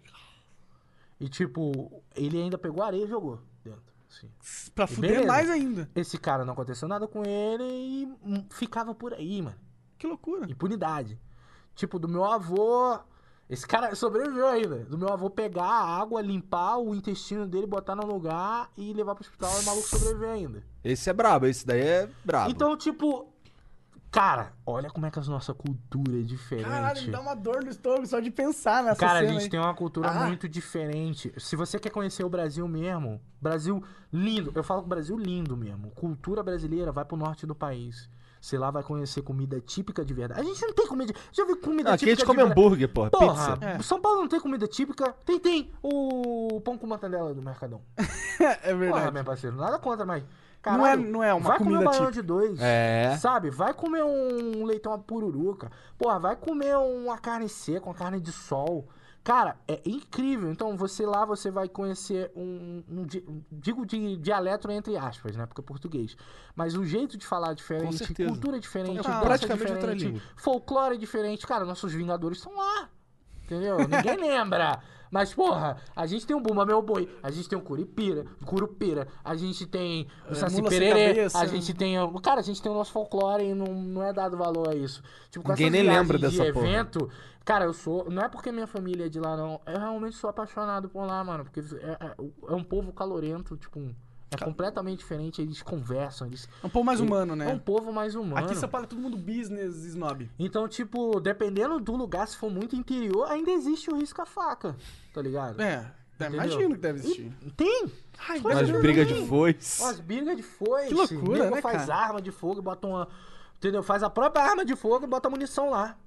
Speaker 3: E tipo, ele ainda pegou areia e jogou dentro, assim.
Speaker 1: Pra fuder
Speaker 3: Beleza.
Speaker 1: mais ainda.
Speaker 3: Esse cara não aconteceu nada com ele e hum, ficava por aí, mano.
Speaker 1: Que loucura.
Speaker 3: Impunidade. Tipo, do meu avô. Esse cara sobreviveu ainda. Do meu avô pegar a água, limpar o intestino dele, botar no lugar e levar pro hospital e o maluco sobreviveu ainda.
Speaker 2: Esse é brabo, esse daí é brabo.
Speaker 3: Então, tipo. Cara, olha como é que a nossa cultura é diferente.
Speaker 1: Caralho, me dá uma dor no estômago só de pensar nessa
Speaker 3: Cara, a
Speaker 1: cena
Speaker 3: gente
Speaker 1: aí.
Speaker 3: tem uma cultura
Speaker 1: Ah.
Speaker 3: muito diferente. Se você quer conhecer o Brasil mesmo, Brasil lindo, eu falo que Brasil lindo mesmo. Cultura brasileira vai pro norte do país. Sei lá, vai conhecer comida típica de verdade. A gente não tem comida. Já viu comida
Speaker 2: Ah, aqui a
Speaker 3: típica?
Speaker 2: gente come
Speaker 3: é de verdade?
Speaker 2: hambúrguer, porra,
Speaker 3: Porra,
Speaker 2: pizza.
Speaker 3: São Paulo não tem comida típica. Tem, tem. O pão com mortadela do Mercadão.
Speaker 1: É
Speaker 3: Porra,
Speaker 1: verdade.
Speaker 3: meu né, parceiro, nada contra, mas.
Speaker 1: Não é-
Speaker 3: Caralho,
Speaker 1: não é uma
Speaker 3: vai comer
Speaker 1: comida
Speaker 3: um baião
Speaker 1: típica.
Speaker 3: de dois.
Speaker 2: É.
Speaker 3: Sabe? Vai comer um leitão à pururuca. Porra, vai comer uma carne seca, uma carne de sol. Cara, é incrível. Então, você lá, você vai conhecer um... um di- um- digo de dialeto entre aspas, né? Porque é português. Mas o jeito de falar é
Speaker 2: Com
Speaker 3: diferente,
Speaker 2: certeza.
Speaker 3: cultura é diferente,
Speaker 2: É
Speaker 3: dança é
Speaker 2: praticamente outra
Speaker 3: diferente,
Speaker 2: língua.
Speaker 3: folclore é diferente. Cara, nossos Vingadores estão lá. Entendeu? Ninguém lembra. Mas, porra, a gente tem o Bumba Meu Boi, a gente tem o Curipira, Curupira, a gente tem o
Speaker 1: É,
Speaker 3: Saci
Speaker 1: Mula Sem
Speaker 3: Pererê,
Speaker 1: Cabeça.
Speaker 3: a gente tem. o- Cara, a gente tem o nosso folclore e não, não é dado valor a isso. Tipo, com
Speaker 2: Ninguém
Speaker 3: essas
Speaker 2: nem
Speaker 3: viagens
Speaker 2: lembra
Speaker 3: de
Speaker 2: dessa porra.
Speaker 3: evento, cara, eu sou. Não é porque minha família é de lá, não. Eu realmente sou apaixonado por lá, mano. Porque é, é- é um povo calorento, tipo. É completamente diferente, eles conversam, eles.
Speaker 1: É um pouco mais humano, né?
Speaker 3: É um povo mais humano.
Speaker 1: Aqui em São Paulo é todo mundo business snob.
Speaker 3: Então, tipo, dependendo do lugar, se for muito interior, ainda existe o risco à faca, tá ligado?
Speaker 1: É.
Speaker 3: Entendeu?
Speaker 1: Imagino que deve existir.
Speaker 3: Tem!
Speaker 1: Ai,
Speaker 3: Mas
Speaker 2: Mas
Speaker 1: Deus.
Speaker 2: briga de foice.
Speaker 3: Ó, As brigas de foice.
Speaker 1: Que loucura,
Speaker 3: nego
Speaker 1: né,
Speaker 3: faz
Speaker 1: cara?
Speaker 3: arma de fogo e bota uma... Entendeu? Faz a própria arma de fogo e bota a munição lá.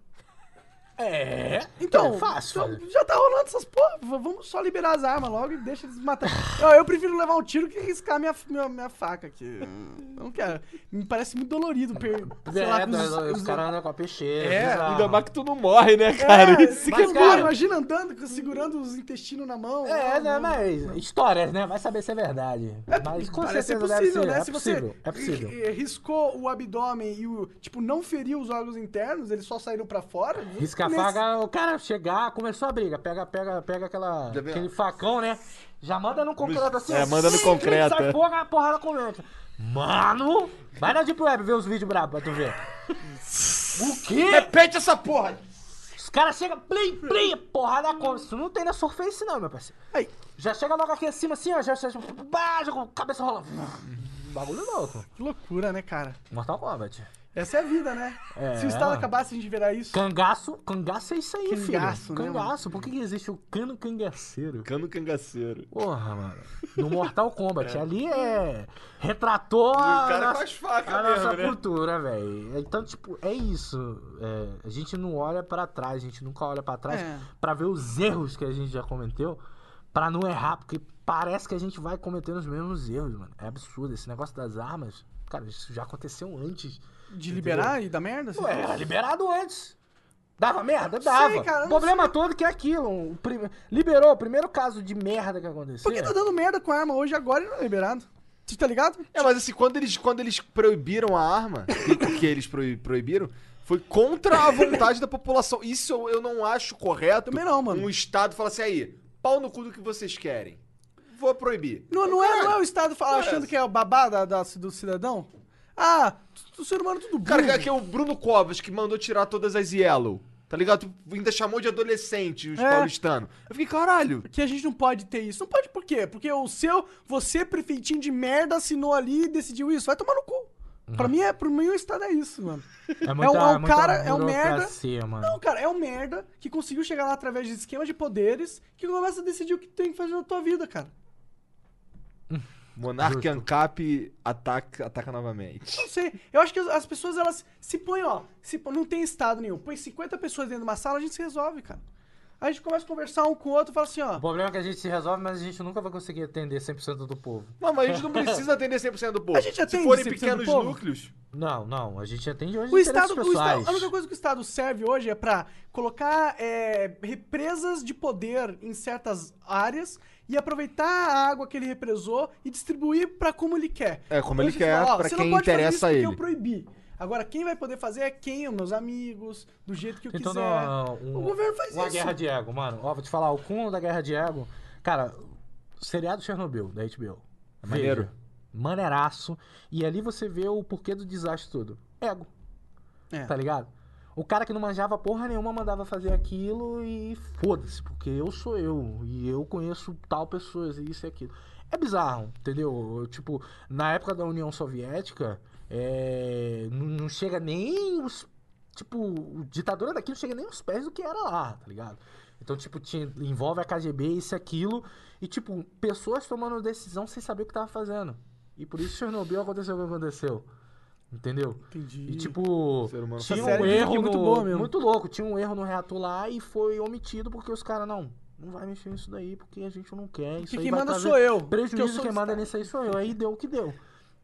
Speaker 3: É.
Speaker 1: Então,
Speaker 3: é fácil.
Speaker 1: então,
Speaker 3: velho.
Speaker 1: já tá rolando essas porra. v- Vamos só liberar as armas logo e deixa eles matar. eu, eu prefiro levar um tiro que riscar minha, minha, minha faca aqui. Não quero. Me parece muito dolorido. Per, sei lá,
Speaker 3: é,
Speaker 1: com
Speaker 3: os,
Speaker 1: os-
Speaker 3: os,
Speaker 1: os-
Speaker 3: caras andam com a peixeira.
Speaker 1: É,
Speaker 3: bizarro.
Speaker 6: Ainda mais que tu não morre, né, cara?
Speaker 1: É,
Speaker 6: Isso que
Speaker 1: mas,
Speaker 6: é
Speaker 1: cara,
Speaker 6: foda.
Speaker 1: imagina andando, com- segurando os intestinos na mão.
Speaker 3: É, né,
Speaker 1: não,
Speaker 3: mas histórias, né? Vai saber se é verdade. Mas com
Speaker 1: Parece
Speaker 3: certeza deve
Speaker 1: possível,
Speaker 3: ser.
Speaker 1: né?
Speaker 3: É
Speaker 1: Se você
Speaker 3: possível, é possível.
Speaker 1: ri- riscou o abdômen e o. Tipo, não feriu os órgãos internos, eles só saíram pra fora.
Speaker 3: Risca a
Speaker 1: nesse-
Speaker 3: faca, o cara chegar, começou a briga. Pega, pega, pega aquela,
Speaker 2: Já viu?
Speaker 3: aquele facão, né? Já manda no concreto assim.
Speaker 6: É,
Speaker 3: ó,
Speaker 6: manda no
Speaker 3: sim,
Speaker 6: concreto,
Speaker 3: Sai
Speaker 6: é.
Speaker 3: porra, a porrada comenta. Mano, vai na Deep Web ver os vídeos brabos pra tu ver. o quê?
Speaker 2: Repete essa porra!
Speaker 3: Os caras chegam, plim, plim, porrada come. Isso não tem na surface não, meu parceiro.
Speaker 1: Aí,
Speaker 3: Já chega logo aqui acima assim, ó. Já, já, já, bah, já com cabeça rolando. Bagulho louco.
Speaker 1: que loucura, né, cara?
Speaker 3: Mortal Kombat.
Speaker 1: Essa é a vida, né?
Speaker 3: É.
Speaker 1: Se o estalo acabasse, a gente virar isso.
Speaker 3: Cangaço, cangaço é isso aí,
Speaker 1: Cangaço,
Speaker 3: filho.
Speaker 1: né, mano?
Speaker 3: Cangaço, por que, que existe o cano cangaceiro?
Speaker 6: Cano cangaceiro.
Speaker 3: Porra, mano. No Mortal Kombat. Ali é. Retratou a.
Speaker 6: cara
Speaker 3: nossa-
Speaker 6: com as facas
Speaker 3: Ah, a
Speaker 6: mesmo,
Speaker 3: nossa
Speaker 6: né?
Speaker 3: cultura, velho. Então, tipo, é isso. É, a gente não olha pra trás, a gente nunca olha pra trás
Speaker 1: É.
Speaker 3: pra ver os erros que a gente já cometeu, pra não errar, porque parece que a gente vai cometendo os mesmos erros, mano. É absurdo. Esse negócio das armas, cara, isso já aconteceu antes.
Speaker 1: De liberar e dar merda? assim?
Speaker 3: Ué, era liberado antes. Dava merda? Dava.
Speaker 1: cara, eu não
Speaker 3: o problema todo que é aquilo. O prime- Liberou o primeiro caso de merda que aconteceu.
Speaker 1: Por que tá dando merda com a arma hoje agora e não é liberado? Você tá ligado?
Speaker 2: É, mas assim, quando eles, quando eles proibiram a arma, que, que eles proib- proibiram, foi contra a vontade da população. Isso eu, eu não acho correto.
Speaker 1: Também não, mano.
Speaker 2: Um Estado falar assim, aí, pau no cu do que vocês querem. Vou proibir.
Speaker 1: Não, não, é, não é o Estado fala- achando que é o babá da, da- do cidadão? Ah, o ser humano é tudo burro.
Speaker 2: Cara, aqui é o Bruno Covas que mandou tirar todas as yellow. Tá ligado? Tu ainda chamou de adolescente os
Speaker 1: É.
Speaker 2: paulistanos. Eu fiquei, caralho.
Speaker 1: que a gente não pode ter isso. Não pode por quê? Porque o seu, você, prefeitinho de merda, assinou ali e decidiu isso. Vai tomar no cu. Pra mim, é, pro meu estado é isso, mano.
Speaker 3: muita-
Speaker 1: um- é um
Speaker 3: muita
Speaker 1: cara- é um merda.
Speaker 3: burocracia, Mano.
Speaker 1: Não, cara, é um merda que conseguiu chegar lá através de esquema de poderes que começa a decidir o que tem que fazer na tua vida, cara.
Speaker 2: Monark Ancap ataca, ataca novamente.
Speaker 1: Não sei. Eu acho que as- as pessoas, elas se põem, ó. Se, põem- não tem estado nenhum. Põe 50 pessoas dentro de uma sala, a gente se resolve, cara. Aí a gente começa a conversar um com o outro e fala assim, ó.
Speaker 3: O problema é que a gente se resolve, mas a gente nunca vai conseguir atender 100% do povo.
Speaker 2: Não, mas a gente não precisa atender 100% do povo.
Speaker 1: A gente atende
Speaker 2: Se forem
Speaker 1: 100% do
Speaker 2: pequenos
Speaker 1: povo?
Speaker 2: núcleos,
Speaker 3: Não, não. A gente atende hoje
Speaker 1: O Estado,
Speaker 3: interesses
Speaker 1: o Estado-
Speaker 3: pessoais.
Speaker 1: a única coisa que o Estado serve hoje é pra colocar é, represas de poder em certas áreas e aproveitar a água que ele represou e distribuir pra como ele quer.
Speaker 2: É, como ele
Speaker 1: você
Speaker 2: quer,
Speaker 1: fala, ó,
Speaker 2: pra
Speaker 1: você
Speaker 2: quem
Speaker 1: não pode fazer
Speaker 2: interessa
Speaker 1: isso
Speaker 2: a
Speaker 1: porque
Speaker 2: ele.
Speaker 1: eu proibi. Agora, quem vai poder fazer é quem? Os meus amigos, do jeito que eu
Speaker 3: Então,
Speaker 1: quiser.
Speaker 3: não, um-
Speaker 1: o governo faz
Speaker 3: uma
Speaker 1: isso.
Speaker 3: guerra de ego, mano. Ó, vou te falar, o cúmulo da guerra de ego. Cara, seriado Chernobyl, da HBO.
Speaker 2: maneiro.
Speaker 3: Veja. Maneiraço. E ali você vê o porquê do desastre todo. Ego.
Speaker 1: É.
Speaker 3: Tá ligado? O cara que não manjava porra nenhuma mandava fazer aquilo e foda-se, porque eu sou eu e eu conheço tal pessoas e isso e aquilo. É bizarro, entendeu? Eu, Tipo, na época da União Soviética, é, não, não chega nem os. Tipo, o ditadura daqui não chega nem os pés do que era lá, tá ligado? Então, tipo, tinha- envolve a KGB, isso e aquilo, e, tipo, pessoas tomando decisão sem saber o que tava fazendo. E por isso Chernobyl aconteceu o que aconteceu. Entendeu?
Speaker 1: Entendi.
Speaker 3: E tipo,
Speaker 2: Ser humano tá
Speaker 3: tinha
Speaker 1: Essa série
Speaker 3: um
Speaker 1: é
Speaker 3: erro
Speaker 1: muito
Speaker 3: no-
Speaker 1: boa mesmo.
Speaker 3: muito louco, tinha um erro no reator lá e foi omitido porque os caras não, não vai mexer nisso daí porque a gente não quer, isso
Speaker 1: Porque
Speaker 3: aí
Speaker 1: quem
Speaker 3: vai
Speaker 1: manda
Speaker 3: trazer
Speaker 1: sou eu. porque eu
Speaker 3: Prejuízo
Speaker 1: sou um
Speaker 3: quem
Speaker 1: do
Speaker 3: manda
Speaker 1: Estado.
Speaker 3: nisso aí sou eu, aí deu o que deu.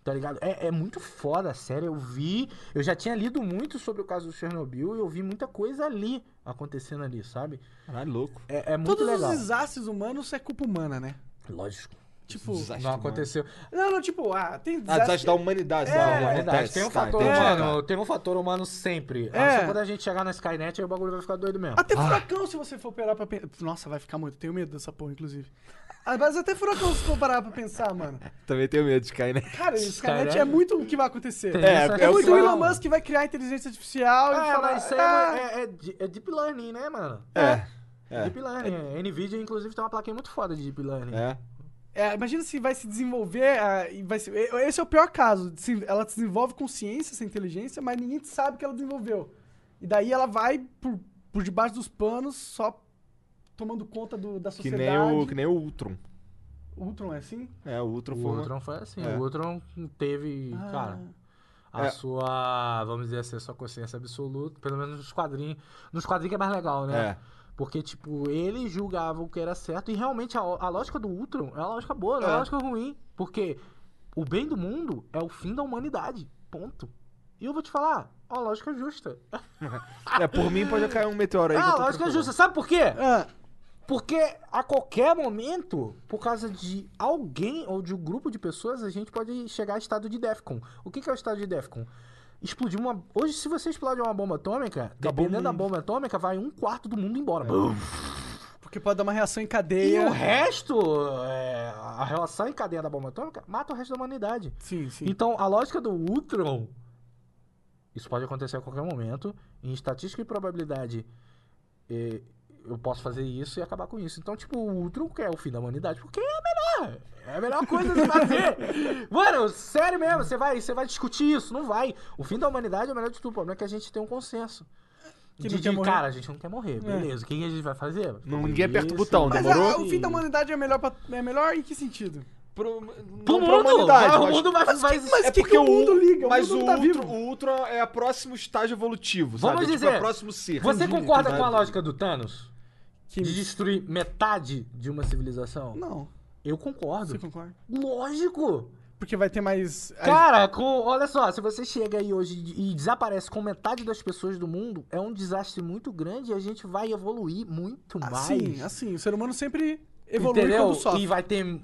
Speaker 3: Tá ligado? É, é muito foda, sério. Eu vi, eu já tinha lido muito sobre o caso do Chernobyl e eu vi muita coisa ali acontecendo ali, sabe?
Speaker 2: Caralho, louco.
Speaker 3: É, é muito
Speaker 1: Todos
Speaker 3: legal.
Speaker 1: os desastres humanos é culpa humana, né?
Speaker 3: Lógico.
Speaker 1: Tipo,
Speaker 2: Desastre,
Speaker 3: não
Speaker 2: mano.
Speaker 3: aconteceu.
Speaker 1: não, não, tipo, ah, tem
Speaker 2: Ah, desastre
Speaker 1: desastre.
Speaker 2: da humanidade.
Speaker 3: Da
Speaker 2: da
Speaker 3: humanidade. é, Tem um fator
Speaker 2: entendi,
Speaker 3: humano, tem um fator humano sempre.
Speaker 1: É.
Speaker 3: É. Só quando a gente chegar na Skynet, aí o bagulho vai ficar doido mesmo.
Speaker 1: Até furacão, se você for parar pra pensar. Nossa, vai ficar muito. Tenho medo dessa porra, inclusive. Ah, Mas até furacão, se for parar pra pensar, mano.
Speaker 2: Também tenho medo de cair, né?
Speaker 1: Cara, esse Skynet
Speaker 3: Skynet?
Speaker 1: é muito o que vai acontecer.
Speaker 3: Tem
Speaker 1: É,
Speaker 3: essa
Speaker 1: é
Speaker 3: questão.
Speaker 1: muito o Elon Musk que vai criar inteligência artificial e
Speaker 3: É,
Speaker 1: falar.
Speaker 3: mas isso aí
Speaker 1: "Ah,
Speaker 3: é, é, é de- é Deep Learning, né, mano?
Speaker 2: É.
Speaker 3: É. Deep Learning. A NVIDIA, inclusive, tem uma plaquinha muito foda de Deep Learning.
Speaker 2: É.
Speaker 1: É, imagina se vai se desenvolver. ah, e vai se- e- Esse é o pior caso. Se- Ela desenvolve consciência, essa inteligência, mas ninguém sabe que ela desenvolveu. E daí ela vai por, por debaixo dos panos, só tomando conta do- da
Speaker 2: Que
Speaker 1: sociedade.
Speaker 2: nem, o, que nem o Ultron.
Speaker 1: O Ultron é assim?
Speaker 2: É, o Ultron
Speaker 3: O
Speaker 2: foi uma-
Speaker 3: Ultron foi assim.
Speaker 2: É.
Speaker 3: O Ultron teve,
Speaker 1: Ah.
Speaker 3: cara... a
Speaker 2: É.
Speaker 3: sua, vamos dizer assim, a sua consciência absoluta, pelo menos nos quadrinhos. Nos quadrinhos que é mais legal, né?
Speaker 2: É.
Speaker 3: Porque, tipo, ele julgava o que era certo e realmente a, a lógica do Ultron é uma lógica boa, não é uma
Speaker 2: É.
Speaker 3: lógica ruim. Porque o bem do mundo é o fim da humanidade. Ponto. E eu vou te falar, a lógica é justa.
Speaker 2: É, por mim pode cair um meteoro aí.
Speaker 3: Ah,
Speaker 2: que
Speaker 3: a
Speaker 2: eu tô
Speaker 3: lógica é
Speaker 2: tranquilo.
Speaker 3: justa. Sabe por quê?
Speaker 1: Ah,
Speaker 3: Porque a qualquer momento, por causa de alguém ou de um grupo de pessoas, a gente pode chegar a estado de Defcon. O que que é o estado de Defcon? Explodir uma. Hoje, se você explodir uma bomba atômica,
Speaker 2: Acabou o
Speaker 3: dependendo da
Speaker 2: mundo.
Speaker 3: bomba atômica, vai um quarto do mundo embora.
Speaker 1: porque pode dar uma reação em
Speaker 3: E
Speaker 1: cadeia.
Speaker 3: o resto, é, a relação em cadeia da bomba atômica, mata o resto da humanidade.
Speaker 1: Sim, sim.
Speaker 3: Então, a lógica do Ultron, isso pode acontecer a qualquer momento. Em estatística e probabilidade, eh, eu posso fazer isso e acabar com isso. Então, tipo, o Ultron quer o fim da humanidade, porque é a melhor. É a melhor coisa de fazer. Mano, sério mesmo, você vai, você vai discutir isso, não vai. O fim da humanidade é o melhor de tudo. O problema é que a gente tem um consenso.
Speaker 1: Que
Speaker 3: de,
Speaker 1: não quer
Speaker 3: de,
Speaker 1: morrer. É.
Speaker 3: cara, a gente não quer morrer, beleza. O que a gente vai fazer?
Speaker 2: Não, ninguém aperta o
Speaker 3: Isso.
Speaker 2: botão,
Speaker 1: Mas
Speaker 2: demorou?
Speaker 1: ah, o fim da humanidade é melhor, pra, é melhor em que sentido?
Speaker 2: Pro,
Speaker 3: Pro
Speaker 2: não pra
Speaker 3: mundo, ah,
Speaker 2: humanidade,
Speaker 3: o
Speaker 2: mas-
Speaker 3: mundo vai, vai existir.
Speaker 1: mas- que que É o mundo liga? O
Speaker 2: Mas
Speaker 1: mundo não
Speaker 2: o,
Speaker 1: tá
Speaker 2: Ultron-
Speaker 1: vivo.
Speaker 2: o Ultron é o próximo estágio evolutivo,
Speaker 3: Vamos
Speaker 2: sabe? É
Speaker 3: dizer,
Speaker 2: tipo, é o próximo ser.
Speaker 3: Você
Speaker 2: Entendi,
Speaker 3: concorda
Speaker 2: tá?
Speaker 3: com a lógica do Thanos?
Speaker 1: Que...
Speaker 3: De destruir metade de uma civilização?
Speaker 1: Não,
Speaker 3: Eu
Speaker 1: você
Speaker 3: concordo.
Speaker 1: concorda?
Speaker 3: Lógico!
Speaker 1: Porque vai ter mais.
Speaker 3: Cara, com, olha só, se você chega aí hoje e desaparece com metade das pessoas do mundo, é um desastre muito grande e a gente vai evoluir muito mais.
Speaker 1: assim, assim, o ser humano sempre evolui
Speaker 3: entendeu?
Speaker 1: quando sofre.
Speaker 3: E vai ter.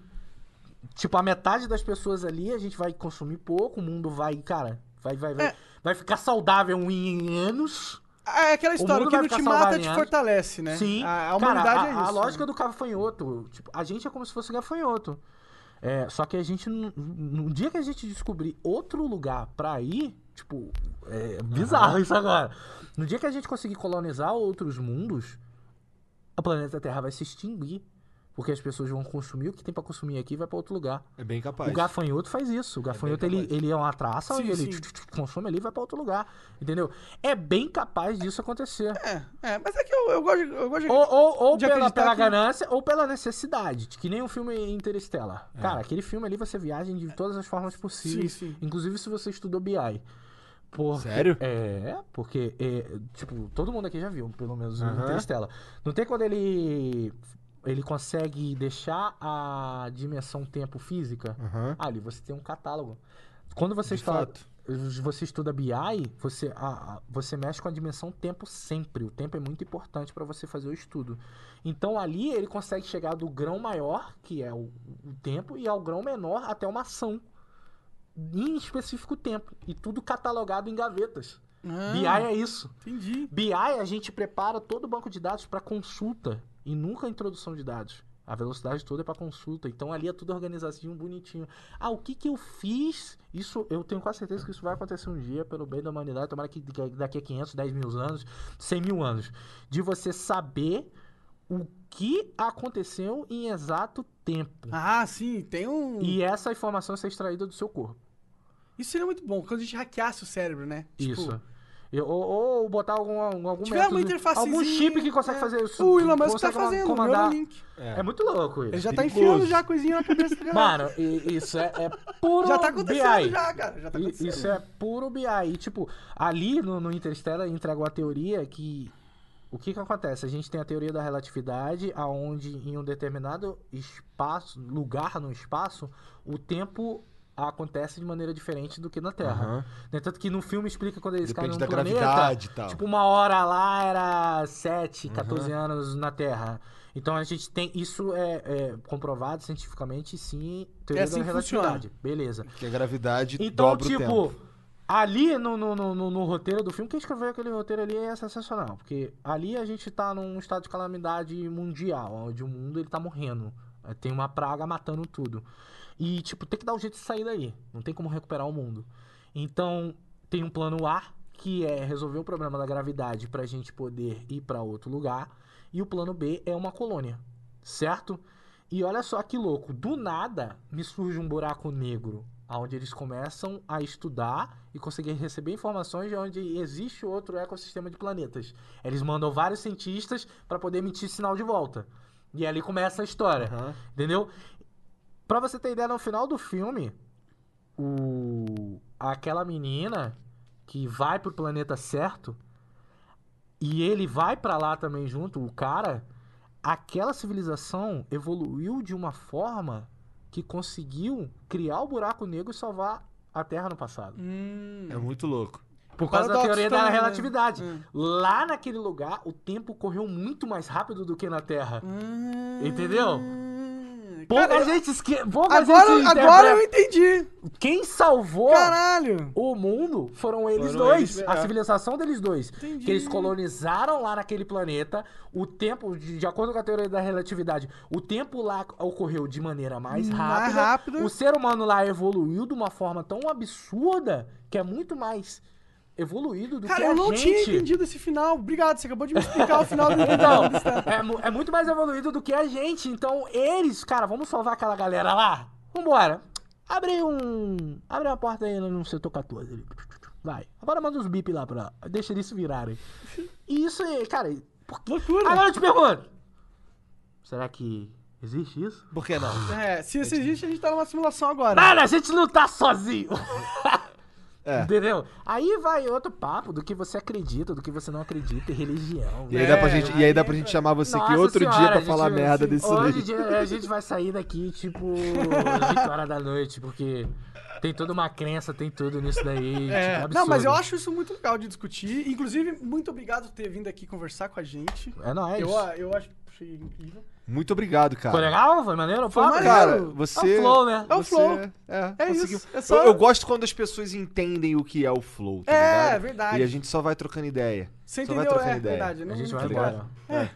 Speaker 3: Tipo, a metade das pessoas ali, a gente vai consumir pouco, o mundo vai, cara, vai, vai, vai,
Speaker 1: É.
Speaker 3: vai ficar saudável em anos.
Speaker 1: Ah, É aquela história, o
Speaker 3: mundo
Speaker 1: que
Speaker 3: vai
Speaker 1: não te
Speaker 3: ficar
Speaker 1: mata te
Speaker 3: salvarinhado.
Speaker 1: fortalece, né?
Speaker 3: Sim.
Speaker 1: A, a
Speaker 3: Cara,
Speaker 1: humanidade
Speaker 3: a-
Speaker 1: é isso.
Speaker 3: A lógica do gafanhoto, tipo, a gente é como se fosse gafanhoto. É, só que a gente, no, no dia que a gente descobrir outro lugar pra ir, tipo, é bizarro isso agora. No dia que a gente conseguir colonizar outros mundos, a planeta Terra vai se extinguir. Porque as pessoas vão consumir o que tem pra consumir aqui e vai pra outro lugar.
Speaker 2: É bem capaz.
Speaker 3: O gafanhoto faz isso. O gafanhoto, ele, ele é uma traça,
Speaker 1: Sim,
Speaker 3: ele
Speaker 1: sim.
Speaker 3: tch, tch, tch, consome ali e vai pra outro lugar. Entendeu? É bem capaz disso acontecer.
Speaker 1: É, é, mas é que eu, eu gosto de. Eu gosto de...
Speaker 3: Ou, ou, ou
Speaker 1: de
Speaker 3: pela,
Speaker 1: acreditar
Speaker 3: pela
Speaker 1: que-
Speaker 3: ganância ou pela necessidade. de Que nem o filme Interstellar. Cara, aquele filme ali você viaja de todas as formas possíveis.
Speaker 1: É. Sim, sim.
Speaker 3: Inclusive se você estudou BI. Por-
Speaker 2: Sério?
Speaker 3: É, porque, é, tipo, todo mundo aqui já viu, pelo menos, o
Speaker 2: Aham.
Speaker 3: Interstellar. Não tem quando ele. Ele consegue deixar a dimensão tempo
Speaker 1: Hum.
Speaker 3: física?
Speaker 2: Aham.
Speaker 3: Ali você tem um catálogo. Quando você
Speaker 2: De
Speaker 3: está
Speaker 2: fato.
Speaker 3: você estuda BI, você, a- a- você mexe com a dimensão tempo sempre. O tempo é muito importante para você fazer o estudo. Então ali ele consegue chegar do grão maior, que é o, o tempo, e ao grão menor até uma ação. Em específico tempo. E tudo catalogado em gavetas.
Speaker 1: Ah,
Speaker 3: BI é isso.
Speaker 1: Entendi.
Speaker 3: BI a gente prepara todo o banco de dados para consulta e nunca a introdução de dados. A velocidade toda é para consulta, então ali é tudo organizadinho, bonitinho. Ah, o que que eu fiz? Isso eu tenho quase certeza que isso vai acontecer um dia pelo bem da humanidade, tomara que que daqui a 500, 10 mil anos, 100 mil anos, de você saber o que aconteceu em exato tempo.
Speaker 1: Ah, sim, tem um.
Speaker 3: E essa informação é ser extraída do seu corpo.
Speaker 1: Isso seria muito bom, quando a gente hackeasse o cérebro, né?
Speaker 3: Isso. E- ou, Tipo, ou botar algum, algum
Speaker 1: tiver uma interfacezinha,
Speaker 3: Um algum chip que consegue
Speaker 1: é.
Speaker 3: fazer isso.
Speaker 1: O Elon Musk tá
Speaker 3: consegue um
Speaker 1: fazendo, o
Speaker 3: comandar.
Speaker 1: Neuralink.
Speaker 3: É muito louco
Speaker 1: Ele
Speaker 3: isso.
Speaker 1: já tá
Speaker 2: perigoso.
Speaker 1: enfiando já a coisinha na cabeça da galera.
Speaker 3: Mano, e- isso é, é puro
Speaker 1: já tá acontecendo
Speaker 3: BI.
Speaker 1: já, cara. Já tá
Speaker 3: I-
Speaker 1: acontecendo.
Speaker 3: Isso é puro BI. E, tipo, ali no, no Interstellar entregou a teoria que. O que que acontece? A gente tem a teoria da relatividade, aonde em um determinado espaço, lugar no espaço, o tempo acontece de maneira diferente do que na Terra.
Speaker 2: Aham.
Speaker 3: Né? Tanto que no filme explica quando eles caem
Speaker 2: Depende
Speaker 3: num
Speaker 2: da
Speaker 3: planeta,
Speaker 2: gravidade e tal.
Speaker 3: Tipo, uma hora lá era 7, 14 anos na Terra. Então a gente tem. Isso é, é comprovado cientificamente, sim, teoria
Speaker 1: assim
Speaker 3: da
Speaker 1: que funciona.
Speaker 3: relatividade. Beleza.
Speaker 2: Que a gravidade
Speaker 3: Então,
Speaker 2: dobra o
Speaker 3: tipo,
Speaker 2: tempo.
Speaker 3: ali no, no, no, no- no roteiro do filme, quem escreveu aquele roteiro ali é sensacional. Porque ali a gente tá num estado de calamidade mundial, onde o mundo ele tá morrendo. É, Tem uma praga matando tudo. E, tipo, tem que dar um jeito de sair daí. Não tem como recuperar o mundo. Então, tem um plano A, que é resolver o problema da gravidade pra gente poder ir pra outro lugar. E o plano B é uma colônia, certo? E olha só que louco, do nada me surge um buraco negro, onde eles começam a estudar e conseguir receber informações de onde existe outro ecossistema de planetas. Eles mandam vários cientistas pra poder emitir sinal de volta. E ali começa a história.
Speaker 2: Aham.
Speaker 3: Entendeu? Pra você ter ideia, no final do filme, o, aquela menina que vai pro planeta certo e ele vai pra lá também junto, o cara, aquela civilização evoluiu de uma forma que conseguiu criar o buraco negro e salvar a Terra no passado.
Speaker 1: Hum.
Speaker 6: É muito louco.
Speaker 3: Por causa da
Speaker 1: Paradoxo
Speaker 3: teoria da
Speaker 1: também, né?
Speaker 3: relatividade.
Speaker 1: Hum.
Speaker 3: Lá naquele lugar, o tempo correu muito mais rápido do que na Terra.
Speaker 1: Hum.
Speaker 3: Entendeu? Pouca
Speaker 1: Cara,
Speaker 3: gente esque... Pouca gente
Speaker 1: agora, agora eu
Speaker 3: interpreta.
Speaker 1: entendi.
Speaker 3: Quem salvou
Speaker 1: Caralho.
Speaker 3: o mundo foram eles
Speaker 6: Foram
Speaker 3: dois.
Speaker 6: eles,
Speaker 3: a
Speaker 6: é.
Speaker 3: civilização deles dois.
Speaker 1: Entendi.
Speaker 3: Que eles colonizaram lá naquele planeta. O tempo, de, de acordo com a teoria da relatividade, o tempo lá ocorreu de maneira mais
Speaker 1: Mais
Speaker 3: rápida.
Speaker 1: rápida.
Speaker 3: O ser humano lá evoluiu de uma forma tão absurda que é muito mais evoluído do
Speaker 1: Cara,
Speaker 3: que a
Speaker 1: eu não tinha
Speaker 3: gente.
Speaker 1: entendido esse final. Obrigado, você acabou de me explicar o final do
Speaker 3: Então,
Speaker 1: Então,
Speaker 3: é, mu- é muito mais evoluído do que a gente. Então, eles, cara, vamos salvar aquela galera lá? Vambora. Abre um. Abre uma porta aí no setor 14. ali. Vai. Agora manda uns bip lá pra. Deixa eles se virarem. E isso aí, cara. Por quê?
Speaker 1: Loucura.
Speaker 3: Agora eu te pergunto. Será que existe isso?
Speaker 6: Por que não?
Speaker 1: É, se esse existe, a gente tá numa simulação agora.
Speaker 3: Mano, a gente não tá sozinho!
Speaker 2: É.
Speaker 3: Entendeu? Aí vai outro papo do que você acredita, do que você não acredita, e religião.
Speaker 2: E aí dá pra
Speaker 1: É,
Speaker 2: gente, e aí dá pra gente chamar você aqui é
Speaker 3: Nossa
Speaker 2: outro dia
Speaker 3: senhora,
Speaker 2: pra
Speaker 3: gente,
Speaker 2: falar merda
Speaker 3: assim,
Speaker 2: desse
Speaker 3: Hoje
Speaker 2: livro.
Speaker 3: dia, a gente vai sair daqui, tipo, 8 horas da noite, porque tem toda uma crença, tem tudo nisso daí.
Speaker 1: É,
Speaker 3: tipo, absurdo.
Speaker 1: não, mas eu acho isso muito legal de discutir. Inclusive, muito obrigado por ter vindo aqui conversar com a gente.
Speaker 3: É nóis.
Speaker 1: Eu, eu acho achei incrível.
Speaker 2: Muito obrigado,
Speaker 3: Foi
Speaker 2: cara.
Speaker 3: legal? Foi maneiro?
Speaker 1: Foi
Speaker 3: Pô,
Speaker 1: maneiro.
Speaker 2: Cara,
Speaker 1: Maneiro.
Speaker 2: você.
Speaker 3: É o flow, né?
Speaker 1: É o
Speaker 2: você-
Speaker 1: flow.
Speaker 2: É,
Speaker 1: É
Speaker 2: conseguiu.
Speaker 1: isso, é só-
Speaker 2: Eu, eu gosto quando as pessoas entendem o que é o flow. Tá
Speaker 1: É,
Speaker 2: ligado?
Speaker 1: é verdade.
Speaker 2: E a gente só vai trocando ideia.
Speaker 1: Você
Speaker 2: só vai
Speaker 1: entendeu?
Speaker 2: trocando
Speaker 1: É
Speaker 2: ideia.
Speaker 1: verdade.
Speaker 3: A gente vai
Speaker 1: obrigado.
Speaker 3: embora.
Speaker 1: É.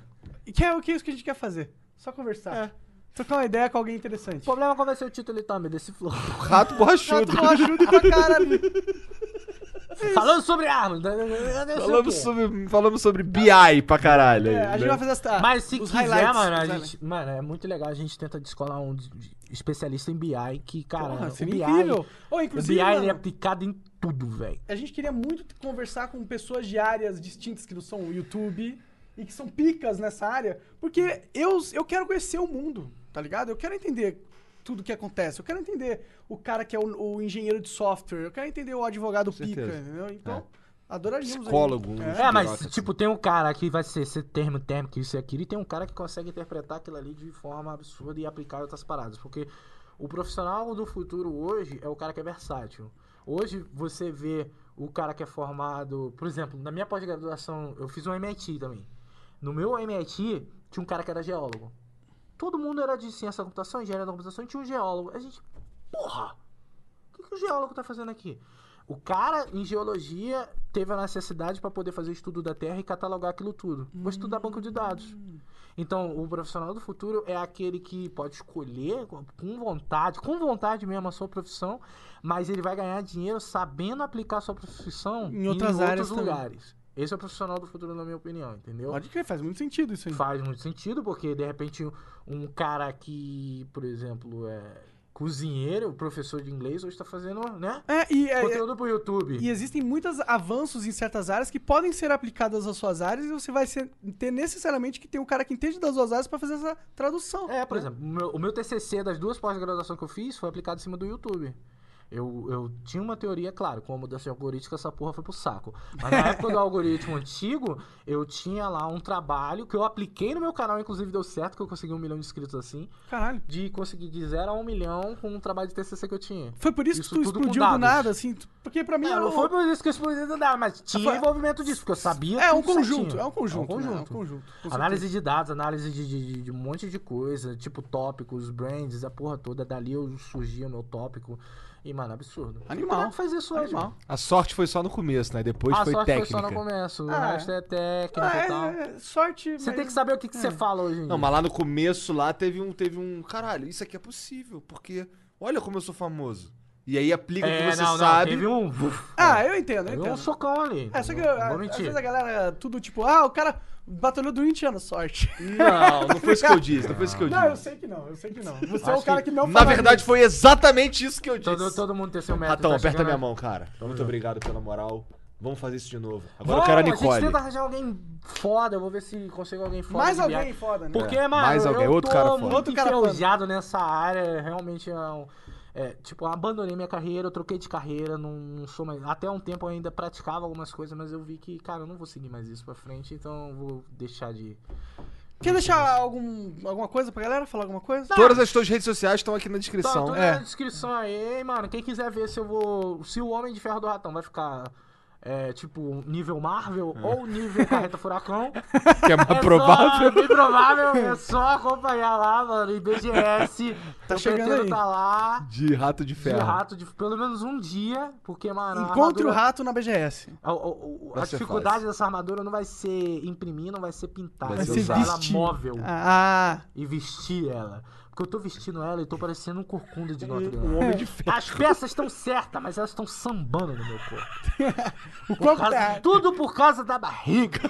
Speaker 1: E que é, o que é isso que a gente quer fazer? Só conversar. Trocar uma ideia com alguém interessante.
Speaker 3: O problema é qual vai ser o título
Speaker 1: então,
Speaker 3: e também desse flow.
Speaker 2: Rato borrachudo.
Speaker 1: Rato borrachudo pra caralho.
Speaker 3: Falando sobre armas.
Speaker 2: Falamos sobre, falamos sobre BI pra caralho. aí,
Speaker 1: É, a gente
Speaker 2: né?
Speaker 1: vai fazer as tá,
Speaker 3: Mas se
Speaker 1: os
Speaker 3: quiser,
Speaker 1: highlights,
Speaker 3: mano, a
Speaker 1: os
Speaker 3: gente, mano, é muito legal. A gente tenta descolar um de- de- especialista em BI que, cara,
Speaker 1: Porra,
Speaker 3: o
Speaker 1: seria
Speaker 3: BI,
Speaker 1: incrível. Ô,
Speaker 3: o
Speaker 1: inclusive,
Speaker 3: BI ele é
Speaker 1: mano,
Speaker 3: aplicado em tudo, velho.
Speaker 1: a gente queria muito conversar com pessoas de áreas distintas que não são o YouTube e que são picas nessa área, porque eu, eu quero conhecer o mundo, tá ligado? Eu quero entender tudo que acontece. Eu quero entender o cara que é o, o engenheiro de software. Eu quero entender o advogado pica,
Speaker 2: certeza. É.
Speaker 1: entendeu? Então, adoraríamos. aí.
Speaker 2: Psicólogo. né? assim.
Speaker 1: É.
Speaker 3: É, mas,
Speaker 2: Nossa,
Speaker 3: tipo, tem um cara que vai ser esse termo, termo, que isso e aquilo, e tem um cara que consegue interpretar aquilo ali de forma absurda e aplicar em outras paradas. Porque o profissional do futuro hoje é o cara que é versátil. Hoje você vê o cara que é formado. Por exemplo, na minha pós-graduação, eu fiz um MIT também. No meu MIT, tinha um cara que era geólogo. Todo mundo era de ciência da computação, engenharia da computação, e tinha um geólogo. A gente, porra! O que, que o geólogo tá fazendo aqui? O cara em geologia teve a necessidade para poder fazer o estudo da Terra e catalogar aquilo tudo.
Speaker 1: Hum.
Speaker 3: Vou estudar banco de dados. Então, o profissional do futuro é aquele que pode escolher com com vontade, com vontade mesmo a sua profissão, mas ele vai ganhar dinheiro sabendo aplicar a sua profissão
Speaker 1: Em outras
Speaker 3: outros
Speaker 1: áreas também.
Speaker 3: lugares. Esse é o profissional do futuro, na minha opinião, entendeu?
Speaker 1: É. Pode crer, faz muito sentido isso aí.
Speaker 3: faz muito sentido, porque de repente um cara que, por exemplo, é cozinheiro, professor de inglês, hoje tá fazendo, né?
Speaker 1: É, e, é,
Speaker 3: Conteúdo pro YouTube.
Speaker 1: E existem muitos avanços em certas áreas que podem ser aplicadas às suas áreas e você vai ser- ter necessariamente que ter um cara que entende das suas áreas pra fazer essa tradução.
Speaker 3: É, por exemplo, o meu, o meu TCC das duas pós-graduação que eu fiz foi aplicado em cima do YouTube. Eu, eu tinha uma teoria, claro, com a mudança de algorítmica, essa porra foi pro saco. Mas na época do algoritmo antigo, eu tinha lá um trabalho que eu apliquei no meu canal, inclusive deu certo, que eu consegui um milhão de inscritos assim,
Speaker 1: Caralho.
Speaker 3: de conseguir de zero a um milhão com um trabalho de TCC que eu tinha.
Speaker 1: Foi por isso,
Speaker 3: Isso
Speaker 1: que tu
Speaker 3: tudo com
Speaker 1: explodiu do
Speaker 3: dados.
Speaker 1: nada, assim, tu- porque pra mim
Speaker 3: Não,
Speaker 1: era
Speaker 3: não
Speaker 1: um-
Speaker 3: foi por isso que eu explodi nada, mas tinha
Speaker 1: Foi-
Speaker 3: envolvimento disso, porque eu sabia
Speaker 1: é um
Speaker 3: tudo
Speaker 1: conjunto,
Speaker 3: certinho.
Speaker 1: é um conjunto,
Speaker 3: É
Speaker 1: né?
Speaker 3: um conjunto.
Speaker 1: É um conjunto. com
Speaker 3: Análise de dados, análise de, de- de- de um monte de coisa, tipo tópicos, brands, a porra toda. Dali eu surgia o meu tópico. E, mano, absurdo.
Speaker 1: Animal.
Speaker 3: Como é que faz isso hoje?
Speaker 1: Animal.
Speaker 2: A sorte foi só no começo, né? Depois
Speaker 3: A
Speaker 2: foi
Speaker 3: sorte
Speaker 2: técnica.
Speaker 3: foi só no começo. O
Speaker 1: Ah,
Speaker 3: resto é técnica
Speaker 1: certeza.
Speaker 3: e tal.
Speaker 1: Ah, é, é, sorte,
Speaker 3: Você
Speaker 1: mas- é.
Speaker 3: tem que saber o que, que você fala hoje em
Speaker 2: Não,
Speaker 3: dia.
Speaker 2: mas lá no começo lá teve um, teve um, caralho, isso aqui é possível, porque olha como eu sou famoso. E aí aplica o que você sabe.
Speaker 3: É, Teve um...
Speaker 1: Ah, eu entendo, eu
Speaker 3: Teve um
Speaker 1: entendo.
Speaker 3: socão ali.
Speaker 1: É, só que
Speaker 3: entendeu?
Speaker 1: eu-
Speaker 3: Não
Speaker 1: a-
Speaker 3: Vou
Speaker 1: às
Speaker 3: um mentir.
Speaker 1: vezes a galera tudo tipo, ah, o cara batalhou durante anos, sorte.
Speaker 2: Não, não foi isso que eu disse, não foi isso que eu disse.
Speaker 1: Não, eu sei que não, eu sei que não. Você é
Speaker 3: Acho
Speaker 1: o cara
Speaker 3: que-
Speaker 1: que, não
Speaker 2: Na
Speaker 1: fala
Speaker 2: verdade, foi exatamente isso que eu disse.
Speaker 3: Todo, todo mundo tem seu método.
Speaker 2: Ratão,
Speaker 3: tá
Speaker 2: aperta
Speaker 3: chegando,
Speaker 2: minha
Speaker 3: né?
Speaker 2: mão, cara. Então, Muito obrigado pela moral. Vamos fazer isso de novo. Agora
Speaker 3: Vamos,
Speaker 2: eu quero a
Speaker 3: A gente
Speaker 2: Nicole.
Speaker 3: tenta arranjar alguém foda. Eu vou ver se consigo alguém foda.
Speaker 1: Mais
Speaker 3: de viagem.
Speaker 1: alguém foda, né?
Speaker 3: Porque,
Speaker 2: É,
Speaker 3: mano,
Speaker 2: mais alguém,
Speaker 3: eu
Speaker 2: outro
Speaker 3: tô
Speaker 2: cara foda.
Speaker 3: muito
Speaker 1: Outro cara foda.
Speaker 3: enferrujado nessa área, realmente é um... É, tipo, eu abandonei minha carreira, eu troquei de carreira, não, não sou mais. Até um tempo eu ainda praticava algumas coisas, mas eu vi que, cara, eu não vou seguir mais isso pra frente, então eu vou deixar de.
Speaker 1: Quer deixar algum, alguma coisa pra galera? Falar alguma coisa?
Speaker 2: Todas as tuas redes sociais estão aqui na
Speaker 3: Tá,
Speaker 2: descrição.
Speaker 3: tudo
Speaker 2: É.
Speaker 3: na descrição aí, mano. Quem quiser ver se eu vou. Se o Homem de Ferro do Ratão vai ficar. é, tipo, nível Marvel
Speaker 2: É.
Speaker 3: ou nível Carreta Furacão.
Speaker 6: Que é
Speaker 3: É
Speaker 6: mais
Speaker 3: só-
Speaker 6: provável.
Speaker 3: bem provável, é só acompanhar lá, mano. IBGS.
Speaker 1: Tá
Speaker 3: eu
Speaker 1: chegando
Speaker 3: pretendo
Speaker 1: aí.
Speaker 3: Tá lá.
Speaker 2: De rato de
Speaker 3: De
Speaker 2: ferro.
Speaker 3: rato, de pelo menos um dia, porque, mano. a
Speaker 1: Encontre o
Speaker 3: armadura-
Speaker 1: rato na BGS.
Speaker 3: a, o- o-
Speaker 2: Vai
Speaker 3: a
Speaker 2: ser
Speaker 3: dificuldade
Speaker 2: fácil.
Speaker 3: dessa armadura não vai ser imprimir, não vai ser pintar.
Speaker 2: Vai
Speaker 1: Vai
Speaker 2: ser
Speaker 1: ser
Speaker 2: usado.
Speaker 3: ela
Speaker 1: vestir.
Speaker 3: móvel
Speaker 1: Ah,
Speaker 3: e vestir ela. Porque eu tô vestindo ela e tô parecendo um corcunda de Notre
Speaker 2: Um
Speaker 3: Dame.
Speaker 2: homem de ferro.
Speaker 3: As peças estão certas, mas elas estão sambando no meu corpo.
Speaker 1: o corpo
Speaker 3: Por causa-
Speaker 1: tá...
Speaker 3: tudo por causa da barriga.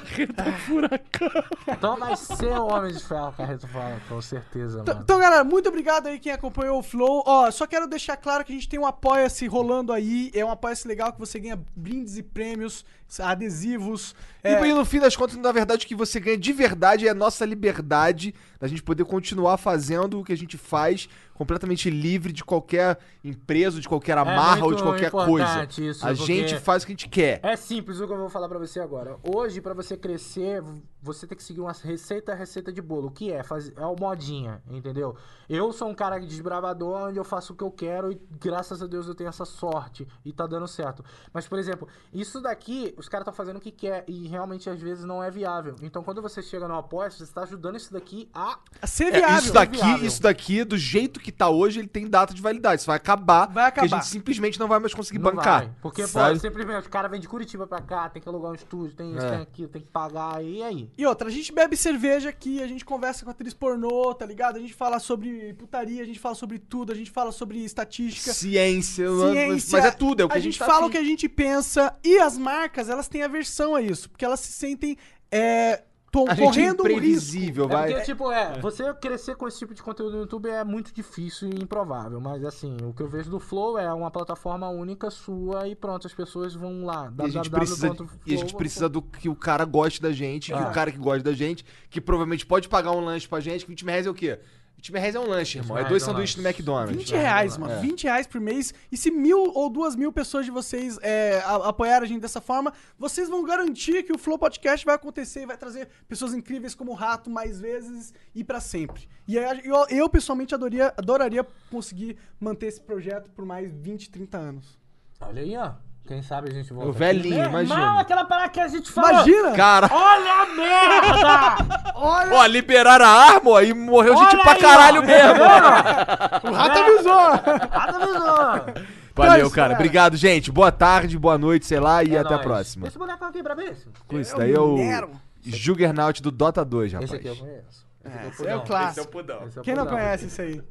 Speaker 3: Então vai ser o Homem de Ferro, Carreto Fala, com certeza,
Speaker 1: Então,
Speaker 2: tá?
Speaker 3: mano.
Speaker 1: então, galera, muito obrigado aí quem acompanhou o Flow. Ó, só quero deixar claro que a gente tem um Apoia-se rolando aí. É um Apoia-se legal que você ganha brindes e prêmios, adesivos. é,
Speaker 2: E no fim das contas, na verdade, o que você ganha de verdade é a nossa liberdade da gente poder continuar fazendo o que a gente faz, completamente livre de qualquer empresa, de qualquer amarra ou de
Speaker 3: muito
Speaker 2: qualquer coisa.
Speaker 3: importante isso,
Speaker 2: a
Speaker 3: porque-
Speaker 2: gente faz o que a gente quer.
Speaker 3: É simples o que eu vou falar pra você agora. Hoje, pra você crescer, v- você tem que seguir uma receita, receita de bolo. O que é? Faz, é o modinha, entendeu? Eu sou um cara desbravador, onde eu faço o que eu quero e graças a Deus eu tenho essa sorte e tá dando certo. Mas, por exemplo, isso daqui, os caras estão fazendo o que quer e realmente às vezes não é viável. Então, quando você chega no apoio, você está ajudando isso daqui a
Speaker 1: a ser
Speaker 2: É,
Speaker 1: viável.
Speaker 2: isso daqui,
Speaker 3: viável.
Speaker 2: isso daqui, do jeito que tá hoje, ele tem data de validade. Isso vai acabar,
Speaker 1: Vai
Speaker 2: porque a
Speaker 1: acabar.
Speaker 2: gente simplesmente não vai mais conseguir
Speaker 3: Não
Speaker 2: bancar.
Speaker 3: vai, porque, pô,
Speaker 2: sabe?
Speaker 3: simplesmente o cara vem de Curitiba pra cá, tem que alugar um estúdio, tem isso,
Speaker 2: É.
Speaker 3: tem aquilo, tem que pagar, e aí?
Speaker 1: E outra, a gente bebe cerveja aqui, a gente conversa com atriz pornô, tá ligado? A gente fala sobre putaria, a gente fala sobre tudo, a gente fala sobre estatística.
Speaker 2: Ciência,
Speaker 1: Ciência.
Speaker 2: mas é tudo, é o que a,
Speaker 1: gente,
Speaker 2: tá
Speaker 1: fala o
Speaker 2: afim.
Speaker 1: que a gente pensa e as marcas, elas têm aversão a isso, porque elas se sentem é, tão
Speaker 2: A gente é
Speaker 1: correndo um risco.
Speaker 2: imprevisível,
Speaker 3: É
Speaker 2: vai.
Speaker 3: porque, tipo, é, você crescer com esse tipo de conteúdo no YouTube é muito difícil e improvável. Mas, assim, o que eu vejo do Flow é uma plataforma única sua e pronto, as pessoas vão lá.
Speaker 2: E a, gente precisa, e a gente precisa do que o cara goste da gente, que o cara que gosta da gente, que provavelmente pode pagar um lanche pra gente, que 20 reais é o quê? 20 reais é um lanche, irmão. É
Speaker 3: reais
Speaker 2: dois
Speaker 3: é um
Speaker 2: sanduíches no
Speaker 3: lanche.
Speaker 2: McDonald's.
Speaker 1: 20 reais, mano.
Speaker 2: É.
Speaker 1: 20 reais por mês. E se mil ou duas mil pessoas de vocês é, a- apoiarem a gente dessa forma, vocês vão garantir que o Flow Podcast vai acontecer e vai trazer pessoas incríveis como o Rato mais vezes e pra sempre. E aí, eu, eu, pessoalmente adoria, adoraria conseguir manter esse projeto por mais 20, 30 anos.
Speaker 3: Olha aí, ó. Quem sabe a gente volta.
Speaker 2: O velhinho,
Speaker 3: Meu
Speaker 2: imagina.
Speaker 3: irmão, aquela parada que a gente falou.
Speaker 1: Imagina!
Speaker 2: Cara,
Speaker 3: Olha a merda!
Speaker 2: ó, liberaram a arma, ó, e morreu gente
Speaker 3: Olha
Speaker 2: pra
Speaker 3: aí,
Speaker 2: caralho
Speaker 3: ó.
Speaker 2: mesmo.
Speaker 1: O Rato avisou!
Speaker 3: Avisou.
Speaker 2: Valeu,
Speaker 1: isso,
Speaker 2: cara.
Speaker 1: galera.
Speaker 2: Obrigado, gente. Boa tarde, boa noite, sei lá, e
Speaker 3: É
Speaker 2: até a
Speaker 3: nóis.
Speaker 2: próxima.
Speaker 3: Esse boneco aqui, é bravíssimo.
Speaker 2: Com isso daí é o
Speaker 1: Nero.
Speaker 2: Juggernaut do Dota 2, rapaz.
Speaker 3: Esse aqui eu conheço.
Speaker 1: Esse é o clássico.
Speaker 6: pudão.
Speaker 3: Esse é o
Speaker 1: Quem não
Speaker 3: Pudão.
Speaker 1: conhece isso aí?